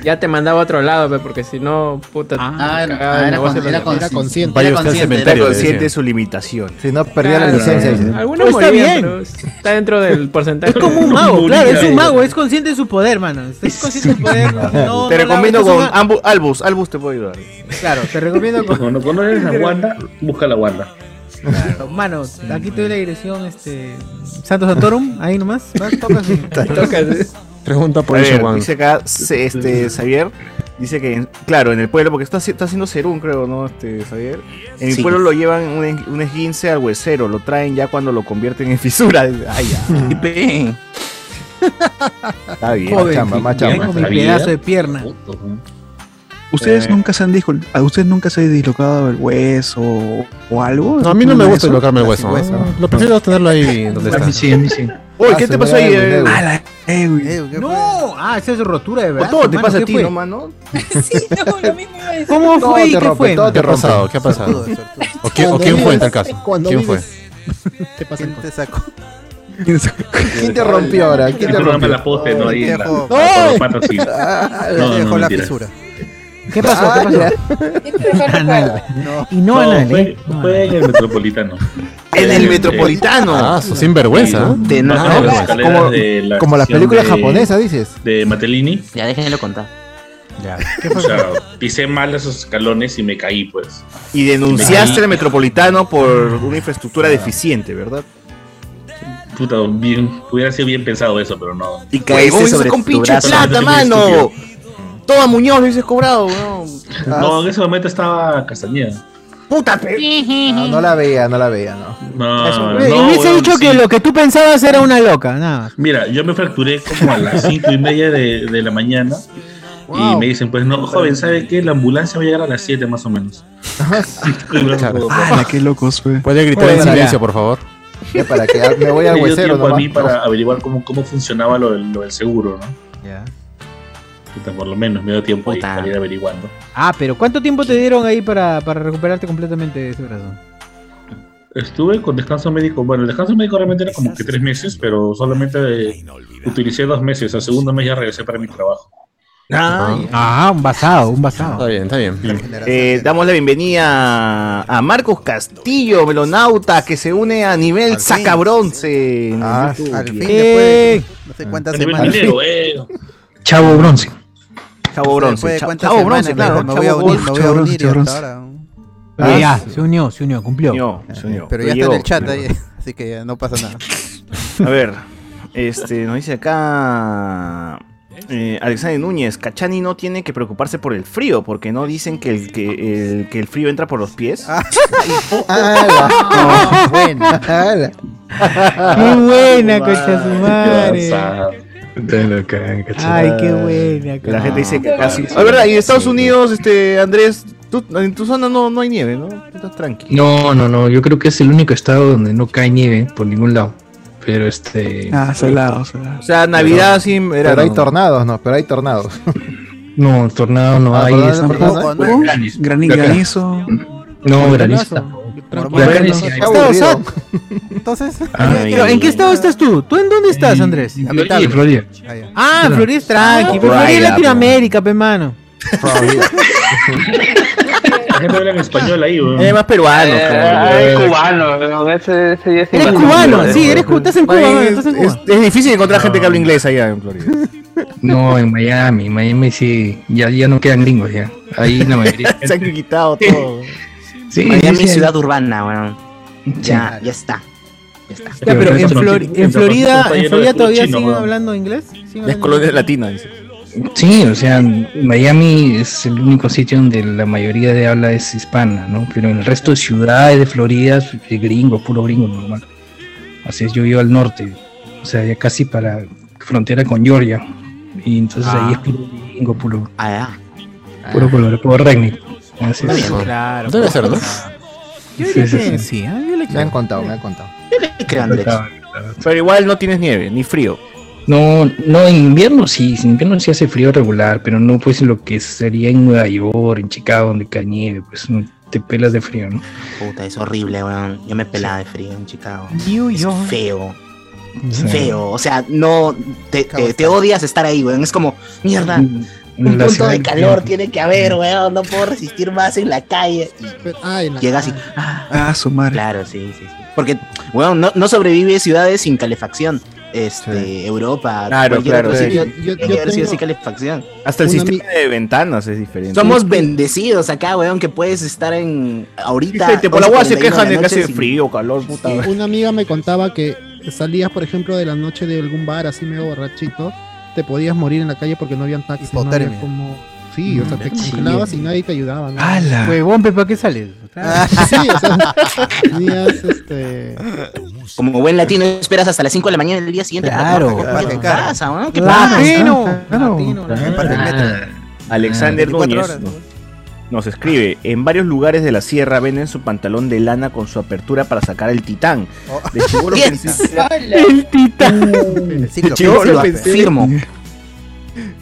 Speaker 20: ya te mandaba a otro lado, pues, porque si no, puta.
Speaker 17: Ah,
Speaker 20: te
Speaker 17: era-
Speaker 20: cagaba
Speaker 17: ah,
Speaker 20: el
Speaker 17: era
Speaker 20: negocio
Speaker 17: con-
Speaker 20: los
Speaker 17: era
Speaker 20: demás.
Speaker 17: consciente. consciente. Vaya Era usted al consciente,
Speaker 4: Era
Speaker 17: cementerio,
Speaker 4: consciente
Speaker 17: decía.
Speaker 4: de su limitación.
Speaker 6: Si no, perdía la licencia. dice.
Speaker 20: Algunos
Speaker 1: Pero Pues, está
Speaker 20: morían,
Speaker 1: bien.
Speaker 20: pero está dentro del porcentaje.
Speaker 1: Es como un
Speaker 20: [LAUGHS]
Speaker 1: mago, claro, es un mago, es consciente de su poder, mano. Es consciente de
Speaker 17: [LAUGHS]
Speaker 1: su poder. No, no,
Speaker 4: te
Speaker 1: no,
Speaker 4: recomiendo
Speaker 1: es
Speaker 4: con
Speaker 1: una-
Speaker 4: Ambu- Albus. Albus te puede ayudar.
Speaker 1: Claro,
Speaker 7: [LAUGHS]
Speaker 1: te recomiendo con.
Speaker 7: Cuando conoces a Wanda, busca la Wanda.
Speaker 1: Mano, aquí te doy la dirección, este. Santos Santorum,
Speaker 4: [LAUGHS]
Speaker 1: ahí nomás. Vas, tocas y-
Speaker 3: Pregunta por
Speaker 4: A
Speaker 3: eso,
Speaker 4: ver,
Speaker 3: Juan.
Speaker 4: Dice acá se- este, Xavier. Dice que, en- claro, en el pueblo, porque está, haci- está haciendo serum, creo, ¿no? Este, Xavier. En el
Speaker 3: Sí.
Speaker 4: pueblo lo llevan un, en- un esguince al huesero, lo traen ya cuando lo convierten en fisura. Ay, [LAUGHS] ya. Está bien,
Speaker 2: Joven,
Speaker 4: chamba, más chamba.
Speaker 2: tengo mi
Speaker 4: Está
Speaker 2: pedazo
Speaker 4: bien.
Speaker 1: de pierna.
Speaker 2: ¿Ustedes
Speaker 4: Eh.
Speaker 2: nunca se han discul- ¿A ustedes nunca se ha dislocado el hueso o algo?
Speaker 3: No, a mí no me gusta dislocarme el
Speaker 2: Así,
Speaker 3: hueso. ¿no? Lo prefiero tenerlo ahí donde está.
Speaker 4: Uy, ¿qué
Speaker 3: Ah,
Speaker 4: te
Speaker 3: su
Speaker 4: pasó ahí?
Speaker 3: dedo,
Speaker 4: eh?
Speaker 3: dedo.
Speaker 4: Ah, la-
Speaker 1: No, ah, esa es rotura de verdad.
Speaker 4: Todo te pasa a ti, ¿no,
Speaker 1: [LAUGHS]
Speaker 4: mano? [LAUGHS]
Speaker 1: ¿Cómo
Speaker 4: Todo
Speaker 1: fue
Speaker 4: te
Speaker 1: y qué
Speaker 4: rompe,
Speaker 1: fue?
Speaker 4: todo
Speaker 3: ¿Qué ha pasado? ¿Qué ha pasado? ¿O, qué- o
Speaker 11: Cuando
Speaker 3: quién fue
Speaker 11: vives-
Speaker 3: en tal caso?
Speaker 11: cuando
Speaker 3: ¿Quién fue?
Speaker 11: vives- Te pasa
Speaker 8: ¿Quién te sacó?
Speaker 6: ¿Quién te rompió ahora? ¿Quién te
Speaker 7: Te rompe
Speaker 6: rompió?
Speaker 7: la poste, no ahí.
Speaker 8: Te
Speaker 7: en la-
Speaker 8: dejó-
Speaker 7: por los patos,
Speaker 11: [LAUGHS]
Speaker 4: [LAUGHS]
Speaker 7: sí.
Speaker 11: Ah,
Speaker 8: Te
Speaker 7: No, no,
Speaker 8: dejó la
Speaker 7: mentira.
Speaker 8: fisura.
Speaker 1: ¿Qué pasó? ¿Qué pasó? Anal. Y no, anal,
Speaker 7: fue,
Speaker 1: ¿eh? No
Speaker 7: fue
Speaker 1: anal.
Speaker 7: en el metropolitano.
Speaker 4: En el metropolitano.
Speaker 3: Ah, su sinvergüenza. ¿eh?
Speaker 7: De
Speaker 6: nada. Como- como las películas japonesas, dices.
Speaker 7: De Matelini.
Speaker 5: Ya déjenlo contar.
Speaker 7: O sea, pisé mal esos escalones y me caí, pues.
Speaker 4: Y denunciaste al metropolitano por una infraestructura deficiente, ¿verdad?
Speaker 7: Puta, bien, hubiera sido bien pensado eso, pero no.
Speaker 4: Y Huevón, dices, con pinche plata, mano. Toma Muñoz, lo hubieses cobrado, weón.
Speaker 7: No, en ese momento estaba Castañeda.
Speaker 4: Puta
Speaker 6: No, no la veía, no la veía, no.
Speaker 7: Ah, No,
Speaker 1: Oye,
Speaker 7: no,
Speaker 1: hubiese
Speaker 7: weón,
Speaker 1: dicho que
Speaker 7: sí.
Speaker 1: lo que tú pensabas era una loca, nada más.
Speaker 7: Mira, yo me fracturé como a las cinco y media de, de la mañana. Y me dicen, pues no, joven, ¿sabe qué? La ambulancia va a llegar a las 7 más o menos.
Speaker 4: Ah,
Speaker 2: ¡Hala, qué locos, güey!
Speaker 3: Puede gritar en
Speaker 2: Bueno,
Speaker 3: silencio,
Speaker 2: ya.
Speaker 3: por favor.
Speaker 6: Ya para que me voy
Speaker 7: [LAUGHS] Me
Speaker 6: al
Speaker 7: dio
Speaker 6: huesero
Speaker 7: tiempo a
Speaker 6: nomás.
Speaker 7: mí para averiguar cómo, cómo funcionaba lo, del- lo del seguro, ¿no?
Speaker 1: Ya.
Speaker 7: Puta, por lo menos me dio tiempo ahí para ir averiguando.
Speaker 1: Ah, pero ¿cuánto tiempo te dieron ahí para, para recuperarte completamente de ese brazo?
Speaker 7: Estuve con descanso médico. Bueno, el descanso médico realmente era como que tres meses, pero solamente eh, utilicé dos meses. Al segundo mes ya regresé para mi trabajo.
Speaker 4: Ah,
Speaker 1: Ah, un basado, un basado. Está
Speaker 3: bien, está bien.
Speaker 4: Eh, damos la bienvenida a Marcos Castillo, melonauta, que se une a nivel sacabronce. en YouTube.
Speaker 8: Ah, Al fin,
Speaker 4: Eh,
Speaker 8: después, no sé cuántas
Speaker 4: Nivel
Speaker 8: semanas.
Speaker 4: minero,
Speaker 2: Chavo bronce.
Speaker 4: Chavo
Speaker 8: Después
Speaker 4: bronce.
Speaker 8: de
Speaker 4: Cha-
Speaker 8: cuántas
Speaker 4: Chavo
Speaker 8: semanas,
Speaker 4: Ah, bronce,
Speaker 8: me
Speaker 4: claro.
Speaker 8: dijo, me voy a
Speaker 4: Chavo
Speaker 8: unir,
Speaker 4: Bronce.
Speaker 8: me voy a
Speaker 4: Chavo
Speaker 8: unir y
Speaker 4: Bronce.
Speaker 8: hasta ahora.
Speaker 1: Ah, ya, se unió, se unió, cumplió.
Speaker 4: Unió, se unió.
Speaker 8: Pero ya está en el chat ahí, [LAUGHS] así que ya no pasa nada.
Speaker 4: A ver, este, nos dice acá. eh, Alexander Núñez, Cachani no tiene que preocuparse por el frío, porque no dicen que el, que el, que el frío entra por los pies.
Speaker 8: Ah, [LAUGHS]
Speaker 1: [LAUGHS]
Speaker 6: ¡Hala! Buena.
Speaker 7: [LAUGHS]
Speaker 6: ¡Hala!
Speaker 1: Qué buena, cocha su madre. Ay, qué buena,
Speaker 4: La gente dice que
Speaker 1: cabrón.
Speaker 4: casi. Es verdad, y en Estados Unidos, este, Andrés, tú- en tu zona no, no hay nieve, ¿no? Tú estás tranqui.
Speaker 21: No, no, no, yo creo que es el único estado donde no cae nieve por ningún lado. Pero este.
Speaker 2: Ah, salado, salado.
Speaker 4: O sea, Navidad sí
Speaker 6: Pero hay tornados, no, pero hay tornados.
Speaker 21: No, tornado no
Speaker 6: [LAUGHS]
Speaker 2: Ah,
Speaker 21: hay.
Speaker 2: ¿verdad?
Speaker 21: esa-
Speaker 2: ¿Verdad?
Speaker 21: no,
Speaker 2: Granizo. Grani- granizo.
Speaker 21: No, granizo.
Speaker 2: Granizo.
Speaker 21: tampoco.
Speaker 2: Granizo.
Speaker 21: Granizo sí hay.
Speaker 2: Está aburrido.
Speaker 1: Sad. Entonces,
Speaker 4: Ah.
Speaker 21: Ay.
Speaker 1: pero ¿en qué estado estás tú? ¿Tú en dónde estás, Andrés?
Speaker 21: en Ah, Florida, en Florida.
Speaker 1: Ah, en Florida es tranqui.
Speaker 21: Ah,
Speaker 1: pero Florida es
Speaker 21: Florida,
Speaker 1: Latinoamérica, pe mano.
Speaker 16: [LAUGHS]
Speaker 7: La gente habla en español ahí, weón.
Speaker 1: Es más peruano,
Speaker 7: Eh,
Speaker 1: claro.
Speaker 7: eh,
Speaker 19: cubano, no, ese, ese día sí
Speaker 1: Eres
Speaker 19: me-
Speaker 1: cubano,
Speaker 19: me-
Speaker 1: sí, eres cu- estás en Cuba,
Speaker 4: Oye,
Speaker 1: estás en
Speaker 4: es,
Speaker 1: Cuba.
Speaker 4: es difícil encontrar gente que hable inglés allá en Florida.
Speaker 21: No, en Miami. En Miami sí. Ya, ya no quedan gringos ya. Ahí la mayoría.
Speaker 1: [LAUGHS]
Speaker 4: Se han quitado todo.
Speaker 21: Sí,
Speaker 5: Miami
Speaker 21: sí, sí.
Speaker 5: ciudad urbana, weón. Ya, ya está. Ya está.
Speaker 1: Ya, pero en, Flor- en Florida, en Florida todavía siguen
Speaker 21: weón.
Speaker 1: hablando inglés. siguen
Speaker 4: Es
Speaker 1: hablando
Speaker 4: colonia
Speaker 1: inglés.
Speaker 4: latina, dice.
Speaker 21: Sí, o sea, Miami es el único sitio donde la mayoría de habla es hispana, ¿no? Pero en el resto de ciudades de Florida es gringo, puro gringo normal. Así es, yo vivo al norte, o sea, ya casi para frontera con Georgia. Y entonces
Speaker 1: Ah.
Speaker 21: ahí es puro gringo, puro. Puro color, puro redneck. Así
Speaker 1: Está
Speaker 21: es.
Speaker 1: Ah. bien, claro. Debe ser, ¿no? Yo diría que sí, ¿ah? Yo le
Speaker 6: Me han
Speaker 1: creo.
Speaker 6: contado, me han contado.
Speaker 4: Pero igual no tienes nieve, ni frío.
Speaker 21: No, no, en invierno sí, en invierno sí hace frío regular, pero no pues lo que sería en Nueva York, en Chicago, donde cae nieve, pues te pelas de frío, ¿no?
Speaker 5: Puta, es horrible, weón. Yo me pelaba de frío en Chicago.
Speaker 1: New
Speaker 5: Es
Speaker 1: York.
Speaker 5: feo.
Speaker 21: Sí.
Speaker 5: Feo. O sea, no. Te, te- te odias estar ahí, weón. Es como, mierda.
Speaker 21: Mm,
Speaker 5: Un
Speaker 21: la
Speaker 5: punto
Speaker 21: ciudad
Speaker 5: de
Speaker 21: del
Speaker 5: calor
Speaker 21: frío.
Speaker 5: tiene que haber, weón. No puedo resistir más en la calle. Y llegas y.
Speaker 2: Ah, su madre.
Speaker 5: Claro, sí, sí. sí. Porque, weón, no, no sobrevive ciudades sin calefacción. Este, Europa.
Speaker 4: Claro,
Speaker 5: cualquier
Speaker 4: claro,
Speaker 5: otro
Speaker 4: sí.
Speaker 5: sitio,
Speaker 4: Yo- yo-
Speaker 5: tiene que
Speaker 4: yo
Speaker 5: haber sido
Speaker 4: tengo-
Speaker 5: sin calefacción.
Speaker 4: Hasta el
Speaker 5: Una
Speaker 4: sistema de ventanas es diferente.
Speaker 5: Somos bendecidos acá, weón, que puedes estar en. Ahorita.
Speaker 4: Gente, por la agua se
Speaker 5: 11:41
Speaker 4: quejan de que
Speaker 5: noche
Speaker 4: hace
Speaker 5: sin-
Speaker 4: frío, calor, puta.
Speaker 11: Sí, una amiga me contaba que salías, por ejemplo, de la noche de algún bar así medio borrachito, te podías morir en la calle porque no habían taxis, no había
Speaker 1: Hipotermia.
Speaker 11: como... Sí, o sea, te
Speaker 1: Mm, sí.
Speaker 11: congelabas y nadie te ayudaba. ¿no?
Speaker 1: Huevón, pe, ¿para qué [LAUGHS] sales?
Speaker 11: [LAUGHS] Sí, o
Speaker 5: [LAUGHS]
Speaker 11: sea,
Speaker 1: [LAUGHS]
Speaker 11: tenías este...
Speaker 5: Como buen latino, esperas hasta las 5 de la mañana del día siguiente.
Speaker 1: Claro.
Speaker 5: para ¿Qué pasa, weón? ¿Qué pasa?
Speaker 1: Latino. Latino.
Speaker 4: Alexander
Speaker 1: Ah, 24
Speaker 4: Núñez
Speaker 1: horas,
Speaker 4: nos- nos escribe, en varios lugares de la sierra venden su pantalón de lana con su apertura para sacar el titán.
Speaker 7: Oh.
Speaker 4: De
Speaker 7: [LAUGHS]
Speaker 4: chibolo pensé-
Speaker 3: [LAUGHS]
Speaker 1: El titán.
Speaker 4: de chibolo pensé- De
Speaker 7: ¿Alguien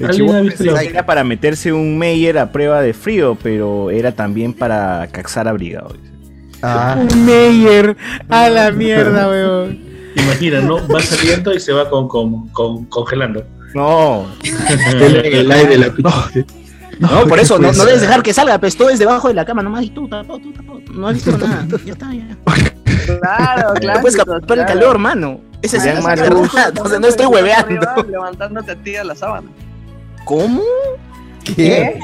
Speaker 7: ha
Speaker 4: chibolo
Speaker 7: visto
Speaker 4: pensé
Speaker 7: la-
Speaker 4: que era para meterse un Meyer a prueba de frío, pero era también para caxar abrigado. dice.
Speaker 7: Ah.
Speaker 1: Un Meyer. A la mierda, weón.
Speaker 7: Imagina, ¿no? Va saliendo y se va con, con, con- congelando.
Speaker 11: [LAUGHS]
Speaker 7: Eh,
Speaker 4: No.
Speaker 21: el aire de la
Speaker 5: No, por eso, no, no debes
Speaker 1: eh.
Speaker 5: dejar que salga, pues todo es debajo de la cama nomás y tú, tapado, tú, tapado. No has visto
Speaker 1: [LAUGHS]
Speaker 5: nada. Ya está, ya.
Speaker 16: Claro,
Speaker 5: No
Speaker 16: claro.
Speaker 5: puedes escapar el calor, mano. Esa es la verdad. O sea, no estoy hueveando.
Speaker 16: Levantándote a ti a la sábana.
Speaker 5: ¿Cómo?
Speaker 16: ¿Qué?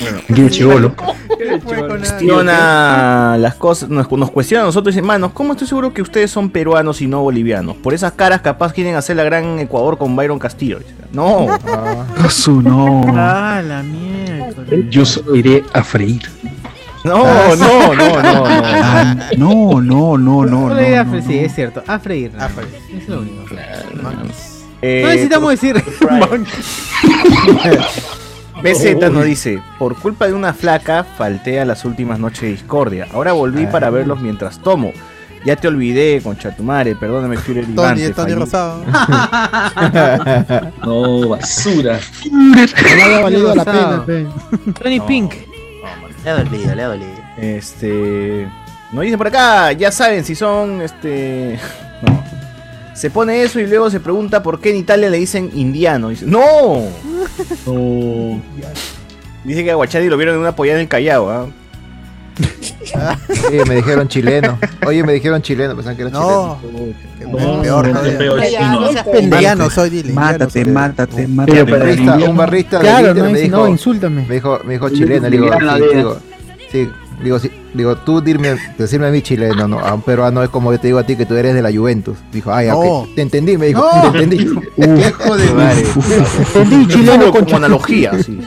Speaker 4: Bueno,
Speaker 21: Yo chivolo.
Speaker 4: cuestiona las cosas, nos, nos cuestiona a nosotros y dice, manos, ¿cómo estoy seguro que ustedes son peruanos y no bolivianos? Por esas caras capaz quieren hacer la gran Ecuador con Byron
Speaker 11: [LAUGHS]
Speaker 4: Castillo. Dice,
Speaker 21: [LAUGHS]
Speaker 4: No.
Speaker 2: Su no.
Speaker 1: A la mierda.
Speaker 21: Yo solo iré a freír.
Speaker 4: No,
Speaker 9: Ah.
Speaker 4: no, no, no, no.
Speaker 21: Ah,
Speaker 2: No, no, no, no,
Speaker 1: Solo
Speaker 2: no,
Speaker 1: ir a
Speaker 2: no,
Speaker 1: fre- sí,
Speaker 2: no.
Speaker 1: es cierto. A freír. nada más. Es lo único.
Speaker 4: Eh,
Speaker 1: no
Speaker 17: [LAUGHS]
Speaker 1: necesitamos decir. [LAUGHS]
Speaker 4: BZ nos dice, por culpa de una flaca, falté a las últimas noches de discordia. Ahora volví
Speaker 1: Ah.
Speaker 4: para verlos mientras tomo. Ya te olvidé, concha tu madre, perdóname, Fuller Iván,
Speaker 8: Tony,
Speaker 4: te
Speaker 8: Tony
Speaker 4: fallé".
Speaker 8: Rosado.
Speaker 7: [LAUGHS] No, basura.
Speaker 11: [LAUGHS] No había valido la
Speaker 1: Rosado.
Speaker 11: pena, pe.
Speaker 1: Tony
Speaker 4: No.
Speaker 1: Pink.
Speaker 5: Le ha dolido, le ha dolido.
Speaker 4: Este. Nos dicen por acá, ya saben si son. Este. [LAUGHS] No. Se pone eso y luego se pregunta por qué en Italia le dicen indiano. Dice, ¡No! No. Dice que a Guachani lo vieron en una pollada en el Callao, ¿ah?
Speaker 6: Oye, Ah, me dijeron chileno. Oye, me dijeron chileno, pensaban que era
Speaker 8: No.
Speaker 6: chileno.
Speaker 8: No, peor no, todavía. peor, Ya, chino. no seas pendeano, soy dile,
Speaker 2: Mátate, mátate,
Speaker 6: Pero
Speaker 2: mátate.
Speaker 6: un barrista, un barrista de
Speaker 1: Claro,
Speaker 6: Inter
Speaker 1: no,
Speaker 6: me
Speaker 1: dice,
Speaker 6: dijo,
Speaker 1: no, insúltame.
Speaker 6: Me dijo, me dijo chileno, le digo, sí,
Speaker 1: Chileno, diga.
Speaker 6: digo, sí, digo, sí, digo, tú dirme, decirme a mí chileno, no, a un peruano es como yo te digo a ti que tú eres de la Juventus. Dijo, ay, ok, te entendí, me dijo,
Speaker 8: No.
Speaker 6: [LAUGHS] te entendí.
Speaker 4: [LAUGHS] Madre.
Speaker 1: Entendí, chileno,
Speaker 4: Como-
Speaker 1: concha.
Speaker 4: Como analogía, sí.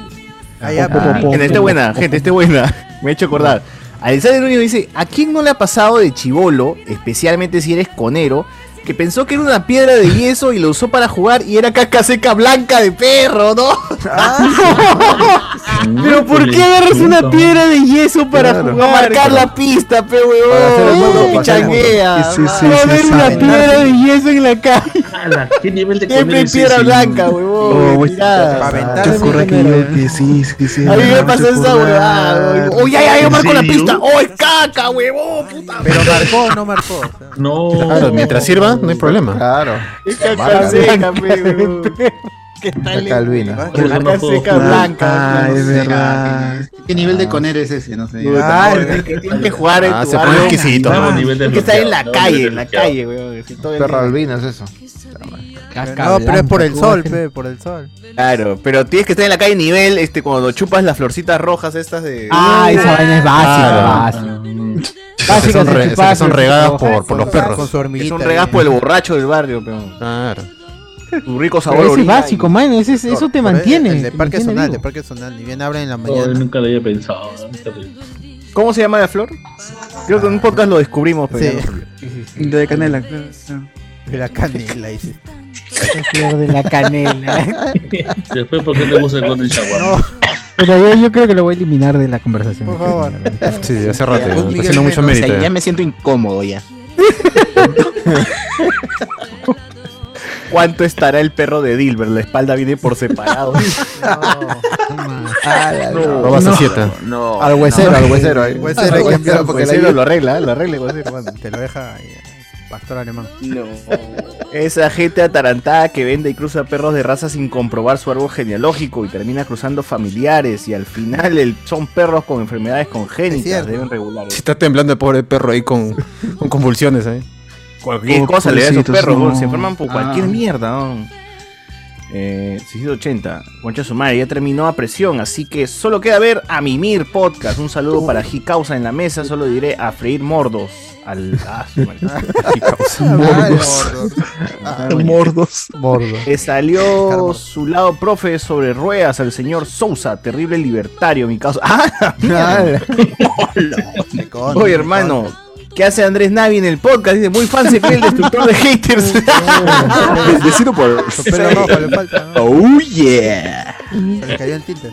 Speaker 8: Allá,
Speaker 4: Ah, gente, está buena, gente, está buena. [LAUGHS] Me he hecho acordar. Alexander Núñez dice, ¿a quién no le ha pasado de chivolo, especialmente si eres conero, que pensó que era una piedra de yeso y
Speaker 1: [LAUGHS]
Speaker 4: lo usó para jugar y era casca seca blanca de perro, ¿no?
Speaker 1: Pero ¿por qué agarras una piedra de yeso para
Speaker 5: Claro.
Speaker 1: jugar?
Speaker 5: Para marcar la
Speaker 1: pista, pe
Speaker 5: Para hacer el mundo, para hacer el mundo.
Speaker 1: Pichanguea.
Speaker 5: Sí, sí, sí,
Speaker 1: Va a
Speaker 5: sí,
Speaker 1: haber una
Speaker 5: saben.
Speaker 1: piedra de yeso en la calle.
Speaker 7: ¿Qué nivel de
Speaker 1: Siempre hay
Speaker 7: comedia es
Speaker 1: piedra
Speaker 7: ese?
Speaker 1: blanca, huevón.
Speaker 2: Oh,
Speaker 1: tirada.
Speaker 2: yo corre que yo que sí, sí, sí.
Speaker 1: A mí me
Speaker 2: no,
Speaker 1: pasó
Speaker 2: yo
Speaker 1: esa
Speaker 2: corra-
Speaker 1: huevada.
Speaker 2: Oh, ya, ya, yo marco la pista.
Speaker 1: ¡Oh, es caca, huevón! Puta Pero marcó, no marcó.
Speaker 7: No.
Speaker 4: Oh.
Speaker 3: Claro, mientras sirva, no
Speaker 4: [LAUGHS]
Speaker 3: hay problema. Claro.
Speaker 1: Es
Speaker 3: Marca,
Speaker 1: caca seca,
Speaker 3: marca.
Speaker 1: pe, huevón. ¿Qué tal?
Speaker 6: Calvina.
Speaker 1: Marca seca blanca.
Speaker 17: Ah,
Speaker 1: no
Speaker 17: es
Speaker 1: sé.
Speaker 17: verdad. ¿Qué nivel de coner es ese? No sé.
Speaker 1: Ah, el que tiene que jugar en
Speaker 17: Ah,
Speaker 1: tu
Speaker 17: se pone
Speaker 1: barrio.
Speaker 17: exquisito,
Speaker 1: Ah,
Speaker 17: ¿no? Nivel de
Speaker 1: el que está en la
Speaker 17: bloqueado,
Speaker 1: calle,
Speaker 17: nivel
Speaker 1: en la
Speaker 17: bloqueado.
Speaker 1: calle, weón. que todo el
Speaker 6: Perro
Speaker 1: día.
Speaker 6: albino es eso.
Speaker 1: No, pero es por el sol, pe, por el sol.
Speaker 4: Claro, pero tienes que estar en la calle nivel, este, cuando chupas las florcitas rojas estas de.
Speaker 1: Ah, esa vaina es básica,
Speaker 4: Esas que son,
Speaker 1: Básica,
Speaker 4: re-
Speaker 1: se
Speaker 4: esas que son
Speaker 1: chupa,
Speaker 4: regadas
Speaker 1: se
Speaker 4: por, por los perros.
Speaker 1: Con su
Speaker 4: Que
Speaker 1: hormiguita,
Speaker 4: son regadas por el borracho del barrio, peón.
Speaker 3: Claro.
Speaker 4: Tu rico
Speaker 1: Pero
Speaker 4: sabor.
Speaker 1: ese es
Speaker 4: orina
Speaker 1: básico, man. ese es- eso te
Speaker 8: Por el-
Speaker 1: mantiene.
Speaker 8: El de
Speaker 1: te
Speaker 8: Parque
Speaker 1: mantiene
Speaker 8: Zonal,
Speaker 1: vivo.
Speaker 8: de Parque Zonal. Ni bien hablan en la
Speaker 7: Oh,
Speaker 8: mañana.
Speaker 7: nunca lo había pensado. nunca lo había-
Speaker 4: ¿Cómo se llama la flor? Creo que en un podcast lo descubrimos, pero.
Speaker 8: Sí.
Speaker 4: ya no olvidé.
Speaker 17: De canela.
Speaker 8: De la canela, dice.
Speaker 1: [LAUGHS] Flor de la canela. [LAUGHS]
Speaker 7: Después, ¿por qué te gusta el Golden Shower?
Speaker 1: Pero yo, yo creo que lo voy a eliminar de la conversación. Por
Speaker 8: favor.
Speaker 11: [LAUGHS]
Speaker 3: Sí, hace rato.
Speaker 5: Ya,
Speaker 3: ¿no?
Speaker 5: Miguel
Speaker 3: Está haciendo mucho
Speaker 5: Mendoza,
Speaker 3: mérito.
Speaker 5: ya
Speaker 4: eh. [LAUGHS]
Speaker 3: ya.
Speaker 5: me siento incómodo ya.
Speaker 4: ¿Cuánto estará el perro de Dilber? La espalda viene por separado.
Speaker 6: no.
Speaker 4: No vas a
Speaker 6: No.
Speaker 4: siete.
Speaker 6: No. Al huesero, al huesero,
Speaker 11: eh.
Speaker 6: ahí. Huesero hay que enviarlo porque
Speaker 11: pues,
Speaker 4: Porque
Speaker 6: la
Speaker 4: huesero
Speaker 6: ayuda-
Speaker 4: lo arregla, ¿eh? lo arregla el huesero, mano.
Speaker 8: Te lo deja ahí, pastor alemán.
Speaker 4: No. Esa gente atarantada que vende y cruza perros de raza sin comprobar su árbol genealógico y termina cruzando familiares y al final el- son perros con enfermedades congénitas, deben regular. ¿eh?
Speaker 3: Si está temblando el pobre perro ahí con, con convulsiones, ¿eh?
Speaker 4: Cualquier cosa le da a esos
Speaker 3: Pobrecitos,
Speaker 4: perros,
Speaker 3: no.
Speaker 4: weón, se enferman pues. por cualquier
Speaker 3: Ah.
Speaker 4: mierda. ¿no? Eh, 680, concha su madre, ya terminó a presión, así que solo queda ver a Mimir Podcast. Un saludo para Jicausa en la mesa, solo diré a freír mordos.
Speaker 3: [LAUGHS]
Speaker 4: Al ah, su madre. Jicausa.
Speaker 10: Ah,
Speaker 2: Mordos.
Speaker 10: Ah,
Speaker 4: Le Eh, salió su lado profe sobre ruedas al señor Sousa, terrible libertario, mi caso. [LAUGHS] ¡Ah! mierda! Oye, hermano, ¿qué hace Andrés Navi en el podcast? Dice, muy fan, se cree el destructor
Speaker 3: [LAUGHS]
Speaker 4: de haters.
Speaker 6: [LAUGHS]
Speaker 4: Bendecido
Speaker 1: [LAUGHS]
Speaker 4: por...
Speaker 8: Pero rojo le falta, ¿no?
Speaker 4: Oh, yeah.
Speaker 8: Se le cayó el tinte.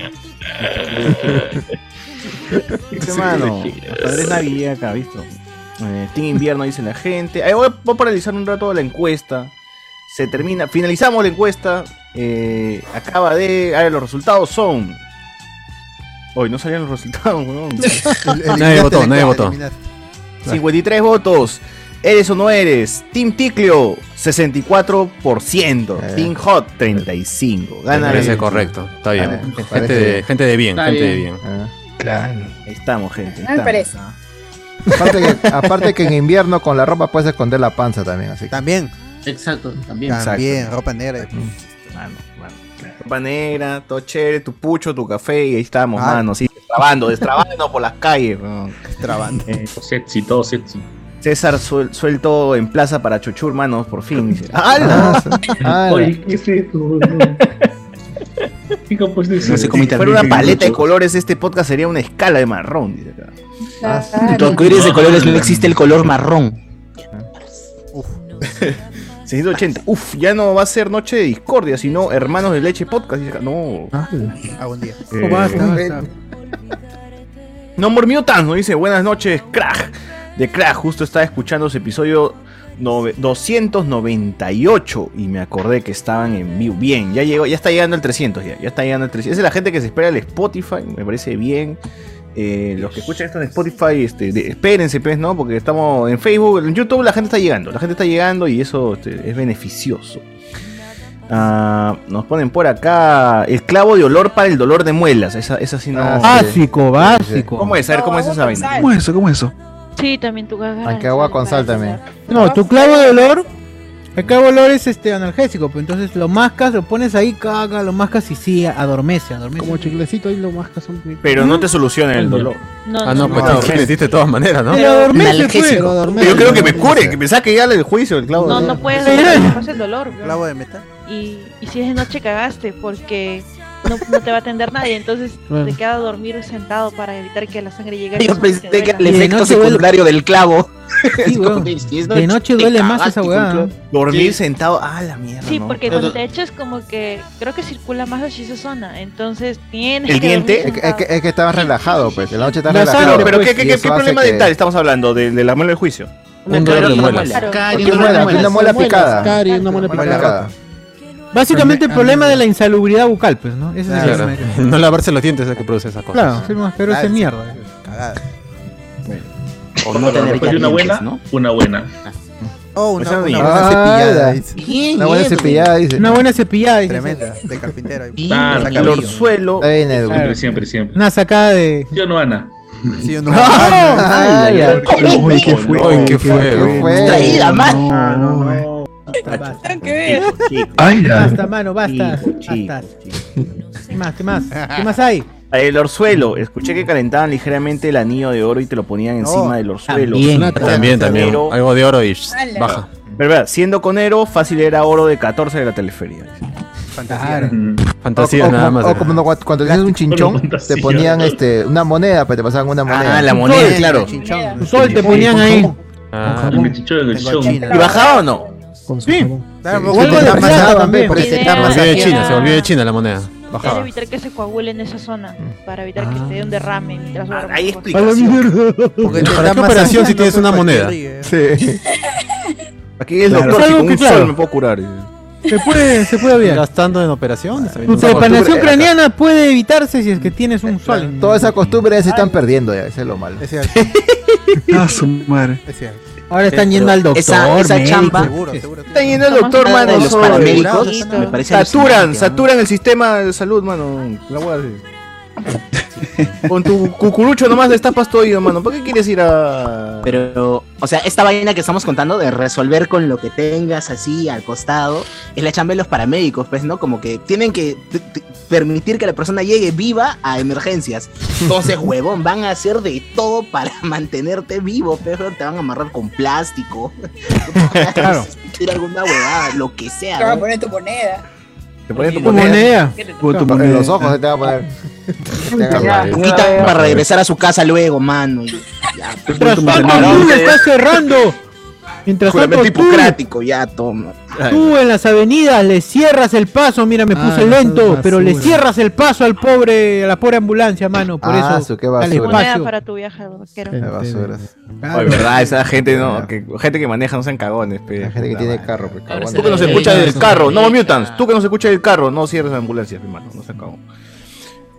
Speaker 4: Dice, mano, Andrés Navi llega acá, ¿visto? Eh, Team Invierno, dice la gente. Ahí voy, a- voy a paralizar un rato la encuesta. Se termina, finalizamos la encuesta. eh, acaba de... A ver, los resultados son... Hoy no salían los resultados, weón.
Speaker 3: [LAUGHS] Nadie votó, nadie votó.
Speaker 4: 53 votos. ¿Eres o no eres? Team Ticlio, 64%. Team Hot, 35%.
Speaker 3: Eh. Me
Speaker 4: Gana
Speaker 3: parece
Speaker 4: el-
Speaker 3: correcto. Está bien.
Speaker 4: Ah,
Speaker 3: Gente
Speaker 4: parece
Speaker 3: de-
Speaker 4: bien.
Speaker 3: gente de bien,
Speaker 4: Está
Speaker 3: gente de bien.
Speaker 4: Claro. Ahí estamos, gente. ahí
Speaker 12: No me
Speaker 4: estamos.
Speaker 12: parece.
Speaker 6: Aparte que, aparte que en invierno con la ropa puedes esconder la panza también. Así.
Speaker 8: También.
Speaker 17: Exacto, también.
Speaker 8: También,
Speaker 4: Exacto.
Speaker 8: ropa negra.
Speaker 1: Mm.
Speaker 4: Mano, mano. Ropa negra, todo chévere, tu pucho, tu café y ahí estamos,
Speaker 8: Ah.
Speaker 4: mano. Sí, destrabando, destrabando por las calles. weón.
Speaker 8: Destrabando.
Speaker 4: Eh,
Speaker 7: Sexy, todo sexy.
Speaker 4: César suel- suelto en plaza para chuchur, mano, por fin. dice.
Speaker 11: Ah,
Speaker 4: ¡Hala!
Speaker 6: ¡Hala!
Speaker 7: Oye, ¿qué es esto? weón? ¿Qué compuesto es
Speaker 4: pues, Si
Speaker 7: ese?
Speaker 4: fuera una paleta de colores, este podcast sería una escala de marrón. Dice acá.
Speaker 5: Tu arcoíris de colores no existe el color marrón.
Speaker 4: [LAUGHS] 680. Uf, ya no va a ser noche de discordia, sino hermanos de leche podcast. Dice acá. No.
Speaker 5: Ah,
Speaker 8: Algún día.
Speaker 4: Eh, No Murmutans nos dice buenas noches, crack. De crack, justo estaba escuchando ese episodio nove- 298 y me acordé que estaban en vivo. Bien, ya llegó, ya está llegando el 300 ya, ya está llegando el 300. Esa es la gente que se espera el Spotify, me parece bien. Eh, los que escuchan esto en Spotify, este, de- espérense, pues, ¿no? Porque estamos en Facebook, en YouTube la gente está llegando, la gente está llegando y eso este, es beneficioso. Ah, nos ponen por acá el clavo de olor para el dolor de muelas. Esa, esa sí no.
Speaker 1: Ah, Básico, básico.
Speaker 4: ¿Cómo es? A ver, ¿cómo es esa vaina?
Speaker 2: ¿Cómo es eso? ¿Cómo es eso?
Speaker 15: Sí, también tu cagada.
Speaker 6: Aunque agua con sal también.
Speaker 1: No, tu clavo de olor. El clavo de olor es este analgésico, pues entonces lo mascas, lo pones ahí, caga, lo mascas y sí, adormece, adormece.
Speaker 11: Como chiclecito ahí lo mascas un
Speaker 4: Pero no te soluciona el dolor.
Speaker 15: No,
Speaker 3: Ah, no,
Speaker 4: no,
Speaker 3: pues
Speaker 4: no.
Speaker 3: te metiste de todas maneras, ¿no?
Speaker 4: Pero adormece,
Speaker 11: Analgésico.
Speaker 4: pues. Yo creo que me cure, que me saque ya el juicio el clavo.
Speaker 15: No,
Speaker 4: de-
Speaker 15: no puedes dormir, te pasa el dolor. bro.
Speaker 8: Clavo de metal.
Speaker 15: Y, y si es de noche cagaste porque no, no te va a atender nadie, entonces
Speaker 5: Claro.
Speaker 15: te quedas a dormir sentado para evitar que la sangre llegue. a
Speaker 5: Yo
Speaker 15: tu-
Speaker 5: pensé
Speaker 15: te
Speaker 5: que
Speaker 15: duela.
Speaker 5: el efecto secundario del clavo
Speaker 1: Sí, weón. De noche duele
Speaker 5: ah,
Speaker 1: más esa weá.
Speaker 5: Dormir sentado, ah, la mierda.
Speaker 15: Sí,
Speaker 5: no.
Speaker 15: porque cuando te echas como que creo que circula más hacia esa zona, entonces tienes
Speaker 6: ¿El
Speaker 15: que dormir
Speaker 6: diente? eh, Es que, es
Speaker 15: sentado.
Speaker 6: que- es que estabas relajado, pues. En la noche estás
Speaker 4: Pero,
Speaker 6: relajado.
Speaker 4: pero
Speaker 6: pues,
Speaker 4: ¿qué, qué,
Speaker 6: y
Speaker 4: qué-
Speaker 6: eso
Speaker 4: qué
Speaker 6: hace
Speaker 4: problema
Speaker 6: que-
Speaker 4: dental estamos hablando? ¿De, de la muela del juicio?
Speaker 6: Un dolor de muela.
Speaker 1: Cari,
Speaker 6: Porque
Speaker 1: una
Speaker 6: muela,
Speaker 1: muela,
Speaker 6: una muela
Speaker 1: muelas,
Speaker 6: picada.
Speaker 1: cari, una muela
Speaker 6: Muela picada.
Speaker 1: picada. Básicamente el
Speaker 6: Ah,
Speaker 1: problema de la insalubridad bucal, pues, ¿no? Ese es el
Speaker 3: Claro.
Speaker 1: problema.
Speaker 3: [LAUGHS] No lavarse los dientes es el que produce esas cosas.
Speaker 1: Claro, sí, más, pero ese es mierda.
Speaker 8: Cagada.
Speaker 3: O
Speaker 7: Pero después de una buena, una buena.
Speaker 8: Oh, una,
Speaker 1: Esa
Speaker 8: una
Speaker 1: ni-
Speaker 8: buena cepillada.
Speaker 1: Ah,
Speaker 8: dice.
Speaker 1: Una buena cepillada, dice. Una buena cepillada, dice.
Speaker 8: Tremenda, de carpintero. ahí.
Speaker 7: Claro,
Speaker 8: Saca
Speaker 7: el
Speaker 8: brillo.
Speaker 4: orzuelo.
Speaker 7: Siempre, siempre, siempre.
Speaker 1: Una sacada de.
Speaker 7: ¿Sí o no, Ana?
Speaker 8: Sí
Speaker 1: [LAUGHS]
Speaker 8: o
Speaker 1: no. Ah,
Speaker 7: Ay,
Speaker 1: ya.
Speaker 7: ay,
Speaker 1: Uy,
Speaker 7: qué
Speaker 1: Uy,
Speaker 7: fue,
Speaker 1: qué fue,
Speaker 7: güey.
Speaker 1: güey.
Speaker 7: Traída,
Speaker 11: Ah,
Speaker 1: man.
Speaker 7: Ay, la-
Speaker 1: Basta, mano, basta. Basta. ¿Qué más? ¿Qué más? ¿Qué más hay?
Speaker 4: Ah, El orzuelo. Escuché que calentaban ligeramente el anillo de oro y te lo ponían encima del orzuelo.
Speaker 3: También, también. también.
Speaker 4: Pero-
Speaker 3: Algo de oro y shh,
Speaker 4: Ala.
Speaker 3: baja.
Speaker 4: Pero verdad, siendo conero, fácil era oro de 14 de la teleferia.
Speaker 6: Fantasía.
Speaker 3: Fantasía
Speaker 6: O- o
Speaker 3: nada
Speaker 6: como-
Speaker 3: más.
Speaker 6: O como no, cuando cuando tenías un chinchón, te ponían este, una moneda, pues te pasaban una moneda.
Speaker 4: la
Speaker 6: Un
Speaker 4: moneda,
Speaker 6: sol,
Speaker 4: claro.
Speaker 6: chinchón.
Speaker 1: Un sol te ponían ahí.
Speaker 7: El bichicho de Gachón.
Speaker 4: ¿Y bajaba o no?
Speaker 1: Sí.
Speaker 8: Claro,
Speaker 1: O algo de plata también.
Speaker 15: porque se está
Speaker 3: Se volvió de
Speaker 15: masajeando.
Speaker 3: China, se volvió de China la moneda.
Speaker 15: Es
Speaker 3: Bajaba.
Speaker 15: evitar que se coagule en esa zona, para evitar que te dé un derrame mientras duermes.
Speaker 3: Porque te ¿Para están qué operación si tienes Este una moneda?
Speaker 6: Sí.
Speaker 4: Aquí es
Speaker 3: Claro.
Speaker 4: doctor, si
Speaker 3: Algo
Speaker 4: con
Speaker 3: que
Speaker 4: un
Speaker 3: claro.
Speaker 4: sol me puedo curar.
Speaker 1: Se puede, se puede aviar.
Speaker 3: Gastando en operaciones.
Speaker 1: Tu trepanación
Speaker 4: eh,
Speaker 1: craneana puede evitarse si es que tienes un sol.
Speaker 6: Toda esa costumbre se están perdiendo ya, eso es lo malo.
Speaker 8: Es cierto.
Speaker 2: Ah, su madre.
Speaker 8: Es cierto.
Speaker 1: Ahora están yendo al doctor.
Speaker 5: Esa, esa
Speaker 1: médico.
Speaker 5: chamba.
Speaker 8: Seguro, seguro.
Speaker 4: Está yendo el doctor,
Speaker 5: Nada
Speaker 4: mano.
Speaker 5: de los
Speaker 4: son-
Speaker 5: paramédicos, me parece
Speaker 4: Saturan,
Speaker 5: alucinante,
Speaker 4: saturan el sistema de salud, mano. La hueá
Speaker 1: [LAUGHS]
Speaker 4: así. Con tu cucurucho nomás destapas todo oído, mano. ¿Para qué quieres ir a...?
Speaker 5: Pero, o sea, esta vaina que estamos contando de resolver con lo que tengas así al costado, es la chamba de los paramédicos, pues, ¿no? Como que tienen que t- t- permitir que la persona llegue viva a emergencias. Entonces, huevón, van a hacer de todo para mantenerte vivo, pero te van a amarrar con plástico.
Speaker 1: Claro.
Speaker 5: Tira alguna huevada, lo que sea.
Speaker 12: Te van a
Speaker 5: ¿no?
Speaker 12: poner tu moneda.
Speaker 4: Te ponen
Speaker 6: tu
Speaker 1: Tu moneda.
Speaker 6: Tu moneda. En los ojos se te va
Speaker 11: [LAUGHS]
Speaker 6: a poner.
Speaker 5: Ya,
Speaker 6: Ya,
Speaker 5: poquita
Speaker 6: ya, ya.
Speaker 5: para regresar a su casa luego, mano. Ya,
Speaker 1: Mientras tanto, tú estás cerrando. Mientras tanto,
Speaker 5: Juramento
Speaker 1: tú,
Speaker 5: hipocrático, ya, toma.
Speaker 1: tú en las avenidas le cierras el paso. Mira, me puse
Speaker 5: no,
Speaker 1: lento,
Speaker 5: basura.
Speaker 1: pero le cierras el paso al pobre, a la pobre ambulancia, mano. Por
Speaker 6: Ah,
Speaker 1: eso,
Speaker 6: su, qué
Speaker 1: al
Speaker 6: basura.
Speaker 15: Moneda
Speaker 1: espacio.
Speaker 15: para tu viaje al vaquero.
Speaker 6: Qué basuras.
Speaker 4: Ay, verdad, esa gente no, que, gente que maneja no sean cagones, pe. La gente que tiene
Speaker 6: carro, pe,
Speaker 4: cagones. Tú que nos escuchas del carro, no mutants, tú que nos escuchas del carro, no cierres ambulancias, hermano, no se acabó.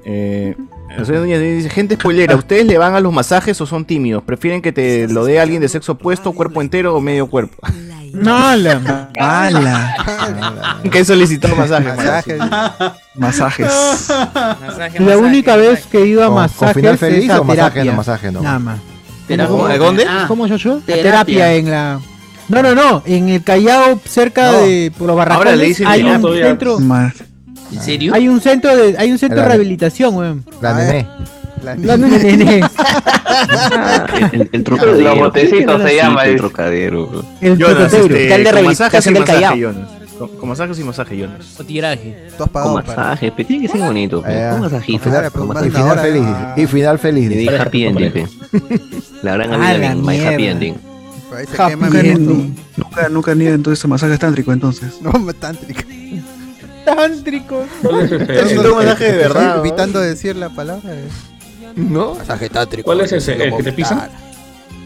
Speaker 4: Eh, el señor Núñez dice, gente spoilera, ¿ustedes le van a los masajes o son tímidos? ¿Prefieren que te lo dé alguien de sexo opuesto, cuerpo entero o medio cuerpo?
Speaker 1: No, la.
Speaker 4: que solicitó masaje, mano.
Speaker 2: Masajes.
Speaker 1: La única vez que he ido a
Speaker 6: ¿Con- con
Speaker 1: masajes
Speaker 6: final feliz
Speaker 1: es a
Speaker 6: o masaje
Speaker 1: terapia.
Speaker 6: no, masaje no?
Speaker 1: Nada más.
Speaker 6: ¿Terapia?
Speaker 1: ¿Cómo-
Speaker 6: ¿A dónde?
Speaker 1: Ah, ¿Cómo yo yo? Terapia.
Speaker 6: Terapia.
Speaker 1: en la No, no, no, en el Callao cerca
Speaker 6: No.
Speaker 1: de por los
Speaker 6: Ahora
Speaker 1: barracones
Speaker 6: le dicen
Speaker 1: hay
Speaker 6: terapia.
Speaker 1: un
Speaker 6: Todavía.
Speaker 1: centro
Speaker 2: Más.
Speaker 1: ¿En serio? Hay un centro de hay un centro de
Speaker 6: Era-
Speaker 1: rehabilitación, weón.
Speaker 6: La nené.
Speaker 1: La [LAUGHS] nene.
Speaker 11: Ah.
Speaker 9: El, el
Speaker 1: trocadero.
Speaker 9: Los botecitos se
Speaker 1: Sí,
Speaker 9: llama.
Speaker 1: el
Speaker 9: trocadero.
Speaker 1: El
Speaker 4: Jonas,
Speaker 1: trocadero.
Speaker 4: este,
Speaker 1: Alcalde
Speaker 4: con
Speaker 1: de
Speaker 4: masajes y
Speaker 1: rehabilitación del
Speaker 4: masaje,
Speaker 1: Callao.
Speaker 4: Jonas. Con, con masajes y masaje, Jonas.
Speaker 18: O tiraje.
Speaker 8: Tú
Speaker 9: Con
Speaker 8: has pagado
Speaker 11: pues.
Speaker 8: para.
Speaker 9: masajes, pero tiene que ser bonito. pe.
Speaker 1: Eh,
Speaker 6: Ah,
Speaker 9: Con
Speaker 6: y
Speaker 9: masajitos.
Speaker 6: final-
Speaker 9: con
Speaker 6: Y
Speaker 9: masajitos.
Speaker 6: final feliz. Y final feliz.
Speaker 9: Y
Speaker 6: dice.
Speaker 9: happy ending, pe. La gran
Speaker 6: Ah,
Speaker 9: amiga
Speaker 6: la
Speaker 9: de mi my happy
Speaker 6: mierda.
Speaker 9: ending.
Speaker 8: Ahí se
Speaker 2: Nunca,
Speaker 8: quema bien.
Speaker 2: nunca, nunca ni entonces masajes este tántrico entonces.
Speaker 8: No, me tántrica.
Speaker 1: Tántrico.
Speaker 8: Estoy
Speaker 2: Este masaje de
Speaker 1: Ah,
Speaker 2: verdad, ¿no?
Speaker 8: Evitando decir la palabra. eh.
Speaker 2: No.
Speaker 6: Masaje tátrico.
Speaker 7: ¿Cuál es ese? ¿El que te pisan?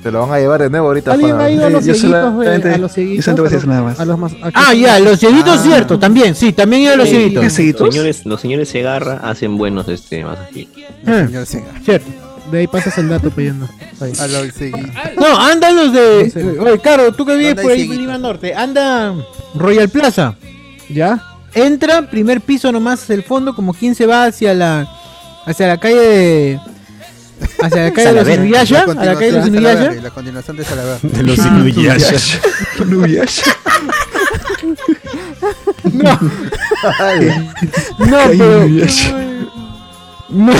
Speaker 6: Te lo van a llevar de nuevo ahorita.
Speaker 11: ¿Alguien
Speaker 6: para-
Speaker 11: ha ido a los
Speaker 6: Yo
Speaker 11: cieguitos,
Speaker 6: solamente-
Speaker 11: güey? A los
Speaker 6: yo
Speaker 11: cieguitos.
Speaker 6: solamente voy a
Speaker 11: a
Speaker 6: decir nada más.
Speaker 11: los- a los mas- a-
Speaker 1: Ah, ya, los cieguitos cierto, también, sí, también hay los cieguitos.
Speaker 9: Los señores, los señores se agarra, hacen buenos este masajitos.
Speaker 1: Eh, Cierto.
Speaker 11: De ahí pasas el dato pidiendo.
Speaker 8: A los cieguitos.
Speaker 1: No, andan los de Oye, Caro, tú que vives
Speaker 8: ¿Dónde hay
Speaker 1: por ahí
Speaker 8: cieguitos?
Speaker 1: Lima Norte, anda Royal Plaza.
Speaker 11: ¿Ya?
Speaker 1: Entra, primer piso nomás hacia el fondo, como quien se va hacia la hacia la calle de hacia
Speaker 8: [LAUGHS]
Speaker 1: la calle de los
Speaker 8: Salaverry.
Speaker 1: Inuyasha,
Speaker 8: La
Speaker 1: a la calle de los
Speaker 8: continuación de Salaverry,
Speaker 1: Inuyasha.
Speaker 8: La continuación de Salaverry.
Speaker 3: De los
Speaker 8: [LAUGHS]
Speaker 3: Inuyasha.
Speaker 2: Inuyasha.
Speaker 1: No. No, pero. [LAUGHS] No.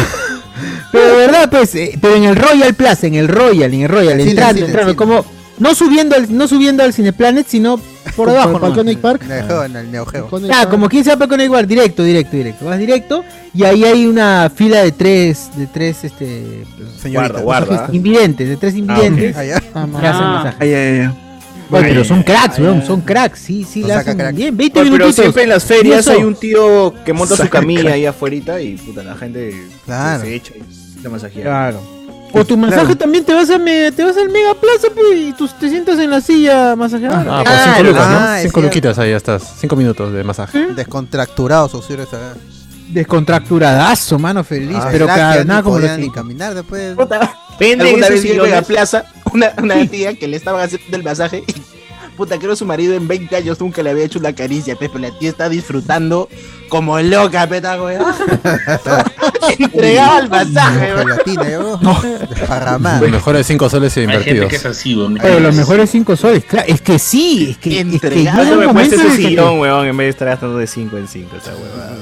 Speaker 1: Pero de verdad, pues, eh, pero en el Royal Plaza, en el Royal, en el Royal,
Speaker 8: cine,
Speaker 1: entrando,
Speaker 8: cine,
Speaker 1: entrando,
Speaker 8: cine.
Speaker 1: como no subiendo al, no subiendo al Cineplanet, sino Por debajo
Speaker 11: Por- por
Speaker 1: nomás.
Speaker 11: Connect Park.
Speaker 8: Neo Geo, en el Neo Geo.
Speaker 1: Ah, como quien sea con igual, directo, directo, directo. Vas directo y ahí hay una fila de tres, de tres, este,
Speaker 8: Señorita,
Speaker 1: guarda, [LAUGHS]
Speaker 8: masajista.
Speaker 1: invidentes, de tres invidentes.
Speaker 8: Ah, ya.
Speaker 1: que hacen masaje.
Speaker 8: Ah, ya, ya, ya.
Speaker 1: Oye, pero son cracks,
Speaker 8: Ay,
Speaker 1: weón,
Speaker 8: ay.
Speaker 1: son cracks, sí, sí,
Speaker 8: Lo
Speaker 1: la
Speaker 8: saca
Speaker 1: hacen
Speaker 8: crack.
Speaker 1: bien. 20
Speaker 4: Oye, pero
Speaker 1: minutitos.
Speaker 4: siempre en las ferias
Speaker 1: Eso.
Speaker 4: hay un tío que monta su
Speaker 1: Saca
Speaker 4: camilla
Speaker 1: crack.
Speaker 4: ahí afuera y puta, la gente se-
Speaker 1: Claro.
Speaker 4: se echa y se masajea.
Speaker 1: Claro. O tu masaje
Speaker 4: Claro.
Speaker 1: también te vas a me- te vas al Mega Plaza pe, y tú te sientas en la silla a masajear.
Speaker 3: Ah,
Speaker 11: pues,
Speaker 3: por 5 lucas, ¿no?
Speaker 1: Ah, es
Speaker 3: 5
Speaker 1: cierto.
Speaker 3: luquitas, ahí ya estás. 5 minutos de masaje.
Speaker 8: Descontracturado, Saussure, esa.
Speaker 1: Descontracturadazo, mano, feliz.
Speaker 8: Ah,
Speaker 1: pero
Speaker 8: relax,
Speaker 1: claro,
Speaker 8: ya
Speaker 1: nada
Speaker 8: ni
Speaker 1: como
Speaker 8: podían
Speaker 1: los
Speaker 8: ni
Speaker 1: cinco.
Speaker 8: caminar después.
Speaker 5: Venden
Speaker 8: Alguna
Speaker 5: ese
Speaker 8: vez
Speaker 5: sillón
Speaker 8: yo
Speaker 5: en la
Speaker 8: gasto.
Speaker 5: plaza, una, una tía que le estaban haciendo el masaje y, puta, creo su marido en 20 años nunca le había hecho una caricia, pe, pero la tía está disfrutando como loca, peta,
Speaker 8: [LAUGHS]
Speaker 5: Entregaba el masaje,
Speaker 8: Con
Speaker 5: weón.
Speaker 8: gelatina, yo. Desparramada.
Speaker 3: Los mejores 5 soles
Speaker 7: Hay gente que es
Speaker 3: invertidos.
Speaker 7: así, weón.
Speaker 1: Pero los mejores 5 soles, claro, es que sí, es que, es que
Speaker 4: Entregado.
Speaker 1: llega
Speaker 4: Eso
Speaker 1: un
Speaker 4: me
Speaker 1: momento
Speaker 4: cuesta
Speaker 1: en
Speaker 4: su
Speaker 1: el que-
Speaker 4: sillón, weón, en vez de estar gastando de 5 en 5, esa huevada.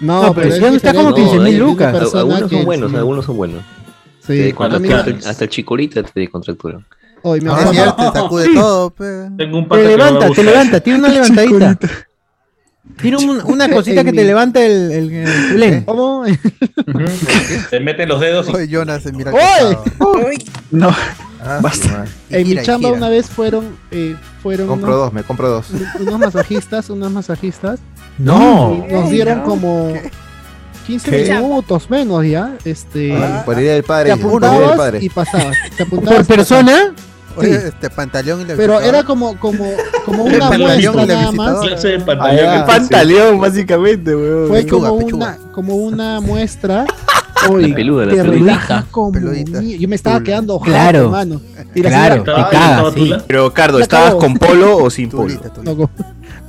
Speaker 11: No,
Speaker 1: No, pero
Speaker 11: pero
Speaker 1: el
Speaker 11: es
Speaker 1: sillón está como
Speaker 11: diferente.
Speaker 1: 15 mil
Speaker 11: No, hay
Speaker 1: lucas.
Speaker 11: una persona
Speaker 1: Algunos
Speaker 11: que-
Speaker 1: son
Speaker 9: eh, Buenos, algunos son buenos.
Speaker 11: Sí,
Speaker 9: Te- cuando
Speaker 11: a mí
Speaker 9: hasta,
Speaker 11: me-
Speaker 9: hasta el chicorita te descontracturan.
Speaker 11: Hoy me
Speaker 8: Ah,
Speaker 11: acuerdo-
Speaker 8: es cierto, sacude
Speaker 1: Sí.
Speaker 8: todo, pe.
Speaker 7: Tengo un
Speaker 1: Te levanta, te levanta, tiene
Speaker 11: [LAUGHS]
Speaker 1: una levantadita. Tiene un-
Speaker 11: eh,
Speaker 1: una cosita
Speaker 8: En
Speaker 1: que
Speaker 8: mi-
Speaker 1: te levanta el, el,
Speaker 11: [LAUGHS]
Speaker 1: el culén. ¿Cómo?
Speaker 7: [LAUGHS] Se meten los dedos
Speaker 8: Oye, Jonas, se mira. al
Speaker 11: ¡Oy!
Speaker 8: costado.
Speaker 2: No,
Speaker 1: Ah,
Speaker 6: basta.
Speaker 11: En mi
Speaker 8: Gira y
Speaker 11: chamba
Speaker 8: gira.
Speaker 11: una vez fueron, eh, fueron
Speaker 6: Compro
Speaker 11: unos-
Speaker 6: dos, me compro dos.
Speaker 11: [LAUGHS] unos masajistas, unos masajistas.
Speaker 6: No.
Speaker 11: Y Nos dieron
Speaker 6: No.
Speaker 11: como 15
Speaker 6: ¿Qué?
Speaker 11: minutos menos ya. Este.
Speaker 6: Ah, por idea del padre,
Speaker 11: Te
Speaker 6: dicen, por idea del
Speaker 11: apuntabas
Speaker 6: padre.
Speaker 11: y pasabas. Te apuntabas y
Speaker 8: Oye,
Speaker 11: Sí.
Speaker 8: este pantalón y la
Speaker 11: Pero era como, como, como
Speaker 8: [LAUGHS] El
Speaker 11: una
Speaker 8: pantalón
Speaker 11: muestra
Speaker 8: de
Speaker 11: nada
Speaker 8: visitador.
Speaker 11: más.
Speaker 8: Clase de
Speaker 4: Ah,
Speaker 8: pantalón.
Speaker 4: ya, el pantaleón, básicamente, weón.
Speaker 11: Fue como una, como una muestra. Oye,
Speaker 9: La peluda, la
Speaker 11: te
Speaker 9: peluda.
Speaker 11: relajas como ni- Yo me estaba quedando
Speaker 9: Claro.
Speaker 11: jato, mano. Y la
Speaker 9: Claro,
Speaker 11: señora-
Speaker 9: te
Speaker 11: Ay,
Speaker 9: cagas,
Speaker 11: estaba
Speaker 9: sí.
Speaker 11: tula.
Speaker 4: Pero, Cardo,
Speaker 11: Ya
Speaker 4: ¿estabas
Speaker 11: acabó.
Speaker 4: con polo o sin polo?
Speaker 11: No, con,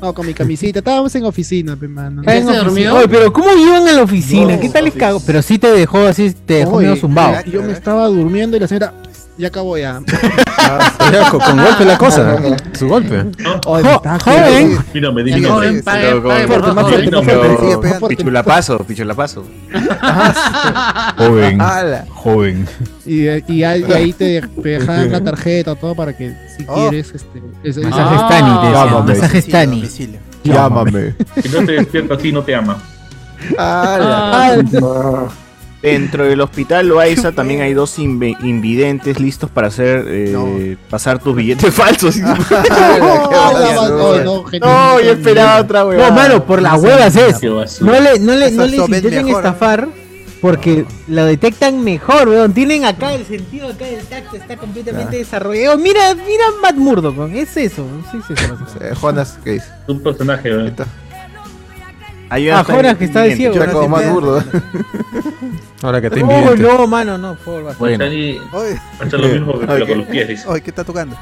Speaker 11: no, con mi camisita. Estábamos en oficina, pe, mano.
Speaker 1: Está en oficina. Oye, pero ¿cómo iban a la oficina? ¿Qué tal les cago? Pero sí te dejó así, te dejó
Speaker 11: Oye,
Speaker 1: medio zumbado.
Speaker 11: mira, Yo me estaba durmiendo y la señora. Ya acabó ya.
Speaker 3: Ya, Con, con golpe la cosa. Su golpe.
Speaker 11: Oye, me estaba
Speaker 1: joven.
Speaker 7: Mira, me
Speaker 11: dijo,
Speaker 7: Joven,
Speaker 11: sí,
Speaker 7: pague,
Speaker 11: sí.
Speaker 7: pague,
Speaker 11: Fuerte,
Speaker 7: por
Speaker 11: más
Speaker 7: favor.
Speaker 11: fuerte, más
Speaker 7: Pero-
Speaker 11: fuerte.
Speaker 4: Pero- Pichulapazo, pichulapazo.
Speaker 11: [LAUGHS]
Speaker 3: Joven.
Speaker 11: Ala.
Speaker 3: Joven.
Speaker 11: Y, eh, y ahí, y ahí te, te dejaban la tarjeta o todo para que si
Speaker 8: Oh.
Speaker 11: quieres este ese-
Speaker 1: Masaje Stani, te decía,
Speaker 3: Llámame.
Speaker 1: masaje Stani.
Speaker 3: Llámame.
Speaker 7: [LAUGHS] Si no te despiertas así, no te ama.
Speaker 11: Ah.
Speaker 4: Dentro del hospital Loaiza también hay dos inve- invidentes listos para hacer eh, pasar tus billetes [LAUGHS] falsos.
Speaker 11: Ah, No,
Speaker 4: yo esperaba otra huevada.
Speaker 1: No, mano, por las
Speaker 4: Sí,
Speaker 1: huevas es.
Speaker 4: qué basura.
Speaker 1: No le, no le, no
Speaker 4: Esas
Speaker 1: les
Speaker 4: son
Speaker 1: intenten
Speaker 4: mejor,
Speaker 1: estafar porque lo detectan mejor, weón. Tienen acá el sentido acá del tacto, está completamente desarrollado. Mira, mira Matt Murdock, weón. es eso. Sí, es eso.
Speaker 8: Eh,
Speaker 6: Jonas, ¿qué dice?
Speaker 7: Un personaje, ¿eh? weón.
Speaker 1: Ah, Jonas que está de ciego.
Speaker 6: Está como más
Speaker 1: [LAUGHS]
Speaker 6: burdo.
Speaker 3: Ahora que te
Speaker 1: Oh,
Speaker 3: invito.
Speaker 1: no, mano, no, por favor. basta.
Speaker 7: Bueno.
Speaker 8: Oye.
Speaker 7: Va a hacer lo
Speaker 8: [LAUGHS]
Speaker 7: mismo que
Speaker 8: Oye,
Speaker 7: con
Speaker 8: ¿qué-
Speaker 7: los pies, dice.
Speaker 8: Oye, ¿qué está
Speaker 1: [LAUGHS]
Speaker 8: tocando?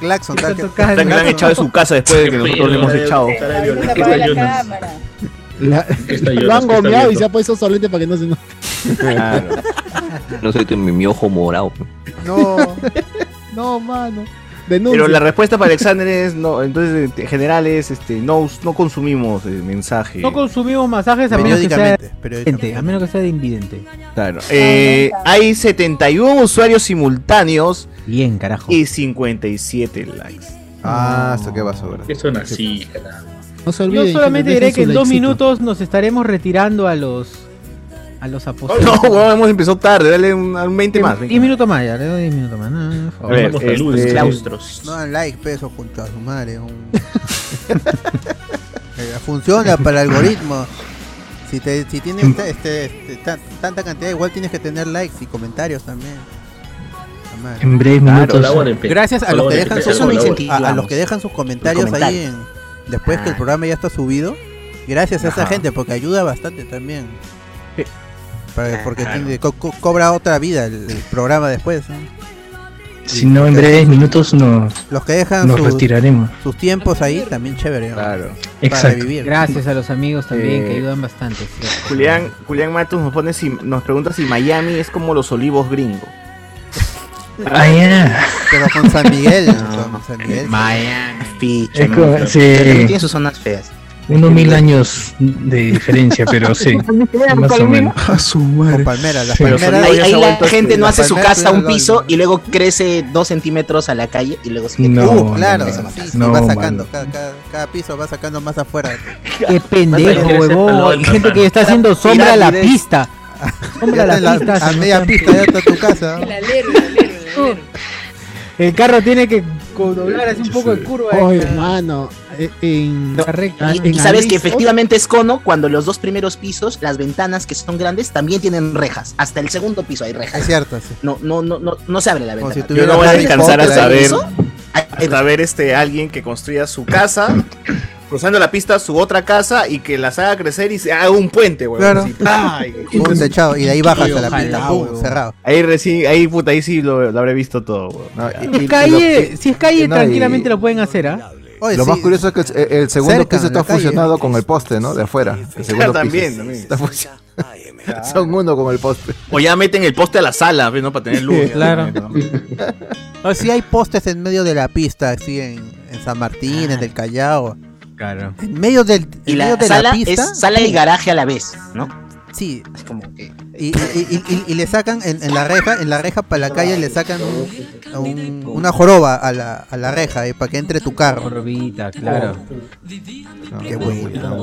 Speaker 8: Claxon,
Speaker 1: ¿Qué
Speaker 8: tal
Speaker 1: está
Speaker 8: que-
Speaker 1: tocando?
Speaker 4: Hasta que la han echado de su casa después de que nosotros le hemos
Speaker 7: Cara de-
Speaker 4: echado.
Speaker 7: cara de violento.
Speaker 12: Apaga la cámara.
Speaker 11: La-
Speaker 7: Está
Speaker 11: lo
Speaker 7: Jonas,
Speaker 11: han
Speaker 7: que está
Speaker 11: gomeado y
Speaker 7: viendo.
Speaker 11: se ha puesto solente para que no se note.
Speaker 9: No soy tu mi, mi ojo morado.
Speaker 11: No, [LAUGHS] no, mano. Denuncia.
Speaker 4: Pero la respuesta para Alexander es no, entonces en general es este no us- no consumimos eh, mensaje.
Speaker 1: No consumimos masajes Pues a menos que sea
Speaker 4: Periódicamente,
Speaker 1: de a menos que sea de invidente.
Speaker 4: Claro. Eh, hay 71 usuarios simultáneos.
Speaker 1: Bien, carajo.
Speaker 4: Y 57 likes.
Speaker 6: Ah, eso qué basura.
Speaker 7: Que
Speaker 1: Ah,
Speaker 7: son así, cara.
Speaker 11: No se
Speaker 1: Yo
Speaker 11: olviden.
Speaker 1: solamente diré
Speaker 11: dejen
Speaker 1: que
Speaker 11: su
Speaker 1: en dos
Speaker 11: likecito.
Speaker 1: minutos nos estaremos retirando a los a los apóstoles.
Speaker 4: [LAUGHS] No, weón, hemos empezado tarde, dale un, un 20 más. venga.
Speaker 1: 10 minutos más, ya, le doy 10 minutos más. No, no, por favor.
Speaker 4: A ver, este,
Speaker 8: No dan like, peso junto a su madre. un- [LAUGHS] Eh, Funciona para el algoritmo. Si, te, si
Speaker 21: Mm.
Speaker 8: tienes este, este- este, tan- tanta cantidad, igual tienes que tener likes y comentarios también. La madre.
Speaker 21: En breves Claro, minutos. colaboren, pe.
Speaker 8: Gracias a los, que
Speaker 21: Colaboren,
Speaker 8: dejan
Speaker 21: pe,
Speaker 8: sus,
Speaker 21: colaboren.
Speaker 8: a- a los que dejan sus comentarios, ahí
Speaker 1: comentarios.
Speaker 8: en- después que el programa ya está subido. Gracias a esa
Speaker 1: Ah. Ajá.
Speaker 8: gente porque ayuda bastante también. Para- porque
Speaker 1: Ah, Claro.
Speaker 8: tiene- co- co- cobra otra vida el, el programa después. ¿no?
Speaker 21: Si no, en breves minutos nos,
Speaker 8: Los que dejan
Speaker 21: nos
Speaker 8: sus-
Speaker 21: retiraremos.
Speaker 8: sus tiempos ahí también chévere. Claro. Para
Speaker 21: Exacto.
Speaker 8: vivir.
Speaker 1: Gracias a los amigos también que
Speaker 4: Eh,
Speaker 1: ayudan bastante. sí.
Speaker 4: Julián, Julián Matos nos pone si, nos pregunta si Miami es como los olivos gringos.
Speaker 21: Ah, ya.
Speaker 8: Pero con San Miguel. con San Miguel.
Speaker 5: Miami.
Speaker 21: Es como- sí.
Speaker 5: Tiene sus zonas feas.
Speaker 21: Unos mil años de diferencia, pero sí. más o menos.
Speaker 2: A su madre.
Speaker 8: palmera,
Speaker 2: las
Speaker 8: palmeras-
Speaker 5: Ahí,
Speaker 8: ya
Speaker 5: ahí
Speaker 8: se ha
Speaker 5: la
Speaker 8: vuelto
Speaker 4: este,
Speaker 5: gente
Speaker 8: así,
Speaker 5: no
Speaker 8: la
Speaker 5: hace su
Speaker 8: palmera
Speaker 5: casa a un
Speaker 8: tiene
Speaker 5: piso y luego crece dos centímetros a la calle y luego sigue.
Speaker 21: No,
Speaker 5: Uh,
Speaker 8: Claro,
Speaker 5: eso no
Speaker 8: sí,
Speaker 5: pasa.
Speaker 8: sí, va sacando. Cada, cada- cada piso va sacando más afuera.
Speaker 1: Qué pendejo, huevón. Hay gente que está haciendo sombra a la pista. Sombra a
Speaker 8: Ya
Speaker 1: la
Speaker 8: está en la-
Speaker 1: pista.
Speaker 8: a
Speaker 1: si no
Speaker 8: media
Speaker 1: sean
Speaker 8: pista, ya está tu casa.
Speaker 1: El carro tiene que co- doblar así un poco de curva. eh.
Speaker 11: Oye, hermano, eh, en la recta.
Speaker 5: Y, y sabes que efectivamente es cono cuando los dos primeros pisos, las ventanas que son grandes, también tienen rejas. Hasta el segundo piso hay rejas.
Speaker 8: Es cierto, sí.
Speaker 5: No, no, no, no, no se abre la ventana.
Speaker 4: Yo no voy a descansar
Speaker 5: hasta
Speaker 4: hasta ver, hasta ver este alguien que construya su casa, cruzando la pista su otra casa y que las haga crecer y se haga un puente, weón.
Speaker 8: Claro.
Speaker 4: Así, ¡pa! Y-
Speaker 8: [LAUGHS] Un techado, y de ahí bajas a la
Speaker 4: Ojalá,
Speaker 8: pista,
Speaker 4: weón.
Speaker 8: pum, cerrado.
Speaker 4: Ahí recién, ahí puta, ahí sí lo, lo habré visto todo, weón.
Speaker 1: Si es
Speaker 4: eh,
Speaker 1: calle, si es calle
Speaker 6: no, y-
Speaker 1: tranquilamente lo pueden hacer, ¿ah?
Speaker 6: lo más curioso es que el, el segundo
Speaker 1: cerca,
Speaker 6: piso
Speaker 1: en la
Speaker 6: está
Speaker 1: calle.
Speaker 6: fusionado con el poste, ¿no? De afuera. El segundo
Speaker 4: también,
Speaker 6: piso.
Speaker 4: también.
Speaker 6: Está fusionado. [LAUGHS] Son uno con el poste.
Speaker 4: O ya meten el poste a la sala, pues, ¿no? Para tener luz.
Speaker 6: Claro.
Speaker 5: [LAUGHS]
Speaker 8: Si hay postes en medio de la pista, así en, en San Martín, en el Callao.
Speaker 1: Claro.
Speaker 8: En medio del
Speaker 5: Y
Speaker 8: en
Speaker 5: la
Speaker 8: medio de
Speaker 5: sala
Speaker 8: la pista.
Speaker 5: es sala y garaje a la vez, ¿no?
Speaker 8: Sí.
Speaker 5: Es como que.
Speaker 8: Y, y- y- y- y le sacan en, en la reja, en la reja para la calle le sacan un- un- una joroba a la, a la reja eh, para que entre tu carro. Oh.
Speaker 1: Jorobita, claro.
Speaker 8: qué buena,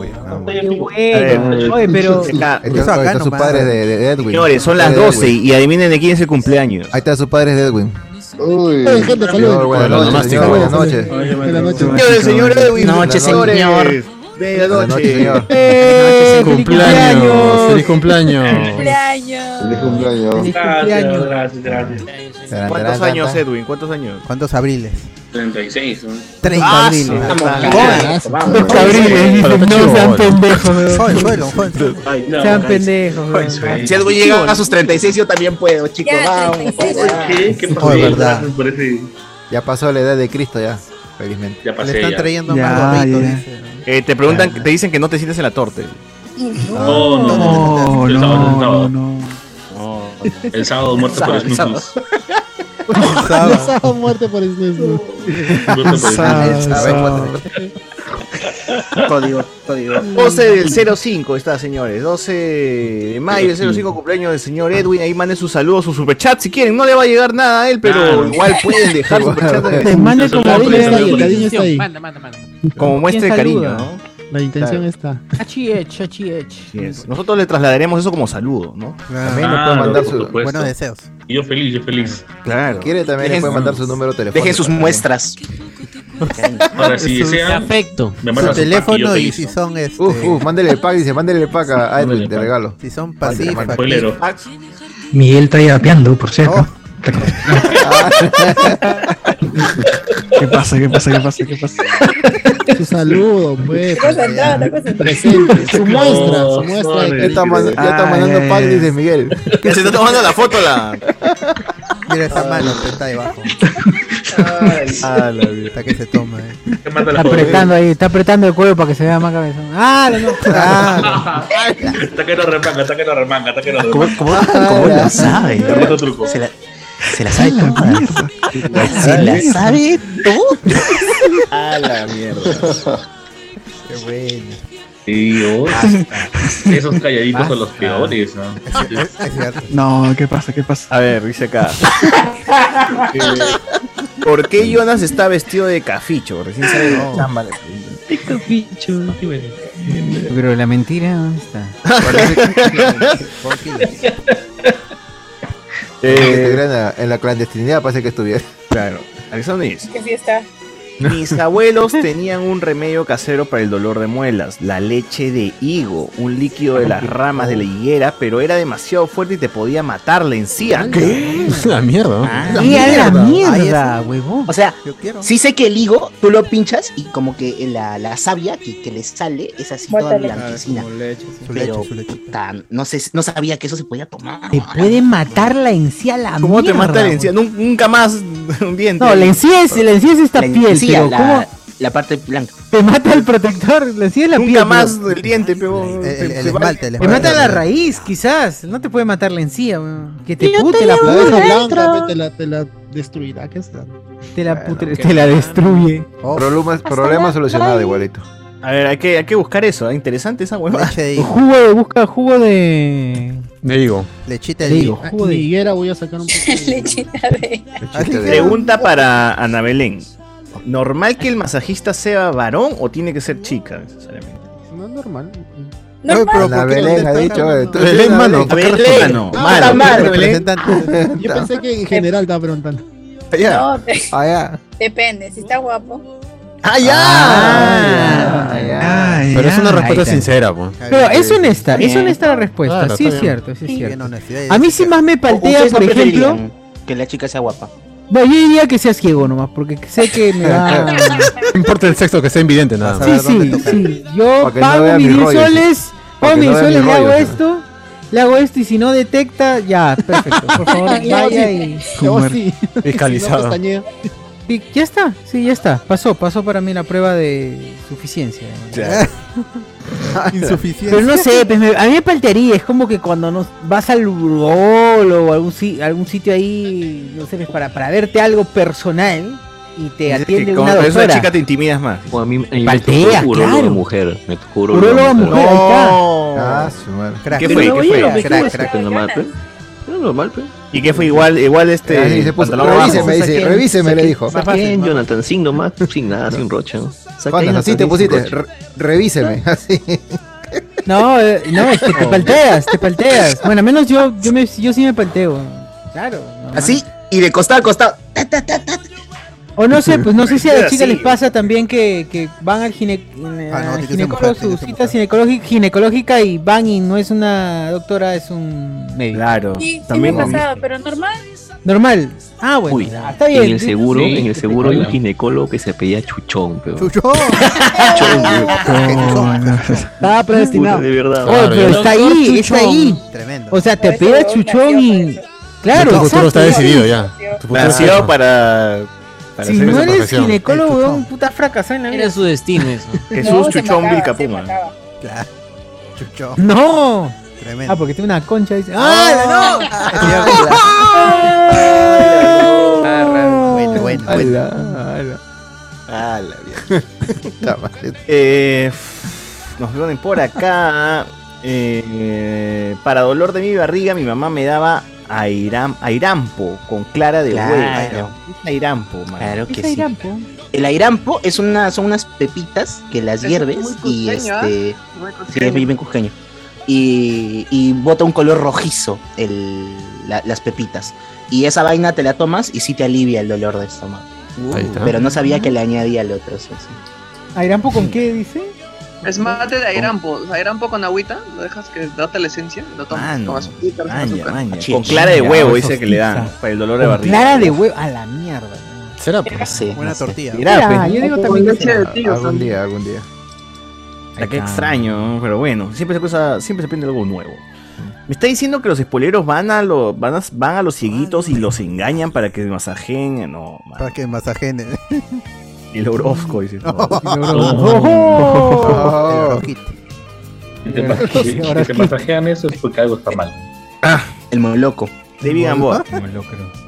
Speaker 1: Qué bueno. Oye, pero.
Speaker 6: Ahí está, ahí está sus padres de, de Edwin.
Speaker 4: Señores, son las 12 y adivinen de quién es el cumpleaños.
Speaker 6: Ahí están sus padres de Edwin.
Speaker 17: Uy.
Speaker 6: Oye, gente, salud. Señor, buenas
Speaker 4: Bueno,
Speaker 6: noches,
Speaker 4: nomás,
Speaker 6: señor,
Speaker 4: sí.
Speaker 6: buenas noches.
Speaker 4: Buenas
Speaker 6: noches.
Speaker 4: Señores, señor Edwin.
Speaker 6: Buenas
Speaker 4: Noche,
Speaker 6: noches,
Speaker 4: señor. Buenas noches.
Speaker 3: Cumpleaños. Feliz cumpleaños.
Speaker 17: Feliz cumpleaños.
Speaker 1: cumpleaños.
Speaker 7: gracias, gracias.
Speaker 4: ¿Cuántos años, Edwin? ¿Cuántos años?
Speaker 8: ¿Cuántos abriles?
Speaker 7: 36, ¿no?
Speaker 8: 30
Speaker 4: Ah,
Speaker 8: abriles.
Speaker 4: sí,
Speaker 8: Ah,
Speaker 4: estamos
Speaker 8: joven.
Speaker 4: cagados. Vamos.
Speaker 8: Los abriles,
Speaker 1: Para
Speaker 8: dicen,
Speaker 1: los
Speaker 8: no sean
Speaker 1: chivos.
Speaker 8: pendejos. weón. Joven, suelo, joven.
Speaker 4: Ay,
Speaker 1: no, Sean ay, pendejos,
Speaker 5: güey. Si algo llega a sus 36, yo también puedo, chicos. Vamos.
Speaker 6: ¿Qué? ¿Qué pasó?
Speaker 7: Oh, de
Speaker 6: verdad.
Speaker 7: verdad.
Speaker 6: Ya pasó la edad de Cristo ya, felizmente.
Speaker 4: Ya pasé,
Speaker 8: Le están ya. trayendo
Speaker 6: Ya,
Speaker 8: más gorritos,
Speaker 6: ya.
Speaker 8: dice.
Speaker 4: Eh, te preguntan, te dicen que no te sientes en la torta.
Speaker 10: Ah,
Speaker 7: No, no,
Speaker 4: no,
Speaker 7: no. El sábado, el
Speaker 4: no,
Speaker 7: sábado. El sábado muerto por Snoopy.
Speaker 4: El sábado,
Speaker 11: Sábado muerte por Snoop.
Speaker 4: Sábado, sábado.
Speaker 5: Código, código.
Speaker 4: 12 del 05 está, señores. 12 de mayo del 05, cumpleaños del señor Edwin. Ahí manden sus saludos, sus superchats si quieren. No le va a llegar nada a él, pero
Speaker 7: Claro.
Speaker 4: igual pueden dejar
Speaker 7: [LAUGHS]
Speaker 4: superchats. en-
Speaker 11: Te mande como
Speaker 4: Saludos,
Speaker 11: dice,
Speaker 4: saludos,
Speaker 11: el cariño
Speaker 4: saludos.
Speaker 11: está ahí.
Speaker 18: Manda, manda, manda.
Speaker 4: Como muestra de
Speaker 11: ¿Quién
Speaker 4: cariño,
Speaker 11: saluda?
Speaker 4: ¿no?
Speaker 11: La intención
Speaker 4: Claro.
Speaker 11: está.
Speaker 18: HH, HH.
Speaker 4: Así es. Nosotros le trasladaremos eso como saludo, ¿no?
Speaker 6: También le pueden mandar sus
Speaker 7: supuesto.
Speaker 8: buenos deseos.
Speaker 7: Y Yo feliz, yo feliz.
Speaker 4: Claro.
Speaker 6: Quiere también le
Speaker 7: Dejen
Speaker 6: pueden
Speaker 7: sus-
Speaker 6: mandar su número telefónico.
Speaker 5: Dejen sus
Speaker 6: también.
Speaker 5: muestras.
Speaker 7: Ahora sí, sea. Me
Speaker 6: Su
Speaker 7: mandan su
Speaker 6: teléfono
Speaker 7: pack
Speaker 6: y
Speaker 7: yo
Speaker 6: si
Speaker 7: feliz.
Speaker 8: son este.
Speaker 6: Uf, uf, mándele el pack, dice, mándele el pack a Edwin de regalo.
Speaker 8: Si son
Speaker 6: pasivos.
Speaker 7: Spoilero.
Speaker 21: Miguel está ahí apeando, por cierto. [LAUGHS]
Speaker 2: ¿Qué pasa? ¿Qué pasa? ¿Qué pasa? ¿Qué pasa?
Speaker 11: Su saludo, [LAUGHS] pues.
Speaker 6: Presente.
Speaker 11: Su muestra, su muestra. de
Speaker 6: Ya está, man-
Speaker 11: cariño.
Speaker 6: ya está mandando
Speaker 11: Ah,
Speaker 6: pack, dice Miguel.
Speaker 4: Que se está tomando la foto la.
Speaker 8: Mira esa mano que está debajo.
Speaker 4: Ah, la vida.
Speaker 8: Hasta que se toma, eh.
Speaker 1: Está apretando ahí, está apretando el cuello para que se vea más cabezón. ¡Ah, no!
Speaker 8: Ah.
Speaker 7: [LAUGHS] Está que no remanga, está que no remanga, está que no remanga.
Speaker 5: ¿Cómo,
Speaker 6: Ah,
Speaker 1: cómo la
Speaker 5: sabe?
Speaker 7: Otro truco.
Speaker 5: Se la, se la sabe toda. Se la sabe toda.
Speaker 11: [LAUGHS] Ah,
Speaker 4: A la mierda.
Speaker 8: Qué bueno.
Speaker 7: Dios. Ah, Esos calladitos son los peores, ¿no?
Speaker 11: [LAUGHS]
Speaker 2: [LAUGHS] No, ¿qué pasa? ¿Qué pasa?
Speaker 4: A ver, dice
Speaker 2: [LAUGHS]
Speaker 4: acá. Eh, ¿Por qué Jonas está vestido de caficho? Recién sale de la chamba.
Speaker 13: Pero la mentira, ¿dónde está?
Speaker 11: [LAUGHS]
Speaker 6: Que
Speaker 7: Eh,
Speaker 6: te crean a- en la clandestinidad parece que estuviera.
Speaker 4: Claro. Alexander dice,
Speaker 12: ¿Qué fiesta?
Speaker 4: Mis
Speaker 2: [LAUGHS]
Speaker 4: abuelos tenían un remedio casero para el dolor de muelas, la leche de higo, un líquido de las ramas de la higuera, pero era demasiado fuerte y te podía matar la encía. ¿Qué?
Speaker 3: [LAUGHS] La mierda.
Speaker 5: La
Speaker 1: ¡Qué a la
Speaker 5: Ah, Ahí
Speaker 1: mierda,
Speaker 5: está.
Speaker 1: huevón!
Speaker 5: O sea, sí sé que el higo tú lo pinchas y como que la, la savia que, que le sale es así
Speaker 4: Ah,
Speaker 5: toda
Speaker 1: Bótale.
Speaker 5: blanquecina.
Speaker 8: Su
Speaker 5: Pero
Speaker 8: leche, su leche.
Speaker 5: puta, no, sé, no sabía que eso se podía tomar.
Speaker 1: Te puede matar la encía la
Speaker 4: ¿Cómo te
Speaker 1: mierda,
Speaker 4: mata la
Speaker 1: huevón.
Speaker 4: encía? Nun- Nunca más [LAUGHS] un diente.
Speaker 1: No, la encía es, la encía es esta
Speaker 5: La
Speaker 1: piel,
Speaker 5: encía,
Speaker 1: pero
Speaker 5: la-
Speaker 1: ¿cómo
Speaker 5: La parte blanca.
Speaker 1: te mata el protector? La encía es la piel.
Speaker 4: Nunca más
Speaker 1: pero-
Speaker 4: el diente, pero. se- se va-
Speaker 1: Te mata la raíz, quizás. No te puede matar la encía, weón. Que te
Speaker 11: Yo
Speaker 1: pute
Speaker 11: te
Speaker 1: la
Speaker 11: la
Speaker 1: pute.
Speaker 11: deja blanca, ve, te la, te la destruirá. ¿Qué es
Speaker 1: Te la putre, te la destruye.
Speaker 6: Problemas, problemas solucionados igualito.
Speaker 4: Oh. A ver, hay que, hay que buscar eso. ¿eh? Interesante esa huevada.
Speaker 1: Jugo de, busca jugo de.
Speaker 3: Le digo.
Speaker 8: Lechita
Speaker 4: de higo.
Speaker 22: Jugo de higuera voy a sacar un poco.
Speaker 12: [LAUGHS] Lechita de.
Speaker 4: Pregunta para Ana Belén. ¿Normal que el masajista sea varón o tiene que ser chica necesariamente?
Speaker 22: No es normal.
Speaker 6: Oye, pero la Belén ha dicho. eh, tú-
Speaker 4: Belén,
Speaker 6: la
Speaker 4: mano, ¿por qué responde a no? Mano, ¿por qué
Speaker 22: Yo pensé que
Speaker 6: [LAUGHS]
Speaker 22: en general estaba preguntando.
Speaker 12: No, de-
Speaker 6: Ah, ya.
Speaker 12: depende, si está guapo.
Speaker 4: ¡Ah,
Speaker 6: ya!
Speaker 3: Pero es una
Speaker 1: Ah, Ahí
Speaker 3: respuesta
Speaker 1: está.
Speaker 3: sincera, po.
Speaker 1: Pero es honesta, es
Speaker 5: Bien.
Speaker 1: honesta la respuesta.
Speaker 5: Claro,
Speaker 1: sí,
Speaker 5: está
Speaker 1: es
Speaker 5: bien.
Speaker 1: cierto, sí, es
Speaker 5: Sí,
Speaker 1: cierto.
Speaker 5: en honestidad
Speaker 1: A mí sí más me paltea,
Speaker 5: ¿Ustedes no
Speaker 1: por ejemplo.
Speaker 5: preferirían Que la chica sea guapa.
Speaker 1: No, yo diría que sea ciego nomás, porque sé que [LAUGHS] me da.
Speaker 3: No importa el sexo que sea invidente, nada
Speaker 1: Sí, sí, sí. Yo
Speaker 3: Para que no
Speaker 1: pago
Speaker 3: vea
Speaker 1: mis
Speaker 3: mi
Speaker 1: 10
Speaker 3: rollo, sí.
Speaker 1: soles, pago
Speaker 3: Para que
Speaker 1: mis
Speaker 3: no
Speaker 1: 10
Speaker 3: vea mi
Speaker 1: soles, le
Speaker 3: rollo,
Speaker 1: hago
Speaker 3: sí.
Speaker 1: esto, le hago esto y si no detecta, ya, perfecto. Por favor, vaya y.
Speaker 3: Fiscalizado.
Speaker 1: Sí, ya está, sí, ya está. Pasó, pasó para mí la prueba de suficiencia.
Speaker 3: [LAUGHS] Ya.
Speaker 1: Pero no sé, pues, me- a mí me paltearía, es como que cuando nos vas al Urgol o algún, si- algún sitio ahí, no sé, pues, para, para verte algo personal y te
Speaker 4: Es que
Speaker 1: atiende
Speaker 4: como
Speaker 1: una
Speaker 4: que es una
Speaker 1: doctora.
Speaker 4: chica te intimidas más.
Speaker 11: Pues a mí me
Speaker 1: Paltea,
Speaker 11: tocó uróloga
Speaker 1: claro.
Speaker 11: mujer. Me tocó
Speaker 1: Uróloga mujer, ahí está.
Speaker 6: Ah, su madre.
Speaker 4: ¿Qué fue? ¿Qué fue?
Speaker 11: normal, pues.
Speaker 4: ¿Y qué fue? Igual, igual este.
Speaker 11: Ahí Ah, se puso,
Speaker 4: pantalón bajo.
Speaker 6: revíseme, dice,
Speaker 11: Saquen-
Speaker 6: revíseme, le
Speaker 11: saquen-
Speaker 6: dijo.
Speaker 11: Saquen, Jonathan, sin nomás, sin nada, sin rocha. ¿no? Saquen,
Speaker 6: Jonas, así te
Speaker 11: sin
Speaker 6: pusiste,
Speaker 11: rocha.
Speaker 6: re- revíseme, así.
Speaker 1: No, eh, no, es
Speaker 6: [LAUGHS]
Speaker 1: que te palteas, te palteas. Bueno, al menos yo, yo, me, yo sí me palteo. Claro.
Speaker 5: Así y de costado a costado.
Speaker 1: O no sé, pues no sé si a las
Speaker 5: Palteas,
Speaker 1: chicas
Speaker 5: sí.
Speaker 1: les pasa también que, que van al gine, eh,
Speaker 6: Ah,
Speaker 1: al
Speaker 5: que
Speaker 1: ginecólogo, su cita ginecológi- ginecológica y van y no es una doctora, es un médico.
Speaker 4: Claro.
Speaker 12: Sí, sí me ha pasado, pero normal.
Speaker 1: Normal. Ah, bueno,
Speaker 11: Uy,
Speaker 1: ya, está bien.
Speaker 11: En el seguro,
Speaker 1: Sí.
Speaker 11: en el seguro hay un ginecólogo que se pedía chuchón, pero.
Speaker 1: Estaba predestinado.
Speaker 11: Puta, de verdad.
Speaker 1: Oye,
Speaker 11: Claro,
Speaker 1: pero está
Speaker 11: doctor
Speaker 1: ahí, está
Speaker 11: Chuchón.
Speaker 1: ahí. O sea, te pide a Chuchón y. Claro,
Speaker 3: Tu futuro
Speaker 1: exacto,
Speaker 3: está decidido ya. Tu futuro está
Speaker 4: Nació
Speaker 3: decidido.
Speaker 4: para. para
Speaker 1: Si
Speaker 4: hacer
Speaker 1: no
Speaker 4: esa
Speaker 1: eres
Speaker 4: profesión.
Speaker 1: ginecólogo, weón, puta fracasada en la vida.
Speaker 23: Era su destino
Speaker 1: [LAUGHS]
Speaker 23: eso.
Speaker 4: Jesús
Speaker 1: No, se
Speaker 4: Chuchón
Speaker 1: mataba,
Speaker 4: Vilcapuma.
Speaker 8: Claro. Chucho.
Speaker 1: ¡No!
Speaker 8: Tremendo.
Speaker 1: Ah, porque tiene una concha. Dice, ¡Ah, no! ¡Ah!
Speaker 8: Bueno, bueno, bueno.
Speaker 4: Ah, la
Speaker 8: [LAUGHS]
Speaker 4: vieja. Eh, f- nos ponen por acá. eh, para dolor de mi barriga, mi mamá me daba airam, airampo con clara de
Speaker 5: Claro.
Speaker 4: huevo. Es airampo, mano.
Speaker 5: Claro que sí. El airampo es una, son unas pepitas que las
Speaker 24: Es
Speaker 5: hierves
Speaker 24: muy
Speaker 5: y
Speaker 24: cusqueño,
Speaker 5: este.
Speaker 1: ¿eh?
Speaker 24: ¿ah? Muy
Speaker 5: Sí,
Speaker 24: cusqueño.
Speaker 5: es bien cusqueño. Y, y bota un color rojizo el, la- las pepitas. Y esa vaina te la tomas y sí te alivia el dolor de estómago.
Speaker 3: Ahí está.
Speaker 5: Pero no sabía que le añadía al otro. sí, sí.
Speaker 1: ¿Airampo con qué dice?
Speaker 24: Es mate de airampo. Airampo con agüita, lo dejas que date la esencia, lo
Speaker 10: Ah,
Speaker 24: tomas
Speaker 4: Mano,
Speaker 24: con azúcar, con
Speaker 4: Maña,
Speaker 24: azúcar.
Speaker 4: maña.
Speaker 5: Achí,
Speaker 4: Con
Speaker 5: achí,
Speaker 4: clara de
Speaker 5: ya,
Speaker 4: huevo
Speaker 5: eso
Speaker 4: dice que le dan para el dolor de
Speaker 1: Con
Speaker 4: barriga.
Speaker 1: clara de huevo. A la mierda.
Speaker 4: ¿Será?
Speaker 3: pues.
Speaker 8: Buena tortilla.
Speaker 4: Mira,
Speaker 1: Mira,
Speaker 4: pues.
Speaker 1: yo digo
Speaker 4: Con
Speaker 1: también.
Speaker 4: leche de
Speaker 1: que-
Speaker 4: tigre,
Speaker 6: Algún día, algún día.
Speaker 4: Ah, Qué extraño, ¿no? pero bueno, siempre se, cosa, siempre se aprende algo nuevo. Me está diciendo que los spoileros van a, lo- van a, van a los cieguitos y los engañan para que masajeen. No, man.
Speaker 8: Para que masajen. el-
Speaker 4: el Orozco
Speaker 8: [LAUGHS]
Speaker 4: dice. no.
Speaker 8: Oh.
Speaker 10: Oh. Si
Speaker 8: [LAUGHS]
Speaker 10: te, ma- si- si te masajean eso es porque algo está mal.
Speaker 5: El moloco.
Speaker 4: Ah, David Gamboa.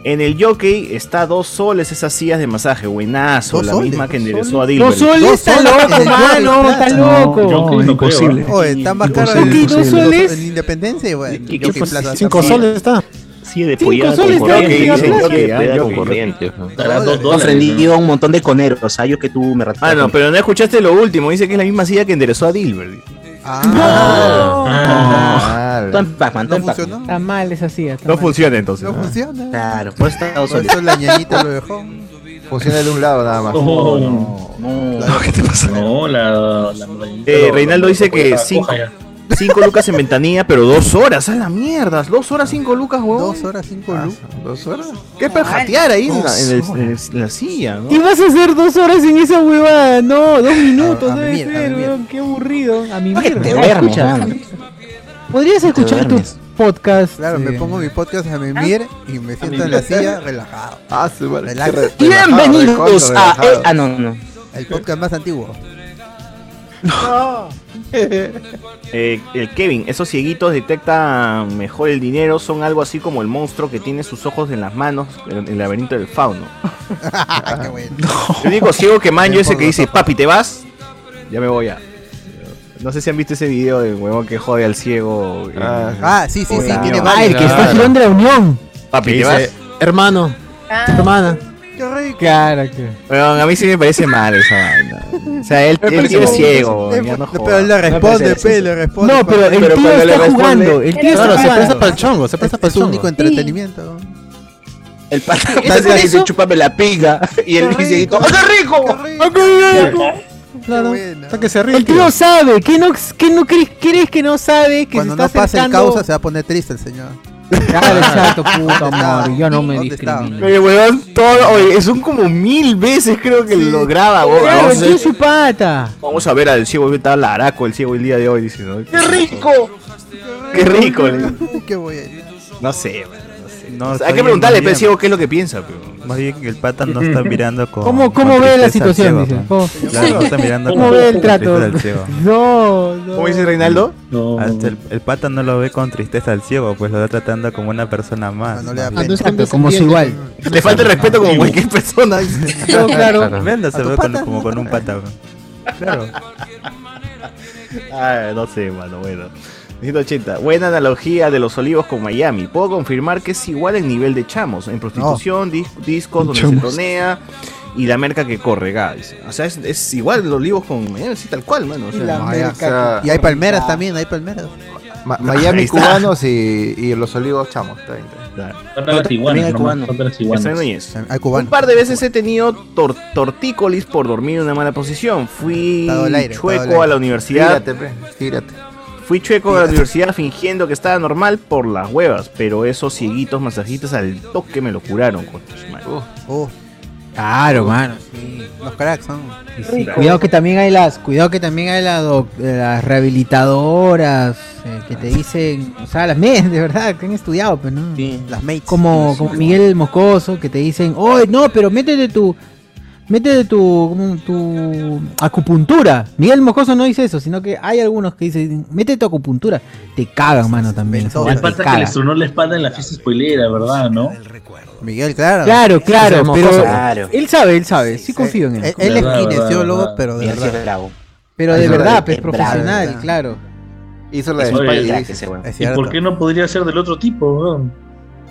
Speaker 4: En el jockey está a dos soles esas sillas de masaje, buenazo.
Speaker 8: ¿Dos
Speaker 4: La
Speaker 8: soles?
Speaker 4: misma que enderezó a Dilbert.
Speaker 1: Dos soles está loco, mano. Está loco.
Speaker 4: Jockey no creo, ¿eh?
Speaker 8: Oye, está más caro
Speaker 1: Imposible.
Speaker 8: el,
Speaker 1: ¿Dos soles?
Speaker 8: el Independencia, güey.
Speaker 11: ¿Qué-
Speaker 8: Yo
Speaker 11: qué
Speaker 8: que
Speaker 11: pos-
Speaker 8: plata-
Speaker 11: cinco soles
Speaker 3: está?
Speaker 11: Sí, de
Speaker 1: Cinco
Speaker 11: pollada
Speaker 1: soles
Speaker 11: con
Speaker 1: te dan
Speaker 11: corriente.
Speaker 1: en la
Speaker 11: dicen,
Speaker 1: plaza.
Speaker 11: sí, de pollada con
Speaker 4: Yo-
Speaker 11: corriente. ¿no?
Speaker 10: Dará dos
Speaker 5: Yo aprendí
Speaker 10: dólares.
Speaker 5: un montón de coneros. Ah, yo que tú me
Speaker 4: Ah,
Speaker 5: rataste.
Speaker 4: no, pero no escuchaste lo último. Dice que es la misma silla que enderezó a Dilbert.
Speaker 6: Ah.
Speaker 5: Tú en Pac-Man, tú en
Speaker 8: No
Speaker 5: Pac-Man.
Speaker 8: funcionó.
Speaker 1: Está mal, es así. está
Speaker 4: No
Speaker 1: mal.
Speaker 4: funciona entonces.
Speaker 8: No funciona.
Speaker 5: Claro, por eso está a dos
Speaker 8: Por
Speaker 5: soles.
Speaker 8: eso la ñañita lo dejó.
Speaker 6: Funciona de un lado nada más.
Speaker 10: Oh,
Speaker 8: Claro.
Speaker 4: ¿Qué te pasa?
Speaker 10: No, la. la-
Speaker 4: Eh, Reinaldo dice
Speaker 10: la-
Speaker 4: que
Speaker 10: la-
Speaker 4: 5
Speaker 10: coja ya.
Speaker 4: lucas en ventanilla, pero 2 horas, a la mierda. 2 horas 5 lucas, huevón.
Speaker 8: Dos horas, cinco lucas.
Speaker 6: ¿Dos horas?
Speaker 4: ¿Qué para jatear ahí en la,
Speaker 6: Dos
Speaker 4: en el- en el- en la silla? ¿no?
Speaker 1: ¿Qué vas a hacer dos horas en esa huevada? No, dos
Speaker 10: pues,
Speaker 1: minutos
Speaker 8: a mi
Speaker 1: debe
Speaker 8: mierda, a
Speaker 1: ser,
Speaker 8: mi mierda.
Speaker 1: weón. Qué aburrido. A mi
Speaker 5: Oye,
Speaker 1: mierda.
Speaker 5: te
Speaker 1: No,
Speaker 5: duermes,
Speaker 1: escucha.
Speaker 5: mano.
Speaker 1: Podrías escuchar tu
Speaker 5: duermes.
Speaker 1: podcast.
Speaker 8: Claro, me
Speaker 1: eh,
Speaker 8: pongo mi podcast a mimir y me siento en la silla
Speaker 4: [LAUGHS]
Speaker 8: relajado.
Speaker 6: Ah, su madre.
Speaker 8: Relax.
Speaker 6: Qué re-
Speaker 5: Bienvenidos
Speaker 6: recontra
Speaker 5: a.
Speaker 6: relajado.
Speaker 5: eh, ah, no, no.
Speaker 8: El podcast más antiguo. [LAUGHS]
Speaker 4: Eh, el Kevin, esos cieguitos detectan mejor el dinero, son algo así como el monstruo que tiene sus ojos en las manos en el laberinto del fauno.
Speaker 8: Qué bueno.
Speaker 4: Yo digo ciego que manjo ese que dice, papi, ¿te vas? ya me voy a. No sé si han visto ese video del huevón que jode al ciego.
Speaker 1: Ah, ah, sí, sí, sí, tiene varios. Ah, el que está girando
Speaker 4: la unión.
Speaker 3: Papi,
Speaker 4: ¿te vas?
Speaker 3: dice, hermano, hermana.
Speaker 1: Qué rico.
Speaker 3: Claro que.
Speaker 4: Huevón, a mí sí me parece mal esa banda. O sea, él,
Speaker 1: Me
Speaker 4: él
Speaker 1: parece
Speaker 4: tío es
Speaker 1: muy-
Speaker 4: ciego.
Speaker 1: me-
Speaker 4: ya no
Speaker 1: pero
Speaker 4: joda.
Speaker 1: le
Speaker 4: Me
Speaker 1: responde,
Speaker 4: parece
Speaker 1: pe,
Speaker 4: eso.
Speaker 1: le responde. No, pero el tío
Speaker 4: cuando
Speaker 1: está
Speaker 4: le responde-
Speaker 1: jugando, el tío está
Speaker 4: Claro, se
Speaker 1: jugando.
Speaker 4: presta para el chongo, se presta para el
Speaker 1: Es un
Speaker 4: chongo.
Speaker 1: único entretenimiento.
Speaker 4: El pata
Speaker 1: ¿Eso es
Speaker 4: pata dice,
Speaker 1: eso?
Speaker 4: chúpame
Speaker 10: [LAUGHS]
Speaker 4: la pinga. Y él dice, y todo, ¡ah, qué rico!
Speaker 1: ¡Ah, qué rico!
Speaker 3: Claro, hasta que se ríe.
Speaker 1: El tío sabe, ¿qué no, qué no crees, crees que no sabe? Que
Speaker 8: Cuando
Speaker 1: se
Speaker 8: no
Speaker 1: está
Speaker 8: pase el
Speaker 1: acercando...
Speaker 8: causa se va a poner triste el señor.
Speaker 1: Claro, exacto,
Speaker 8: puto
Speaker 1: amor,
Speaker 8: yo no
Speaker 1: me
Speaker 8: discrimino.
Speaker 4: Oye, weón, todo, oye, son como mil veces creo que lo graba, weón.
Speaker 1: Claro,
Speaker 4: Vamos
Speaker 1: el
Speaker 4: a-
Speaker 1: tío es su pata.
Speaker 4: Vamos a ver al ciego, ¿qué tal Araco el ciego el día de hoy? Dice, ¿no?
Speaker 1: ¡Qué rico!
Speaker 4: Qué rico, le digo. [LAUGHS]
Speaker 8: Qué voy a ir.
Speaker 4: No sé, weón, no sé.
Speaker 10: No,
Speaker 4: O sea,
Speaker 10: está
Speaker 4: hay que
Speaker 10: bien,
Speaker 4: preguntarle,
Speaker 10: está
Speaker 4: pero
Speaker 10: bien.
Speaker 4: al ciego, ¿qué es lo que piensa, pero?
Speaker 10: Más bien que el pata no está
Speaker 4: [LAUGHS]
Speaker 10: mirando con.
Speaker 1: ¿Cómo- cómo
Speaker 10: con
Speaker 1: ve
Speaker 10: tristeza
Speaker 1: la
Speaker 10: al
Speaker 1: situación,
Speaker 10: ciego,
Speaker 1: dice?
Speaker 10: ¿no?
Speaker 1: ¿Cómo-
Speaker 10: Claro, no está mirando
Speaker 1: ¿Cómo
Speaker 10: con-
Speaker 1: ve el
Speaker 10: con
Speaker 1: trato?
Speaker 10: tristeza al ciego.
Speaker 1: No, no.
Speaker 4: ¿Cómo dice Reinaldo?
Speaker 10: Hasta el, el pata no lo ve con tristeza al ciego, pues lo está tratando como una persona más.
Speaker 8: no le da
Speaker 10: más
Speaker 8: pena.
Speaker 10: bien.
Speaker 8: Exacto, como si igual.
Speaker 4: este Le falta el respeto como cualquier persona.
Speaker 1: No, claro.
Speaker 10: Venda se
Speaker 4: ¿A tu
Speaker 10: ve con-
Speaker 4: pata?
Speaker 10: como con un pata. Claro.
Speaker 4: Ah, no sé, mano, bueno. 180. Buena analogía de los olivos con Miami. Puedo confirmar que es igual el nivel de chamos. En prostitución, dis- discos donde
Speaker 2: Chamos.
Speaker 4: se tonea y la merca que corre, ga, dice. O sea, es, es igual los olivos con Miami, así tal cual, mano. o sea,
Speaker 8: La
Speaker 4: no,
Speaker 8: merca
Speaker 4: o sea,
Speaker 8: que- Y hay palmeras también, hay palmeras.
Speaker 6: Ma-
Speaker 4: Ahí
Speaker 6: Miami
Speaker 4: está.
Speaker 6: cubanos y, y los olivos chamos. está bien, está bien.
Speaker 7: Falta la
Speaker 4: También
Speaker 7: tiguana,
Speaker 4: hay
Speaker 7: nomás,
Speaker 4: cubanos.
Speaker 7: falta la
Speaker 4: Está en
Speaker 7: tiguana.
Speaker 4: Núñez.
Speaker 8: Hay
Speaker 4: Un par de veces he tenido tor- tortícolis por dormir en una mala posición. Fui
Speaker 6: Estado al aire, estado al
Speaker 4: chueco
Speaker 6: aire.
Speaker 4: a la universidad.
Speaker 6: Gírate, pe, gírate.
Speaker 4: Fui chueco a la universidad fingiendo que estaba normal por las huevas, pero esos cieguitos masajitos al toque me lo curaron con tus manos.
Speaker 1: Claro, mano.
Speaker 8: Uh. Los cracks son.
Speaker 1: Cuidado que también hay las, cuidado que también hay las, doc- eh, las rehabilitadoras eh, que te dicen, o sea, las maids de verdad que han estudiado, pero no.
Speaker 8: Las maids.
Speaker 1: Como, como Miguel Moscoso que te dicen, "Oye, no, pero métete tu métete tu ¿cómo? tu acupuntura." Miguel Moscoso no dice eso, sino que hay algunos que dicen, "Métete tu acupuntura." Te cagan, mano, también. esa
Speaker 7: El
Speaker 1: hueá te
Speaker 7: pata que le
Speaker 1: caga.
Speaker 7: sonó la espalda en la fiesta spoilera, ¿verdad? ¿no?
Speaker 8: Miguel, claro.
Speaker 1: Claro, claro,
Speaker 8: Ese es
Speaker 1: pero
Speaker 8: mocoso.
Speaker 1: él sabe, él sabe, sí confío en él.
Speaker 8: Él, él es
Speaker 1: Verdad, verdad,
Speaker 8: kinesiólogo,
Speaker 1: verdad.
Speaker 8: pero de
Speaker 1: Miguel sí es
Speaker 8: verdad.
Speaker 1: Pero de
Speaker 8: Es
Speaker 1: verdad,
Speaker 8: verdad,
Speaker 1: pues
Speaker 8: es
Speaker 1: profesional,
Speaker 8: bravo,
Speaker 1: claro.
Speaker 6: Hizo
Speaker 7: la de Oye, Spider-Man. crack ese
Speaker 8: Es
Speaker 7: ¿Y
Speaker 8: cierto.
Speaker 7: por qué no podría ser del otro tipo, weón?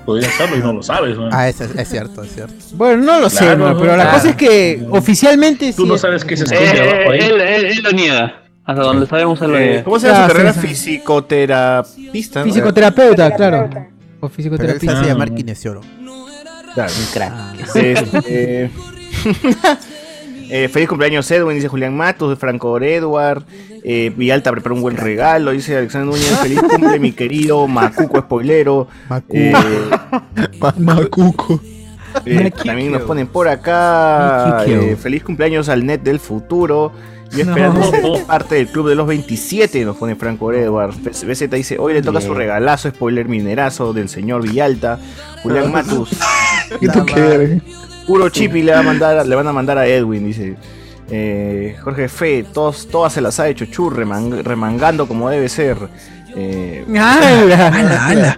Speaker 7: Podría serlo y no lo sabes, weón.
Speaker 8: Ah, es, es cierto, es cierto.
Speaker 1: Bueno, no lo sé,
Speaker 7: Claro,
Speaker 1: hermano, pero la
Speaker 7: claro.
Speaker 1: cosa es que oficialmente
Speaker 7: Tú
Speaker 1: sí
Speaker 7: no
Speaker 1: es-
Speaker 7: sabes qué se
Speaker 1: Eh,
Speaker 7: esconde abajo ahí.
Speaker 19: él, él, él lo niega. Hasta donde sabemos él lo niega.
Speaker 4: Eh, ¿Cómo se llama su
Speaker 1: Ah,
Speaker 4: carrera?
Speaker 1: sí, sí.
Speaker 4: Fisicoterapista. ¿no?
Speaker 1: Fisicoterapeuta, claro. O
Speaker 8: Pero él se
Speaker 1: fisioterapeuta.
Speaker 8: hace llamar kinesiólogo.
Speaker 4: Claro.
Speaker 8: crack.
Speaker 4: Este, eh, feliz cumpleaños Edwin, dice Julián Matos, de Franco Edward. Eh, Villalta preparó un buen regalo, dice Alexander Núñez. Feliz cumple, mi querido Macuco Spoilero. Eh,
Speaker 2: Macuco.
Speaker 4: eh, también nos ponen por acá.
Speaker 2: Maquiqueo.
Speaker 4: eh, feliz cumpleaños al net del futuro. Y
Speaker 2: No.
Speaker 4: esperando ser parte del club de los 27, nos pone Franco Edward. BZ dice: Hoy le toca su regalazo, spoiler minerazo del señor Villalta. Julián Matus.
Speaker 2: Ah. [LAUGHS] ¿Y tú qué eres?
Speaker 4: Puro chip y le, va a mandar, le van a mandar a Edwin, dice. Eh, Jorge Fe, todos, todas se las ha hecho chu, remang- remangando como debe ser. Eh,
Speaker 2: [LAUGHS]
Speaker 1: ¡Hala!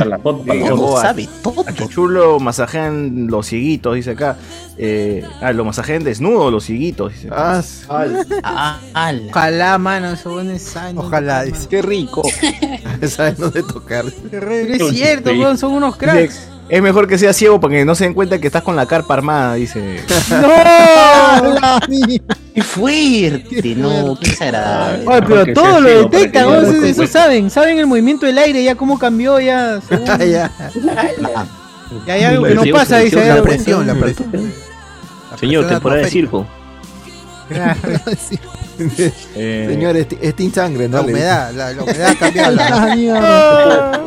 Speaker 7: A la pot- a la
Speaker 4: Todo
Speaker 7: pot.
Speaker 4: sabe, a Chuchu lo masajean los cieguitos, dice acá. Eh, ah, lo masajean desnudo los cieguitos, dice. Ah.
Speaker 1: Ah, Ojalá, mano, eso bueno es sano.
Speaker 8: Ojalá,
Speaker 1: Qué rico.
Speaker 4: Saben dónde tocar.
Speaker 1: es cierto,
Speaker 4: Sí.
Speaker 1: weón, son unos cracks.
Speaker 4: Dice, Es mejor que sea ciego para que no se den cuenta que estás con la carpa armada,
Speaker 5: [LAUGHS]
Speaker 4: dice.
Speaker 1: ¡Oh! ¡No!
Speaker 5: ¡Qué fuerte! No, qué desagradable.
Speaker 1: Oye, pero
Speaker 5: Porque
Speaker 1: todo
Speaker 5: sea
Speaker 1: lo
Speaker 5: ciego,
Speaker 1: detectan,
Speaker 5: para que
Speaker 1: weón,
Speaker 5: ya
Speaker 1: eso,
Speaker 5: no
Speaker 1: eso
Speaker 5: se
Speaker 1: saben, saben el movimiento del aire, ya cómo cambió,
Speaker 8: [LAUGHS]
Speaker 1: ya. según- Ya hay algo que no pasa, dice. hay
Speaker 19: La
Speaker 1: algo que-
Speaker 19: presión, la presión. Señor, temporada de circo.
Speaker 6: [LAUGHS]
Speaker 4: Eh,
Speaker 6: Señor, es, es Team Sangre, ¿no?
Speaker 8: La
Speaker 6: Le dice.
Speaker 8: humedad, la, la humedad
Speaker 6: [LAUGHS]
Speaker 8: cambia
Speaker 1: la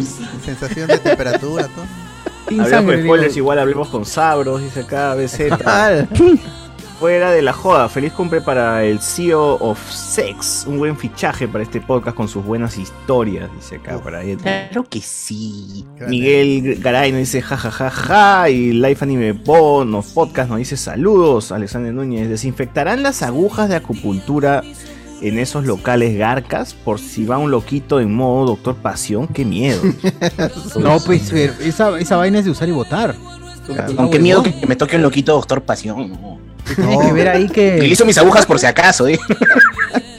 Speaker 19: [LAUGHS]
Speaker 8: sensación de temperatura, todo.
Speaker 4: Hablamos de spoilers, igual hablemos con Sabros, dice acá
Speaker 2: [LAUGHS] Ah,
Speaker 1: [LAUGHS]
Speaker 4: BZ. Fuera de la joda, feliz cumple para el CEO of Sex. Un buen fichaje para este podcast con sus buenas historias, dice acá para Ed.
Speaker 5: Claro que sí.
Speaker 4: Miguel Garay nos dice jajajaja ja, ja, y Life Anime Po nos podcast nos dice saludos. Alexander Núñez, ¿desinfectarán las agujas de acupuntura en esos locales garcas por si va un loquito en modo Doctor Pasión? ¡Qué miedo!
Speaker 1: [LAUGHS] No, pues pero esa, esa vaina es de usar y botar.
Speaker 5: Con qué miedo que me toque un loquito doctor pasión. no.
Speaker 1: Tiene que ver ahí que.
Speaker 5: Utilizo mis agujas por si
Speaker 7: [LAUGHS]
Speaker 5: acaso, ¿eh?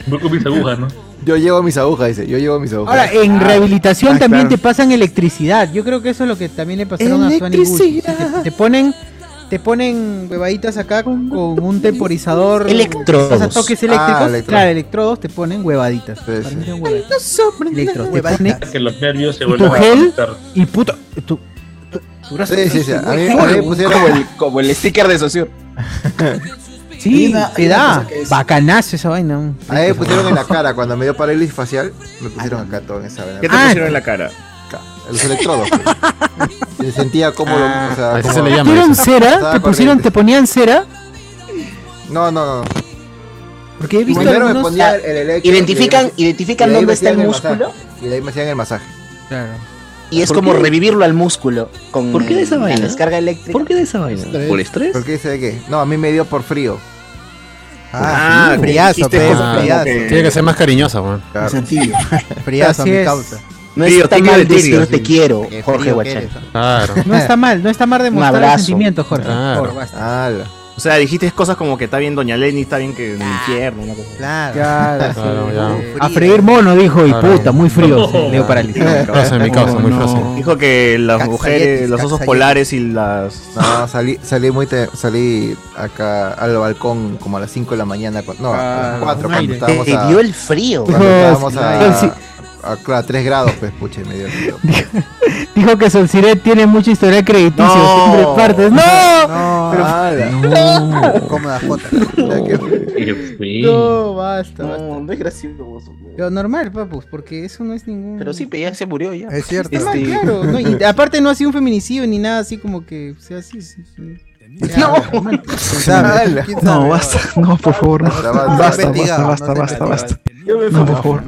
Speaker 7: Voy con mis agujas, ¿no?
Speaker 6: Yo llevo mis agujas, dice. Yo llevo mis agujas.
Speaker 1: Ahora, en
Speaker 6: Ah,
Speaker 1: rehabilitación
Speaker 6: ah,
Speaker 1: también
Speaker 6: claro.
Speaker 1: te pasan electricidad. Yo creo que eso es lo que también le pasaron a Sony Bush. Sí, Te, te ponen. Te ponen huevaditas acá con, con un temporizador.
Speaker 5: Electrodos.
Speaker 1: O sea, toques
Speaker 5: Ah,
Speaker 1: eléctricos.
Speaker 5: electrodos.
Speaker 1: Claro, electrodos te ponen huevaditas. Para mí son huevaditas. Electrodos. Te ponen
Speaker 7: Que los nervios se
Speaker 1: y
Speaker 7: vuelven
Speaker 1: tu
Speaker 7: a
Speaker 1: gel
Speaker 7: afectar.
Speaker 1: y puta. Tu, tu- tu brazo-
Speaker 5: Sí, sí, sí. A mí,
Speaker 1: Como
Speaker 5: a mí me pusieron
Speaker 4: [LAUGHS]
Speaker 5: como el, como el sticker de socio.
Speaker 1: Sí,
Speaker 6: Hay una- hay
Speaker 1: te
Speaker 6: una
Speaker 1: da.
Speaker 6: cosa que es-
Speaker 1: Bacanazo esa vaina.
Speaker 6: A mí me pusieron en la cara, cuando me dio parálisis facial, me pusieron acá todo en esa vena.
Speaker 1: ¿Qué te Ah. pusieron en
Speaker 6: la cara? Los electrodos. Se sentía como lo. O sea,
Speaker 1: ¿Te
Speaker 6: como-
Speaker 1: pusieron cera?
Speaker 6: Estaba
Speaker 1: ¿Te pusieron, te ponían cera?
Speaker 6: corriente. No, no, no.
Speaker 1: Porque he visto
Speaker 6: Primero me
Speaker 1: algunos-
Speaker 6: ponía el electro.
Speaker 5: Identifican-
Speaker 6: y de ahí me-
Speaker 5: identifican
Speaker 6: y de ahí
Speaker 5: dónde
Speaker 6: me
Speaker 5: está el
Speaker 6: hacían
Speaker 5: músculo.
Speaker 6: masaje, y de ahí me hacían el masaje.
Speaker 1: Claro.
Speaker 5: Y es
Speaker 6: ¿Por
Speaker 5: como
Speaker 6: qué?
Speaker 5: revivirlo al músculo. Con
Speaker 6: ¿Por qué de esa
Speaker 5: la
Speaker 6: vaina?
Speaker 5: descarga eléctrica.
Speaker 6: ¿Por qué de esa vaina?
Speaker 5: ¿Por
Speaker 6: estrés? ¿Por qué dice de qué? No, a mí me dio por frío. pues,
Speaker 3: Ah,
Speaker 6: sí,
Speaker 3: friazo,
Speaker 6: dijiste
Speaker 3: pe,
Speaker 6: cosas como
Speaker 3: friazo.
Speaker 6: que-
Speaker 3: Tiene que ser más cariñosa, weón.
Speaker 6: Claro.
Speaker 1: [LAUGHS]
Speaker 3: Sencillo.
Speaker 6: Friazo,
Speaker 1: Así
Speaker 6: mi
Speaker 1: es.
Speaker 6: causa.
Speaker 5: No
Speaker 3: Frío,
Speaker 5: está
Speaker 3: tibio
Speaker 5: mal
Speaker 3: de tibio,
Speaker 5: decir no
Speaker 3: sí.
Speaker 5: te quiero,
Speaker 6: Qué
Speaker 5: Jorge
Speaker 6: frío que
Speaker 5: Huachán.
Speaker 6: eres,
Speaker 3: Claro.
Speaker 1: No está mal, no está mal demostrar los
Speaker 5: abrazo.
Speaker 1: sentimientos, Jorge. Por favor, basta.
Speaker 4: O sea, dijiste cosas como que está bien Doña Lenny, está bien que en el infierno, una cosa.
Speaker 25: Claro.
Speaker 1: Claro,
Speaker 3: Claro,
Speaker 1: sí.
Speaker 3: ya.
Speaker 1: A freír mono, dijo, y puta, muy frío. sí, Leo
Speaker 3: Mi causa,
Speaker 1: paralizado.
Speaker 3: mi causa, muy fácil.
Speaker 4: Dijo que las mujeres, los osos polares y las.
Speaker 6: No, salí, salí muy te- salí acá al balcón como a las 5 de la mañana. cu- no, a
Speaker 5: Ah,
Speaker 6: las 4
Speaker 5: con
Speaker 6: cuando
Speaker 5: aire.
Speaker 6: estábamos
Speaker 5: Te
Speaker 6: a,
Speaker 5: dio el frío.
Speaker 6: Cuando estábamos
Speaker 5: Claro, sí.
Speaker 6: a, a, a 3 grados, pues puche, me dio
Speaker 5: [LAUGHS]
Speaker 6: el frío.
Speaker 1: Dijo que Solciret tiene mucha historia crediticia. Siempre partes. ¡No!
Speaker 6: No,
Speaker 1: Pero- [LAUGHS]
Speaker 6: ala.
Speaker 8: Cómoda Jota.
Speaker 1: No, basta, basta.
Speaker 5: No, no es gracioso.
Speaker 1: Pero normal, papus, porque eso no es ningún.
Speaker 5: Pero sí, pero ya se murió ya. Este,
Speaker 8: Es cierto.
Speaker 1: Está mal, claro.
Speaker 5: [LAUGHS]
Speaker 1: ¿no? Y aparte no ha sido un feminicidio ni nada así como que sea así. sí, sí.
Speaker 8: No.
Speaker 11: [LAUGHS]
Speaker 6: Ala.
Speaker 2: [LAUGHS] No, basta, no, por favor, no.
Speaker 6: Basta, basta,
Speaker 2: Basta, basta,
Speaker 6: investigado,
Speaker 2: basta,
Speaker 6: no te
Speaker 2: basta, basta.
Speaker 5: Yo me
Speaker 2: No,
Speaker 5: fui.
Speaker 2: por favor.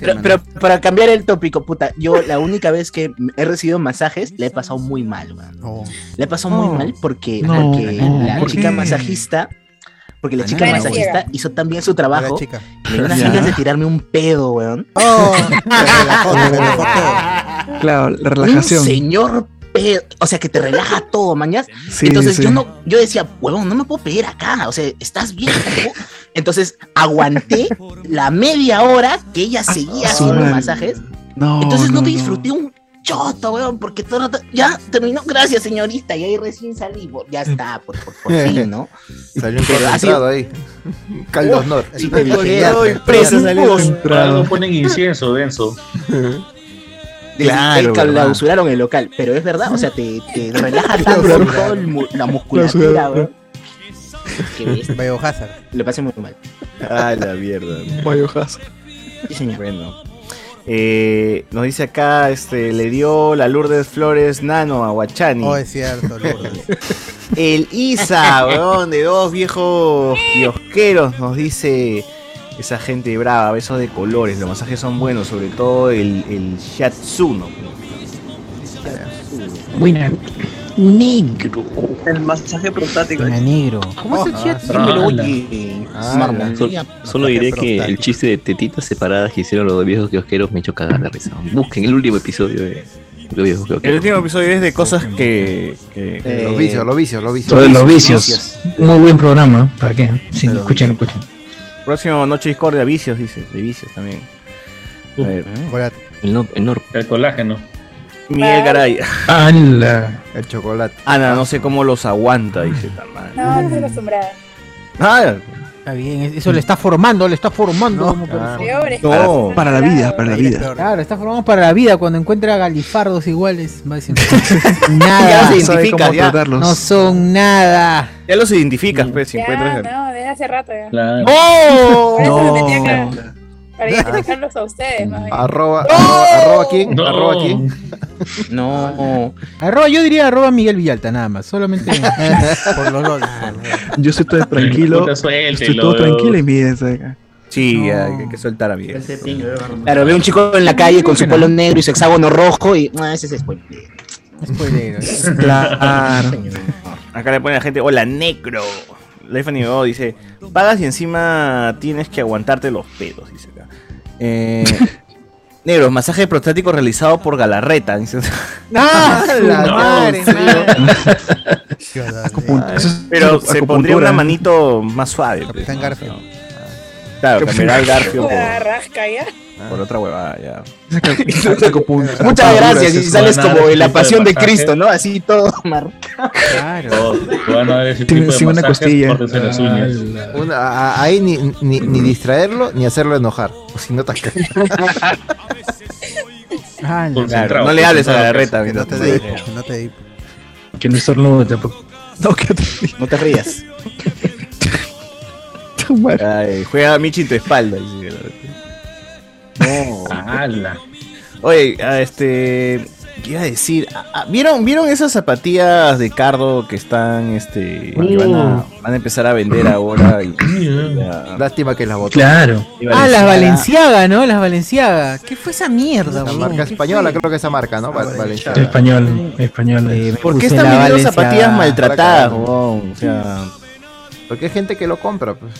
Speaker 5: pero, pero para cambiar el tópico, puta, yo la única vez que he recibido masajes la he pasado muy mal, weón. La he pasado muy
Speaker 1: No.
Speaker 5: mal porque,
Speaker 1: No,
Speaker 5: porque
Speaker 1: no,
Speaker 5: la
Speaker 1: ¿por
Speaker 5: chica
Speaker 1: qué?
Speaker 5: masajista, porque la
Speaker 1: Ah,
Speaker 5: chica
Speaker 1: no.
Speaker 5: masajista hizo tan bien su trabajo,
Speaker 8: La chica. Oh,
Speaker 5: que me dio unas
Speaker 8: Ya.
Speaker 5: ganas de tirarme un pedo, weón. [LAUGHS]
Speaker 2: Claro, la
Speaker 5: Un
Speaker 2: relajación.
Speaker 5: señor pedo. O sea, que te relaja todo, mañas.
Speaker 2: Sí,
Speaker 5: Entonces
Speaker 2: sí.
Speaker 5: yo no, yo decía, huevón, no me puedo pedir acá. O sea, estás bien. huevón?". Entonces aguanté la media hora que ella seguía
Speaker 2: su
Speaker 5: haciendo
Speaker 2: madre.
Speaker 5: masajes.
Speaker 2: No,
Speaker 5: Entonces no,
Speaker 2: no,
Speaker 5: te
Speaker 2: no.
Speaker 5: disfruté un choto, weón, porque todo el rato- Ya terminó, gracias, señorita. Y ahí recién salí. bo- Ya está, por, por, por [LAUGHS] fin, ¿no?
Speaker 6: Salió un
Speaker 5: Pero ha sido-
Speaker 6: concentrado ahí. Caldo Honor.
Speaker 5: Sí, te dije,
Speaker 6: Genial,
Speaker 5: ya,
Speaker 6: pues.
Speaker 5: preso salió.
Speaker 7: Para algo ponen incienso,
Speaker 8: [LAUGHS]
Speaker 7: denso.
Speaker 5: Claro,
Speaker 7: Claro,
Speaker 5: que
Speaker 7: ¿verdad?
Speaker 5: clausuraron el local, pero es verdad, o sea, te, [LAUGHS] te relaja tanto todo el mu- la musculatura,
Speaker 2: Clausuraron.
Speaker 5: weón. Qué bestia. Lo pasé muy mal.
Speaker 4: Ah, la mierda.
Speaker 2: Bayojas.
Speaker 4: Bueno. Eh, nos dice acá, este, le dio la Lourdes Flores Nano a Guachani.
Speaker 8: Oh, es cierto, Lourdes.
Speaker 4: [LAUGHS] El Isa, weón, de dos viejos kiosqueros, nos dice esa gente brava, besos de colores, los masajes son buenos, sobre todo el, el Shatsuno.
Speaker 21: Buena. Negro.
Speaker 10: El masaje prostático.
Speaker 1: negro.
Speaker 10: ¿Cómo
Speaker 11: Ah,
Speaker 5: es el chat?
Speaker 10: Dímelo,
Speaker 5: oye.
Speaker 10: Marmol.
Speaker 11: Sol- solo diré que el chiste de tetitas separadas que hicieron los viejos kiosqueros me echó cagar de risa. Busquen el último episodio de los viejos
Speaker 4: El
Speaker 11: kiosqueros.
Speaker 4: último episodio es de cosas que... que-
Speaker 6: Los vicios, los vicios, los vicios.
Speaker 21: Sobre los vicios. Muy buen programa. ¿Para qué? Sí, escuchen, escuchen.
Speaker 4: Próximo Noche Discordia, vicios, dice, de vicios también. A ver.
Speaker 11: Uh, eh. El, no, el norco.
Speaker 7: El colágeno.
Speaker 4: Miguel Garay.
Speaker 21: Ala.
Speaker 6: El chocolate.
Speaker 4: Ana, no sé cómo los aguanta,
Speaker 11: [LAUGHS]
Speaker 4: dice tan mal.
Speaker 12: No, estoy acostumbrada.
Speaker 4: Ah,
Speaker 1: Está bien, eso le está formando, le está formando
Speaker 5: Ah,
Speaker 1: como persona.
Speaker 12: Peores.
Speaker 4: No.
Speaker 2: Para la vida, para la vida.
Speaker 1: Claro, está formado para la vida. Cuando encuentra galifardos iguales, va a decir:
Speaker 4: Ya
Speaker 1: [LAUGHS] Nada,
Speaker 4: se
Speaker 2: sabe
Speaker 4: identifica,
Speaker 2: cómo
Speaker 4: ya.
Speaker 2: tratarlos.
Speaker 1: no son nada.
Speaker 4: Ya los identificas, pues, si
Speaker 12: Ya,
Speaker 4: encuentras.
Speaker 12: no, desde hace rato ya.
Speaker 7: Mm. Claro.
Speaker 4: ¡Oh!
Speaker 12: [LAUGHS] Por eso lo tenía que- Para identificarlos a ustedes, más
Speaker 1: Ah.
Speaker 12: bien.
Speaker 6: Arroba, arroba, arroba quién,
Speaker 7: No.
Speaker 6: arroba quién.
Speaker 5: No.
Speaker 1: [LAUGHS] Arroba, yo diría arroba Miguel Villalta, nada más. Solamente. Ah,
Speaker 8: Por los lolos.
Speaker 2: Yo estoy todo tranquilo.
Speaker 4: Puta,
Speaker 2: Estoy
Speaker 4: suéltelo,
Speaker 2: todo
Speaker 4: weón.
Speaker 2: tranquilo y miren, acá.
Speaker 4: Sí, ya, hay que soltar a Miguel.
Speaker 7: eh,
Speaker 5: Claro, ve un chico en la calle con su polo negro y su hexágono rojo y. Ah, ese es spoiler.
Speaker 1: Spoiler.
Speaker 2: Claro.
Speaker 4: Acá le pone la gente, hola, negro. Life and Go dice, pagas y encima tienes que aguantarte los pedos, dice acá. Eh, negros, masaje prostático realizado por Galarreta. dice.
Speaker 1: [LAUGHS] ¡Ah!
Speaker 4: No,
Speaker 1: la madre,
Speaker 4: sí,
Speaker 1: madre.
Speaker 11: Acupuntura. Eso es
Speaker 4: Pero se
Speaker 11: acupuntura.
Speaker 4: pondría una manito más suave. Capitán
Speaker 8: Garfio.
Speaker 4: Claro, Capitán pues. Garfio
Speaker 12: Ah,
Speaker 4: por,
Speaker 12: rasca ya.
Speaker 4: Ah. por otra huevada, ya. [LAUGHS]
Speaker 5: Muchas gracias. Y
Speaker 4: Eso
Speaker 5: sales
Speaker 4: van a dar
Speaker 5: como en la
Speaker 4: ese tipo de
Speaker 5: pasión de
Speaker 4: masaje.
Speaker 5: Cristo, ¿no? Así todo marcado.
Speaker 7: Te van Oh, a dar ese
Speaker 11: Tiene
Speaker 7: tipo de
Speaker 11: encima una
Speaker 7: masajes,
Speaker 11: costilla.
Speaker 7: córtense las uñas.
Speaker 6: Una- a- a- ahí ni, ni, ni distraerlo ni hacerlo enojar. O si no, te
Speaker 5: [LAUGHS] Ah,
Speaker 4: Claro, no le hables a la reta. mientras
Speaker 8: no
Speaker 4: tú
Speaker 8: te dé
Speaker 4: estás-
Speaker 8: hipo, que no te dé hipo.
Speaker 21: Que no estornude tampoco. No, que
Speaker 4: No te [LAUGHS] rías. Ay, juega Michi en tu espalda. dice la reta. No.
Speaker 7: ¡Hala!
Speaker 4: Oye, a este. ¿Qué iba a decir? Ah, ah, ¿Vieron, ¿Vieron esas zapatillas de cardo que están, este. que van, a, van a empezar a vender ahora? y-
Speaker 6: Lástima que las botó.
Speaker 21: Claro.
Speaker 4: Y
Speaker 1: Ah, las
Speaker 4: Valenciaga.
Speaker 1: Valenciaga, ¿no? Las Valenciaga. ¿Qué fue esa mierda,
Speaker 6: La
Speaker 1: weón?
Speaker 6: marca
Speaker 1: ¿Qué
Speaker 6: española,
Speaker 1: fue?
Speaker 6: creo que esa marca, ¿no? Val- Valenciaga.
Speaker 21: Español, español.
Speaker 6: ¿Por
Speaker 1: qué
Speaker 6: qué
Speaker 1: Puse
Speaker 6: están
Speaker 1: están la
Speaker 6: vendiendo
Speaker 1: vendiendo Valenciaga.
Speaker 6: zapatillas
Speaker 1: zapatillas
Speaker 6: maltratadas,
Speaker 1: maltratadas,
Speaker 4: O sea.
Speaker 6: Porque hay gente que lo compra, pues.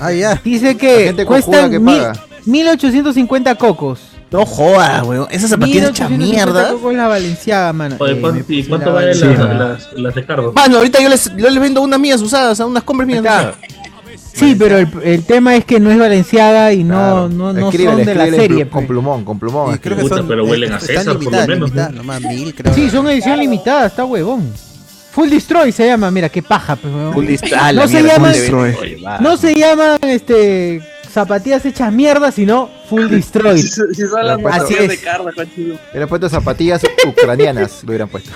Speaker 8: Ah, ya.
Speaker 1: Dice
Speaker 6: La
Speaker 1: que
Speaker 6: gente conjuga
Speaker 1: cuestan
Speaker 6: que
Speaker 1: mil-
Speaker 6: paga.
Speaker 1: 1850 cocos.
Speaker 4: No jodas, weón. Esas zapatillas hechas
Speaker 1: 1850
Speaker 4: mierda.
Speaker 1: cocos la Valenciaga, mano.
Speaker 7: Oye,
Speaker 1: Eh,
Speaker 7: ¿cuánto-
Speaker 1: me
Speaker 7: ¿Y
Speaker 1: puse
Speaker 7: cuánto
Speaker 1: la
Speaker 7: valen
Speaker 1: Valenciaga.
Speaker 7: las, las, las de cargo?
Speaker 4: Mano, ahorita yo les, yo les vendo unas mías usadas, a unas compras mías usadas.
Speaker 1: Sí, pero el, el tema es que no es Valenciaga y no, no, no
Speaker 6: Escríbele,
Speaker 1: son de la
Speaker 6: escríbele en
Speaker 1: serie.
Speaker 6: plu-
Speaker 1: pues.
Speaker 6: con plumón, con plumón.
Speaker 8: creo
Speaker 7: Puta, pero huelen a César, por lo menos. ¿no?
Speaker 1: [LAUGHS]
Speaker 8: Nomás mil, creo.
Speaker 1: Sí, son edición limitada, está huevón. Full Destroy se llama, mira, qué paja, pues, huevón.
Speaker 4: Full Dest- ah, la
Speaker 1: no se
Speaker 4: mierda,
Speaker 1: llaman,
Speaker 4: Full Destroy. Oye, va.
Speaker 1: no se llaman, este, zapatillas hechas mierda, sino Full Destroy.
Speaker 26: Si, si son las
Speaker 6: Así
Speaker 26: zapatillas de pues,
Speaker 6: es.
Speaker 26: carga, cochido.
Speaker 6: Hubieran puesto zapatillas ucranianas, lo
Speaker 4: [LAUGHS]
Speaker 6: hubieran puesto.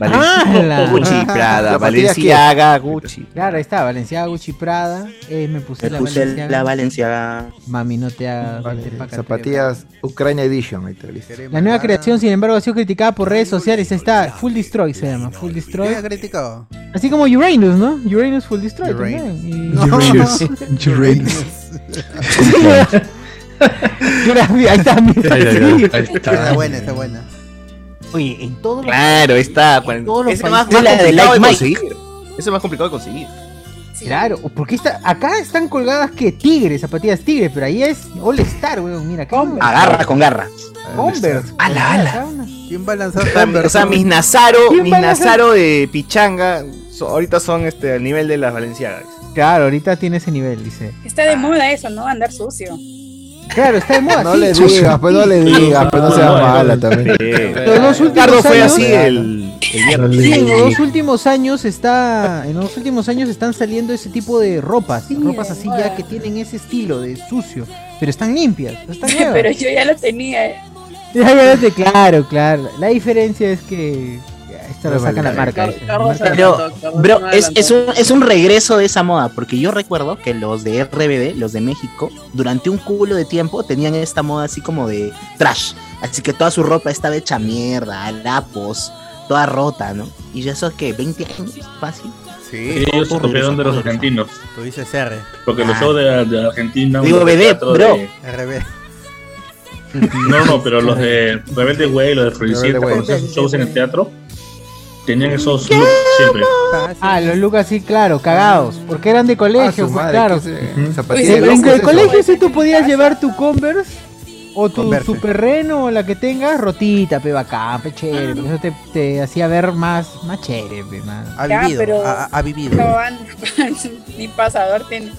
Speaker 1: ¡Hala!
Speaker 4: Oh, Gucci, Prada,
Speaker 6: Zapatillas que-
Speaker 4: Valenciaga, Gucci.
Speaker 1: Claro, ahí está, Valenciaga, Gucci, Prada, eh, me puse
Speaker 5: Me
Speaker 1: la
Speaker 5: puse
Speaker 1: Valenciaga.
Speaker 5: la Valenciaga.
Speaker 1: Mami, no te hagas vente pa' acá,
Speaker 6: Zapatillas Ucrania Edition, ahí te dice.
Speaker 1: La nueva creación, sin embargo, ha sido criticada por redes sociales. Está Full Destroy, se llama. Full Destroy.
Speaker 8: ¿Quién ha criticado?
Speaker 1: Así como Uranus, ¿no? Uranus Full Destroy
Speaker 8: Uranus.
Speaker 1: también. Y- [LAUGHS]
Speaker 8: Uranus.
Speaker 11: Uranus.
Speaker 6: [LAUGHS]
Speaker 1: Uranus, Ahí está, mira.
Speaker 4: Ahí está,
Speaker 1: sí.
Speaker 4: ahí está.
Speaker 8: Está buena, está buena.
Speaker 1: Oye, en todos los-
Speaker 4: Claro, ahí está. cuaren-
Speaker 1: todos los
Speaker 4: Ese es más,
Speaker 1: países-
Speaker 4: más
Speaker 1: la de
Speaker 4: complicado de
Speaker 1: Like
Speaker 4: conseguir. Ese es más complicado de conseguir.
Speaker 1: Claro, porque está, acá están colgadas que tigres, zapatillas tigres, pero ahí es All Star, weón, mira. qué
Speaker 5: Agarra con garra.
Speaker 1: Converse.
Speaker 6: Ah,
Speaker 5: Ala, ala.
Speaker 8: ¿Quién va a lanzar
Speaker 4: O sea, mis Nazaro, mis Nazaro de Pichanga so- ahorita son este al nivel de las Valenciagas.
Speaker 1: Claro, ahorita tiene ese nivel, dice.
Speaker 12: Está de moda eso, ¿no? Andar sucio.
Speaker 1: Claro, está de moda.
Speaker 6: No
Speaker 1: sí.
Speaker 6: le digas, pues no le digas, pues no sea mala también.
Speaker 1: Los dos últimos
Speaker 4: Ricardo fue
Speaker 1: años-
Speaker 4: así el, el viernes.
Speaker 1: Sí, en los dos últimos años está, en los últimos años están saliendo ese tipo de ropas, ropas así ya que tienen ese estilo de sucio, pero están limpias, no están nuevas.
Speaker 12: [LAUGHS] Pero yo ya lo tenía. eh.
Speaker 1: Ya, ya, ya, claro, claro. La diferencia es que ya, esto lo
Speaker 6: Vale,
Speaker 1: saca la
Speaker 6: vale.
Speaker 1: marca.
Speaker 26: Car-
Speaker 1: dice.
Speaker 26: Carlos
Speaker 1: Marca-
Speaker 5: Pero,
Speaker 26: adelantó, Carlos
Speaker 5: bro,
Speaker 26: no
Speaker 5: es, es, un,
Speaker 26: adelantó.
Speaker 5: es un regreso de esa moda, porque yo recuerdo que los de RBD, los de México, durante un culo de tiempo tenían esta moda así como de trash. Así que toda su ropa estaba hecha mierda, lapos, toda rota, ¿no? Y eso es que 20 años, fácil.
Speaker 8: Sí.
Speaker 7: Ellos se copiaron de los argentinos.
Speaker 8: Tú dices R.
Speaker 7: Porque
Speaker 8: Ah.
Speaker 7: los shows de, de Argentina.
Speaker 5: Digo,
Speaker 7: los
Speaker 5: BD,
Speaker 7: teatros
Speaker 5: bro.
Speaker 7: de-
Speaker 8: RB.
Speaker 7: No, no, pero los de Rebelde Way, los de Floricienta,
Speaker 6: Rebelde Way.
Speaker 7: cuando hacían sus shows en el teatro, tenían esos looks siempre.
Speaker 1: Ah, los Lucas sí, claro, cagados, porque eran de
Speaker 6: Ah,
Speaker 1: colegio,
Speaker 6: su
Speaker 1: pues,
Speaker 6: madre,
Speaker 1: claro.
Speaker 6: ¿qué es eso?
Speaker 1: Sí,
Speaker 6: Zapatillas de
Speaker 1: en
Speaker 6: locos,
Speaker 1: el
Speaker 6: eso.
Speaker 1: colegio si tú podías llevar tu Converse o tu
Speaker 8: Converse.
Speaker 1: superreno o la que tengas rotita, pe bacán, pe chévere,
Speaker 8: Ah.
Speaker 1: pero eso te, te hacía ver más, más chévere, pe, mano.
Speaker 8: Ha
Speaker 12: Ya,
Speaker 8: vivido.
Speaker 12: pero-
Speaker 8: Ha, ha vivido.
Speaker 12: No anda. [LAUGHS] Ni pasador tiene.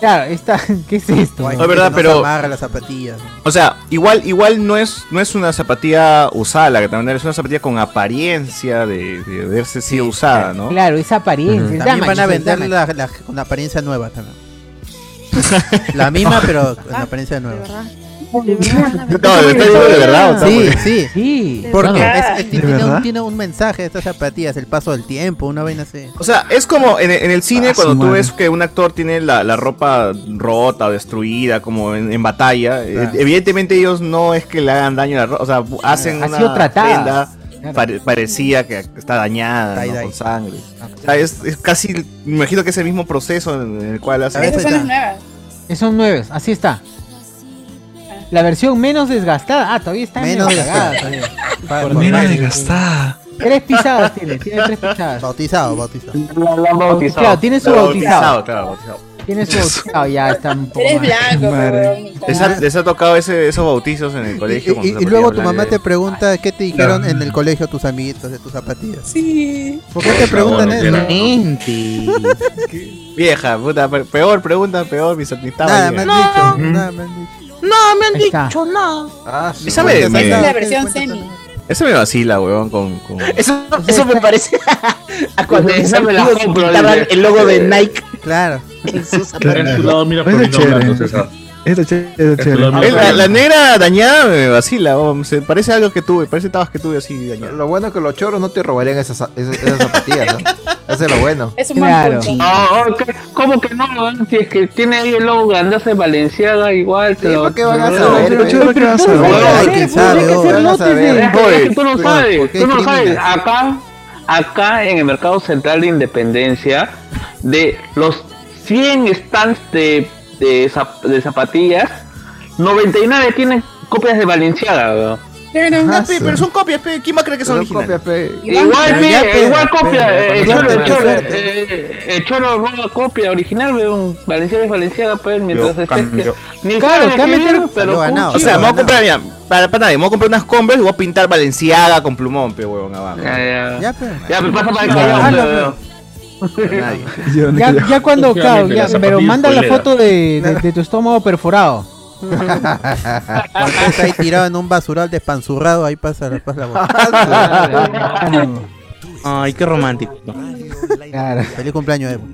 Speaker 1: Claro, esta, [LAUGHS] ¿qué es esto?
Speaker 8: Guay,
Speaker 4: No,
Speaker 1: no?
Speaker 4: es verdad,
Speaker 8: no se
Speaker 4: pero-
Speaker 8: amarra las zapatillas.
Speaker 4: O sea, igual, igual no es, no es una zapatilla usada la que te mandaron, es una zapatilla con apariencia de, de haberse sido usada, ¿no?
Speaker 1: Claro, esa
Speaker 4: Mm,
Speaker 1: apariencia. el
Speaker 8: También van
Speaker 1: damage,
Speaker 8: a
Speaker 1: el
Speaker 8: vender
Speaker 1: damage.
Speaker 8: la, la- con apariencia nueva también.
Speaker 4: [LAUGHS]
Speaker 8: La misma, pero con apariencia nueva.
Speaker 4: No, lo estoy diciendo de verdad, o sea,
Speaker 8: Sí,
Speaker 4: porque-
Speaker 8: sí.
Speaker 1: Sí.
Speaker 8: Porque
Speaker 12: verdad.
Speaker 8: es-
Speaker 11: ¿De
Speaker 8: es- tiene,
Speaker 11: verdad?
Speaker 8: un, tiene un mensaje de estas zapatillas, el paso del tiempo, una vaina así.
Speaker 4: O sea, es como en, en el cine
Speaker 11: Ah,
Speaker 4: cuando
Speaker 11: su
Speaker 4: tú
Speaker 11: madre.
Speaker 4: ves que un actor tiene la, la ropa rota, destruida, como en, en batalla. eh,
Speaker 8: Claro.
Speaker 4: evidentemente ellos no es que le hagan daño a la ropa, o sea, bu- hacen
Speaker 1: ha
Speaker 4: una
Speaker 1: sido tratada.
Speaker 4: prenda pare- parecía que está dañada, ¿no?
Speaker 8: Tie-dye.
Speaker 4: con sangre.
Speaker 8: Ah, pues
Speaker 4: O sea, es, es casi, me imagino que es el mismo proceso en, en el cual hacen...
Speaker 8: ver,
Speaker 12: Esas son las
Speaker 8: está.
Speaker 12: nuevas.
Speaker 1: Son nueve, así está. La versión menos desgastada. Ah, todavía está
Speaker 8: Menos
Speaker 1: medio cagada,
Speaker 8: desgastada.
Speaker 1: todavía.
Speaker 8: Pa-
Speaker 1: Por
Speaker 8: pa-
Speaker 1: menos.
Speaker 11: Mira desgastada.
Speaker 1: Tres pisadas tiene, tiene tres pisadas.
Speaker 8: Bautizado, bautizado.
Speaker 1: Claro, tiene su
Speaker 4: Claro,
Speaker 1: bautizado.
Speaker 4: claro, bautizado.
Speaker 8: [LAUGHS]
Speaker 1: Tienes su bautizado, ya está un poco
Speaker 27: Eres
Speaker 1: más.
Speaker 27: blanco,
Speaker 1: Madre.
Speaker 4: Les ha, les ha tocado ese- esos bautizos en el colegio.
Speaker 8: Y,
Speaker 4: cuando
Speaker 8: y-
Speaker 4: se
Speaker 8: y
Speaker 4: ponían
Speaker 8: luego tu
Speaker 4: blancos.
Speaker 8: mamá te pregunta qué te dijeron en el colegio tus amiguitos de tus zapatillas. Sí. ¿Por qué te preguntan
Speaker 4: favor,
Speaker 8: eso?
Speaker 4: [LAUGHS] Vieja, puta, pe- peor pregunta, peor, mi sortista.
Speaker 8: Nada, me han
Speaker 4: No.
Speaker 8: dicho. Nada, me han dicho.
Speaker 28: No, me han
Speaker 4: Ahí está.
Speaker 28: dicho nada.
Speaker 4: Esa me, me-
Speaker 27: Esa es la versión semi.
Speaker 4: esa me vacila, weón, con... con-
Speaker 5: Eso, eso me parece [LAUGHS] a Ah, cuando
Speaker 4: Esa
Speaker 5: esos
Speaker 4: me la
Speaker 5: amigos
Speaker 4: compro,
Speaker 5: pintaban
Speaker 4: dice.
Speaker 5: el logo de Nike.
Speaker 8: Claro.
Speaker 5: En sus
Speaker 4: Claro.
Speaker 7: No, mira, por
Speaker 4: Esa
Speaker 7: mí
Speaker 4: es
Speaker 7: no
Speaker 4: chévere.
Speaker 7: hablando, César.
Speaker 2: Esta chévere, esta chévere.
Speaker 4: Eh, La, la negra dañada me vacila, weón, se parece a algo que tuve, parece tabas que tuve así dañado.
Speaker 6: Lo bueno es que los choros no te robarían esas, esas, esas zapatillas,
Speaker 1: [LAUGHS]
Speaker 6: ¿no? Eso es lo bueno.
Speaker 27: Es
Speaker 11: No, no, ¿qué- Ah, ¿Cómo que no? weón? Si es que tiene ahí el logo grandazo de Valenciaga, igual. te lo-
Speaker 6: qué van a
Speaker 11: No,
Speaker 6: saber,
Speaker 11: pero
Speaker 6: eh?
Speaker 11: chulo,
Speaker 6: ¿Pero
Speaker 11: ¿qué
Speaker 6: qué
Speaker 11: vas a
Speaker 6: van a
Speaker 11: saber?
Speaker 6: saber?
Speaker 11: Ay,
Speaker 6: ¿Quién
Speaker 11: ¿cómo
Speaker 6: sabe,
Speaker 11: que
Speaker 6: weón?
Speaker 11: hacer
Speaker 6: ¿Qué van a
Speaker 11: lotes
Speaker 6: saber?
Speaker 11: de-
Speaker 6: Pero,
Speaker 11: Es que Tú no
Speaker 6: pero, ¿por
Speaker 11: sabes,
Speaker 6: qué
Speaker 11: tú no sabes.
Speaker 6: discriminas?
Speaker 11: Acá, acá en el mercado central de Independencia, de los 100 stands de, de, zap- de zapatillas, 99 tienen copias de Valenciaga, weón.
Speaker 4: Pero,
Speaker 6: Ah,
Speaker 4: pe,
Speaker 6: sí.
Speaker 4: pero son copias, pe, ¿quién va a creer que son originales?
Speaker 11: Igual,
Speaker 4: Ya,
Speaker 11: pe,
Speaker 4: pe,
Speaker 11: igual
Speaker 4: pe,
Speaker 11: copia,
Speaker 4: pe,
Speaker 11: eh, el
Speaker 4: ya,
Speaker 11: cholo,
Speaker 4: pe,
Speaker 11: el cholo,
Speaker 4: ya,
Speaker 11: eh, el cholo roba copia original, weón. Valenciaga es Valenciaga, pues, mientras
Speaker 4: Yo
Speaker 11: esté.
Speaker 4: cambio.
Speaker 11: Ni
Speaker 4: Claro,
Speaker 11: sabe
Speaker 4: acá
Speaker 11: qué
Speaker 4: meter-
Speaker 11: es, pero.
Speaker 4: o sea, me voy a comprar, mira, para, para nadie, me voy a comprar unas Converse y voy a pintar Valenciaga con plumón, pe, huevón, abajo.
Speaker 11: Ya,
Speaker 8: ya.
Speaker 11: Ya, pero pasa para el
Speaker 4: Ah,
Speaker 11: callao,
Speaker 4: no,
Speaker 11: pe, weón.
Speaker 4: Nadie.
Speaker 1: Ya, ya cuando, claro,
Speaker 4: Efectivamente,
Speaker 1: ya,
Speaker 4: las
Speaker 1: pero
Speaker 4: zapatillas
Speaker 1: manda la
Speaker 4: polera.
Speaker 1: foto de, de- de tu estómago perforado.
Speaker 8: Cuando está ahí tirado en un basural despanzurrado, ahí pasa, pasa
Speaker 6: [LAUGHS]
Speaker 8: la voz.
Speaker 5: Ay, qué romántico.
Speaker 8: Feliz cumpleaños, Evo.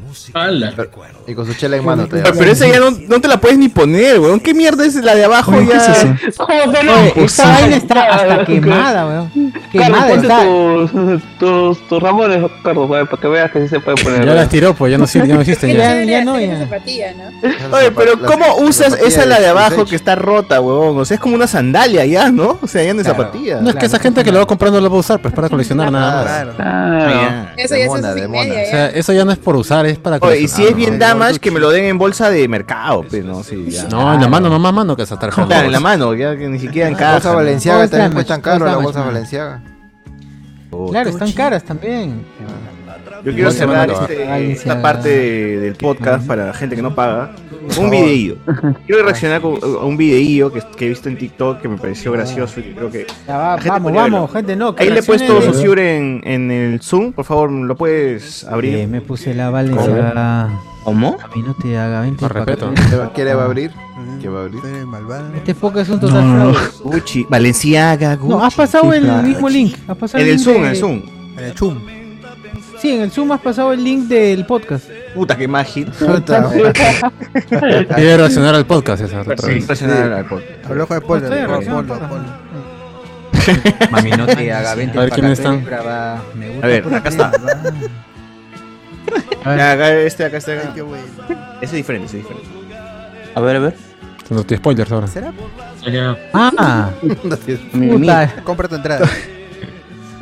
Speaker 6: Y con su chela en mano. Te
Speaker 4: Pero, pero esa ya no, no te la puedes ni poner, weón. ¿Qué mierda es la de abajo
Speaker 6: Oye, ¿qué
Speaker 4: ya?
Speaker 6: es eso?
Speaker 11: ¿Cómo que
Speaker 1: Oye, esta
Speaker 11: Pues,
Speaker 1: vaina está
Speaker 11: ah,
Speaker 1: hasta quemada, weón.
Speaker 11: Carlos,
Speaker 1: Quemada
Speaker 11: ponte
Speaker 1: está.
Speaker 11: tus, tus, tus ramones, Carlos, weón, para que veas que sí se puede poner.
Speaker 3: Ya las tiró, pues ya no, sir- ya no existen. ya.
Speaker 1: ya no,
Speaker 27: Tiene zapatilla, ¿no?
Speaker 4: Oye, pero ¿cómo usas esa la de abajo
Speaker 6: Usage.
Speaker 4: que está rota, huevón? O sea, es como una sandalia ya, ¿no? O sea, ya no es
Speaker 6: Claro.
Speaker 4: zapatilla.
Speaker 3: No es que esa gente que lo va comprando lo va a usar, pues para coleccionar nada más.
Speaker 6: Ah,
Speaker 4: Claro.
Speaker 27: Eso ya es así media,
Speaker 3: O
Speaker 27: ya.
Speaker 3: sea, eso ya no es por usar, es para
Speaker 4: Oye, y si es
Speaker 3: coleccionar,
Speaker 4: bien
Speaker 3: ¿no?
Speaker 4: damage, que me lo den en bolsa de mercado, pues, ¿no? Sí, ya.
Speaker 3: No, en la mano, no más mano que esa tarjeta.
Speaker 4: Claro, en la mano, ya que ni siquiera en
Speaker 5: Ah,
Speaker 6: La
Speaker 4: casa.
Speaker 6: bolsa
Speaker 4: ¿no?
Speaker 6: Valenciaga
Speaker 1: Todo
Speaker 6: también
Speaker 1: es
Speaker 6: cuestan
Speaker 1: damage,
Speaker 6: caro,
Speaker 1: todo
Speaker 6: la
Speaker 1: es
Speaker 6: bolsa
Speaker 1: damage,
Speaker 6: Valenciaga.
Speaker 1: Claro, están caras también.
Speaker 4: Yo quiero
Speaker 1: Bolsa
Speaker 4: cerrar
Speaker 1: Valenciaga.
Speaker 4: este-
Speaker 1: Valenciaga.
Speaker 4: esta parte de- del podcast para la gente que no paga. con Un videío.
Speaker 6: [LAUGHS]
Speaker 4: Quiero reaccionar con- a un videío que, que he visto en TikTok que me pareció gracioso y creo que
Speaker 1: Ya va,
Speaker 4: gente
Speaker 1: vamos,
Speaker 4: podría
Speaker 1: vamos,
Speaker 4: verlo.
Speaker 1: gente, no. este que
Speaker 4: Ahí le he puesto
Speaker 1: reaccionen.
Speaker 4: Sosur en, en el Zoom, por favor, ¿lo puedes abrir?
Speaker 1: Eh, me puse la Valenciaga.
Speaker 4: ¿Cómo?
Speaker 1: A mí no te haga 20
Speaker 4: Con respeto.
Speaker 6: ¿Qué le va a abrir? ¿Qué va a abrir?
Speaker 1: Este poco es un total fraude.
Speaker 4: Gucci, Valenciaga, Gucci.
Speaker 1: No, has pasado el
Speaker 4: Gucci.
Speaker 1: mismo eh. link. Has pasado
Speaker 4: En el
Speaker 1: link
Speaker 4: Zoom,
Speaker 1: de-
Speaker 4: en el Zoom.
Speaker 8: En el chum.
Speaker 1: Sí, en el Zoom has pasado el link del podcast.
Speaker 4: Puta, qué mágico.
Speaker 1: [LAUGHS] Puta.
Speaker 3: [LAUGHS]
Speaker 1: [LAUGHS]
Speaker 3: Quiere reaccionar al podcast, esa otra
Speaker 4: Sí,
Speaker 3: vez.
Speaker 4: reaccionar al podcast.
Speaker 8: Al ojo de polvo.
Speaker 1: Estoy
Speaker 8: Ponlo,
Speaker 1: reaccionando
Speaker 8: ponlo, ponlo.
Speaker 3: Mami, no te haga, vente A ver, ¿quiénes están?
Speaker 4: A ver, acá
Speaker 11: [LAUGHS]
Speaker 4: está. Ya, acá este, acá este, acá. Ese es diferente, ese es diferente.
Speaker 3: A ver, a ver. No te spoilers ahora. ¿Será?
Speaker 1: Ah. Puta.
Speaker 8: Compra tu
Speaker 1: [LAUGHS]
Speaker 8: entrada.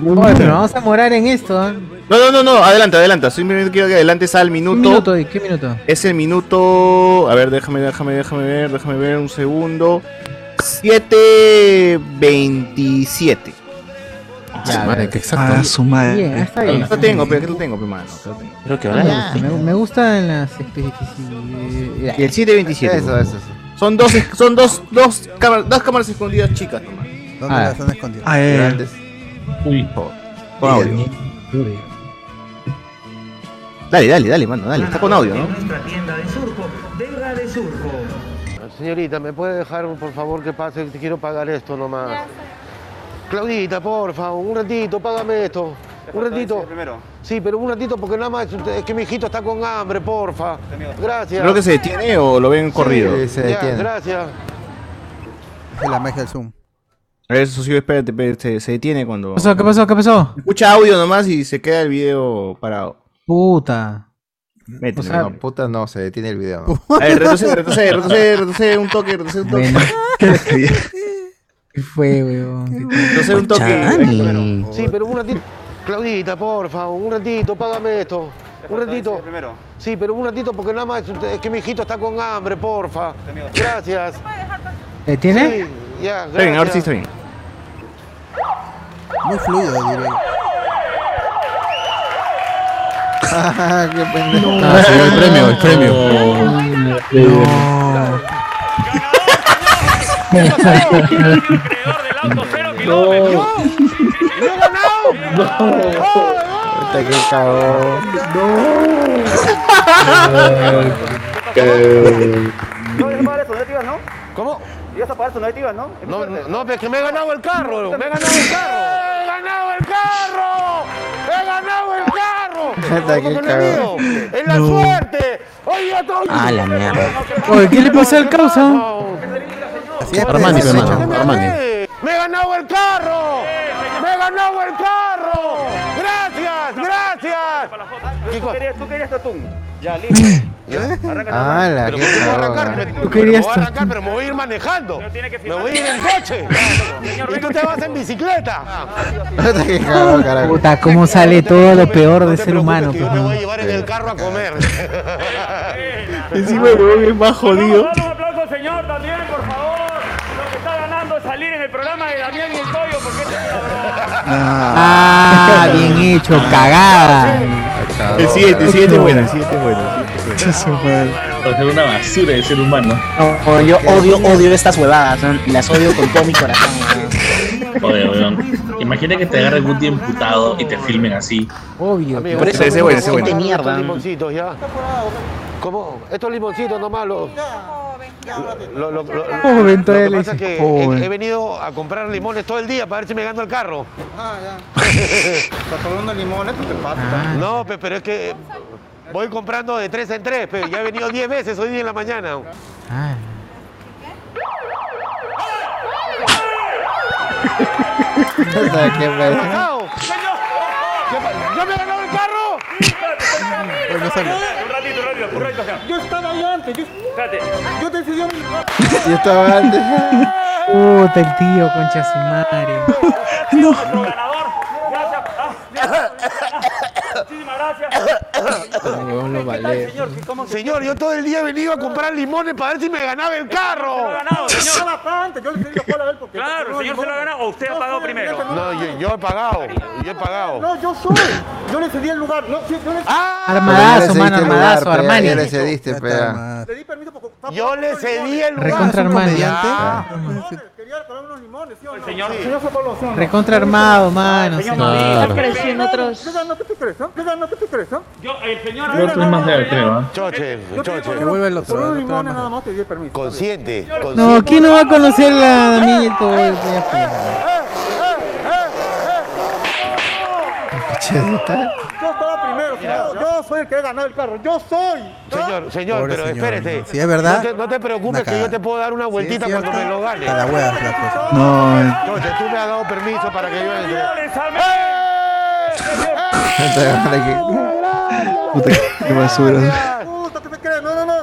Speaker 1: Oye, pero vamos a morar en esto. ¿ah?
Speaker 4: No, no, no, no, adelanta, adelanta. Simplemente quiero que adelantes al
Speaker 1: ¿Qué
Speaker 4: minuto.
Speaker 1: minuto? ¿De ¿Qué minuto?
Speaker 4: Es el minuto. A ver, déjame, déjame, déjame ver, déjame ver un segundo. 7.27.
Speaker 3: Ya, madre,
Speaker 4: a ver.
Speaker 3: qué exacto. Ah, su madre.
Speaker 1: Bien, está
Speaker 4: Aquí
Speaker 1: bien.
Speaker 4: Lo tengo, pero aquí lo tengo, pe, mano, acá lo tengo.
Speaker 3: Creo que
Speaker 1: Ah, me, me gustan las especificidades.
Speaker 4: Y el 727.
Speaker 1: Eso,
Speaker 4: por
Speaker 1: eso,
Speaker 4: favor. Son dos, son dos, dos, cámaras, dos cámaras escondidas chicas nomás.
Speaker 8: ¿Dónde
Speaker 4: Ah.
Speaker 8: las han escondido?
Speaker 4: Ah, eh. Grandes.
Speaker 7: Uy.
Speaker 4: Con audio. Dale, dale, dale, mano, dale. Está con audio, ¿no?
Speaker 29: Nuestra tienda de surco, venga de surco.
Speaker 30: Señorita, ¿me puede dejar por favor que pase? Te quiero pagar esto nomás. Claudita, por favor, un ratito, págame esto. Un ratito. Primero. Sí, pero un ratito porque nada más es que mi hijito está con hambre, porfa. Gracias.
Speaker 4: Creo que se detiene o lo ven corrido.
Speaker 30: Ya, gracias.
Speaker 8: Es la magia del Zoom.
Speaker 4: Eso sí, espérate, espérate, se, se detiene cuando.
Speaker 1: ¿Qué pasó? ¿Qué pasó? ¿Qué pasó?
Speaker 4: Escucha audio nomás y se queda el video parado.
Speaker 1: Puta.
Speaker 4: Métele,
Speaker 6: O sea,
Speaker 4: mano.
Speaker 6: puta no, se detiene el
Speaker 1: [LAUGHS]
Speaker 6: video. ¿no?
Speaker 4: A ver, retrocede, retrocede, retrocede, retrocede un toque, retrocede
Speaker 30: [LAUGHS]
Speaker 4: un [LAUGHS] toque.
Speaker 1: ¿Qué fue,
Speaker 4: [LAUGHS]
Speaker 1: weón?
Speaker 4: Retrocede un toque.
Speaker 30: Sí, pero [LAUGHS] un ratito. Claudita, por favor, un ratito, págame esto. Un ratito. Primero. Sí, pero un ratito porque nada más es que mi hijito está con hambre, porfa. Gracias.
Speaker 1: ¿Eh, tiene?
Speaker 30: Sí, ya,
Speaker 4: Está bien, ahora sí está bien.
Speaker 8: Muy fluido, diría yo.
Speaker 6: Ah, [LAUGHS] qué pendejo.
Speaker 3: Ah, se dio el premio, el premio.
Speaker 30: [LAUGHS]
Speaker 6: Puta, qué cagón.
Speaker 11: No ibas a pagar tus negativas, ¿no? ¿Cómo? Ibas a pagar tus negativas, ¿no?
Speaker 30: No, no, es que me he ganado el carro, me he ganado el carro. ¡He ganado el carro! ¡He ganado el carro!
Speaker 6: Puta, qué
Speaker 30: ¿Cómo que no
Speaker 6: cagón.
Speaker 30: es mío? ¡Es la suerte! ¡Oye, a todos!
Speaker 5: Ah, la mierda.
Speaker 31: Oye, ¿qué le pasa al causa?
Speaker 3: Así es, Armani,
Speaker 31: pues,
Speaker 3: hermano,
Speaker 31: escúchame.
Speaker 3: Armani.
Speaker 30: ¡Me he ganado el carro! ¡Me he ganado el carro! ¡Gracias! ¡Gracias!
Speaker 11: Tú querías, tú querías tatún. Ya, listo.
Speaker 6: Ah, la
Speaker 30: Pero voy a arrancar, me-
Speaker 6: que
Speaker 30: pero me voy a arrancar, pero me voy a ir manejando. Me voy a ir en [LAUGHS] coche. Y tú te vas en bicicleta.
Speaker 6: Puta, qué
Speaker 30: pues,
Speaker 6: cagón, carajo.
Speaker 1: Puta, cómo sale todo lo peor de ser humano. pues, ¿no?
Speaker 30: Llevar [LAUGHS] en el carro a comer.
Speaker 1: Encima el huevón es más jodido.
Speaker 11: Un aplauso, señor, también, por favor. Lo que está ganando es salir en el programa de Damián y el Toyo, porque este es una
Speaker 1: Ah, bien hecho, cagada.
Speaker 10: El siguiente, el siguiente es bueno, el siguiente es
Speaker 7: Porque es una basura de ser humano.
Speaker 5: Oh, yo odio, odio estas huevadas. ¿no? Las odio con todo mi corazón.
Speaker 7: Joder, weón. Imagina que te agarre algún día imputado y te filmen así.
Speaker 1: Obvio.
Speaker 30: Amigo,
Speaker 7: Por eso, ese es bueno, ese es bueno.
Speaker 30: estos
Speaker 7: Mierda.
Speaker 30: limoncitos ya. ¿Cómo? Estos limoncitos nomás los. Lo, lo- lo- lo-
Speaker 31: Joven,
Speaker 30: lo que
Speaker 31: todavía le
Speaker 30: pasa es
Speaker 31: dice,
Speaker 30: que
Speaker 31: joven.
Speaker 30: he, he venido a comprar limones todo el día para ver si me gano el carro.
Speaker 6: Ah, ya.
Speaker 30: [LAUGHS] Estás
Speaker 6: tomando limones, tú te pasas.
Speaker 30: No, pe- pero es que voy comprando de tres en tres, pero ya he venido 10 veces hoy día en la mañana.
Speaker 6: [LAUGHS] Puta, qué pendejo.
Speaker 30: ¡Pasado! ¿Qué pa- ¡Ya me he ganado el carro!
Speaker 6: Pues
Speaker 11: Un ratito, un ratito, un ratito. Yo estaba allá antes. Yo... Espérate. Yo te decidí
Speaker 6: [LAUGHS] Yo estaba antes.
Speaker 1: [LAUGHS] Puta, el tío, concha su madre.
Speaker 11: Nuestro ganador. Gracias. Ah, gracias. Muchísimas
Speaker 6: [COUGHS]
Speaker 11: gracias. señor?
Speaker 30: Señor, yo todo el día he venido a comprar limones para ver si me ganaba el carro.
Speaker 11: Claro, el señor se lo ha ganado o usted ha pagado primero.
Speaker 30: No, yo, yo he pagado, yo he pagado.
Speaker 11: No, yo soy. Yo le cedí el lugar. No, sí, yo le...
Speaker 30: Ah,
Speaker 1: Armadazo,
Speaker 6: Pero ya le cediste
Speaker 1: mano,
Speaker 6: el lugar,
Speaker 1: armadazo,
Speaker 6: pe,
Speaker 1: Armani.
Speaker 6: Ya le cediste, pe.
Speaker 30: Yo le cedí el lugar.
Speaker 1: Recontra Armani.
Speaker 11: Ah. El señor. El señor fue por los hombres.
Speaker 1: Recontra armado, mano.
Speaker 11: Señor,
Speaker 1: sí.
Speaker 11: no,
Speaker 1: Claro.
Speaker 11: no,
Speaker 32: creció en otros.
Speaker 11: ¿Qué ganó? ¿Qué te crees? ¿Qué ganó? ¿Qué te crees? Yo, el señor.
Speaker 7: El otro es más leve, creo. ¿ah?
Speaker 30: Choche, choche.
Speaker 11: Que vuelva el otro,
Speaker 30: Por unos
Speaker 11: el otro
Speaker 30: limones
Speaker 11: nada más te di el permiso.
Speaker 30: Consciente,
Speaker 1: No,
Speaker 30: consciente.
Speaker 1: ¿quién no va a conocer la Damián y el Toyo? Ya, pues.
Speaker 11: Yo estaba primero, señor. Yo soy el que he ganado el carro. Yo soy.
Speaker 30: Señor, señor,
Speaker 8: Pobre
Speaker 30: pero
Speaker 8: señor,
Speaker 30: espérese.
Speaker 8: ¿no? Si es verdad,
Speaker 30: No te, no te preocupes
Speaker 8: una
Speaker 30: que yo
Speaker 8: cagada.
Speaker 30: te puedo dar una vueltita cuando me lo gane.
Speaker 8: Cada
Speaker 30: [LAUGHS]
Speaker 8: hueá, flaco.
Speaker 2: No, eh.
Speaker 30: Choche, tú me has dado permiso para que yo entre.
Speaker 2: Puta, qué basura.
Speaker 11: Puta, ¿qué me crees? No, no, no.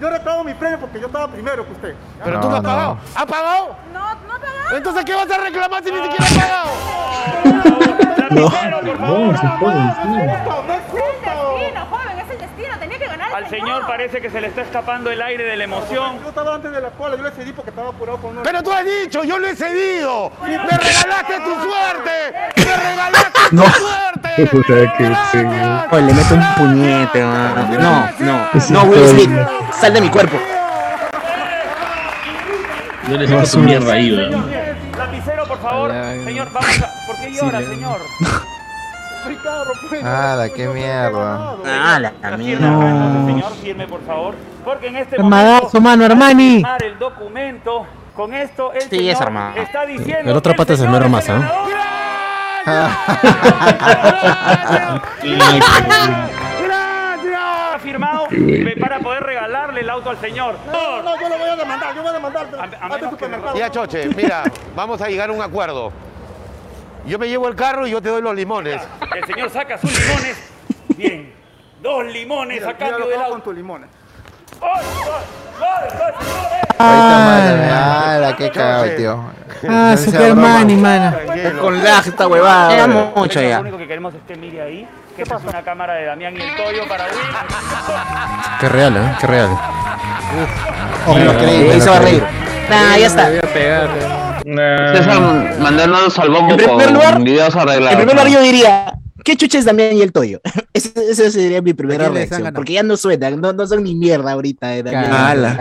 Speaker 11: Yo reclamo mi premio porque yo estaba primero que usted.
Speaker 30: Pero tú no has pagado. ¿Has pagado? No, no he pagado. Entonces, ¿qué vas a reclamar si
Speaker 33: Ah.
Speaker 30: ni siquiera has pagado?
Speaker 7: No, no, se puede.
Speaker 33: joven, es el destino, tenía que ganar.
Speaker 11: Al señor parece que se le está escapando el aire de la emoción. Yo estaba antes de la cola, yo le cedí porque estaba apurado con una...
Speaker 30: Pero tú has dicho, yo lo he cedido. Me regalaste tu suerte. Me regalaste
Speaker 21: No.
Speaker 5: Oh, le meto un puñete, mano. No, no. No, Will Smith. Sal de mi cuerpo.
Speaker 7: Yo le saco su
Speaker 21: Basura.
Speaker 7: mierda ahí, weón.
Speaker 11: Lapicero, por favor. Señor, vamos a... ¿Por qué llora, señor? Mi carro, pues.
Speaker 6: Ah, la qué mierda.
Speaker 5: Ah, la
Speaker 11: Firme,
Speaker 5: mierda.
Speaker 11: Señor, firme, por favor. Porque en este
Speaker 1: Armadazo,
Speaker 11: momento...
Speaker 1: mano, Armani.
Speaker 11: firmar el documento. Con esto, el
Speaker 5: Sí,
Speaker 11: señor
Speaker 5: es armado.
Speaker 11: está [LAUGHS] diciendo...
Speaker 3: El otro
Speaker 11: que el
Speaker 3: pata se
Speaker 11: señor
Speaker 3: esmeró
Speaker 11: es
Speaker 3: más,
Speaker 11: el
Speaker 3: ¿ah?
Speaker 11: ganador.
Speaker 7: Ah.
Speaker 11: Gracias. Firmado eh, para poder regalarle el auto al señor. No, no, yo lo voy a demandar, yo voy a demandar. A,
Speaker 30: Ya, Choche, mira, vamos a llegar a un acuerdo. Yo me llevo el carro y yo te doy los limones.
Speaker 11: El señor saca sus limones. Bien. Dos limones a cambio del auto. con tus limones.
Speaker 6: Ah, la que cagado, tío.
Speaker 1: Ah,
Speaker 6: su
Speaker 1: Superman, mano.
Speaker 6: Con lag esta huevada.
Speaker 5: Era
Speaker 6: bro.
Speaker 5: mucho
Speaker 11: Lo
Speaker 5: ya.
Speaker 11: único que queremos es que mire ahí, que esta es una cámara de Damián y el Toyo para Will.
Speaker 3: Qué real, ¿eh? Qué real.
Speaker 6: Oh, me lo creí, me
Speaker 5: Ahí
Speaker 6: lo
Speaker 5: se va a
Speaker 6: creí.
Speaker 5: reír. Nah, Ah, ya está.
Speaker 4: eh.
Speaker 34: César, mandarnos al bombo
Speaker 5: En primer lugar,
Speaker 34: con videos
Speaker 5: En
Speaker 34: arreglados.
Speaker 5: primer lugar, yo diría: ¿Qué chucha es Damián y el Toyo? [LAUGHS] Esa esa sería mi primera
Speaker 1: quién les han
Speaker 5: reacción.
Speaker 1: ganado?
Speaker 5: Porque ya no suenan, no, no son ni mierda ahorita de Damián. y el
Speaker 4: Ala.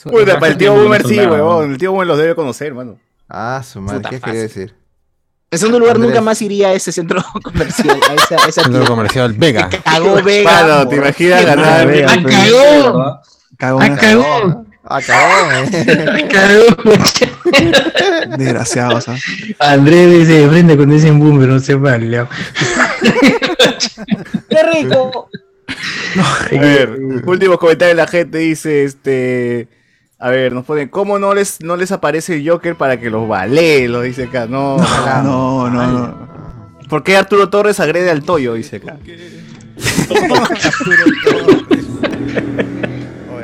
Speaker 5: Toyo.
Speaker 4: Puta, para el tío Boomer sí, huevón. El tío Boomer los debe conocer, mano.
Speaker 6: Ah, su madre,
Speaker 5: Puta
Speaker 6: ¿qué
Speaker 5: fácil.
Speaker 6: quería decir?
Speaker 5: En segundo lugar,
Speaker 6: Andrés.
Speaker 5: nunca más iría a ese centro [LAUGHS] comercial, a esa, a esa
Speaker 3: Centro
Speaker 5: tienda.
Speaker 3: comercial
Speaker 4: [LAUGHS]
Speaker 3: Vega.
Speaker 5: Cagó Vega.
Speaker 4: Mano, te
Speaker 5: amor.
Speaker 4: imaginas ganar.
Speaker 5: Vega,
Speaker 4: Ah,
Speaker 5: pues.
Speaker 4: cagó.
Speaker 2: Cagó.
Speaker 4: Ah,
Speaker 2: Cagó.
Speaker 5: Ah,
Speaker 6: Cagó.
Speaker 2: Desgraciados, ¿ah?
Speaker 21: Andrés dice de frente cuando dicen boomer, no se va, Leo.
Speaker 5: ¡Qué rico!
Speaker 4: A ver, últimos comentarios de la gente dice, este. A ver, nos ponen, ¿cómo no les, no les aparece el Joker para que los balee? Lo dice acá. No, ojalá.
Speaker 2: No, no, no.
Speaker 4: ¿Por qué Arturo Torres agrede al Toyo? Dice acá.
Speaker 6: [LAUGHS]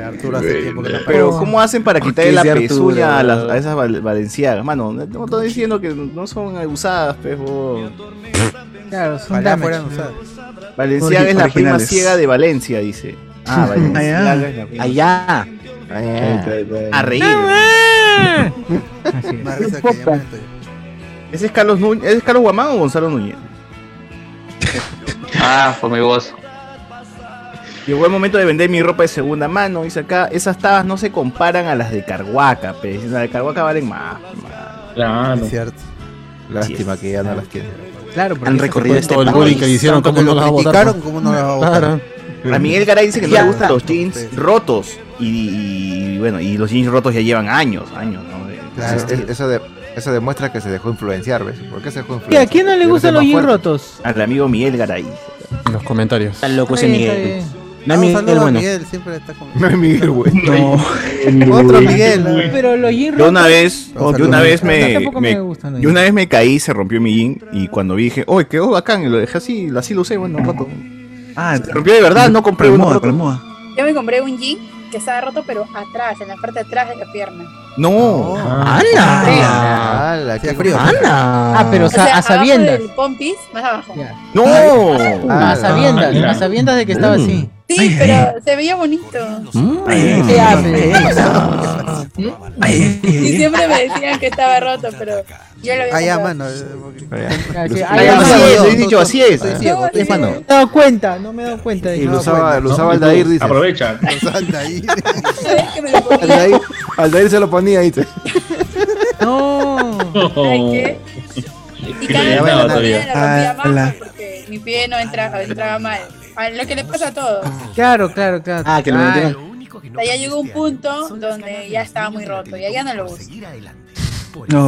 Speaker 6: Arturo hace tiempo que no
Speaker 4: Pero,
Speaker 6: aparece.
Speaker 4: ¿cómo hacen para
Speaker 6: Oh. ¿Por
Speaker 4: quitarle
Speaker 6: qué
Speaker 4: la
Speaker 6: es de Arturo?
Speaker 4: pezuña a, las, a esas val- valenciagas? Mano, no, no estoy diciendo que no son abusadas, pues, pejo.
Speaker 1: Claro, son
Speaker 8: Ojalá
Speaker 1: damage.
Speaker 8: fueran usadas.
Speaker 4: Valenciaga es la prima
Speaker 8: Originales.
Speaker 4: ciega de Valencia, dice. [LAUGHS] Ah, Valenciaga
Speaker 8: Allá.
Speaker 4: es la prima
Speaker 5: Allá.
Speaker 4: A reír. [LAUGHS]
Speaker 8: Más risa que llama esto.
Speaker 4: ¿Ese es Carlos Núñez? ¿Ese es Carlos Guamán o Gonzalo Núñez?
Speaker 7: Ah, fue mi voz.
Speaker 4: Llegó el momento de vender mi ropa de segunda mano, dice acá. Esas tabas no se comparan a las de Carhuaca, pero las de Carhuaca valen más.
Speaker 10: Claro.
Speaker 8: Es cierto.
Speaker 6: Lástima que ya no las quiere.
Speaker 1: Claro,
Speaker 4: Han recorrido este
Speaker 3: todo el bullying que le hicieron,
Speaker 4: Tanto
Speaker 3: ¿cómo
Speaker 4: que
Speaker 3: no
Speaker 4: lo
Speaker 3: las va a votar?
Speaker 4: criticaron,
Speaker 3: pues?
Speaker 8: ¿Cómo no la va a votar?
Speaker 3: Claro.
Speaker 4: A Miguel Garay dice que no
Speaker 5: Ya.
Speaker 4: le gustan los
Speaker 8: pues,
Speaker 4: jeans rotos. Y, y, bueno, y los jeans rotos ya llevan años, años, ¿no? De-
Speaker 6: Claro.
Speaker 4: de-
Speaker 6: Eso, de- eso demuestra que se dejó influenciar, ¿ves? ¿Por qué se dejó
Speaker 1: ¿Y
Speaker 6: influenciar?
Speaker 1: a quién no le
Speaker 6: Quiere
Speaker 1: gustan
Speaker 6: ser
Speaker 1: los
Speaker 6: más
Speaker 1: jeans
Speaker 6: fuerte.
Speaker 1: rotos?
Speaker 4: A la Ah, amigo Miguel Garay.
Speaker 3: En los comentarios.
Speaker 5: Está loco ese
Speaker 1: Está bien,
Speaker 5: Miguel.
Speaker 1: está
Speaker 5: No
Speaker 8: Ah,
Speaker 5: es
Speaker 8: un
Speaker 5: Miguel,
Speaker 8: saludo a
Speaker 5: bueno.
Speaker 8: Miguel, siempre está con.
Speaker 4: No es Miguel, güey. [LAUGHS]
Speaker 8: Otro Miguel. ¿no?
Speaker 1: Pero los jeans
Speaker 4: Yo una
Speaker 1: rotos-
Speaker 4: vez, yo una vez me,
Speaker 1: Tampoco
Speaker 4: me-
Speaker 1: me gustan los
Speaker 4: yo una vez me caí, se rompió mi jean y cuando vi dije, "Oye, quedó bacán", y lo dejé así, así lo usé, bueno, un rato.
Speaker 2: Ah,
Speaker 4: Se rompió de verdad, no compré uno
Speaker 2: moda,
Speaker 4: roto.
Speaker 2: con la moda.
Speaker 12: Yo me compré un jean que estaba roto, pero atrás, en la parte de atrás de la pierna.
Speaker 4: No.
Speaker 6: ¡Hala! ¡Hala! ¡Qué Ah. frío!
Speaker 1: Ah, pero
Speaker 12: O
Speaker 1: sa-
Speaker 12: sea,
Speaker 1: a
Speaker 12: abajo
Speaker 1: sabiendas. Ah,
Speaker 12: del pompis, más abajo.
Speaker 4: No.
Speaker 1: A sabiendas, a sabiendas de que estaba así.
Speaker 12: Sí, pero se veía bonito.
Speaker 1: Mm. ¿Qué hace?
Speaker 12: Y siempre me decían que estaba roto, pero yo lo había
Speaker 8: Ah, ya,
Speaker 12: comprado.
Speaker 8: mano. eh, porque-
Speaker 1: Así,
Speaker 8: Ah,
Speaker 1: ahí
Speaker 8: ya,
Speaker 1: va.
Speaker 8: sí,
Speaker 1: No
Speaker 8: sí,
Speaker 1: me
Speaker 8: sí,
Speaker 4: dicho, así es.
Speaker 8: Soy ciego,
Speaker 1: he
Speaker 8: soy mano.
Speaker 1: dado cuenta, no me he dado cuenta.
Speaker 6: Y
Speaker 1: dije,
Speaker 6: lo
Speaker 1: no,
Speaker 6: usaba,
Speaker 1: bueno.
Speaker 6: lo usaba Aldair, dice. [LAUGHS]
Speaker 10: Aprovecha.
Speaker 8: Anda ahí.
Speaker 12: ¿Sabes que me lo ponía?
Speaker 6: Aldair, Aldair se lo ponía, dice.
Speaker 1: No.
Speaker 12: ¿Sabes qué? Y cada vez que
Speaker 10: Bailaba
Speaker 12: lo
Speaker 10: todavía.
Speaker 12: ponía, la rompía abajo
Speaker 2: Ala.
Speaker 12: porque mi pie no entraba, entraba mal. A lo que le pasa a todos.
Speaker 1: Claro, claro, claro.
Speaker 5: Ah, que lo
Speaker 1: Claro.
Speaker 5: vendieron.
Speaker 12: O sea, ya llegó un punto donde ya estaba muy roto. Ya, ya no lo uso.
Speaker 1: [LAUGHS]
Speaker 2: No.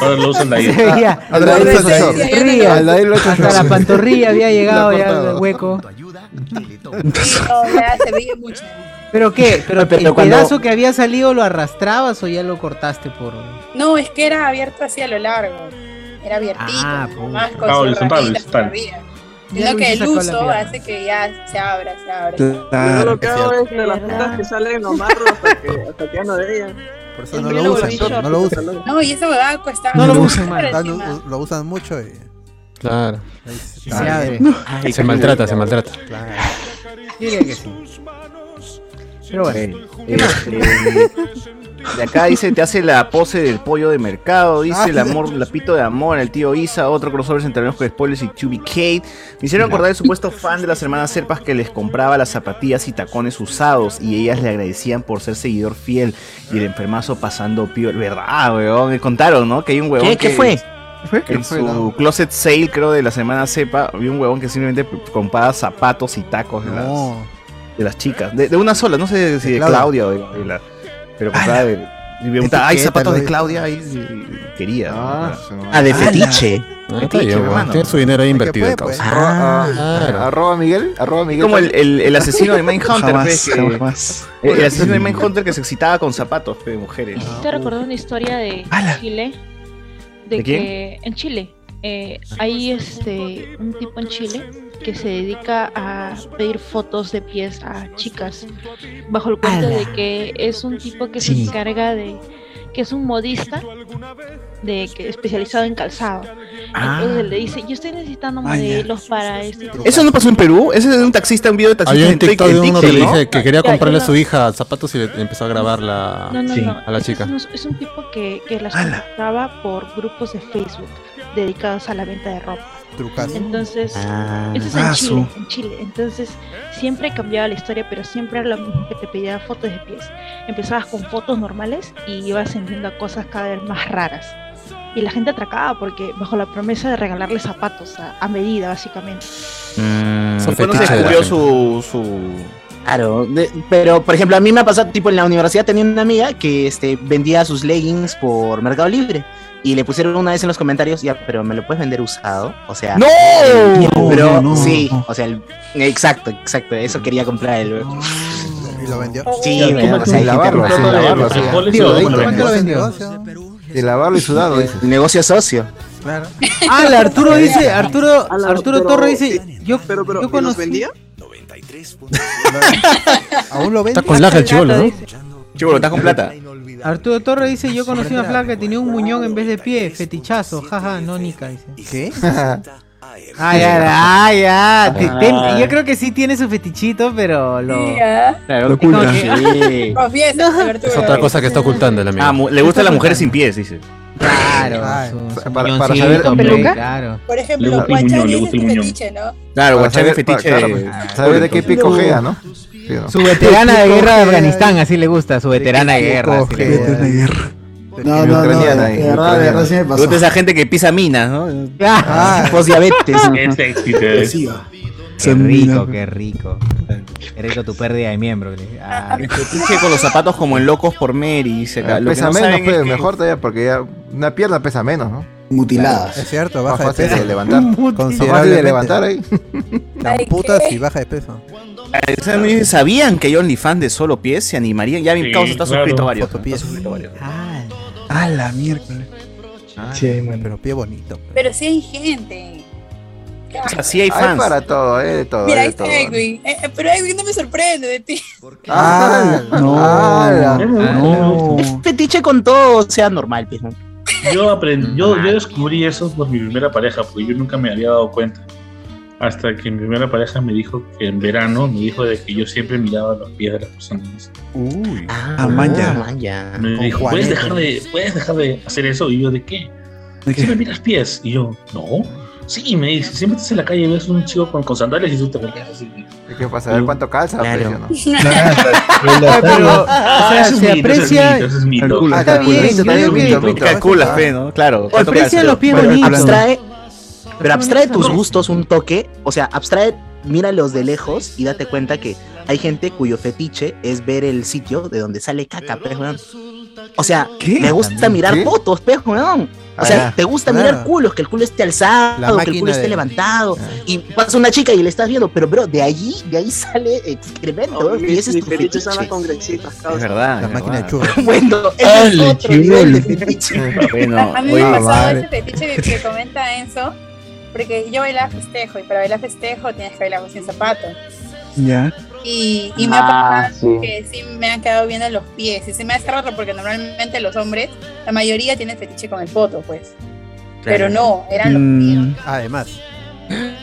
Speaker 10: Ahora lo usan de ahí.
Speaker 1: Ya,
Speaker 6: Aldair lo
Speaker 12: Aldair
Speaker 6: ha
Speaker 12: lo
Speaker 6: hecho.
Speaker 12: hizo.
Speaker 6: Aldair lo ha hecho.
Speaker 1: Hasta la pantorrilla había llegado
Speaker 6: Lo ha
Speaker 1: ya
Speaker 6: cortado.
Speaker 1: el hueco.
Speaker 12: Sí, no, ya se veía mucho.
Speaker 1: ¿Pero qué? ¿Pero,
Speaker 5: No, pero
Speaker 1: el
Speaker 5: cuando-
Speaker 1: pedazo que había salido lo arrastrabas o ya lo cortaste por...?
Speaker 12: No, es que era abierto así a lo largo. Era abiertito,
Speaker 1: Ah,
Speaker 12: ¿no?
Speaker 1: puta.
Speaker 12: más con
Speaker 10: Ah,
Speaker 12: sus
Speaker 10: horizontal,
Speaker 12: rayitas
Speaker 10: horizontal.
Speaker 12: todavía.
Speaker 1: Ya
Speaker 12: Sino
Speaker 1: Luis
Speaker 12: que el
Speaker 1: sacó la
Speaker 12: uso
Speaker 1: pierna.
Speaker 12: hace que ya se abra, se abra. Ah,
Speaker 11: Yo
Speaker 2: Claro.
Speaker 11: lo que hago es de las putas que salen amarro hasta que, hasta que ya no de ellas.
Speaker 8: Por eso no lo usan. No lo usan.
Speaker 12: No, y esa huevada costaba.
Speaker 1: No lo
Speaker 12: mucho
Speaker 1: usan,
Speaker 12: por
Speaker 8: Ah, no,
Speaker 12: encima.
Speaker 8: Lo usan mucho. eh. y-
Speaker 3: Claro.
Speaker 8: ahí se-
Speaker 1: Se abre.
Speaker 5: Ay,
Speaker 3: Se maltrata, se maltrata.
Speaker 8: Claro.
Speaker 1: Diría que sí. Pero bueno.
Speaker 4: Este, de acá dice, te hace la pose del pollo de mercado, dice
Speaker 5: Ah.
Speaker 4: el amor, la pito de amor, el tío Isa, otro crossover entre los spoilers y Chubby Kate. Me hicieron acordar el supuesto fan de las hermanas Serpas que les compraba las zapatillas y tacones usados y ellas le agradecían por ser seguidor fiel y el enfermazo pasando pío. ¿Verdad, weón? Me contaron, ¿no? Que hay un weón
Speaker 5: ¿Qué? ¿Qué
Speaker 4: que-
Speaker 5: fue?
Speaker 4: en su closet sale, creo, de la semana cepa, vi un huevón que simplemente compraba zapatos y tacos de, las,
Speaker 8: No.
Speaker 4: de las chicas. De, de una sola, no sé si de
Speaker 8: Claudia.
Speaker 4: Claudia, o de, de la. Pero compraba de. Y me preguntaba, ¿hay zapatos de Claudia? Y, y- y quería.
Speaker 6: Ah,
Speaker 4: ¿no?
Speaker 6: su
Speaker 5: Ah,
Speaker 6: madre.
Speaker 5: de fetiche.
Speaker 3: Ah, está
Speaker 4: Fetiche,
Speaker 3: bien,
Speaker 4: hermano.
Speaker 3: weón. Tiene su dinero ahí invertido
Speaker 8: puede,
Speaker 3: el causa.
Speaker 6: Arroba, ah,
Speaker 3: Claro.
Speaker 6: arroba Miguel, arroba Miguel.
Speaker 4: Como el, el- el asesino de Mindhunter,
Speaker 2: Jamás,
Speaker 4: pues, que-
Speaker 2: jamás.
Speaker 4: el, el asesino de Mindhunter que se excitaba con zapatos pe, de mujeres.
Speaker 15: Ah, Te recuerdo una historia de Chile, de,
Speaker 4: ¿De quién?
Speaker 15: que en Chile eh, hay este un tipo en Chile que se dedica a pedir fotos de pies a chicas bajo el cuento
Speaker 1: ¡Hala!
Speaker 15: de que es un tipo que se
Speaker 1: Sí.
Speaker 15: encarga de que es un modista de que especializado en calzado. Entonces le dice, yo estoy necesitando
Speaker 2: Ah, ya.
Speaker 15: modelos para este tipo
Speaker 4: ¿Eso no pasó en Perú? Ese es de un taxista, un video de taxista
Speaker 3: Había un
Speaker 4: en Tik-
Speaker 3: TikTok de
Speaker 4: en
Speaker 3: uno que le
Speaker 4: TikTok, ¿no?
Speaker 3: dije que quería
Speaker 15: Ya, yo
Speaker 3: comprarle a
Speaker 15: no-
Speaker 3: su hija zapatos y le empezó a grabar la,
Speaker 15: No, no,
Speaker 3: sí,
Speaker 15: no.
Speaker 3: a la
Speaker 15: Este
Speaker 3: chica.
Speaker 15: Es un, es un tipo que, que las contrataba por grupos de Facebook dedicados a la venta de ropa.
Speaker 8: Trucazo.
Speaker 11: Entonces,
Speaker 8: Ah.
Speaker 11: eso es en
Speaker 8: Ah,
Speaker 11: Chile,
Speaker 8: su.
Speaker 11: en Chile. Entonces, siempre cambiaba la historia, pero siempre era lo mismo que te pedía fotos de pies. Empezabas con fotos normales y ibas entrando a cosas cada vez más raras. Y la gente atracaba porque bajo la promesa de regalarle zapatos a, a medida, básicamente.
Speaker 5: Son
Speaker 4: Fue cuando se
Speaker 5: fetiches de la
Speaker 4: descubrió
Speaker 5: gente.
Speaker 4: su, su.
Speaker 5: Claro, de- pero por ejemplo, a mí me ha pasado, tipo en la universidad tenía una amiga que este, vendía sus leggings por Mercado Libre. Y le pusieron una vez en los comentarios, ya, pero me lo puedes vender usado. O sea,
Speaker 1: ¡No!
Speaker 5: el-
Speaker 1: No,
Speaker 5: Pero
Speaker 1: no, no,
Speaker 5: sí, o sea, el- exacto, exacto, eso quería comprar el.
Speaker 8: ¿Y lo vendió?
Speaker 5: Sí,
Speaker 6: Oh, Ya,
Speaker 5: weón,
Speaker 6: como
Speaker 5: o sea,
Speaker 6: sin
Speaker 5: hay gente
Speaker 6: lavarlo,
Speaker 5: rara.
Speaker 6: sin lavarlo, así. Tío, ¿cuánto lo vendió?
Speaker 5: De lavarlo y sudado, dices. Negocio socio.
Speaker 8: Claro.
Speaker 1: Ah, la Arturo dice, Arturo, Arturo Torres dice, yo,
Speaker 16: pero,
Speaker 1: yo
Speaker 16: ¿y los
Speaker 1: conocí. [LAUGHS]
Speaker 16: vendía?
Speaker 8: Aún lo vende.
Speaker 1: Está con laja el chibolo, ¿no?
Speaker 4: Chibolo, ¿estás con plata?
Speaker 1: Arturo Torres dice, yo conocí una flaca que tenía un muñón en vez de pie, fetichazo, jaja, no nica, dice.
Speaker 8: ¿Qué?
Speaker 5: Ah,
Speaker 1: Ay, ay, ay, ay, te- te-
Speaker 8: Ah.
Speaker 1: yo creo que sí tiene su fetichito, pero lo...
Speaker 12: Sí, ¿ah?
Speaker 1: Lo oculta.
Speaker 4: Sí.
Speaker 12: Confiesa, Arturo.
Speaker 3: Es otra cosa que está ocultando el amigo.
Speaker 4: Ah, mu- le gustan las mujeres sin pies, dice.
Speaker 1: Claro.
Speaker 6: Para, para
Speaker 1: Muñoncito,
Speaker 6: saber.
Speaker 1: hombre,
Speaker 6: hombre,
Speaker 1: Claro.
Speaker 12: Por
Speaker 6: Le
Speaker 12: ejemplo,
Speaker 6: gusta el
Speaker 12: Guachani
Speaker 6: muñón, le
Speaker 12: es
Speaker 6: gusta
Speaker 12: el
Speaker 6: el muñón.
Speaker 12: fetiche, ¿no?
Speaker 4: Claro,
Speaker 6: Para
Speaker 4: Guachani
Speaker 6: saber-
Speaker 4: es fetiche.
Speaker 6: para- claro,
Speaker 11: pues.
Speaker 6: para saber de qué pie cojea, ¿no? Sí, ¿no?
Speaker 1: Su veterana de guerra de Afganistán, así le gusta, su veterana de guerra. así le gusta.
Speaker 6: No, no, no, de verdad, de verdad sí me
Speaker 4: Le gusta esa gente que pisa minas, ¿no?
Speaker 1: Ah.
Speaker 4: Posdiabetes.
Speaker 11: [LAUGHS]
Speaker 1: Qué
Speaker 4: sexy,
Speaker 1: Qué rico, qué rico. Qué rico tu pérdida de miembro. le- Ah,
Speaker 4: Fetiche con los zapatos como en locos por Mary. Se
Speaker 6: Ah,
Speaker 4: lo que
Speaker 6: pesa
Speaker 4: no
Speaker 6: menos,
Speaker 4: saben
Speaker 6: pues,
Speaker 4: es que-
Speaker 6: mejor todavía, porque ya una pierna pesa menos, ¿no?
Speaker 8: Mutiladas. Es cierto, baja
Speaker 6: Más
Speaker 8: de
Speaker 6: fácil
Speaker 8: peso.
Speaker 6: de
Speaker 8: [LAUGHS]
Speaker 6: levantar. Más fácil
Speaker 8: Considerablemente.
Speaker 6: de levantar ahí.
Speaker 8: Tan putas y baja de peso.
Speaker 4: O sea, me- ¿Sabían que hay OnlyFans de solo pies? ¿Se animarían? Ya mi
Speaker 8: Sí,
Speaker 4: causa está
Speaker 8: claro.
Speaker 4: suscrito a varios. ¿no?
Speaker 8: Fotopies.
Speaker 4: Está suscrito a varios.
Speaker 8: Ah, la miércoles.
Speaker 6: Ah. Sí, hay
Speaker 8: pero pie bonito.
Speaker 12: Pero sí hay gente.
Speaker 4: O sea, sí hay
Speaker 6: Hay
Speaker 4: fans.
Speaker 6: para todo, eh, de todo.
Speaker 12: Mira,
Speaker 6: hay
Speaker 12: ahí
Speaker 6: de
Speaker 12: está
Speaker 6: todo.
Speaker 12: Edwin. Eh, eh, pero Edwin no me sorprende de ti.
Speaker 6: Ah,
Speaker 16: No.
Speaker 6: ala.
Speaker 16: No.
Speaker 5: Es fetiche Este con todo, o sea, normal, pues, ¿no?
Speaker 7: Yo, aprendí, yo, yo descubrí eso por mi primera pareja, porque yo nunca me había dado cuenta. Hasta que mi primera pareja me dijo que en verano me dijo de que yo siempre miraba los pies de las personas.
Speaker 4: Uy.
Speaker 6: Ah, manja.
Speaker 7: Me
Speaker 6: Con
Speaker 7: dijo, ¿puedes
Speaker 6: Juanete.
Speaker 7: dejar, de, ¿puedes dejar de hacer eso? Y yo, ¿de qué? Siempre miras pies. Y yo, no. Sí, me dice, siempre estás en la calle y ves un chico con, con sandalias y tú te volteas así.
Speaker 6: ¿Qué pasa? A ver cuánto calza.
Speaker 4: Claro.
Speaker 6: pues,
Speaker 7: [LAUGHS]
Speaker 6: ¿sí o
Speaker 1: Ah, pero, o sea,
Speaker 4: eso es
Speaker 1: se
Speaker 4: mito,
Speaker 1: aprecia.
Speaker 4: eso es mito, eso es mito.
Speaker 1: Calcula, Ah, está calcula. bien, yo creo que-
Speaker 4: Calcula, fe, ¿no? Claro.
Speaker 5: Pero
Speaker 4: ¿cuánto calza?
Speaker 5: pero abstrae, pero abstrae tus gustos un toque, o sea, abstrae, míralos de lejos y date cuenta que hay gente cuyo fetiche es ver el sitio de donde sale caca, pues, weón. O sea, me gusta
Speaker 6: ¿También?
Speaker 5: mirar
Speaker 6: ¿Qué?
Speaker 5: fotos, pues, weón. O
Speaker 6: Ah,
Speaker 5: sea,
Speaker 6: ya.
Speaker 5: te gusta
Speaker 6: Claro.
Speaker 5: mirar culos, que el culo esté
Speaker 6: La
Speaker 5: alzado, que el
Speaker 6: máquina
Speaker 5: culo esté
Speaker 6: de-
Speaker 5: levantado. Y pasa una chica y le estás viendo, pero bro, de ahí, de ahí sale excremento, weón, y ese es tu fetiche.
Speaker 16: son las congrexitas,
Speaker 4: Es
Speaker 16: causa.
Speaker 4: verdad.
Speaker 8: La
Speaker 4: es
Speaker 8: máquina de
Speaker 4: verdad.
Speaker 8: churros.
Speaker 5: Bueno, ese es
Speaker 16: Dale,
Speaker 5: otro nivel de
Speaker 16: chibolo.
Speaker 5: fetiche.
Speaker 4: Bueno,
Speaker 12: A, a mí me
Speaker 4: oye,
Speaker 12: ha pasado
Speaker 4: madre.
Speaker 12: ese fetiche que, que comenta Enzo, porque yo bailaba festejo y para bailar festejo tienes que bailar sin zapato.
Speaker 2: Ya.
Speaker 12: Y, y me
Speaker 2: Ah,
Speaker 12: ha pasado
Speaker 2: sí.
Speaker 12: que sí me han quedado viendo los pies. Y se me hace rato porque normalmente los hombres, la mayoría tienen fetiche con el poto, pues. Pero no, eran los
Speaker 8: Mm. Además.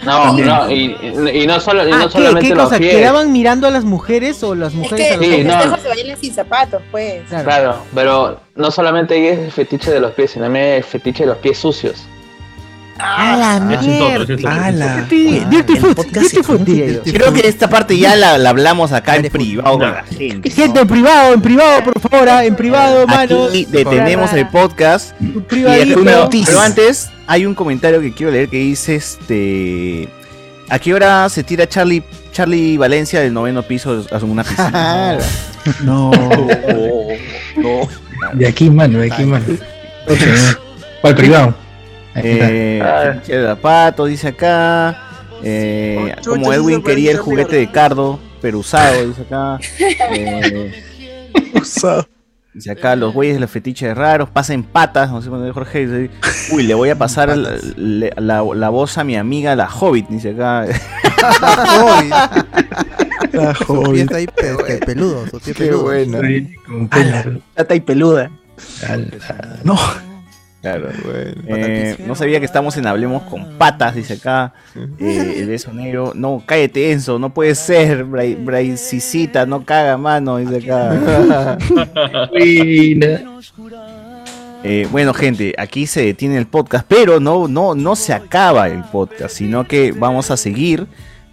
Speaker 19: No, no, y, y- y no, solo, y
Speaker 1: Ah,
Speaker 19: no
Speaker 1: ¿qué-
Speaker 19: solamente
Speaker 1: ¿Qué,
Speaker 19: los
Speaker 1: cosa?
Speaker 19: pies.
Speaker 1: ¿Quedaban mirando a las mujeres o las
Speaker 12: Es
Speaker 1: mujeres
Speaker 12: que
Speaker 1: a
Speaker 12: los
Speaker 1: los
Speaker 19: Sí,
Speaker 1: hombres?
Speaker 19: no.
Speaker 12: festejos se bailan sin zapatos, pues.
Speaker 19: Claro, pero no solamente es el fetiche de los pies, sino también el fetiche de los pies sucios.
Speaker 6: ah,
Speaker 1: ¡A la
Speaker 19: ese es otro, ese es otro.
Speaker 1: mierda!
Speaker 19: Ala.
Speaker 1: Dirty- Dirty Foot, Dirty Foot, diría yo.
Speaker 4: Creo que esta parte ya la, la hablamos acá en privado con la gente.
Speaker 1: Gente, en privado, en privado, por favor, ah, en privado, manos.
Speaker 4: Aquí detenemos el podcast. Y
Speaker 1: privadito.
Speaker 4: después- pero,
Speaker 1: Noticia.
Speaker 4: pero antes, hay un comentario que quiero leer que dice este. ¿A qué hora se tira Charlie, Charlie Valencia del noveno piso a una [LAUGHS] piscina?
Speaker 2: No.
Speaker 4: no.
Speaker 21: De aquí, mano, de aquí, mano. Para el privado.
Speaker 4: Eh, el zapato, dice acá. Eh, como Edwin quería el juguete de Cardo, pero usado, dice acá. usado. Dice acá, los güeyes de los fetiches raros pasen patas, no sé cuando Jorge dice, uy, le voy a pasar la, le- la- la voz a mi amiga la Hobbit, dice acá.
Speaker 8: La Su pie está ahí pe- que peludo. Su pie
Speaker 6: Qué
Speaker 8: peludo.
Speaker 6: buena.
Speaker 4: Plata y peluda.
Speaker 2: No.
Speaker 4: Claro. Eh, no sabía que estamos en Hablemos con Patas, dice acá. Eh, el beso negro. No, cállate, Enzo. No puede ser. Brai- Braicisita, no caga mano, dice acá. Eh, bueno, gente, aquí se detiene el podcast, pero no, no, no se acaba el podcast, sino que vamos a seguir.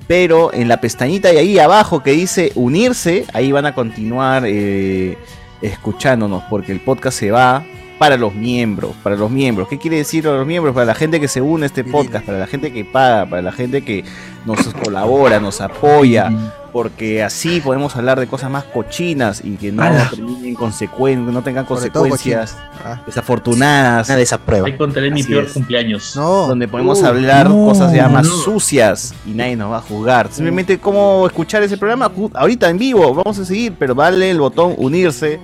Speaker 4: Pero en la pestañita de ahí abajo que dice unirse, ahí van a continuar eh, escuchándonos, porque el podcast se va para los miembros, para los miembros. ¿Qué quiere decir para los miembros? Para la gente que se une a este podcast, para la gente que paga, para la gente que nos colabora, nos apoya, porque así podemos hablar de cosas más cochinas y que no
Speaker 5: Ala.
Speaker 4: terminen consecuencias, no tengan
Speaker 5: Sobre todo
Speaker 4: consecuencias
Speaker 5: cochinas. Ah.
Speaker 4: desafortunadas.
Speaker 5: Una de esas pruebas.
Speaker 4: Ahí contaré
Speaker 7: mi peor cumpleaños.
Speaker 4: Donde podemos
Speaker 7: Uh,
Speaker 4: hablar
Speaker 7: no,
Speaker 4: cosas ya más
Speaker 7: no.
Speaker 4: sucias y nadie nos va a juzgar. Simplemente cómo escuchar ese programa ju- ahorita en vivo. Vamos a seguir, pero dale el botón unirse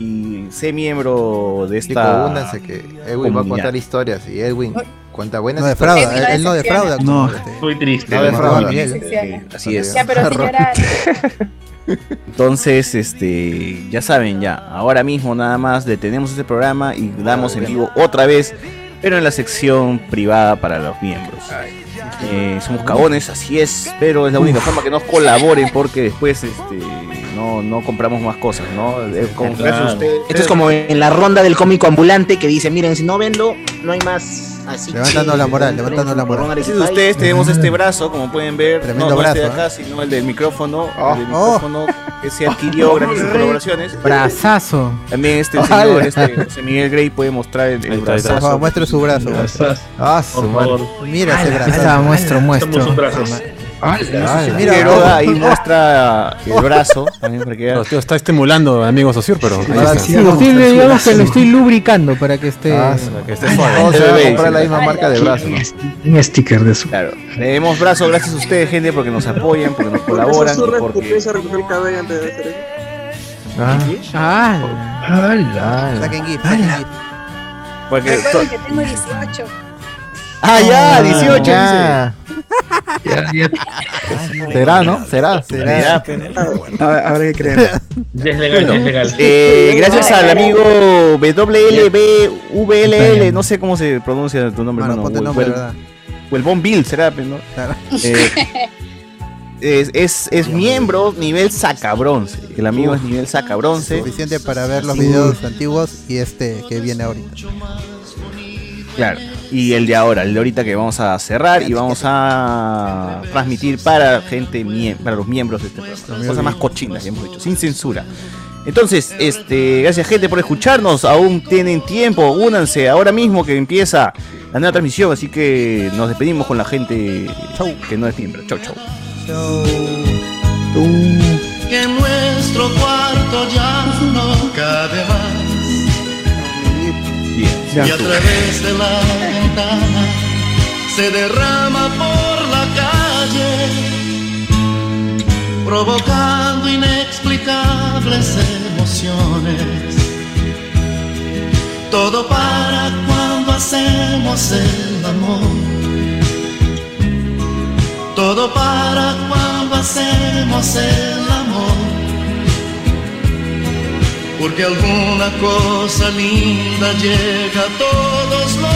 Speaker 4: y sé miembro de
Speaker 6: Chicos,
Speaker 4: esta.
Speaker 6: únanse que Edwin va a contar historias y Edwin cuenta buenas
Speaker 4: No
Speaker 6: historias.
Speaker 4: defrauda, él- él no defrauda.
Speaker 6: No.
Speaker 7: Estoy triste.
Speaker 6: No defrauda.
Speaker 4: Así es.
Speaker 12: Ya,
Speaker 4: [LAUGHS]
Speaker 12: pero señora.
Speaker 4: Entonces, este, ya saben, ya, ahora mismo nada más detenemos este programa y damos en vivo otra vez, pero en la sección privada para los miembros. Eh, somos cagones, así es, pero es la única forma que nos colaboren porque después este, no, no compramos más cosas, ¿no? Eh, con- gracias a ustedes.
Speaker 5: Esto es como en la ronda del cómico ambulante que dice, miren, si no venlo, no hay más. Así
Speaker 8: Levantando
Speaker 5: que-
Speaker 8: la moral, levantando la moral.
Speaker 4: Gracias a ustedes tenemos este brazo, como pueden ver,
Speaker 8: Tremendo
Speaker 4: no, no este de
Speaker 8: brazo, ¿eh? Oh,
Speaker 4: acá, sino el del micrófono, el del micrófono que se
Speaker 5: Oh,
Speaker 4: adquirió gracias a colaboraciones.
Speaker 18: Brazazo.
Speaker 4: También este
Speaker 18: Ojalá.
Speaker 4: señor, este José Miguel Grey, puede mostrar el, el
Speaker 8: Por
Speaker 4: brazazo.
Speaker 8: favor, muestre su brazo. Ah, su
Speaker 4: favor.
Speaker 8: madre. Mira ese
Speaker 4: Ala,
Speaker 8: brazo.
Speaker 4: ala, muestro,
Speaker 18: muestro.
Speaker 8: Mira,
Speaker 4: Quiero
Speaker 8: ojo.
Speaker 4: ahí muestra el brazo. También para que vean.
Speaker 3: tío, está estimulando, amigos Osir, pero. ahí
Speaker 4: ahora
Speaker 3: está.
Speaker 4: sí,
Speaker 13: Sí, lo estoy- digamos que lo estoy lubricando para que esté.
Speaker 3: Ah, para que esté suave.
Speaker 13: Todos se van a
Speaker 4: Bebé,
Speaker 13: comprar
Speaker 4: sí.
Speaker 13: la misma marca de brazo.
Speaker 21: Un sticker de eso.
Speaker 4: Tenemos brazo gracias a ustedes, gente, porque nos apoyan, porque nos colaboran. y porque...
Speaker 16: el cabello antes de hacer eso.
Speaker 8: Ah. Saquen GIF, saquen GIF.
Speaker 4: porque
Speaker 12: Recuerden que tengo 18.
Speaker 4: Ah, ya, 18.
Speaker 6: Ya. Será, ¿no? Será.
Speaker 4: Será.
Speaker 2: Habrá que creer.
Speaker 7: Es legal,
Speaker 4: Bueno,
Speaker 7: es legal.
Speaker 8: [LAUGHS]
Speaker 4: eh, gracias al amigo WLBVLL, no sé cómo se pronuncia tu nombre,
Speaker 8: Mano,
Speaker 4: hermano.
Speaker 8: ponte
Speaker 4: o el-
Speaker 8: nombre,
Speaker 4: o el-
Speaker 8: ¿verdad?
Speaker 4: O el Bon Bill, será, pues, ¿no? Eh, es, es,
Speaker 8: [LAUGHS]
Speaker 4: es miembro nivel sacabronce. El amigo es nivel sacabronce.
Speaker 8: Suficiente para ver los
Speaker 4: Sí.
Speaker 8: videos antiguos y este que viene ahorita.
Speaker 4: Claro. Y el de ahora, el de ahorita que vamos a cerrar y vamos a transmitir para gente mie- para los miembros de este programa. Cosas más cochinas que hemos hecho, sin censura. Entonces, este, gracias gente por escucharnos. Aún tienen tiempo, únanse ahora mismo que empieza la nueva transmisión, así que nos despedimos con la gente que no es miembro. Chau, chau.
Speaker 10: que en nuestro cuarto ya no cabe más.
Speaker 4: Ya
Speaker 10: y a
Speaker 4: estuvo.
Speaker 10: través de la ventana se derrama por la calle, provocando inexplicables emociones. Todo para cuando hacemos el amor. Todo para cuando hacemos el amor. Porque alguna cosa linda llega a todos los